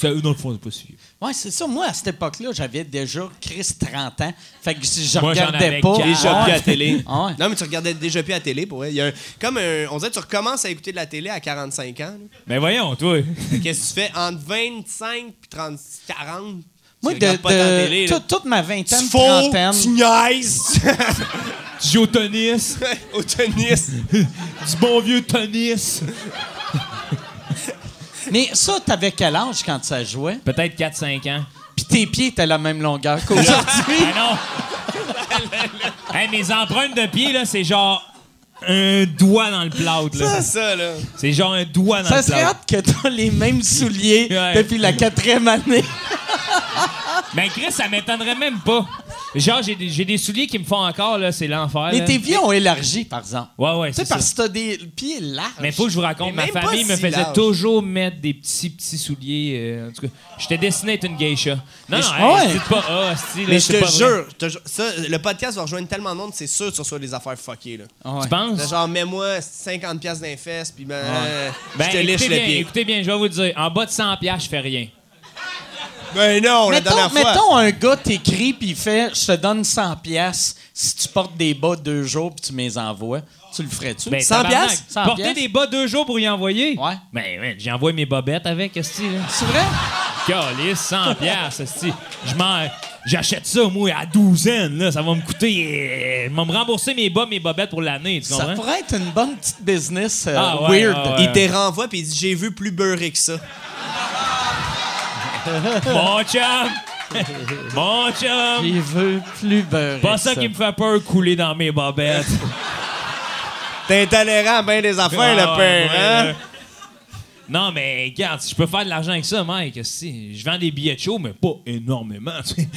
Speaker 3: Ça, eux, dans le fond, c'est pas si vieux.
Speaker 1: Ouais, c'est ça. Moi, à cette époque-là, j'avais déjà Chris 30 ans. Fait que si je
Speaker 3: Moi, j'en
Speaker 1: regardais
Speaker 3: avais
Speaker 1: pas.
Speaker 3: quatre.
Speaker 4: Déjà
Speaker 1: Ah,
Speaker 4: plus à télé.
Speaker 1: Ah ouais.
Speaker 4: Non, mais tu regardais déjà plus à télé pour vrai. Il y a un- comme un- on dirait que tu recommences à écouter de la télé à 45 ans. là.
Speaker 3: Mais voyons, toi.
Speaker 4: Qu'est-ce que tu fais entre 25 et 30, 40?
Speaker 1: Moi,
Speaker 4: tu
Speaker 1: de,
Speaker 4: regardes pas
Speaker 1: de-
Speaker 4: tant la télé. là.
Speaker 1: toute, toute ma vingtaine,
Speaker 4: Tu fous,
Speaker 1: trentaine.
Speaker 4: tu niaises
Speaker 3: Tu joues au tennis.
Speaker 4: au tennis.
Speaker 3: Du bon vieux tennis.
Speaker 1: Mais ça, t'avais quel âge quand ça jouait?
Speaker 3: Peut-être 4-5 ans.
Speaker 1: Puis tes pieds étaient la même longueur qu'aujourd'hui.
Speaker 3: Ah non! hey, mes empreintes de pied, là, c'est genre un doigt dans le plâtre. là.
Speaker 4: C'est ça, là.
Speaker 3: C'est genre un doigt dans
Speaker 1: ça
Speaker 3: le
Speaker 1: serait
Speaker 3: plâtre.
Speaker 1: hâte que t'as les mêmes souliers
Speaker 3: Ouais.
Speaker 1: depuis la quatrième année.
Speaker 3: Mais Ben, Chris, ça m'étonnerait même pas. Genre, j'ai des, j'ai des souliers qui me font encore, là, c'est l'enfer.
Speaker 1: Mais
Speaker 3: là.
Speaker 1: tes pieds ont élargi, par exemple.
Speaker 3: Ouais, ouais,
Speaker 1: Tu sais,
Speaker 3: c'est ça.
Speaker 1: parce que t'as des pieds larges.
Speaker 3: Mais faut que je vous raconte, ma
Speaker 4: Mais même pas
Speaker 3: famille me
Speaker 4: si
Speaker 3: faisait
Speaker 4: large.
Speaker 3: toujours mettre des petits, petits souliers. euh, en tout cas, j'étais destiné à être une geisha. Non, non,
Speaker 1: je-
Speaker 3: hey,
Speaker 1: ouais.
Speaker 3: dites pas, ah, hostie, là,
Speaker 4: Mais je
Speaker 3: c'est pas
Speaker 4: te
Speaker 3: vrai.
Speaker 4: jure, je te jure, ça, le podcast va rejoindre tellement de monde, c'est sûr que tu reçois des affaires fuckées, là.
Speaker 1: Ouais.
Speaker 3: Tu penses?
Speaker 4: Genre, mets-moi 50$ piastres dans les fesses, puis ben,
Speaker 3: Ben,
Speaker 4: je te lèche
Speaker 3: écoutez
Speaker 4: le
Speaker 3: bien,
Speaker 4: pied.
Speaker 3: écoutez bien, je vais vous dire, en bas de 100 piastres, je fais rien.
Speaker 4: Ben non, la
Speaker 1: Mettons,
Speaker 4: dernière fois.
Speaker 1: mettons un gars t'écrit puis il fait « Je te donne 100 pièces si tu portes des bas deux jours puis tu me les envoies. » Tu le ferais-tu?
Speaker 3: Ben,
Speaker 4: 100
Speaker 3: tabarnak,
Speaker 4: piastres?
Speaker 1: 100
Speaker 3: Porter
Speaker 1: piastres.
Speaker 3: des bas deux jours pour y envoyer.
Speaker 1: Ouais.
Speaker 3: Ben, ouais, j'ai envoyé mes bobettes avec, est-ce que là?
Speaker 1: C'est vrai?
Speaker 3: Calice, 100 piastres, esti. Je m'en- J'achète ça, moi, à douzaine, là. Ça va me coûter... euh, Ils vont me rembourser mes bas, mes bobettes pour l'année, tu
Speaker 1: Ça
Speaker 3: comprends?
Speaker 1: pourrait être une bonne petite business euh,
Speaker 3: Ah ouais,
Speaker 1: weird.
Speaker 3: ah ouais.
Speaker 4: Il te renvoie, puis il dit J'ai vu plus beurré que ça.
Speaker 3: Mon chum! Mon chum!
Speaker 1: Il veut plus beurrer.
Speaker 3: Pas ça qui me fait peur couler dans mes bobettes.
Speaker 4: T'es intolérant à bien des affaires,
Speaker 3: Ouais,
Speaker 4: le
Speaker 3: ouais,
Speaker 4: père,
Speaker 3: Ah, ouais,
Speaker 4: hein?
Speaker 3: ouais. Non, mais regarde, si je peux faire de l'argent avec ça, Mike, si je vends des billets de show, mais pas énormément. tu sais.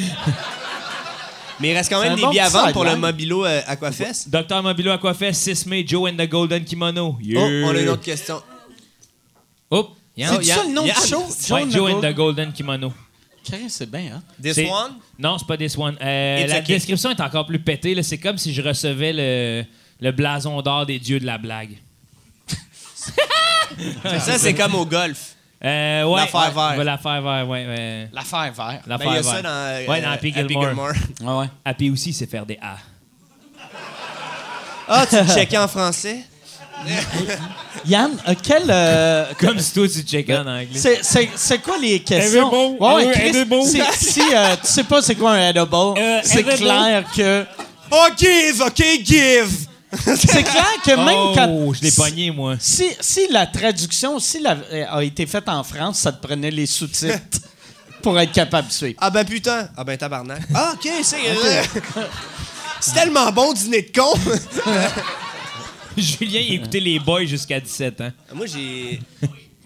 Speaker 4: Mais il reste quand
Speaker 1: C'est un
Speaker 4: même des
Speaker 1: bon
Speaker 4: billets à
Speaker 1: petit
Speaker 4: vendre pour le
Speaker 1: sideline.
Speaker 4: Mobilo euh, Aquafest.
Speaker 3: Docteur Mobilo Aquafest, 6 mai, Joe and the Golden Kimono.
Speaker 4: Oh,
Speaker 3: Yeah.
Speaker 4: on a une autre question.
Speaker 3: Oups. Yann-
Speaker 1: C'est-tu
Speaker 3: Yann-
Speaker 1: ça le nom du
Speaker 3: Yann-
Speaker 1: show?
Speaker 3: Ouais,
Speaker 1: Joe and
Speaker 3: Joe
Speaker 1: the
Speaker 3: and
Speaker 1: Golden-
Speaker 3: the Golden Kimono.
Speaker 1: Chris, c'est bien, hein?
Speaker 5: This
Speaker 3: C'est-
Speaker 5: one?
Speaker 3: Non, c'est pas This One. Euh,
Speaker 5: It's
Speaker 3: la
Speaker 5: okay.
Speaker 3: description est encore plus pétée. là. C'est comme si je recevais le, le blason d'or des dieux de la blague.
Speaker 5: Ça, c'est comme au golf.
Speaker 3: Euh, ouais,
Speaker 5: L'affaire
Speaker 3: ouais,
Speaker 5: verte.
Speaker 3: ouais, L'affaire verte, ouais. ouais.
Speaker 1: L'affaire verte.
Speaker 3: L'affaire
Speaker 5: Ben, il y a
Speaker 3: verte.
Speaker 5: ça
Speaker 3: ouais,
Speaker 5: dans, euh,
Speaker 3: dans Happy
Speaker 5: Happy
Speaker 3: Gilmore.
Speaker 5: Gilmore.
Speaker 1: Ah ouais.
Speaker 3: Happy aussi, c'est faire des A.
Speaker 5: Ah, tu le checkais en français?
Speaker 1: Yann, euh, quel. euh,
Speaker 3: Comme si toi, tu checkais en
Speaker 5: Ben,
Speaker 3: anglais.
Speaker 1: c'est- C'est c'est quoi les questions?
Speaker 3: Edible,
Speaker 1: Ouais,
Speaker 3: oui,
Speaker 1: Chris,
Speaker 3: edible.
Speaker 1: c'est- si euh, tu sais pas c'est quoi un edible,
Speaker 3: Euh,
Speaker 1: c'est
Speaker 3: edible.
Speaker 1: clair que.
Speaker 5: Oh, give! OK, give!
Speaker 1: C'est clair que même
Speaker 3: oh,
Speaker 1: quand.
Speaker 3: je l'ai pogné, moi.
Speaker 1: Si, si la traduction si la- euh, a été faite en France, ça te prenait les sous-titres pour être capable de suivre.
Speaker 5: Ah ben putain!
Speaker 4: Ah ben tabarnak. Ah ok, c'est C'est tellement bon dîner de con.
Speaker 3: Julien, il écoutait les boys jusqu'à hein. 17 ans.
Speaker 4: Moi j'ai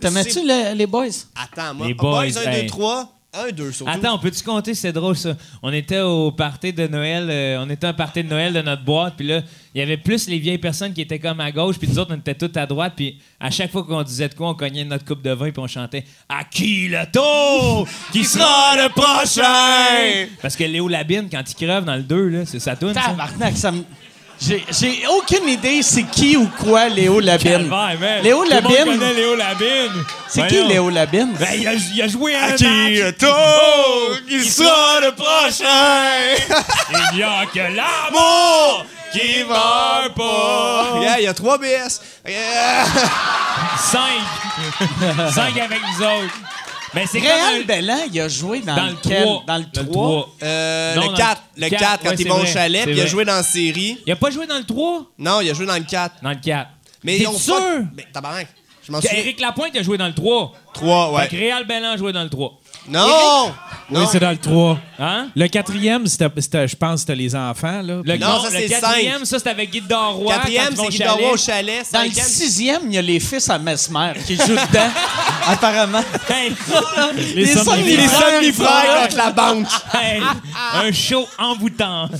Speaker 1: T'aimais-tu le- les boys?
Speaker 4: Attends, moi.
Speaker 3: Les
Speaker 4: Ah, boys,
Speaker 3: boys,
Speaker 4: 1 2
Speaker 3: hey.
Speaker 4: 3, 1 2 surtout.
Speaker 3: Attends, on peut-tu compter? C'est drôle, ça. On était au party de Noël. euh, on était à un party de Noël de notre boîte. Puis là, il y avait plus les vieilles personnes qui étaient comme à gauche. Puis nous autres, on était toutes à droite. Puis à chaque fois qu'on disait de quoi, on cognait notre coupe de vin. Puis on chantait À qui le tour Qui sera le prochain Parce que Léo Labine, quand il creve dans le 2, là, c'est sa toune. ça.
Speaker 1: Tabarnak, ça me. J'ai- J'ai aucune idée c'est qui ou quoi Léo Labine.
Speaker 3: Calvaire, man.
Speaker 1: Léo
Speaker 3: Tout le monde
Speaker 1: Labine?
Speaker 3: connaît Léo Labine.
Speaker 1: C'est qui
Speaker 3: Voyons.
Speaker 1: Léo Labine?
Speaker 3: Ben, il a, il a joué à un match.
Speaker 4: Oh,
Speaker 5: tour?
Speaker 3: Qui sera le prochain? Il n'y a que l'amour qui va pas.
Speaker 4: Yeah, il y a 3 BS. Yeah.
Speaker 3: Cinq. Cinq avec nous autres. Mais c'est
Speaker 1: Réal
Speaker 4: Ben
Speaker 3: comme un-
Speaker 1: Bellan, il a joué dans,
Speaker 3: dans le
Speaker 1: lequel?
Speaker 3: 3.
Speaker 1: Dans le 3.
Speaker 4: Euh,
Speaker 3: Non, dans
Speaker 4: le 4,
Speaker 3: le
Speaker 4: le
Speaker 3: quatre,
Speaker 4: 4 quand
Speaker 3: ouais,
Speaker 4: ils
Speaker 3: c'est
Speaker 4: vont au
Speaker 3: vrai,
Speaker 4: chalet,
Speaker 3: c'est
Speaker 4: puis il a
Speaker 3: vrai.
Speaker 4: joué dans la série.
Speaker 3: Il a pas joué dans le 3?
Speaker 4: Non, il a joué dans le 4.
Speaker 3: Dans le 4.
Speaker 4: Mais
Speaker 3: T'es
Speaker 4: ils ont
Speaker 3: sûr?
Speaker 4: pas- Mais tabarnak. Je m'en souviens.
Speaker 3: Éric Lapointe a joué dans le 3.
Speaker 4: 3,
Speaker 3: Fait
Speaker 4: ouais.
Speaker 3: que Réal Bellan a joué dans le 3.
Speaker 4: Non!
Speaker 2: Oui,
Speaker 4: Non.
Speaker 2: c'est dans le 3.
Speaker 3: Hein?
Speaker 2: Le quatrième, c'était- c'était- je pense, c'était les enfants. Là.
Speaker 3: Le,
Speaker 4: Non, ça,
Speaker 3: le
Speaker 4: c'est
Speaker 3: quatrième, ça, c'était avec Guy Doroy.
Speaker 4: Quatrième, c'est Guy Roy au chalet.
Speaker 1: Dans le
Speaker 4: Cinquième,
Speaker 1: sixième, il y a les fils à Mesmer qui jouent dedans, apparemment. Les,
Speaker 3: somnifères.
Speaker 4: les
Speaker 1: somnifères
Speaker 4: somnifères
Speaker 1: sont
Speaker 4: contre la banque.
Speaker 3: Hey, un show envoûtant.
Speaker 1: là.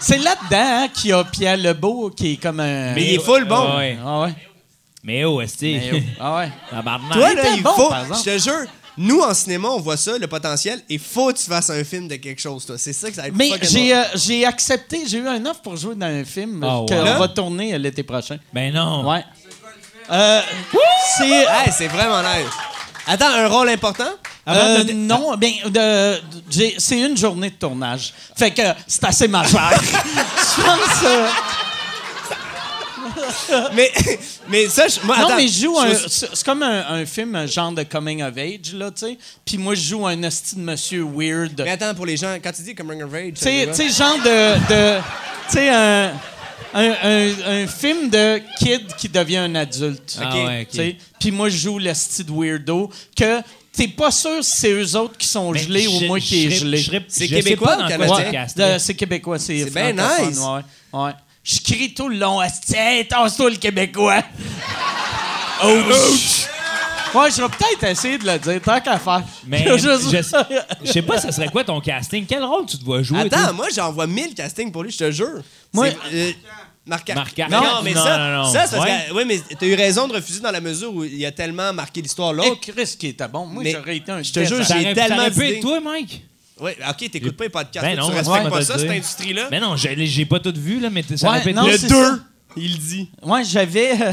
Speaker 1: C'est là-dedans hein, qu'il y a Pierre Lebeau qui est comme un.
Speaker 4: Mais il est full bon.
Speaker 3: Ouais.
Speaker 1: Ah ouais.
Speaker 3: Mais oh, esti.
Speaker 1: Mais, oh, Ah ouais.
Speaker 3: Tabarnak.
Speaker 4: Toi,
Speaker 1: Il
Speaker 4: là,
Speaker 1: était
Speaker 4: il
Speaker 1: bon,
Speaker 4: faut.
Speaker 1: par exemple.
Speaker 4: Je te jure, nous, en cinéma, on voit ça, le potentiel, et faut que tu fasses un film de quelque chose, toi. C'est ça que ça va être
Speaker 1: Mais
Speaker 4: fucking
Speaker 1: j'ai
Speaker 4: bon.
Speaker 1: euh, j'ai accepté, j'ai eu un offre pour jouer dans un film
Speaker 3: Ah
Speaker 1: qu'on
Speaker 3: ouais.
Speaker 1: va tourner euh, l'été prochain.
Speaker 3: Ben non.
Speaker 1: Ouais. Euh, c'est.
Speaker 4: Hey, c'est vraiment nice. Attends, un rôle important?
Speaker 1: Euh, non, ben, de- j'ai- c'est une journée de tournage. Fait que c'est assez majeur. je pense. euh,
Speaker 4: Mais, mais ça, je, moi,
Speaker 1: non,
Speaker 4: attends,
Speaker 1: mais je joue
Speaker 4: je
Speaker 1: un.
Speaker 4: me-
Speaker 1: C'est c'est comme un, un film, un genre de coming of age, là, tu sais. Puis moi, je joue un hostie de monsieur weird.
Speaker 4: Mais
Speaker 1: Tu
Speaker 4: attends, pour les gens, quand tu dis Coming of Age, ça
Speaker 1: sais,
Speaker 4: veut
Speaker 1: tu
Speaker 4: dire-
Speaker 1: sais, genre de. de tu sais, un, un, un- un film de kid qui devient un adulte.
Speaker 3: Ah
Speaker 1: Ok?
Speaker 3: ouais, ok.
Speaker 1: Tu sais, Puis moi, je joue l'hostie de weirdo que t'es pas sûr si c'est eux autres qui sont
Speaker 3: Mais
Speaker 1: gelés ou
Speaker 3: Ben, je-
Speaker 1: moi qui
Speaker 3: je
Speaker 1: est
Speaker 3: serais-
Speaker 1: gelé.
Speaker 3: je serais-
Speaker 4: C'est
Speaker 3: je sais
Speaker 4: québécois
Speaker 3: pas
Speaker 4: ou
Speaker 3: dans quoi
Speaker 4: canadien?
Speaker 3: tu
Speaker 1: Ouais,
Speaker 3: castes.
Speaker 1: de- c'est québécois, c'est
Speaker 4: C'est bien
Speaker 1: francophone,
Speaker 4: nice.
Speaker 1: Ouais, ouais. Je crie tout le long, Asti, hey, tasse-toi le québécois. Ouch! Ouais, je vais peut-être essayer de le dire, tant qu'à faire.
Speaker 3: Mais
Speaker 1: Je vais
Speaker 3: je, je sais pas, ça serait quoi ton casting? Quel rôle tu te vois jouer?
Speaker 4: Attends,
Speaker 3: toi?
Speaker 4: moi, j'envoie 1000 castings pour lui, je te jure.
Speaker 1: Moi-
Speaker 4: C'est, euh, Marquant.
Speaker 3: Marquant.
Speaker 4: Non,
Speaker 3: Non,
Speaker 4: mais
Speaker 3: non,
Speaker 4: ça,
Speaker 3: non, non.
Speaker 4: ça c'est parce
Speaker 3: Ouais.
Speaker 4: que- ouais, mais t'as eu raison de refuser dans la mesure où il a tellement marqué l'histoire
Speaker 1: Hey,
Speaker 4: l'autre.
Speaker 1: Oh, Chris qui était bon. Moi,
Speaker 4: Mais
Speaker 1: j'aurais été un
Speaker 4: je te
Speaker 1: test.
Speaker 4: jure, j'ai
Speaker 3: T'aurais-
Speaker 4: tellement
Speaker 3: t'aurais pu
Speaker 4: d'idées.
Speaker 3: être toi, Mike?
Speaker 4: Ouais, ok, t'écoutes pas les podcasts.
Speaker 3: Ben
Speaker 4: toi,
Speaker 3: non,
Speaker 4: tu
Speaker 3: ouais,
Speaker 4: respectes
Speaker 3: ouais,
Speaker 4: pas
Speaker 3: te
Speaker 4: ça,
Speaker 3: le
Speaker 4: cette
Speaker 3: dire.
Speaker 4: industrie-là.
Speaker 3: Mais non, j'ai j'ai pas tout vu, là, mais t- ça
Speaker 1: Ouais,
Speaker 3: aurait pu être-
Speaker 1: non,
Speaker 3: Le-
Speaker 1: c'est
Speaker 4: deux.
Speaker 1: ça.
Speaker 4: Il dit.
Speaker 1: Ouais, j'avais. euh,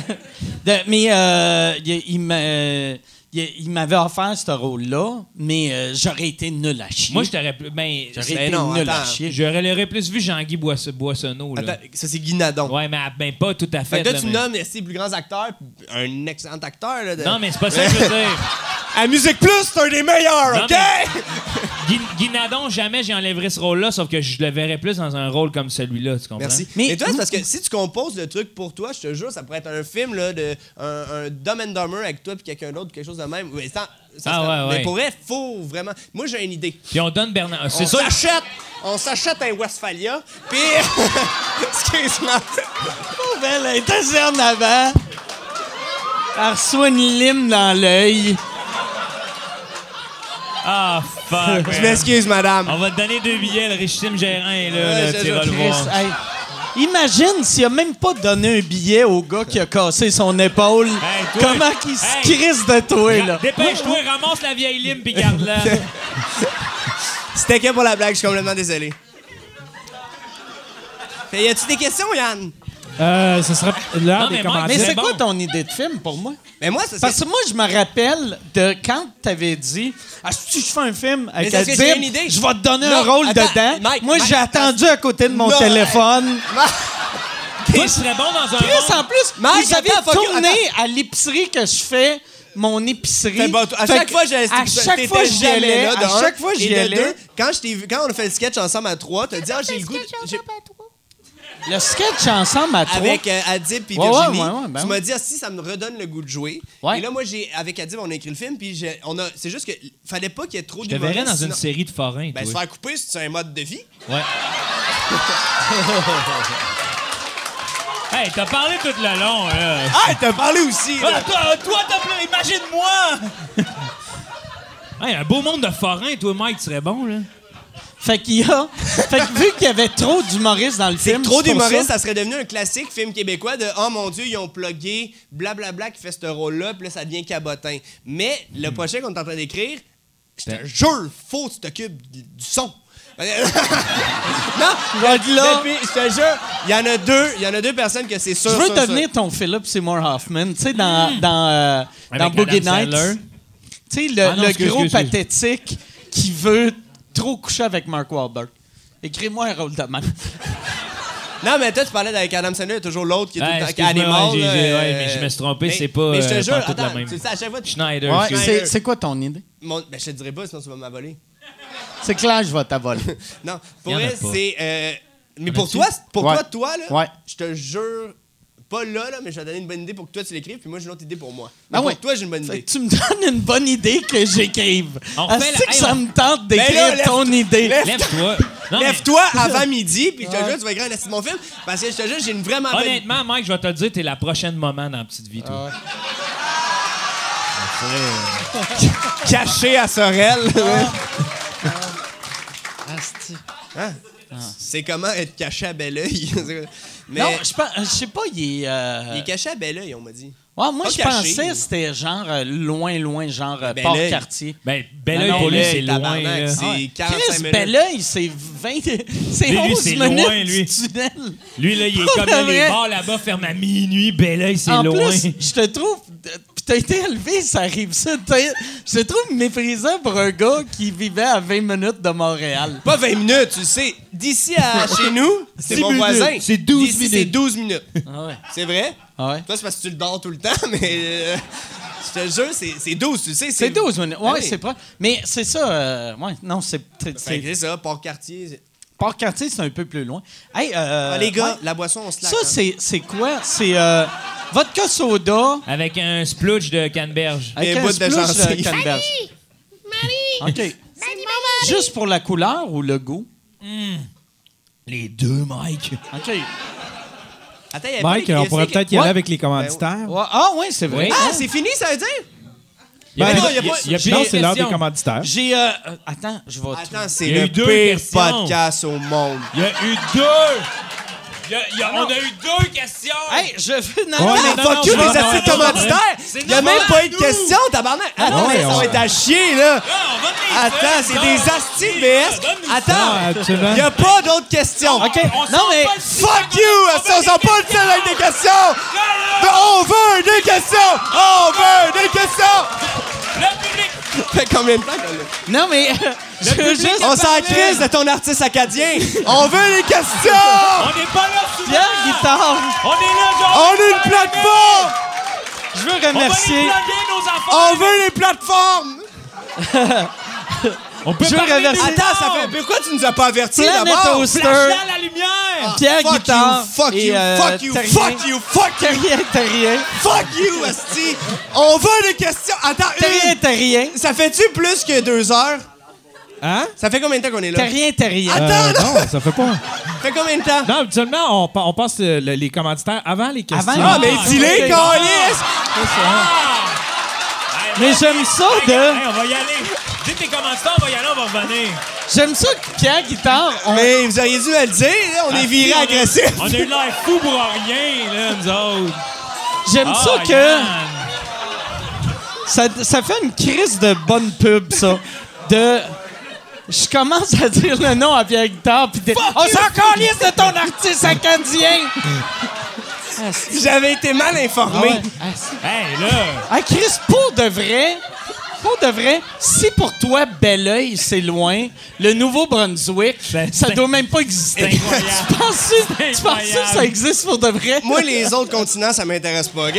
Speaker 1: de- mais euh, il, il m'a- euh, il- il m'avait offert ce rôle-là, mais euh, j'aurais été nul à chier.
Speaker 3: Moi, je t'aurais plus. Ben,
Speaker 1: j'aurais
Speaker 4: Ben
Speaker 1: été
Speaker 4: non,
Speaker 1: nul à
Speaker 4: attends.
Speaker 1: chier.
Speaker 3: j'aurais l'aurais plus vu Jean-Guy Boisse- Boissonneau. Là.
Speaker 4: Attends, ça, c'est Guinadon.
Speaker 3: Ouais, mais ben, pas tout à fait.
Speaker 4: Fait que là,
Speaker 3: là,
Speaker 4: tu
Speaker 3: mais-
Speaker 4: nommes les plus grands acteurs, puis un excellent acteur. Là, de-
Speaker 3: Non, mais c'est pas ça que je veux dire.
Speaker 4: À Musique Plus, c'est un des meilleurs,
Speaker 3: Non,
Speaker 4: OK?
Speaker 3: mais- Gui- Guinadon, jamais j'enlèverais ce rôle-là, sauf que je le verrais plus dans un rôle comme celui-là, tu comprends?
Speaker 4: Merci.
Speaker 1: Mais-
Speaker 4: Mais toi, c'est parce que si tu composes le truc pour toi, je te jure, ça pourrait être un film, là, de, un, un Dumb and Dumber avec toi puis quelqu'un d'autre, quelque chose de même. Mais, ça, ça
Speaker 3: Ah,
Speaker 4: serait-
Speaker 3: ouais,
Speaker 4: mais
Speaker 3: ouais.
Speaker 4: pour vrai, faut vraiment. Moi, j'ai une idée.
Speaker 3: Puis on donne Bernard. C'est
Speaker 4: On
Speaker 3: ça.
Speaker 4: s'achète, on s'achète un Westphalia, puis. Excuse-moi.
Speaker 1: Pauvelle, elle est assise en avant. Elle reçoit une lime dans l'œil.
Speaker 3: Ah, fuck.
Speaker 4: Je
Speaker 3: man.
Speaker 4: m'excuse, madame.
Speaker 3: On va te donner deux billets, le richissime gérant est là,
Speaker 4: Ouais,
Speaker 3: là,
Speaker 4: je-
Speaker 3: tu
Speaker 4: je-
Speaker 3: vas le
Speaker 1: Chris,
Speaker 3: voir.
Speaker 1: hey, imagine s'il a même pas donné un billet au gars qui a cassé son épaule.
Speaker 3: Hey, toi.
Speaker 1: Comment qu'il se
Speaker 3: Hey,
Speaker 1: crisse de toi,
Speaker 3: ra-
Speaker 1: Ah, là?
Speaker 3: Dépêche-toi, ramasse la vieille lime puis garde-la.
Speaker 4: C'était que pour la blague, je suis complètement désolé. Fait, y a-tu des questions, Yann?
Speaker 6: Euh, ce sera
Speaker 3: Non,
Speaker 6: l'heure
Speaker 3: mais
Speaker 6: des
Speaker 1: Mais
Speaker 3: Mike, c'est
Speaker 6: commentaires.
Speaker 1: c'est quoi
Speaker 3: bon.
Speaker 1: ton idée de film pour moi?
Speaker 4: Mais moi, ça,
Speaker 1: Parce
Speaker 4: c'est.
Speaker 1: que moi, je me rappelle de quand t'avais dit Ah, si je fais un film avec
Speaker 4: Mais est-ce que j'ai
Speaker 1: Adib,
Speaker 4: une idée?
Speaker 1: je vais te donner
Speaker 4: Non,
Speaker 1: un rôle
Speaker 4: attends,
Speaker 1: dedans.
Speaker 4: Mike,
Speaker 1: moi,
Speaker 4: Mike,
Speaker 1: j'ai attendu à côté de mon
Speaker 4: Non,
Speaker 1: téléphone.
Speaker 3: Moi, je serais bon dans un
Speaker 1: Chris, en
Speaker 3: monde...
Speaker 1: plus,
Speaker 4: Mike,
Speaker 1: vous avez
Speaker 4: attends, fuck you,
Speaker 1: tourné à l'épicerie que je fais mon épicerie.
Speaker 4: Fait bon, à
Speaker 1: Fait
Speaker 4: chaque
Speaker 1: que
Speaker 4: fois, j'allais
Speaker 1: À chaque fois, j'y allais. À chaque fois, j'y allais.
Speaker 4: quand, je t'ai vu- quand on a fait le sketch ensemble à trois, t'as dit, ah, j'ai le goût. de- j'ai-
Speaker 1: Le sketch ensemble à trois.
Speaker 4: Avec euh, Adib puis
Speaker 1: Ouais, ouais,
Speaker 4: Virginie,
Speaker 1: ouais, ouais, ben
Speaker 4: tu
Speaker 1: oui.
Speaker 4: m'as dit, ah, si ça me redonne le goût de jouer.
Speaker 1: Ouais.
Speaker 4: Et là, moi, j'ai avec Adib, on a écrit le film, puis j'ai- on a. C'est juste que fallait pas qu'il y ait trop
Speaker 3: Je
Speaker 4: de.
Speaker 3: te verrais dans une série de forains,
Speaker 4: Ben, se
Speaker 3: toi.
Speaker 4: faire couper, c'est un mode de vie.
Speaker 3: Ouais. hey, t'as parlé tout le long, là.
Speaker 4: Ah, t'as parlé aussi! là.
Speaker 3: Ah, toi, toi, t'as plein- imagine-moi! hey, un beau monde de forains, toi, Mike, tu serais bon, là.
Speaker 1: Fait qu'il y a. fait que vu qu'il y avait trop d'humoristes dans le
Speaker 4: C'est
Speaker 1: film.
Speaker 4: que trop
Speaker 1: c'est pour
Speaker 4: d'humoristes,
Speaker 1: ça.
Speaker 4: ça serait devenu un classique film québécois de Oh mon Dieu, ils ont plugué, blablabla, qui fait ce rôle-là, puis là, ça devient cabotin. Mais le
Speaker 3: Hmm.
Speaker 4: projet qu'on est en train d'écrire, je
Speaker 3: Ben.
Speaker 4: te jure, faut que tu t'occupes du du son. non,
Speaker 1: être là.
Speaker 4: depuis, je te jure, il y en a deux, il y en a deux personnes que c'est
Speaker 1: Je
Speaker 4: sûr.
Speaker 1: veux
Speaker 4: sûr,
Speaker 1: devenir ton Philip Seymour Hoffman, tu sais, dans, dans, euh, dans
Speaker 3: Avec
Speaker 1: Boogie
Speaker 3: Hmm. Adam Sandler.
Speaker 1: Nights. Tu sais, le,
Speaker 3: Ah non,
Speaker 1: le
Speaker 3: excuse,
Speaker 1: gros
Speaker 3: excuse, excuse.
Speaker 1: pathétique qui veut trop coucher avec Mark Wahlberg. Écris-moi un rôle de man.
Speaker 4: sûr. Non, mais toi, tu parlais avec Adam Sandler, il y a toujours l'autre qui est
Speaker 3: Ouais,
Speaker 4: tout le temps qui est
Speaker 3: excuse-moi,
Speaker 4: animal.
Speaker 3: ouais, j'ai-
Speaker 4: là,
Speaker 3: j'ai- ouais,
Speaker 4: euh,
Speaker 3: mais je me suis trompé,
Speaker 4: mais-
Speaker 3: c'est pas,
Speaker 4: Mais je
Speaker 3: euh,
Speaker 4: te jure,
Speaker 3: pas toute la
Speaker 4: attends,
Speaker 3: même.
Speaker 4: tu sais, à chaque fois, tu-
Speaker 3: Schneider, excuse.
Speaker 1: c'est c'est quoi ton idée?
Speaker 4: mon- ben, je te dirais pas, sinon tu vas m'avoler.
Speaker 1: C'est clair, je vais t'avoler.
Speaker 4: Non, pour
Speaker 3: Y en a
Speaker 4: elle,
Speaker 3: pas.
Speaker 4: c'est. euh, mais
Speaker 3: en
Speaker 4: pour
Speaker 3: a-tu?
Speaker 4: toi, c'est- pour
Speaker 1: Ouais.
Speaker 4: toi, toi, là,
Speaker 1: Ouais.
Speaker 4: je te jure, pas là, là, mais je vais te donner une bonne idée pour que toi tu l'écrives, puis moi j'ai une autre idée pour moi. Mais
Speaker 1: Ah
Speaker 4: pour
Speaker 1: ouais.
Speaker 4: toi, j'ai une bonne
Speaker 1: Fait
Speaker 4: idée.
Speaker 1: que tu me donnes une bonne idée que j'écrive.
Speaker 3: On
Speaker 1: Est-ce
Speaker 3: fait la-
Speaker 1: que
Speaker 3: hey,
Speaker 1: ça
Speaker 3: on-
Speaker 1: me tente
Speaker 4: là,
Speaker 1: d'écrire
Speaker 4: lève-
Speaker 1: ton idée?
Speaker 3: Lève-toi. Non, mais
Speaker 4: Lève-toi avant midi, puis je te jure, tu vas écrire la suite de mon film, parce que je te jure, j'ai une vraiment bonne idée.
Speaker 3: Honnêtement, Mike, je vais te le dire, t'es la prochaine maman dans Petite Vie, toi. euh,
Speaker 4: Caché à Sorel.
Speaker 3: Ah.
Speaker 1: Asti.
Speaker 3: Ah.
Speaker 4: Hein? c'est comment être caché à bel oeil. mais
Speaker 1: Non, je pense- je sais pas, il est. euh,
Speaker 4: il est caché à bel oeil, on m'a dit.
Speaker 1: ouais, moi,
Speaker 4: pas
Speaker 1: je
Speaker 4: caché,
Speaker 1: pensais
Speaker 4: mais-
Speaker 1: que c'était genre euh, loin, loin, genre euh,
Speaker 4: Bel-Air.
Speaker 1: Port-Cartier.
Speaker 3: Ben, bel
Speaker 1: Ah
Speaker 3: oeil
Speaker 1: non,
Speaker 3: pour lui,
Speaker 1: là,
Speaker 3: c'est loin,
Speaker 4: tabarnak,
Speaker 3: là.
Speaker 4: c'est-
Speaker 3: Ah,
Speaker 1: Ouais.
Speaker 4: 45
Speaker 1: Chris, ben
Speaker 4: minutes.
Speaker 1: Belleuil, c'est 20... C'est
Speaker 3: lui,
Speaker 1: 11
Speaker 3: c'est
Speaker 1: minutes
Speaker 3: loin,
Speaker 1: du
Speaker 3: lui.
Speaker 1: tunnel.
Speaker 3: Lui, là, il est
Speaker 1: Pour
Speaker 3: comme
Speaker 1: de
Speaker 3: là, les
Speaker 1: vrai.
Speaker 3: bars là-bas ferment à minuit, bel oeil, c'est
Speaker 1: En
Speaker 3: loin.
Speaker 1: plus, je te trouve... Puis t'as été élevé, ça arrive ça. T'as- Je te trouve méprisant pour un gars qui vivait à 20 minutes de Montréal.
Speaker 4: Pas 20 minutes, tu le sais. D'ici à chez nous, c'est mon voisin.
Speaker 3: C'est 12
Speaker 4: D'ici,
Speaker 3: minutes.
Speaker 4: C'est 12 minutes.
Speaker 1: Ah ouais.
Speaker 4: C'est vrai?
Speaker 1: Ah ouais.
Speaker 4: Toi, c'est parce que tu le dors tout le temps, mais euh, je te jure, c'est, c'est 12, tu sais.
Speaker 1: C'est 12 minutes. Ouais,
Speaker 4: Ah oui.
Speaker 1: c'est pas. Mais c'est ça. euh, ouais, non, c'est. c'est-
Speaker 4: Fait que
Speaker 1: c'est-
Speaker 4: C'est ça, Port-Cartier. c'est-
Speaker 1: Port-Cartier, c'est un peu plus loin. Hey, euh,
Speaker 4: Ah, les gars, hein.
Speaker 1: ouais,
Speaker 4: la boisson, on se
Speaker 1: ça, c'est, c'est quoi? C'est euh, vodka soda
Speaker 3: Avec un splooch de canneberge.
Speaker 1: avec un
Speaker 4: bout de
Speaker 1: sploosh
Speaker 4: gencive.
Speaker 1: de canneberge.
Speaker 7: Marie!
Speaker 1: OK.
Speaker 7: C'est mon mari!
Speaker 1: Juste pour la couleur ou le goût?
Speaker 3: Les deux, Mike.
Speaker 1: OK.
Speaker 4: Attends, il y a
Speaker 2: Mike,
Speaker 4: pas les-
Speaker 2: on pourrait
Speaker 4: c'est-
Speaker 2: peut-être y aller
Speaker 1: Ouais.
Speaker 2: avec
Speaker 3: Ben
Speaker 2: les commanditaires. Ben,
Speaker 1: Ouais, Ah, oui, c'est vrai.
Speaker 3: Oui.
Speaker 4: Ah, c'est fini, ça veut dire?
Speaker 3: Il y a
Speaker 2: Ben,
Speaker 3: pas-
Speaker 4: il y a pas-
Speaker 3: il y a plus
Speaker 2: Non,
Speaker 3: de
Speaker 2: c'est l'heure des
Speaker 3: questions.
Speaker 2: commanditaires.
Speaker 1: J'ai. euh, euh, attends, je vais.
Speaker 4: Attends, c'est
Speaker 3: Il y a
Speaker 4: le
Speaker 3: eu deux
Speaker 4: pire
Speaker 3: questions.
Speaker 4: podcast au monde.
Speaker 3: Il y a eu deux. Il y a- il y a- on a eu deux questions.
Speaker 1: Hey, je veux. Non,
Speaker 2: Ouais,
Speaker 1: non,
Speaker 2: mais
Speaker 1: non,
Speaker 4: Fuck you,
Speaker 3: non,
Speaker 4: les
Speaker 3: non,
Speaker 4: astuces
Speaker 3: non,
Speaker 4: commanditaires!
Speaker 3: c'est
Speaker 4: Il y a même
Speaker 3: normal,
Speaker 4: pas eu de
Speaker 3: nous.
Speaker 4: question, tabarnak! Ah non,
Speaker 2: ouais,
Speaker 4: mais ça
Speaker 2: on-
Speaker 4: va être à chier, là!
Speaker 3: Ah, on va te les
Speaker 4: Attends,
Speaker 3: faire.
Speaker 4: c'est
Speaker 3: Non,
Speaker 4: des
Speaker 3: si,
Speaker 4: astuces BS!
Speaker 3: donne-nous ça.
Speaker 2: Ah,
Speaker 4: Attends!
Speaker 2: absolument.
Speaker 4: Il y a pas d'autres questions!
Speaker 1: OK.
Speaker 3: on s'en
Speaker 1: Non, mais.
Speaker 3: bat le cul.
Speaker 4: Fuck you! asti, On s'en pas le seul avec des questions!
Speaker 3: Là, là,
Speaker 4: On veut des questions! On veut des questions!
Speaker 3: Le public.
Speaker 4: Fait combien de temps qu'on l'a?
Speaker 1: Non, mais. euh, je veux
Speaker 3: public
Speaker 1: juste.
Speaker 4: On s'en crise de ton artiste acadien! On veut des questions!
Speaker 3: On n'est pas là souvent.
Speaker 1: Pierre Guitard,
Speaker 3: On est là, genre.
Speaker 4: On est une plateforme!
Speaker 1: je veux
Speaker 3: On va
Speaker 1: remercier.
Speaker 3: les plugger, nos affaires.
Speaker 4: On veut les plateformes!
Speaker 3: On peut
Speaker 1: je veux
Speaker 3: parler des
Speaker 1: remercier-
Speaker 4: Attends, ça fait. Pourquoi tu nous as pas avertis
Speaker 1: Planet
Speaker 4: d'abord?
Speaker 1: Toaster,
Speaker 3: Flasher à la
Speaker 2: Ah.
Speaker 3: lumière.
Speaker 1: Pierre
Speaker 4: Fuck
Speaker 1: Guitard.
Speaker 4: you, fuck
Speaker 1: et,
Speaker 4: you,
Speaker 1: euh,
Speaker 4: fuck you,
Speaker 1: Terrien.
Speaker 4: fuck you, fuck you,
Speaker 1: Terrien, Terrien.
Speaker 4: fuck you, Asti! On veut des questions! Attends,
Speaker 1: Terrien,
Speaker 4: une...
Speaker 1: Terrien.
Speaker 4: ça fait-tu plus que deux heures?
Speaker 2: Hein?
Speaker 4: Ça fait combien de temps qu'on est là?
Speaker 1: Terrien, Terrien.
Speaker 3: Ah,
Speaker 4: Attends,
Speaker 2: Euh,
Speaker 4: là.
Speaker 2: non, ça fait pas.
Speaker 4: Ça fait combien de temps?
Speaker 2: Non, habituellement, on, pa- on passe euh, le- les commanditaires avant les questions.
Speaker 1: Avant les-
Speaker 4: Ah, mais
Speaker 1: Ah,
Speaker 4: dis-les,
Speaker 1: ok.
Speaker 4: câlisse!
Speaker 3: Ah!
Speaker 1: Mais j'aime ça
Speaker 3: Hey,
Speaker 1: de.
Speaker 3: hey, on va y aller. Dis tes commentaires, on va y aller, on va revenir.
Speaker 1: J'aime ça que Pierre Guitard, on-
Speaker 4: Mais Ben, vous auriez dû me le dire, là, on est viré
Speaker 3: euh, On a-
Speaker 4: agressif!
Speaker 3: On a eu l'air fou pour rien, là, nous autres.
Speaker 1: j'aime
Speaker 3: Ah,
Speaker 1: ça que
Speaker 3: Yann.
Speaker 1: ça, ça fait une crise de bonne pub, ça. De. Je commence à dire le nom à Pierre Guitard, puis de- On s'en calisse de ton artiste acadien!
Speaker 4: J'avais été mal informé.
Speaker 1: Ah ouais. Ah, c'est-
Speaker 3: Hey, là!
Speaker 1: Ah, Chris, pour de vrai, pour de vrai, si pour toi, Belleuil, c'est loin, le Nouveau-Brunswick,
Speaker 3: Ben,
Speaker 1: ça
Speaker 3: c'est-
Speaker 1: doit même pas exister.
Speaker 3: c'est incroyable.
Speaker 1: tu penses-tu
Speaker 3: C'est
Speaker 1: tu penses-tu que ça
Speaker 3: incroyable.
Speaker 1: existe pour de vrai?
Speaker 4: Moi, les autres continents, ça m'intéresse pas. ok?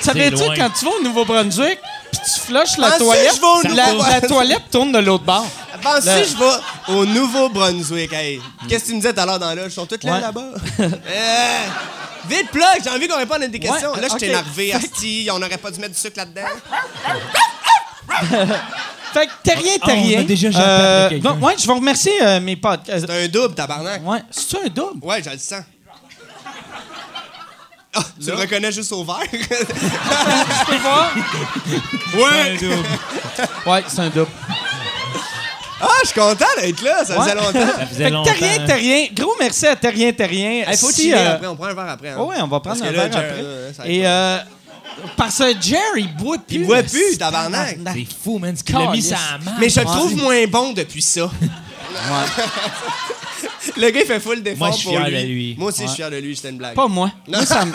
Speaker 1: Savais-tu
Speaker 3: C'est loin.
Speaker 1: quand tu vas au Nouveau-Brunswick, puis tu flushes la
Speaker 4: Ah, si,
Speaker 1: toilette,
Speaker 4: je vais au
Speaker 1: la,
Speaker 4: Nouveau-Brunswick.
Speaker 1: la toilette tourne de l'autre bord.
Speaker 4: Pense
Speaker 1: Là.
Speaker 4: si je vais au Nouveau-Brunswick. Hey, qu'est-ce que tu me disais tout à l'heure dans la loge? Ils sont tous là,
Speaker 1: Ouais.
Speaker 4: là-bas. Euh, vite, plug! J'ai envie qu'on réponde à des questions.
Speaker 1: Ouais,
Speaker 4: là, je t'ai
Speaker 1: ok.
Speaker 4: énervé, Asti. On aurait pas dû mettre du sucre là-dedans.
Speaker 1: Fait que t'es rien, t'es
Speaker 3: Ah, on a
Speaker 1: rien.
Speaker 3: déjà jappé après quelqu'un.
Speaker 1: donc, ouais, je vais remercier euh, mes podcasts.
Speaker 4: T'as un double, tabarnak.
Speaker 1: Ouais, c'est-tu un double?
Speaker 4: Ouais, je le sens. Ah, tu le reconnais juste au vert?
Speaker 1: Je peux voir?
Speaker 4: ouais!
Speaker 1: Ouais, c'est un double.
Speaker 4: Ah, je suis content d'être là. Ça
Speaker 1: Ouais.
Speaker 4: faisait longtemps.
Speaker 3: Ça faisait
Speaker 1: Fait que t'es
Speaker 3: longtemps.
Speaker 1: rien, t'es rien. Gros merci à t'es rien, t'es rien.
Speaker 4: Il faut
Speaker 1: Si,
Speaker 4: chiller
Speaker 1: euh,
Speaker 4: après. On prend un verre après. hein.
Speaker 1: Ouais, ouais, on va prendre
Speaker 4: Parce
Speaker 1: un
Speaker 4: que là,
Speaker 1: verre
Speaker 4: Jer-
Speaker 1: après.
Speaker 4: euh, ça va
Speaker 1: Et
Speaker 4: être-
Speaker 1: euh, parce que Jerry il boit plus.
Speaker 4: Il boit plus, tabarnak.
Speaker 3: C'est fou, man, ce qu'il a mis
Speaker 1: Calisse.
Speaker 3: ça à main.
Speaker 4: Mais je le trouve moins bon depuis ça. le gars, il fait full d'efforts
Speaker 3: Moi, je suis
Speaker 4: pour
Speaker 3: fier
Speaker 4: lui.
Speaker 3: de lui.
Speaker 4: Moi aussi, je
Speaker 1: Ouais.
Speaker 4: suis fier de lui. C'était une blague.
Speaker 1: Pas moi. Moi, ça me,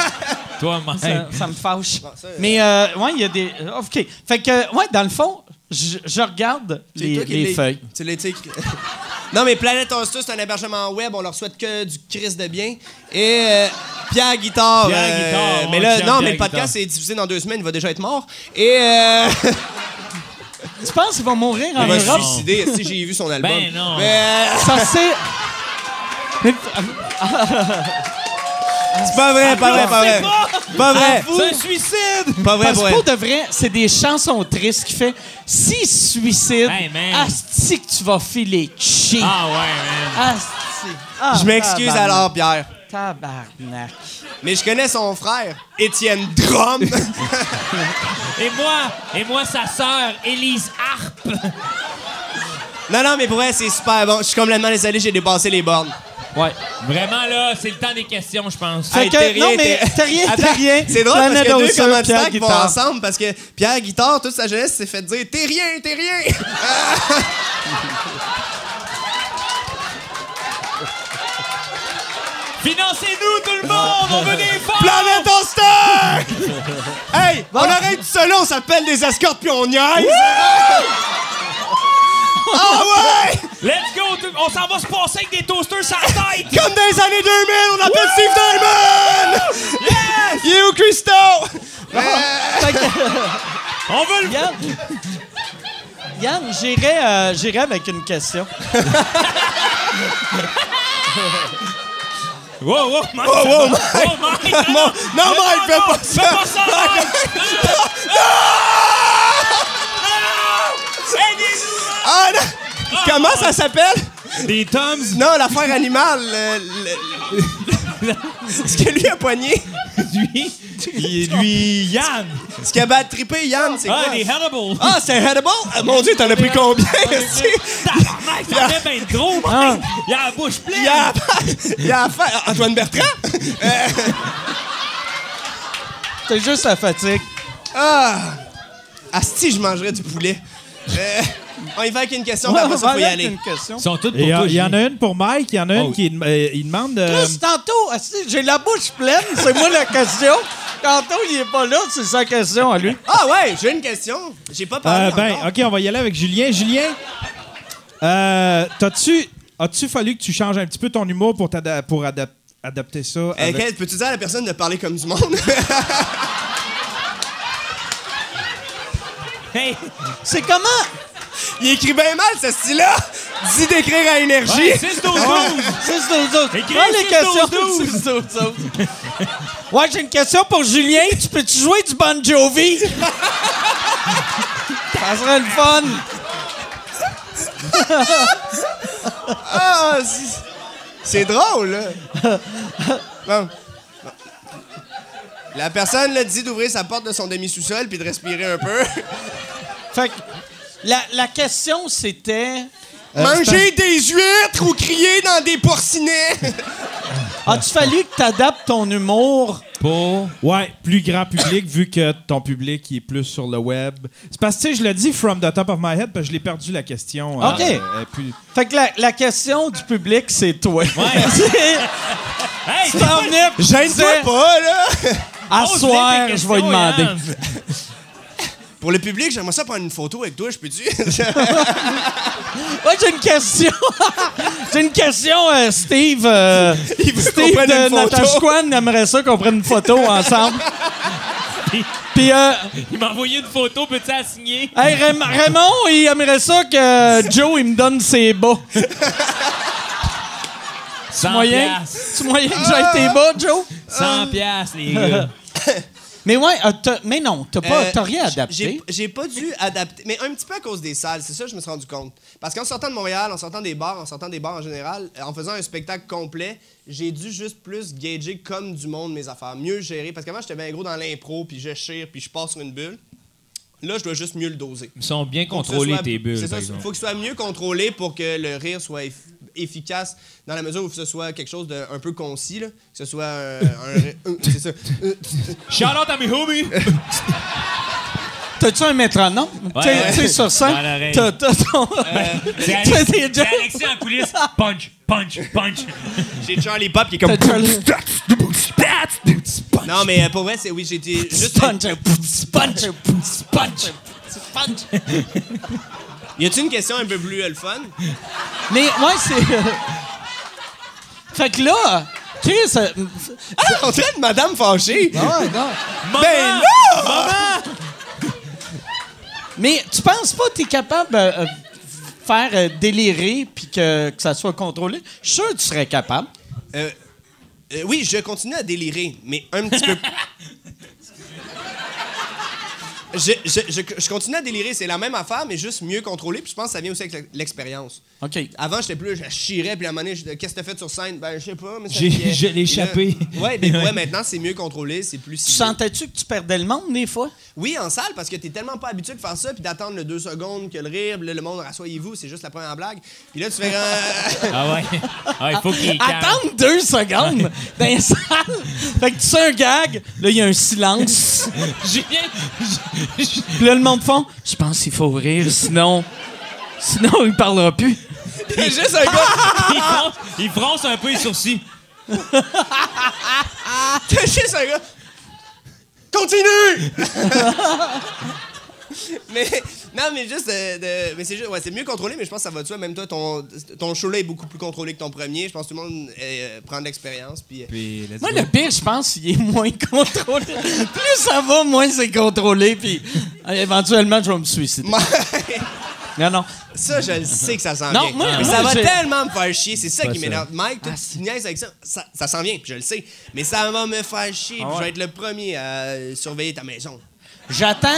Speaker 3: Toi, man.
Speaker 1: ça, ça me fâche.
Speaker 4: ça,
Speaker 1: Mais euh, ouais, il y a des. OK. Fait que, euh, ouais, dans le fond, je, je regarde
Speaker 4: C'est
Speaker 1: les,
Speaker 4: toi qui
Speaker 1: les
Speaker 4: l'ai-
Speaker 1: feuilles.
Speaker 4: Tu l'as tu sais, écrit. Non, mais Planète Hosta, c'est un hébergement web. On leur souhaite que du Christ de bien. Et euh, Pierre Guitard. euh,
Speaker 3: Pierre Guitare,
Speaker 4: mais
Speaker 3: on
Speaker 4: là,
Speaker 3: tient
Speaker 4: non,
Speaker 3: Pierre
Speaker 4: mais le
Speaker 3: Guitare.
Speaker 4: podcast est diffusé dans deux semaines. Il va déjà être mort. Et. euh,
Speaker 1: Tu penses qu'ils vont mourir en
Speaker 4: il va se
Speaker 1: Europe?
Speaker 4: suicider. Si j'ai vu son album.
Speaker 3: Ben non.
Speaker 4: Mais, euh,
Speaker 1: Ça, c'est.
Speaker 4: c'est pas vrai, pas vrai, pas vrai. Pas vrai.
Speaker 3: C'est un suicide!
Speaker 4: Pas vrai,
Speaker 1: Parce
Speaker 4: pas
Speaker 1: que
Speaker 4: vrai.
Speaker 1: pour de vrai, c'est des chansons tristes qui fait s'ils se suicident,
Speaker 3: Hey, man.
Speaker 1: asti que tu vas filer chi.
Speaker 3: Ah ouais, man.
Speaker 1: Asti. Ah,
Speaker 4: Je m'excuse
Speaker 1: tabarnak.
Speaker 4: alors, Pierre.
Speaker 1: Tabarnak.
Speaker 4: Mais je connais son frère, Étienne Drum.
Speaker 3: Et moi, et moi, sa sœur, Élise Harpe.
Speaker 4: non, non, mais pour vrai, c'est super bon. Je suis complètement désolé, j'ai dépassé les bornes.
Speaker 1: Ouais.
Speaker 3: Vraiment, là, c'est le temps des questions, je pense.
Speaker 1: Fait
Speaker 4: Hey,
Speaker 1: que,
Speaker 4: t'es rien,
Speaker 1: non, mais
Speaker 4: t'es-
Speaker 1: t'as rien, t'as
Speaker 4: Attends,
Speaker 1: rien.
Speaker 4: C'est drôle parce
Speaker 1: Planète
Speaker 4: que deux
Speaker 1: Ocean, Pierre
Speaker 4: commanditaires qui vont
Speaker 1: Guitare.
Speaker 4: ensemble parce que Pierre Guitard, toute sa jeunesse, s'est fait dire T'es rien, t'es rien
Speaker 3: Financez-nous, tout le monde! On veut des fonds!
Speaker 4: Planète Oster Hey, on arrête tout seul, on s'appelle des escortes puis on niaise Ah ouais
Speaker 3: Let's go! tout- On s'en va se passer avec des toasters sans tête!
Speaker 4: Comme dans les années 2000, on appelle Steve Diamond Yes Euh, Il est où Christo
Speaker 1: Fait que,
Speaker 3: On veut le...
Speaker 1: Yann, Yann j'irai euh, j'irai avec une question.
Speaker 3: Wow, wow, Mike! Oh, wow, Mike!
Speaker 4: Non, non, Ah, Mike, fais pas
Speaker 3: Fais
Speaker 4: ça
Speaker 3: pas ça, Mike! Non! Aidez-nous!
Speaker 4: Ah non Comment ça s'appelle
Speaker 3: Des Toms,
Speaker 4: Non, l'affaire animale. le- le- le- ce que lui a poigné,
Speaker 3: lui, il- lui, Yann!
Speaker 4: ce qui a bat trippé Yann, c'est
Speaker 3: Ah,
Speaker 4: quoi?
Speaker 3: des Hannibal!
Speaker 4: Ah, c'est Hannibal? Ah, mon dieu, t'en as pris combien? esti?
Speaker 3: Tabarnak,
Speaker 4: Ah.
Speaker 3: ça fait bien gros, Mike! Il a la bouche pleine!
Speaker 4: Il y a, il y a affaire. Antoine Bertrand?
Speaker 1: C'est juste la fatigue.
Speaker 4: Ah! Asti, je mangerais du poulet. Euh, on y va avec une question, puis après Ah, ben, ça, faut y
Speaker 1: Voilà, c'est
Speaker 4: aller.
Speaker 1: une question.
Speaker 3: Ils sont toutes
Speaker 2: Et
Speaker 3: pour
Speaker 2: euh, Il y,
Speaker 3: toi,
Speaker 2: a- il y en
Speaker 3: Julien.
Speaker 2: a une pour Mike, il y en a une
Speaker 3: Oh.
Speaker 2: qui euh, il demande. euh,
Speaker 1: Plus tantôt, asti, j'ai la bouche pleine, c'est moi la question. Tantôt, il est pas là, c'est sa question à lui.
Speaker 4: Ah ouais, j'ai une question. J'ai pas
Speaker 2: euh,
Speaker 4: parlé
Speaker 2: ben,
Speaker 4: encore.
Speaker 2: ok, on va y aller avec Julien. Julien, euh, t'as-tu, as-tu fallu que tu changes un petit peu ton humour pour, t'ada- pour adap- adapter ça?
Speaker 4: Euh,
Speaker 2: avec-
Speaker 4: Kel, Peux-tu dire à la personne de parler comme du monde?
Speaker 3: Hey,
Speaker 1: C'est comment?
Speaker 4: il écrit bien mal, ce style-là! Dis d'écrire à énergie!
Speaker 3: ouais, 6 12
Speaker 1: C'est ce aux autres.
Speaker 3: Écris
Speaker 1: Prends les
Speaker 3: six,
Speaker 1: questions.
Speaker 3: douze, douze.
Speaker 1: C'est ce aux autres. Ouais, j'ai une question pour Julien. Tu peux-tu jouer du Bon Jovi? Ça serait le fun.
Speaker 4: Ah, c'est- c'est drôle, là. Bon. La personne le dit d'ouvrir sa porte de son demi-sous-sol puis de respirer un peu.
Speaker 1: Fait que la, la question, c'était...
Speaker 4: Manger des huîtres ou crier dans des porcinets.
Speaker 1: Ah, As-tu fallu que t'adaptes ton humour pour,
Speaker 3: pour.
Speaker 2: Ouais, plus grand public, vu que ton public il est plus sur le web. C'est parce que, tu sais, je le dis from the top of my head, parce que je l'ai perdu la question. euh,
Speaker 1: OK.
Speaker 2: et puis-
Speaker 1: Fait que la, la question du public, c'est toi.
Speaker 3: Ouais.
Speaker 1: C'est-
Speaker 3: Hey,
Speaker 1: tu t'en venais, tu disais,
Speaker 4: pas, là!
Speaker 1: À
Speaker 3: pose-les
Speaker 1: soir,
Speaker 3: tes
Speaker 1: je vais
Speaker 3: questions,
Speaker 1: demander.
Speaker 3: Yann.
Speaker 4: Pour le public, j'aimerais ça prendre une photo avec toi, je peux-tu?
Speaker 1: Ouais, j'ai une question. j'ai une question, euh, Steve. euh,
Speaker 4: Il veut qu'on
Speaker 1: Steve
Speaker 4: prenne
Speaker 1: de
Speaker 4: une photo.
Speaker 1: Natashquan aimerait ça qu'on prenne une photo ensemble. Puis, euh,
Speaker 3: Il m'a envoyé une photo, peux-tu la signer?
Speaker 1: hey, Ray- Raymond, il aimerait ça que euh, Joe, il me donne ses bas.
Speaker 3: Sans
Speaker 1: Moyen?
Speaker 3: piastres.
Speaker 1: Tu moyen que j'aille tes bas, Joe?
Speaker 4: Ah.
Speaker 3: 100 piastres, les gars.
Speaker 1: Mais ouais, euh, t'as- mais non, t'as pas,
Speaker 4: Euh,
Speaker 1: t'as rien
Speaker 4: j-
Speaker 1: adapté.
Speaker 4: j'ai- J'ai pas dû adapter, mais un petit peu à cause des salles, c'est ça que je me suis rendu compte. Parce qu'en sortant de Montréal, en sortant des bars, en sortant des bars en général, euh, en faisant un spectacle complet, j'ai dû juste plus gager comme du monde mes affaires, mieux gérer. Parce qu'avant, j'étais bien gros dans l'impro, puis je chire, puis je pars sur une bulle. Là, je dois juste mieux le doser.
Speaker 3: Ils sont bien
Speaker 4: Faut que ce
Speaker 3: contrôlés,
Speaker 4: soit-
Speaker 3: tes bulles.
Speaker 4: C'est ça,
Speaker 3: par
Speaker 4: il
Speaker 3: exemple.
Speaker 4: faut que ce soit mieux contrôlé pour que le rire soit eff- efficace dans la mesure où ce soit quelque chose d'un peu concis, là. que ce soit un, un ri- euh, c'est ça. Euh,
Speaker 3: Shout out à mes homies!
Speaker 1: T'as-tu un métronome?
Speaker 3: Ouais,
Speaker 1: T'sais-
Speaker 3: ouais.
Speaker 1: t'sais, sur
Speaker 3: Dans
Speaker 1: scène,
Speaker 3: l'oreille.
Speaker 1: t'as t'as ton... t'as
Speaker 3: C'est
Speaker 1: des
Speaker 3: Alex- c'est
Speaker 1: jokes.
Speaker 3: Alexis en coulisses. Punch, punch, punch.
Speaker 4: J'ai Charlie Pop qui est comme.
Speaker 1: t'as Charlie-
Speaker 4: Non, mais euh, pour vrai, c'est oui, j'ai été juste.
Speaker 1: Sponge, sponge, sponge, sponge.
Speaker 4: Y a-tu une question un peu plus euh, le fun?
Speaker 1: Mais ouais, c'est. euh, Fait que là, Chris. euh,
Speaker 4: Ah, on dirait une madame fâchée!
Speaker 1: ouais, non.
Speaker 3: Maman!
Speaker 4: Ben
Speaker 1: Mais tu penses pas que t'es capable de faire euh, délirer puis que, que ça soit contrôlé? Je suis sûr que tu serais capable.
Speaker 4: Euh, euh, oui, je continue à délirer, mais un petit peu. Je, je, je, je continue à délirer, c'est la même affaire, mais juste mieux contrôlée, puis je pense que ça vient aussi avec l'expérience.
Speaker 1: OK.
Speaker 4: Avant, j'étais plus, je chirais, puis à un moment donné, je- qu'est-ce que t'as fait sur scène? Ben, je sais pas, mais ça
Speaker 3: J'ai-
Speaker 4: me plaît.
Speaker 3: je l'ai
Speaker 4: Et là-
Speaker 3: échappé.
Speaker 4: Ouais, mais ouais, maintenant, c'est mieux contrôlé, c'est plus
Speaker 1: Tu
Speaker 4: ciblé.
Speaker 1: sentais-tu que tu perdais le monde des fois?
Speaker 4: Oui, en salle, parce que t'es tellement pas habitué de faire ça, puis d'attendre le deux secondes que le rire, puis là, le monde, rassoyez-vous, c'est juste la première blague. Puis là, tu fais. euh,
Speaker 3: Ah ouais. Ah, il faut qu'il calme.
Speaker 1: Attendre deux secondes dans les salles. Fait que tu sais un gag, là, il y a un silence.
Speaker 3: Julien,
Speaker 1: Puis là, le monde fond, je pense qu'il faut rire, sinon. Sinon, il parlera plus.
Speaker 4: Il y a juste un gars,
Speaker 3: il fronce, il fronce un peu les sourcils.
Speaker 4: t'as juste un gars. Continue! mais non, mais juste euh, de- mais c'est juste- ouais, c'est mieux contrôlé, mais je pense que ça va de soi. Même toi, ton, ton show là est beaucoup plus contrôlé que ton premier. Je pense que tout le monde euh, prend de l'expérience, puis. euh,
Speaker 3: Puis, let's
Speaker 1: Moi,
Speaker 3: go.
Speaker 1: le pire, je pense, il est moins contrôlé. Plus ça va, moins c'est contrôlé. Puis euh, éventuellement, je vais me suicider. Non, non.
Speaker 4: Ça, je le sais que ça s'en
Speaker 1: Non,
Speaker 4: vient.
Speaker 1: moi-
Speaker 4: mais
Speaker 1: moi,
Speaker 4: ça va
Speaker 1: j'ai-
Speaker 4: tellement me faire chier. C'est ça
Speaker 3: Pas
Speaker 4: qui
Speaker 3: ça.
Speaker 4: m'énerve. Mike, toi,
Speaker 1: Ah,
Speaker 4: tu niaises avec ça. Ça, ça s'en vient, puis je le sais. Mais ça va me faire chier. puis Je vais être le premier à surveiller ta maison.
Speaker 1: J'attends,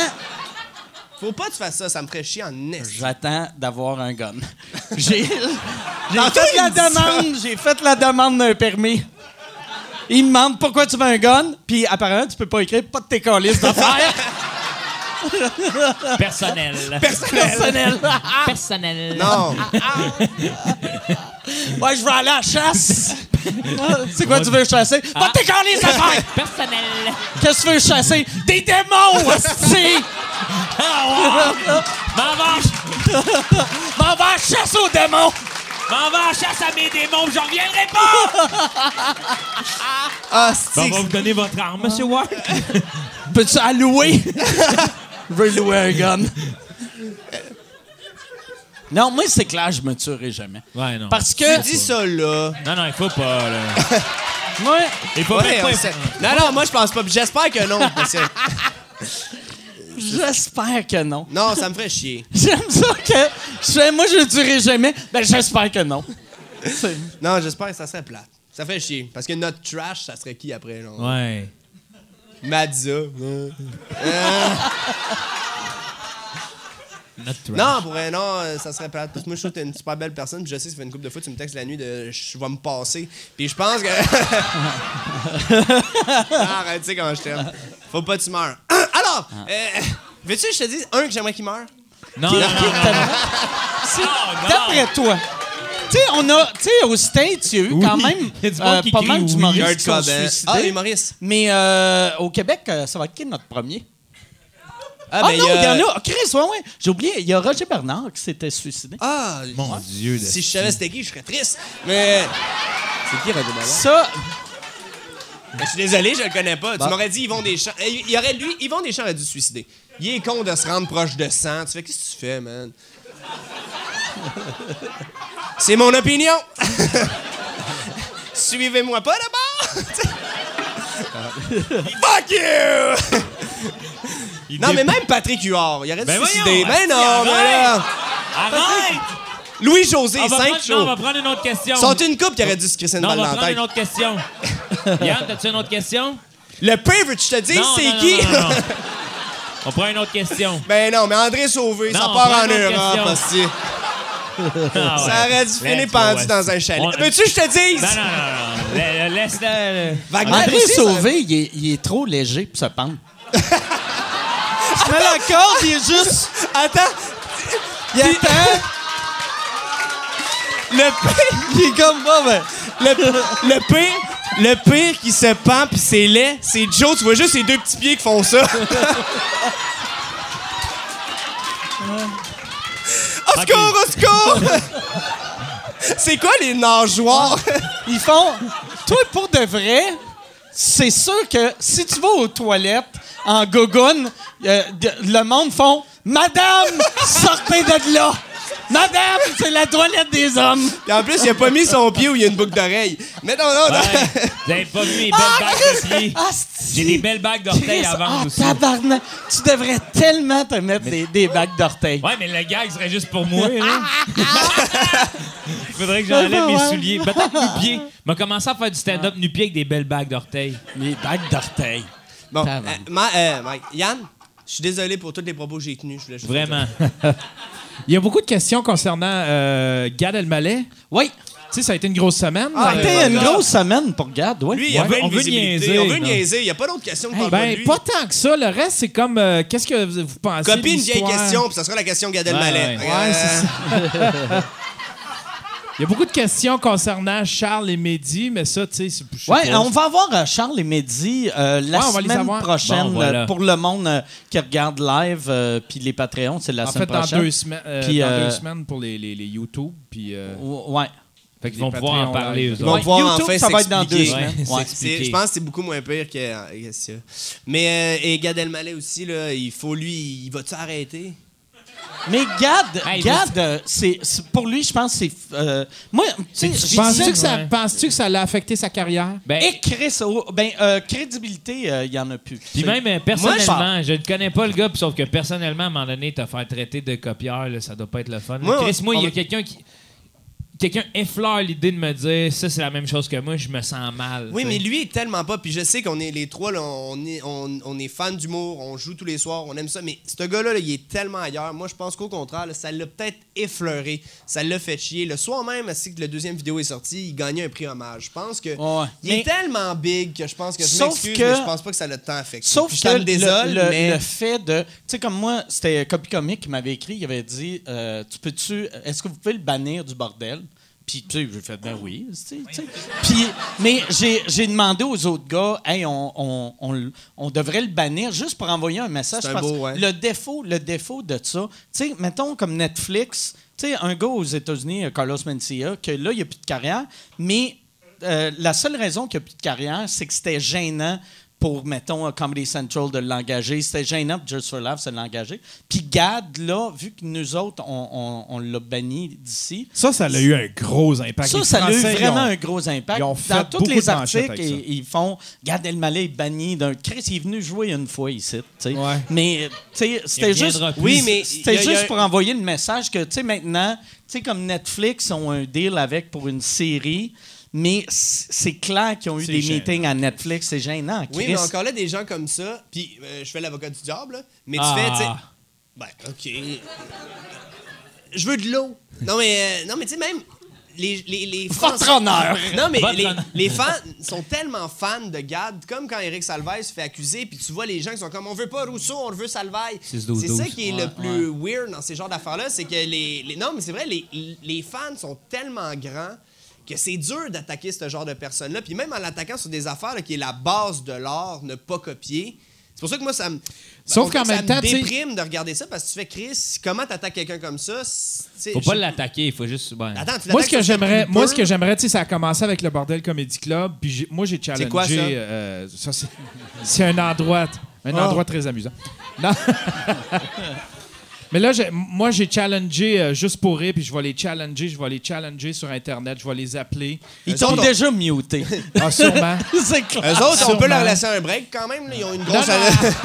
Speaker 4: Faut pas que tu fasses ça. Ça me ferait chier en est.
Speaker 1: j'attends d'avoir un gun. J'ai, j'ai
Speaker 4: Dans
Speaker 1: fait
Speaker 4: tout,
Speaker 1: la
Speaker 4: il dit ça.
Speaker 1: demande, j'ai fait la demande d'un permis. Il me demande pourquoi tu veux un gun, puis apparemment, tu peux pas écrire pas de tes calices d'affaires
Speaker 3: personnel.
Speaker 1: personnelles.
Speaker 7: Personnel.
Speaker 4: Non.
Speaker 1: Ah, Ouais, je vais aller à la chasse. Ah, C'est quoi tu veux chasser? Pas de tes calices d'affaires!
Speaker 7: Personnel.
Speaker 1: Qu'est-ce que tu veux chasser? Des démons, hostie!
Speaker 3: Ah, wow! M'en va,
Speaker 1: M'en va à chasse aux démons!
Speaker 3: m'en va en chasse à mes démons, j'en reviendrai pas!
Speaker 4: Ah, c'est-
Speaker 3: on va vous donner votre arme,
Speaker 4: Ah.
Speaker 3: monsieur Ward.
Speaker 1: Peux-tu allouer? Je veux louer un gun. Non, moi, c'est clair, je me tuerai jamais.
Speaker 3: Ouais, non.
Speaker 1: Parce que.
Speaker 4: Dis ça là.
Speaker 3: Non, non, il faut pas, là.
Speaker 1: Moi,
Speaker 3: Il faut
Speaker 4: Ouais,
Speaker 3: même pas-
Speaker 4: on sait. non, non, moi je pense pas. puis J'espère que non. parce que-
Speaker 1: j'espère que non.
Speaker 4: Non, ça me ferait chier.
Speaker 1: J'aime ça que. Je fais, moi, je le tuerai jamais. Ben, j'espère que non. C'est-
Speaker 4: Non, j'espère que ça serait plate. Ça ferait chier. Parce que notre trash, ça serait qui après? Non?
Speaker 3: Ouais.
Speaker 4: Madza. euh.
Speaker 3: Notre trash.
Speaker 4: Non, pour vrai, non, euh, ça serait plate. Parce que moi, je trouve que t'es une super belle personne. Puis je sais, ça fait une couple de fois, tu me textes la nuit de je vais me passer. Puis je pense que. Ah, Arrête, tu sais comment je t'aime. Faut pas que tu meurs. Ah, Alors, euh, veux-tu que je te dise un que j'aimerais qu'il meure?
Speaker 3: Non, non, non, non.
Speaker 1: D'après toi, Tu sais, on a. Tu sais, au States, il y a eu
Speaker 3: Oui.
Speaker 1: quand même
Speaker 3: Il y a du monde
Speaker 1: euh,
Speaker 3: qui
Speaker 1: pas
Speaker 3: crie
Speaker 1: mal
Speaker 3: oui.
Speaker 1: d'humoristes qui sont
Speaker 4: Kurt Cobain.
Speaker 1: suicidés.
Speaker 4: Ah, humoriste.
Speaker 1: Mais euh, au Québec, euh, ça va être qui notre premier? Ah, non,
Speaker 4: ben, il y a-
Speaker 1: il y en a. Chris, ouais, ouais. J'ai oublié, il y a Roger Bernard qui s'était suicidé.
Speaker 4: Ah,
Speaker 8: Mon Dieu. là.
Speaker 4: si je savais c'était qui, je serais triste. Mais. C'est qui, Roger Ballard?
Speaker 1: Ça,
Speaker 4: Ben, je suis désolé, je le connais pas.
Speaker 3: Bah.
Speaker 4: Tu m'aurais dit Yvon Deschamps. Eh, Il y aurait lui, Yvon Deschamps aurait dû se suicider. Il est con de se rendre proche de sang. Tu fais qu'est-ce que tu fais, man? C'est mon opinion! Suivez-moi pas d'abord! Fuck you! non, mais même Patrick Huard, il aurait dû
Speaker 3: Ben
Speaker 4: se suicider.
Speaker 3: voyons,
Speaker 4: Ben non,
Speaker 3: arrête!
Speaker 4: mais là!
Speaker 3: Arrête!
Speaker 4: Louis-José,
Speaker 3: On va,
Speaker 4: 5
Speaker 3: prendre, non, on va
Speaker 4: shows.
Speaker 3: prendre une autre question.
Speaker 4: Sont une coupe qui aurait dû se crisser une
Speaker 3: Non, on
Speaker 4: balle
Speaker 3: va
Speaker 4: dans la
Speaker 3: prendre
Speaker 4: tête.
Speaker 3: une autre question. Yann, t'as-tu une autre question?
Speaker 4: Le favorite, je te dis,
Speaker 3: Non,
Speaker 4: c'est
Speaker 3: non,
Speaker 4: qui?
Speaker 3: non, non, non. On prend une autre question.
Speaker 4: Ben non, mais André Sauvé,
Speaker 3: Non,
Speaker 4: ça
Speaker 3: on
Speaker 4: part
Speaker 3: prend
Speaker 4: en
Speaker 3: une autre
Speaker 4: Europe,
Speaker 3: question.
Speaker 4: aussi.
Speaker 3: Ah, ouais.
Speaker 4: Ça aurait dû
Speaker 3: Let's
Speaker 4: finir
Speaker 3: go,
Speaker 4: pendu
Speaker 3: ouais.
Speaker 4: dans un
Speaker 3: On-
Speaker 4: chalet. Veux-tu que je te dise?
Speaker 3: Ah, Non, non, non, non. La- la- Laisse-le.
Speaker 4: Wagner
Speaker 1: André
Speaker 4: aussi, ça-
Speaker 1: Sauvé, il est, il est trop léger pour se pendre. Je mets la corde, il est juste.
Speaker 4: Attends,
Speaker 1: Il attend.
Speaker 4: le pire,
Speaker 1: Il est comme bon, ben.
Speaker 4: le, le pire, le pire qui se pend pis c'est laid, c'est Joe, tu vois juste ses deux petits pieds qui font ça. Au secours, au secours! C'est quoi les nageoires?
Speaker 1: Ils font. Toi, pour de vrai, c'est sûr que si tu vas aux toilettes en gogoune, euh, de- le monde font Madame, sortez de là! Madame, c'est la toilette des hommes!
Speaker 4: Et en plus, il a pas mis son pied où il y a une boucle d'oreille. Mais non, non, non.
Speaker 3: Ouais. Vous avez pas vu mes belles bagues de pied. J'ai des belles bagues d'orteils à vendre
Speaker 1: Ah,
Speaker 3: aussi.
Speaker 1: tabarnak! Tu devrais tellement te mettre des, des bagues d'orteils.
Speaker 3: Ouais, mais le gag serait juste pour moi. là. Il faudrait que
Speaker 1: Ouais,
Speaker 3: j'enlève mes
Speaker 1: ouais. Ah.
Speaker 3: souliers. Peut-être nu-pied. Mais commencer à faire du stand-up nu-pied avec des belles bagues d'orteils.
Speaker 1: Les bagues d'orteils.
Speaker 4: Bon,
Speaker 1: Ça va.
Speaker 4: euh, Ma- euh, Mike, Yann, je suis désolé pour tous les propos que j'ai tenus. Je voulais juste
Speaker 3: Vraiment.
Speaker 2: Il y a beaucoup de questions concernant euh, Gad Elmaleh.
Speaker 1: Oui.
Speaker 2: Tu sais, ça a été une grosse semaine.
Speaker 4: Ah,
Speaker 2: Euh,
Speaker 1: C'était
Speaker 4: ouais,
Speaker 1: une
Speaker 4: ouais.
Speaker 1: grosse semaine pour Gad, ouais.
Speaker 4: Lui, il y a
Speaker 3: Ouais,
Speaker 4: plein de
Speaker 3: on veut
Speaker 4: visibilité,
Speaker 3: niaiser,
Speaker 4: On veut
Speaker 3: non.
Speaker 4: niaiser. Il n'y a pas d'autre question qui parle pas de
Speaker 2: ben,
Speaker 4: lui.
Speaker 2: pas tant que ça. Le reste, c'est comme euh, qu'est-ce que vous pensez de
Speaker 4: Copie une vieille
Speaker 2: l'histoire?
Speaker 4: question, puis ça sera la question Gad Elmaleh.
Speaker 3: Ouais,
Speaker 2: Ouais,
Speaker 4: Euh,
Speaker 2: c'est ça. Il y a beaucoup de questions concernant Charles et Mehdi, mais ça, tu sais, c'est je sais
Speaker 1: Ouais,
Speaker 2: pas.
Speaker 1: on va avoir euh, Charles et Mehdi euh, la
Speaker 2: Ouais, on va les
Speaker 1: semaine
Speaker 2: avoir.
Speaker 1: prochaine
Speaker 3: Bon, voilà.
Speaker 1: euh, pour le monde euh, qui regarde live euh, puis les Patreons, c'est la
Speaker 2: En fait,
Speaker 1: semaine
Speaker 2: dans,
Speaker 1: prochaine.
Speaker 2: deux, semaines, euh,
Speaker 1: Puis,
Speaker 2: dans
Speaker 1: euh,
Speaker 2: deux semaines pour les, les, les YouTube. Puis, euh,
Speaker 1: Ou- Ouais.
Speaker 2: fait que
Speaker 3: Ils
Speaker 2: les
Speaker 3: vont pouvoir en
Speaker 2: Patreons,
Speaker 3: parler,
Speaker 2: là,
Speaker 3: eux
Speaker 4: Ils vont
Speaker 3: autres.
Speaker 1: Ouais,
Speaker 4: pouvoir
Speaker 1: YouTube,
Speaker 4: enfin
Speaker 1: ça va être dans deux
Speaker 4: s'expliquer.
Speaker 1: semaines.
Speaker 3: Ouais,
Speaker 1: Ouais.
Speaker 4: C'est- Je
Speaker 3: s'expliquer.
Speaker 4: pense que c'est beaucoup moins pire que, que ça. Mais euh, et Gad Elmaleh aussi, là, il faut lui, il va-tu arrêter?
Speaker 1: Mais Gad,
Speaker 3: Hey,
Speaker 1: Gad, euh, c'est c'est- pour lui, je pense, que c'est euh, moi, tu sais, je disais
Speaker 2: Penses-tu que,
Speaker 1: que
Speaker 2: ça-
Speaker 3: Ouais.
Speaker 2: penses-tu que ça l'a affecté sa carrière?
Speaker 3: Ben,
Speaker 1: et Chris, oh, ben euh, crédibilité, euh, il y en a plus.
Speaker 3: Puis
Speaker 1: C'est-
Speaker 3: même euh, personnellement,
Speaker 1: Moi,
Speaker 3: je ne connais pas le gars, puis sauf que personnellement, à un moment donné, te faire traiter de copieur, là, ça doit pas être le fun. là.
Speaker 4: Moi,
Speaker 3: Chris, moi,
Speaker 4: on-
Speaker 3: il y a quelqu'un qui. Quelqu'un effleure l'idée de me dire ça, c'est la même chose que moi, je me sens mal.
Speaker 4: Oui,
Speaker 3: tu sais.
Speaker 4: mais lui, tellement pas. Puis je sais qu'on est les trois, là, on, est, on, on est fans d'humour, on joue tous les soirs, on aime ça. Mais ce gars-là, là, il est tellement ailleurs. Moi, je pense qu'au contraire, là, ça l'a peut-être effleuré. Ça l'a fait chier. Le soir même, si que le deuxième vidéo est sorti, il gagnait un prix hommage. Je pense que.
Speaker 1: Ouais.
Speaker 4: Il
Speaker 1: Mais-
Speaker 4: est tellement big que je pense que je
Speaker 1: Sauf
Speaker 4: m'excuse,
Speaker 1: que-
Speaker 4: mais je pense pas que ça l'a tant affecté.
Speaker 1: Sauf
Speaker 4: Puis je
Speaker 1: que
Speaker 4: t'en
Speaker 1: le-
Speaker 4: désole,
Speaker 1: le,
Speaker 4: mais.
Speaker 1: le fait de. Tu sais, comme moi, c'était Copy Comic qui m'avait écrit, il avait dit euh, Tu peux-tu. Est-ce que vous pouvez le bannir du bordel Puis, tu sais, j'ai fait Ben oui. tu sais, tu sais. Puis, mais j'ai j'ai demandé aux autres gars Hey, on, on, on le- on devrait le bannir juste pour envoyer un message.
Speaker 4: C'est un
Speaker 1: parce
Speaker 4: beau,
Speaker 1: que
Speaker 4: ouais.
Speaker 1: Le défaut, le défaut de ça, tu sais, mettons comme Netflix, tu sais, un gars aux États-Unis, euh, Carlos Mencia, que là, il n'y a plus de carrière, mais euh, la seule raison qu'il n'y a plus de carrière, c'est que c'était gênant pour, mettons, euh, Comedy Central de l'engager. C'était gênant pour Just for Laughs de l'engager. Puis Gad, là, vu que nous autres, on, on- on l'a banni d'ici,
Speaker 8: Ça, ça a eu un gros impact.
Speaker 1: ça,
Speaker 8: Les
Speaker 1: ça a eu
Speaker 8: Français, ils
Speaker 1: vraiment
Speaker 8: ont-
Speaker 1: un gros impact.
Speaker 8: ils ont
Speaker 1: Dans
Speaker 8: fait
Speaker 1: tous
Speaker 8: beaucoup
Speaker 1: les
Speaker 8: de manchettes avec
Speaker 1: articles,
Speaker 8: ça.
Speaker 1: ils, ils font Gad Elmaleh est banni d'un Chris, il est venu jouer une fois ici, tu sais.
Speaker 2: Ouais.
Speaker 1: Mais tu sais, c'était juste
Speaker 3: reviendra plus.
Speaker 4: Oui, mais il y
Speaker 1: c'était
Speaker 4: a- il y a-
Speaker 1: juste pour envoyer le message que tu sais maintenant, tu sais comme Netflix ont un deal avec pour une série, mais c- c'est clair qu'ils ont eu
Speaker 8: C'est
Speaker 1: des
Speaker 8: gênant.
Speaker 1: meetings à Netflix, c'est gênant.
Speaker 4: Oui,
Speaker 1: Chris.
Speaker 4: mais encore là, des gens comme ça, puis euh, je fais l'avocat du diable, là, mais tu
Speaker 3: Ah.
Speaker 4: fais, tu sais, ben, OK. Je veux de l'eau. Non, mais, euh, non, mais tu sais, même, les, les, les fans.
Speaker 1: Votre honneur!
Speaker 4: Non, mais
Speaker 5: Votre
Speaker 4: les,
Speaker 5: honneur.
Speaker 4: les fans sont tellement fans de Gad, comme quand Eric Salvaille se fait accuser, puis tu vois les gens qui sont comme on veut pas Rousseau, on veut Salvaille. C'est
Speaker 5: 6-12-12.
Speaker 4: ça qui est
Speaker 1: Ouais,
Speaker 4: le plus weird dans ces genres d'affaires-là, c'est que les, les- Non, mais c'est vrai, les, les fans sont tellement grands que c'est dur d'attaquer ce genre de personnes-là. Puis même en l'attaquant sur des affaires là, qui est la base de l'art, ne pas copier. C'est pour ça que moi, ça me.
Speaker 2: Sauf qu'en
Speaker 4: ça
Speaker 2: même
Speaker 4: me
Speaker 2: temps, tu sais-
Speaker 4: déprime de regarder ça parce que tu fais Chris, comment t'attaques quelqu'un comme ça? C'est- tu sais,
Speaker 5: Faut pas
Speaker 4: je-
Speaker 5: l'attaquer, il faut juste.
Speaker 3: ben,
Speaker 5: ouais.
Speaker 4: Attends, tu
Speaker 2: Moi, ce
Speaker 4: l'attaques
Speaker 2: que
Speaker 4: sur
Speaker 2: j'aimerais,
Speaker 4: Twitter?
Speaker 2: moi, ce que j'aimerais, tu sais, ça a commencé avec le Bordel Comedy Club, puis j'ai- moi, j'ai challengé.
Speaker 4: quoi, ça? Ah.
Speaker 2: euh, ça, c'est, c'est un endroit, un endroit très amusant. Non. Mais là, j'ai- moi, j'ai challengé euh, juste pour rire, puis je vais les challenger, je vais les challenger sur Internet, je vais les appeler.
Speaker 1: Ils t'ont déjà muté.
Speaker 2: Ah, sûrement.
Speaker 1: c'est clair.
Speaker 4: Eux autres, on
Speaker 2: Sûrement.
Speaker 4: peut leur laisser un break quand même. là. Ils ont une grosse.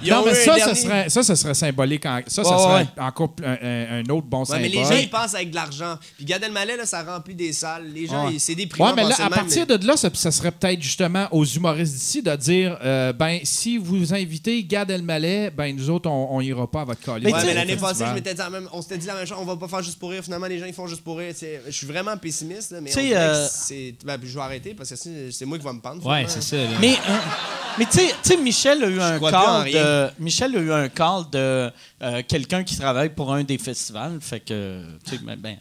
Speaker 4: Ils
Speaker 2: non,
Speaker 4: ont
Speaker 2: mais
Speaker 4: eu un
Speaker 2: ça, ça
Speaker 4: dernier-
Speaker 2: serait, ça, ça serait symbolique. en- ça, ça
Speaker 1: Ouais,
Speaker 2: serait
Speaker 1: ouais.
Speaker 2: encore pl- un, un- un autre bon
Speaker 4: Ouais,
Speaker 2: symbole.
Speaker 4: mais les gens, ils pensent avec de l'argent. Puis Gad Elmaleh, là, ça remplit des salles. Les gens,
Speaker 2: Ouais.
Speaker 4: ils- c'est des prix.
Speaker 2: Ouais, mais là, à partir de là, ça, ça serait peut-être justement aux humoristes d'ici de dire euh, ben, si vous invitez Gad Elmaleh, ben, nous autres, on, on ira pas à votre colline.
Speaker 1: Mais
Speaker 4: Ouais,
Speaker 1: tu-
Speaker 4: mais l'année passée,
Speaker 2: festival.
Speaker 4: je m'étais dit la même- on s'était dit la même chose. On va pas faire juste pour rire. Finalement, les gens, ils font juste pour rire. Tu sais, Je suis vraiment pessimiste. là, mais
Speaker 1: Tu sais,
Speaker 4: on dirait que
Speaker 1: euh,
Speaker 4: c'est- ben, je vais arrêter parce que c'est c'est moi qui vais me pendre.
Speaker 5: Ouais,
Speaker 4: finalement.
Speaker 5: c'est ça. là.
Speaker 1: Mais, euh, mais tu sais- tu sais, Michel a eu un
Speaker 4: crois plus en
Speaker 1: call
Speaker 4: rien.
Speaker 1: de, Michel a eu un call de euh, quelqu'un qui travaille pour un des festivals, fait que, tu sais, ben, ben,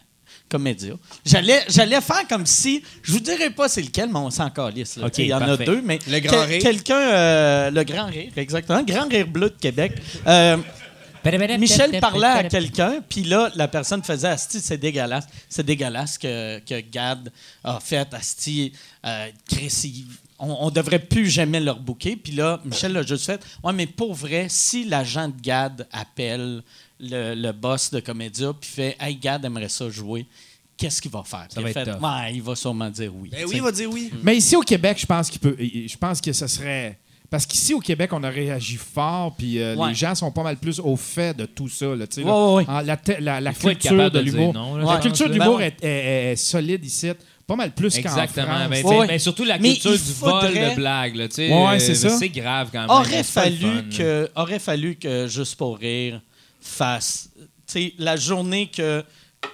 Speaker 1: comédia. J'allais, j'allais faire comme si, je vous dirais pas c'est lequel, mais on s'en calisse. là.
Speaker 5: OK,
Speaker 1: Tu sais, Il y en
Speaker 5: parfait.
Speaker 1: a deux, mais
Speaker 4: Le Grand Rire.
Speaker 1: quelqu'un, euh, le Grand Rire, exactement, Grand Rire bleu de Québec. Euh, Michel parlait à quelqu'un, puis là, la personne faisait Asti, c'est dégueulasse. C'est dégueulasse que, que Gad a fait Asti, euh, Chris, il- on, on devrait plus jamais leur bouquer. Puis là, Michel l'a juste fait Ouais, mais pour vrai, si l'agent de Gad appelle le, le boss de Comédia, puis fait Hey, Gad aimerait ça jouer, qu'est-ce qu'il va faire Puis
Speaker 5: va
Speaker 1: il a
Speaker 5: être
Speaker 1: fait,
Speaker 5: tough.
Speaker 1: Ouais, il va sûrement dire oui.
Speaker 4: Ben
Speaker 1: Tu
Speaker 4: oui,
Speaker 1: sais.
Speaker 4: il va dire oui.
Speaker 2: Mais ici au Québec, je pense qu'il peut. Je pense que ce serait. Parce qu'ici au Québec, on a réagi fort, puis euh,
Speaker 1: Ouais.
Speaker 2: les gens sont pas mal plus au fait de tout ça. Là, tu sais, là.
Speaker 1: Ouais, ouais, ouais.
Speaker 2: Ah, la, te- la- la
Speaker 5: faut être
Speaker 2: culture
Speaker 5: capable
Speaker 2: de
Speaker 5: de dire
Speaker 2: l'humour.
Speaker 5: non, là,
Speaker 2: La
Speaker 1: je
Speaker 2: culture
Speaker 1: pense,
Speaker 2: de
Speaker 1: là.
Speaker 2: l'humour
Speaker 1: Ben
Speaker 2: est, est- est solide ici, pas mal plus qu'en France.
Speaker 3: ben,
Speaker 5: Exactement. ben, Mais,
Speaker 1: Ouais.
Speaker 5: surtout la
Speaker 1: Mais
Speaker 5: culture
Speaker 1: il
Speaker 5: du vol
Speaker 1: faudrait-
Speaker 5: de blague. là, tu sais,
Speaker 2: Ouais,
Speaker 5: euh,
Speaker 2: c'est ça.
Speaker 5: C'est grave quand même.
Speaker 1: aurait
Speaker 5: c'est pas le
Speaker 1: fallu
Speaker 5: fun, là.
Speaker 1: que aurait fallu que juste pour rire fasse tu sais la journée que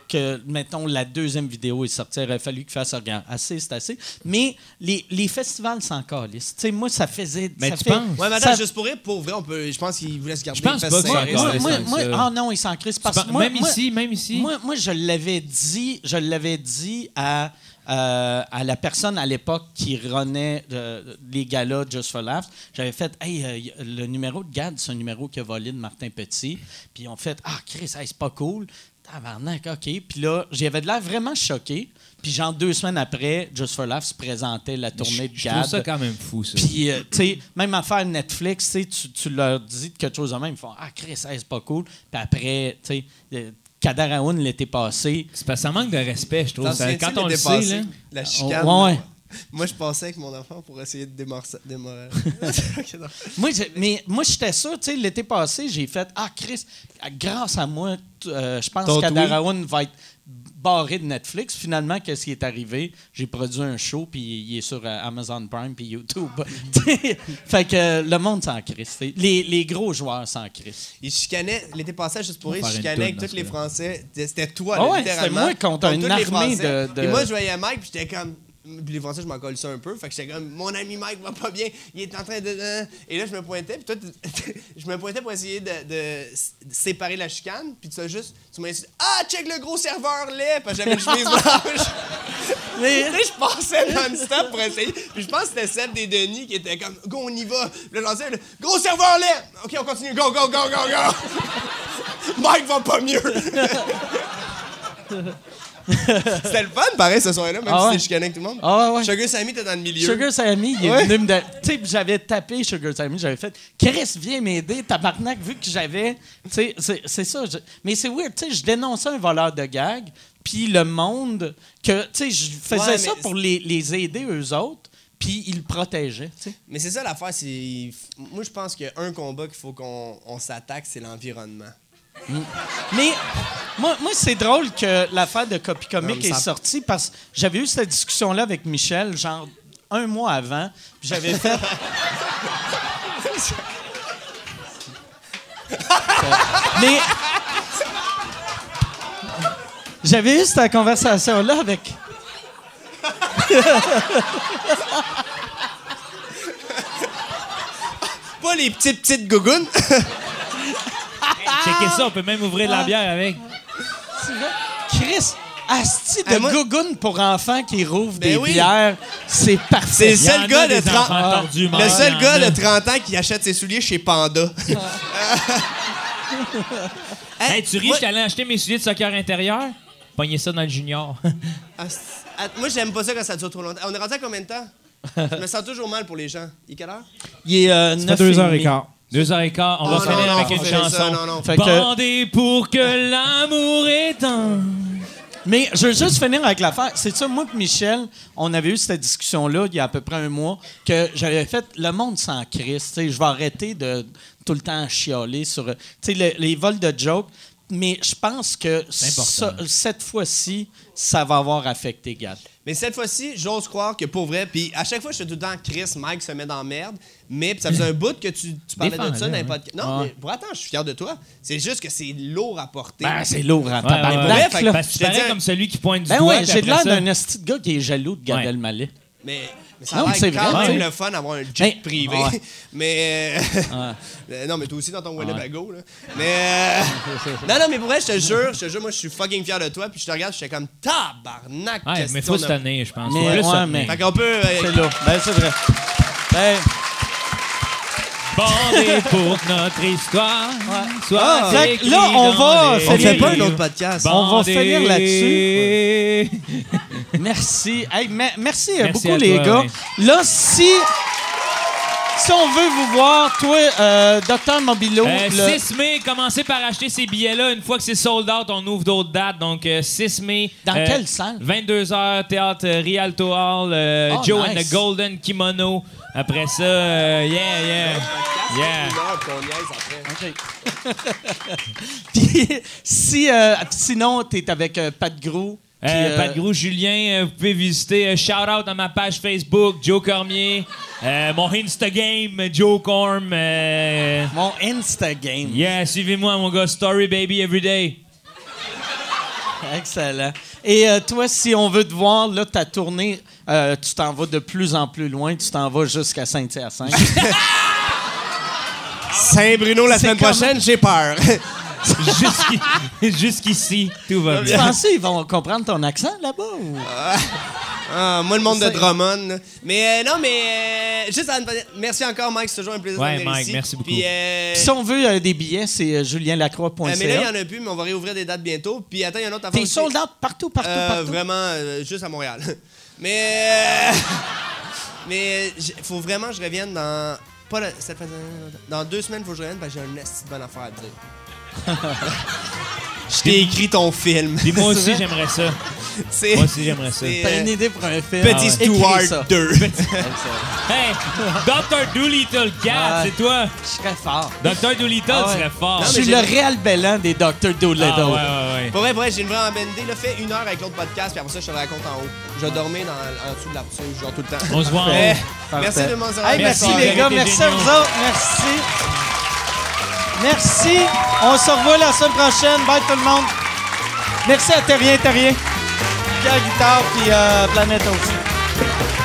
Speaker 1: que mettons la deuxième vidéo est sortie aurait fallu qu'il fasse regarde assez c'est assez mais les, les festivals s'en calissent tu sais moi ça faisait
Speaker 5: Mais
Speaker 1: ça
Speaker 5: tu
Speaker 1: fait-
Speaker 5: penses?
Speaker 4: Ouais, mais attends,
Speaker 1: Ça-
Speaker 4: juste pour rire, pour vrai, on peut, je pense qu'il voulait se garder.
Speaker 5: Je pense
Speaker 4: parce
Speaker 5: pas
Speaker 4: que ça
Speaker 5: que ça
Speaker 4: reste-
Speaker 1: moi, moi,
Speaker 5: Ouais, c'est
Speaker 1: moi-
Speaker 5: hein, ça.
Speaker 1: ah non, il s'en crisse parce
Speaker 5: Tu
Speaker 1: que
Speaker 5: penses-
Speaker 1: moi-
Speaker 5: même
Speaker 1: moi-
Speaker 5: ici, même ici.
Speaker 1: Moi, moi, je l'avais dit, je l'avais dit à, euh, à la personne à l'époque qui renait euh, les galas Just for Laughs. J'avais fait, hey, euh, y- le numéro de Gad, c'est un numéro qui a volé de Martin Petit. Puis on fait, ah, Chris, hey, c'est pas cool. Tabarnak, OK. Puis là, j'avais de l'air vraiment choqué. Puis genre deux semaines après, Just for Laughs présentait la tournée de
Speaker 5: je, je trouve
Speaker 1: Gad.
Speaker 5: ça quand même fou, ça.
Speaker 1: Puis, euh, tu sais, même affaire Netflix, tu sais, tu, tu leur dis quelque chose de même, ils font Ah, Chris, hey, c'est pas cool. Puis après, tu sais, euh, Kader Aoun l'été passé.
Speaker 5: C'est parce que ça manque de respect, je trouve.
Speaker 4: T'en
Speaker 5: Ça-
Speaker 4: souviens-tu
Speaker 5: quand on le
Speaker 4: l'été
Speaker 5: sait,
Speaker 4: passé,
Speaker 5: là.
Speaker 4: La chicane.
Speaker 1: Ouais, ouais.
Speaker 4: Moi, je passais avec mon enfant pour essayer de démorcer. démorcer. Ok, non.
Speaker 1: Moi, j'ai- mais moi, j'étais sûr, tu sais, l'été passé, j'ai fait Ah, Chris, grâce à moi, t- euh, je pense
Speaker 4: Ton
Speaker 1: que
Speaker 4: tweet.
Speaker 1: Kader Aoun va être barré de Netflix. Finalement, qu'est-ce qui est arrivé? J'ai produit un show, puis il est sur euh, Amazon Prime, puis YouTube. Tu sais, fait que euh, le monde s'en crisse. tu sais. Les, les gros joueurs s'en crissent.
Speaker 4: Il chicanait, l'été passé, juste pour rire,
Speaker 5: va
Speaker 4: il
Speaker 5: faire une
Speaker 4: chicanait avec
Speaker 5: toune,
Speaker 4: tous les
Speaker 5: dans
Speaker 4: Français. C'était toi,
Speaker 1: Ah
Speaker 4: là,
Speaker 1: ouais,
Speaker 4: littéralement.
Speaker 1: c'était moi contre une
Speaker 4: tous les
Speaker 1: armée
Speaker 4: Français.
Speaker 1: de- de-
Speaker 4: Puis moi, je voyais Mike, puis j'étais comme. Puis les Français, je m'en colle ça un peu. Fait que j'étais comme, mon ami Mike va pas bien, il est en train de. euh. Et là, je me pointais, puis toi, tu- je me pointais pour essayer de, de s- de séparer la chicane, puis tu as juste. Tu m'as dit, ah, check le gros serveur là, parce que j'avais une chemise blanche.
Speaker 1: Mais-
Speaker 4: Tu sais, je passais non-stop pour essayer. Puis je pense que c'était celle des Denis qui était comme, go, on y va. Puis là, j'en gros serveur là. OK, on continue. Go, go, go, go, go. Mike va pas mieux. c'était le fun, pareil, ce soir-là, même
Speaker 1: Ah ouais.
Speaker 4: si je connecte tout le monde.
Speaker 1: Ah ouais.
Speaker 4: Sugar Sammy, t'es dans le milieu.
Speaker 1: Sugar Sammy, il est
Speaker 4: Ouais.
Speaker 1: venu me. da- Tu sais, puis j'avais tapé Sugar Sammy, j'avais fait Chris, viens m'aider, tabarnak, vu que j'avais. Tu sais, c'est- c'est ça. je- mais c'est weird, tu sais, je dénonçais un voleur de gag, puis le monde, que, tu sais, je faisais
Speaker 4: Ouais,
Speaker 1: ça
Speaker 4: mais-
Speaker 1: pour les, les aider eux autres, puis ils le protégeaient, tu sais.
Speaker 4: Mais c'est ça l'affaire, c'est. Moi, je pense qu'un combat qu'il faut qu'on on s'attaque, c'est l'environnement.
Speaker 1: Mais moi, moi c'est drôle que l'affaire de Copy
Speaker 4: Non,
Speaker 1: Comic
Speaker 4: mais ça-
Speaker 1: est sortie parce que j'avais eu cette discussion-là avec Michel, genre un mois avant, puis j'avais fait. mais. J'avais eu cette conversation-là avec.
Speaker 4: Pas les petites, petites gougounes.
Speaker 5: Checkez ça, on peut même ouvrir de la bière avec.
Speaker 1: Chris, Asti de
Speaker 4: Ah, moi-
Speaker 1: gougoune pour enfants qui rouvre
Speaker 4: Ben
Speaker 1: des
Speaker 4: oui.
Speaker 1: bières, c'est parfait.
Speaker 4: C'est le
Speaker 5: Il y en
Speaker 4: seul
Speaker 5: a
Speaker 4: gars de
Speaker 5: des
Speaker 4: 30
Speaker 5: enfants tordus,
Speaker 4: Le
Speaker 5: man.
Speaker 4: seul
Speaker 5: Il y en
Speaker 4: gars
Speaker 5: a.
Speaker 4: de 30 ans qui achète ses souliers chez Panda.
Speaker 5: Hey, tu ris,
Speaker 4: moi-
Speaker 5: je suis allé acheter mes souliers de soccer intérieur. Pognez ça dans le junior.
Speaker 4: Ah, c'est- ah, Moi, j'aime pas ça quand ça dure trop longtemps. On est rendu à combien de temps? Je me sens toujours mal pour les gens. Il est quelle heure?
Speaker 1: Il est euh,
Speaker 2: Ça
Speaker 1: 9
Speaker 2: fait deux heures et
Speaker 1: demie.
Speaker 2: quart.
Speaker 5: Deux heures et quart, on
Speaker 4: Ah Non,
Speaker 5: va finir
Speaker 4: non,
Speaker 5: avec
Speaker 4: non,
Speaker 5: une
Speaker 4: on fait
Speaker 5: chanson.
Speaker 4: ça, non, non.
Speaker 1: Fait que- euh,
Speaker 5: Bandez pour que l'amour est un.
Speaker 1: Mais je veux juste finir avec l'affaire. C'est ça, moi et Michel, on avait eu cette discussion-là il y a à peu près un mois, que j'avais fait le monde sans Christ. tu sais, Je vais arrêter de tout le temps chialer sur tu sais, le- les vols de jokes. Mais je pense que ça- cette fois-ci, ça va avoir affecté Gad.
Speaker 4: Mais cette fois-ci, j'ose croire que pour vrai, puis à chaque fois, je suis tout le temps Chris, Mike se met dans la merde, mais puis ça faisait un bout que tu, tu parlais de ça
Speaker 5: Défends-le,
Speaker 4: dans
Speaker 5: hein. Ah.
Speaker 4: les
Speaker 5: ouais.
Speaker 4: podcasts. Non, mais pour attends, je suis fier de toi. C'est juste que c'est lourd à porter.
Speaker 1: Ben, c'est lourd en
Speaker 4: ouais.
Speaker 1: tabarnak,
Speaker 4: Fait que-
Speaker 1: là.
Speaker 5: Parce que tu
Speaker 4: Je te
Speaker 5: parais
Speaker 4: dis-
Speaker 5: comme celui qui pointe du
Speaker 1: Ben
Speaker 5: doigt.
Speaker 1: ouais,
Speaker 5: puis
Speaker 1: j'ai de l'air
Speaker 5: après ça-
Speaker 1: d'un esti de gars qui est jaloux de Gad
Speaker 5: Ouais.
Speaker 1: Elmaleh.
Speaker 4: Mais, mais ça
Speaker 1: Non,
Speaker 4: a
Speaker 1: mais c'est
Speaker 4: l'air quand
Speaker 1: vrai,
Speaker 4: même
Speaker 1: t'sais.
Speaker 4: le fun d'avoir un jet
Speaker 1: Ben,
Speaker 4: privé.
Speaker 1: ouais.
Speaker 4: Mais. Euh, non, mais toi aussi dans ton Winnebago, là. Mais. euh, non, non, mais pour vrai, je te jure, je te jure, moi, je suis fucking fier de toi. Puis je te regarde, je suis comme tabarnak.
Speaker 5: Ouais,
Speaker 4: qu'est-ce
Speaker 5: mais
Speaker 4: qu'on
Speaker 5: faut
Speaker 4: a-
Speaker 5: se tenir, je pense.
Speaker 1: Mais
Speaker 5: Faut plus
Speaker 1: ouais,
Speaker 5: se tenir.
Speaker 1: mais-
Speaker 4: Fait qu'on peut. euh,
Speaker 1: C'est lourd. Ben, c'est vrai. Ben,
Speaker 5: Bandez pour que notre histoire. Soit
Speaker 1: Ah, fait que
Speaker 5: écrite
Speaker 1: là, on
Speaker 5: dans
Speaker 1: va-
Speaker 5: les
Speaker 1: on fait pas un
Speaker 5: livres.
Speaker 4: autre podcast.
Speaker 1: on va
Speaker 5: Bandez.
Speaker 1: finir là-dessus. Merci. Hey, me- merci, euh,
Speaker 5: Merci
Speaker 1: beaucoup,
Speaker 5: à
Speaker 1: les
Speaker 5: toi,
Speaker 1: gars.
Speaker 5: oui.
Speaker 1: Là, si, si on veut vous voir, toi, euh, Docteur Mobilo,
Speaker 5: Euh,
Speaker 1: le-
Speaker 5: 6 mai, commencez par acheter ces billets-là. Une fois que c'est sold out, on ouvre d'autres dates. Donc, euh, 6 mai.
Speaker 1: Dans quelle salle?
Speaker 5: 22h, théâtre euh, Rialto Hall, euh,
Speaker 1: Oh,
Speaker 5: Joe and
Speaker 1: nice.
Speaker 5: the Golden Kimono. Après ça, euh, yeah, yeah. Yeah.
Speaker 4: une heure, puis on niaise après.
Speaker 1: OK. Puis, si, euh, sinon, t'es avec euh, Pat Gros. puis,
Speaker 5: Euh,
Speaker 1: euh,
Speaker 5: Pat Gros, Julien, euh, vous pouvez visiter. euh, shout out à ma page Facebook, Joe Cormier. Euh, mon Instagram, Joe Corm. euh,
Speaker 1: Mon Instagram.
Speaker 5: yeah, suivez-moi, mon gars. Story Baby Everyday.
Speaker 1: Excellent. Et euh, toi, si on veut te voir, là, ta tournée, euh, tu t'en vas de plus en plus loin. Tu t'en vas jusqu'à Saint-Hyacinthe.
Speaker 4: Ah Saint-Bruno la
Speaker 1: C'est
Speaker 4: semaine
Speaker 1: comme-
Speaker 4: prochaine, j'ai peur.
Speaker 5: Jusqu'i- Jusqu'ici, tout va bien.
Speaker 1: tu pensais qu'ils vont comprendre ton accent là-bas? ou-
Speaker 4: Euh, Ah, moi, le monde de Drummond. là. Mais euh, non, mais euh, juste à- Merci encore, Mike. C'est toujours un plaisir
Speaker 5: Ouais,
Speaker 4: de venir
Speaker 5: Mike,
Speaker 4: ici.
Speaker 5: merci beaucoup.
Speaker 4: Puis, euh,
Speaker 1: Puis Si on veut euh, des billets, c'est euh, julienlacroix.ca.
Speaker 4: euh, mais là, il n'y en a plus, mais on va réouvrir des dates bientôt. Puis attends, il y a une autre affaire.
Speaker 1: T'es
Speaker 4: aussi.
Speaker 1: sold out partout, partout,
Speaker 4: Euh,
Speaker 1: partout.
Speaker 4: Vraiment, euh, juste à Montréal. mais. euh, mais j- faut vraiment que je revienne dans. Pas la- cette fois- dans deux semaines, faut que je revienne parce que j'ai un esti de bonne affaire à dire. je t'ai écrit ton film.
Speaker 5: Puis moi aussi, j'aimerais ça.
Speaker 4: C'est-
Speaker 5: Moi aussi, j'aimerais ça.
Speaker 4: c'est,
Speaker 1: T'as
Speaker 4: euh,
Speaker 1: une idée pour un film.
Speaker 4: Petit
Speaker 1: Ah ouais. Écris ça.
Speaker 4: Stewart 2.
Speaker 5: Hey, Dr. Doolittle Cat,
Speaker 1: Ouais.
Speaker 5: c'est toi.
Speaker 1: Je serais fort.
Speaker 5: Dr. Doolittle
Speaker 1: Ah ouais.
Speaker 5: serait fort.
Speaker 1: je suis
Speaker 4: j'ai-
Speaker 1: le réel Bellan des Dr. Doolittle.
Speaker 5: Ah, ouais, ouais, ouais.
Speaker 4: Pour vrai, pour vrai, j'ai une vraie embêtée. Là, fais une heure avec l'autre podcast, puis après ça, je te le raconte en haut. Je dormais dans, en dessous de la poussière, genre tout le temps.
Speaker 5: On se voit en
Speaker 4: Eh,
Speaker 5: haut.
Speaker 4: Merci
Speaker 1: Parfait.
Speaker 4: de m'en
Speaker 1: Hey, merci,
Speaker 5: Merci,
Speaker 1: les
Speaker 5: vous
Speaker 1: gars,
Speaker 5: avez été
Speaker 1: merci à
Speaker 5: géniaux.
Speaker 1: vous autres, merci. Merci. On se revoit la semaine prochaine. Bye tout le monde. Merci à Terrien Terrien. Pierre Guitard puis euh, Planète aussi.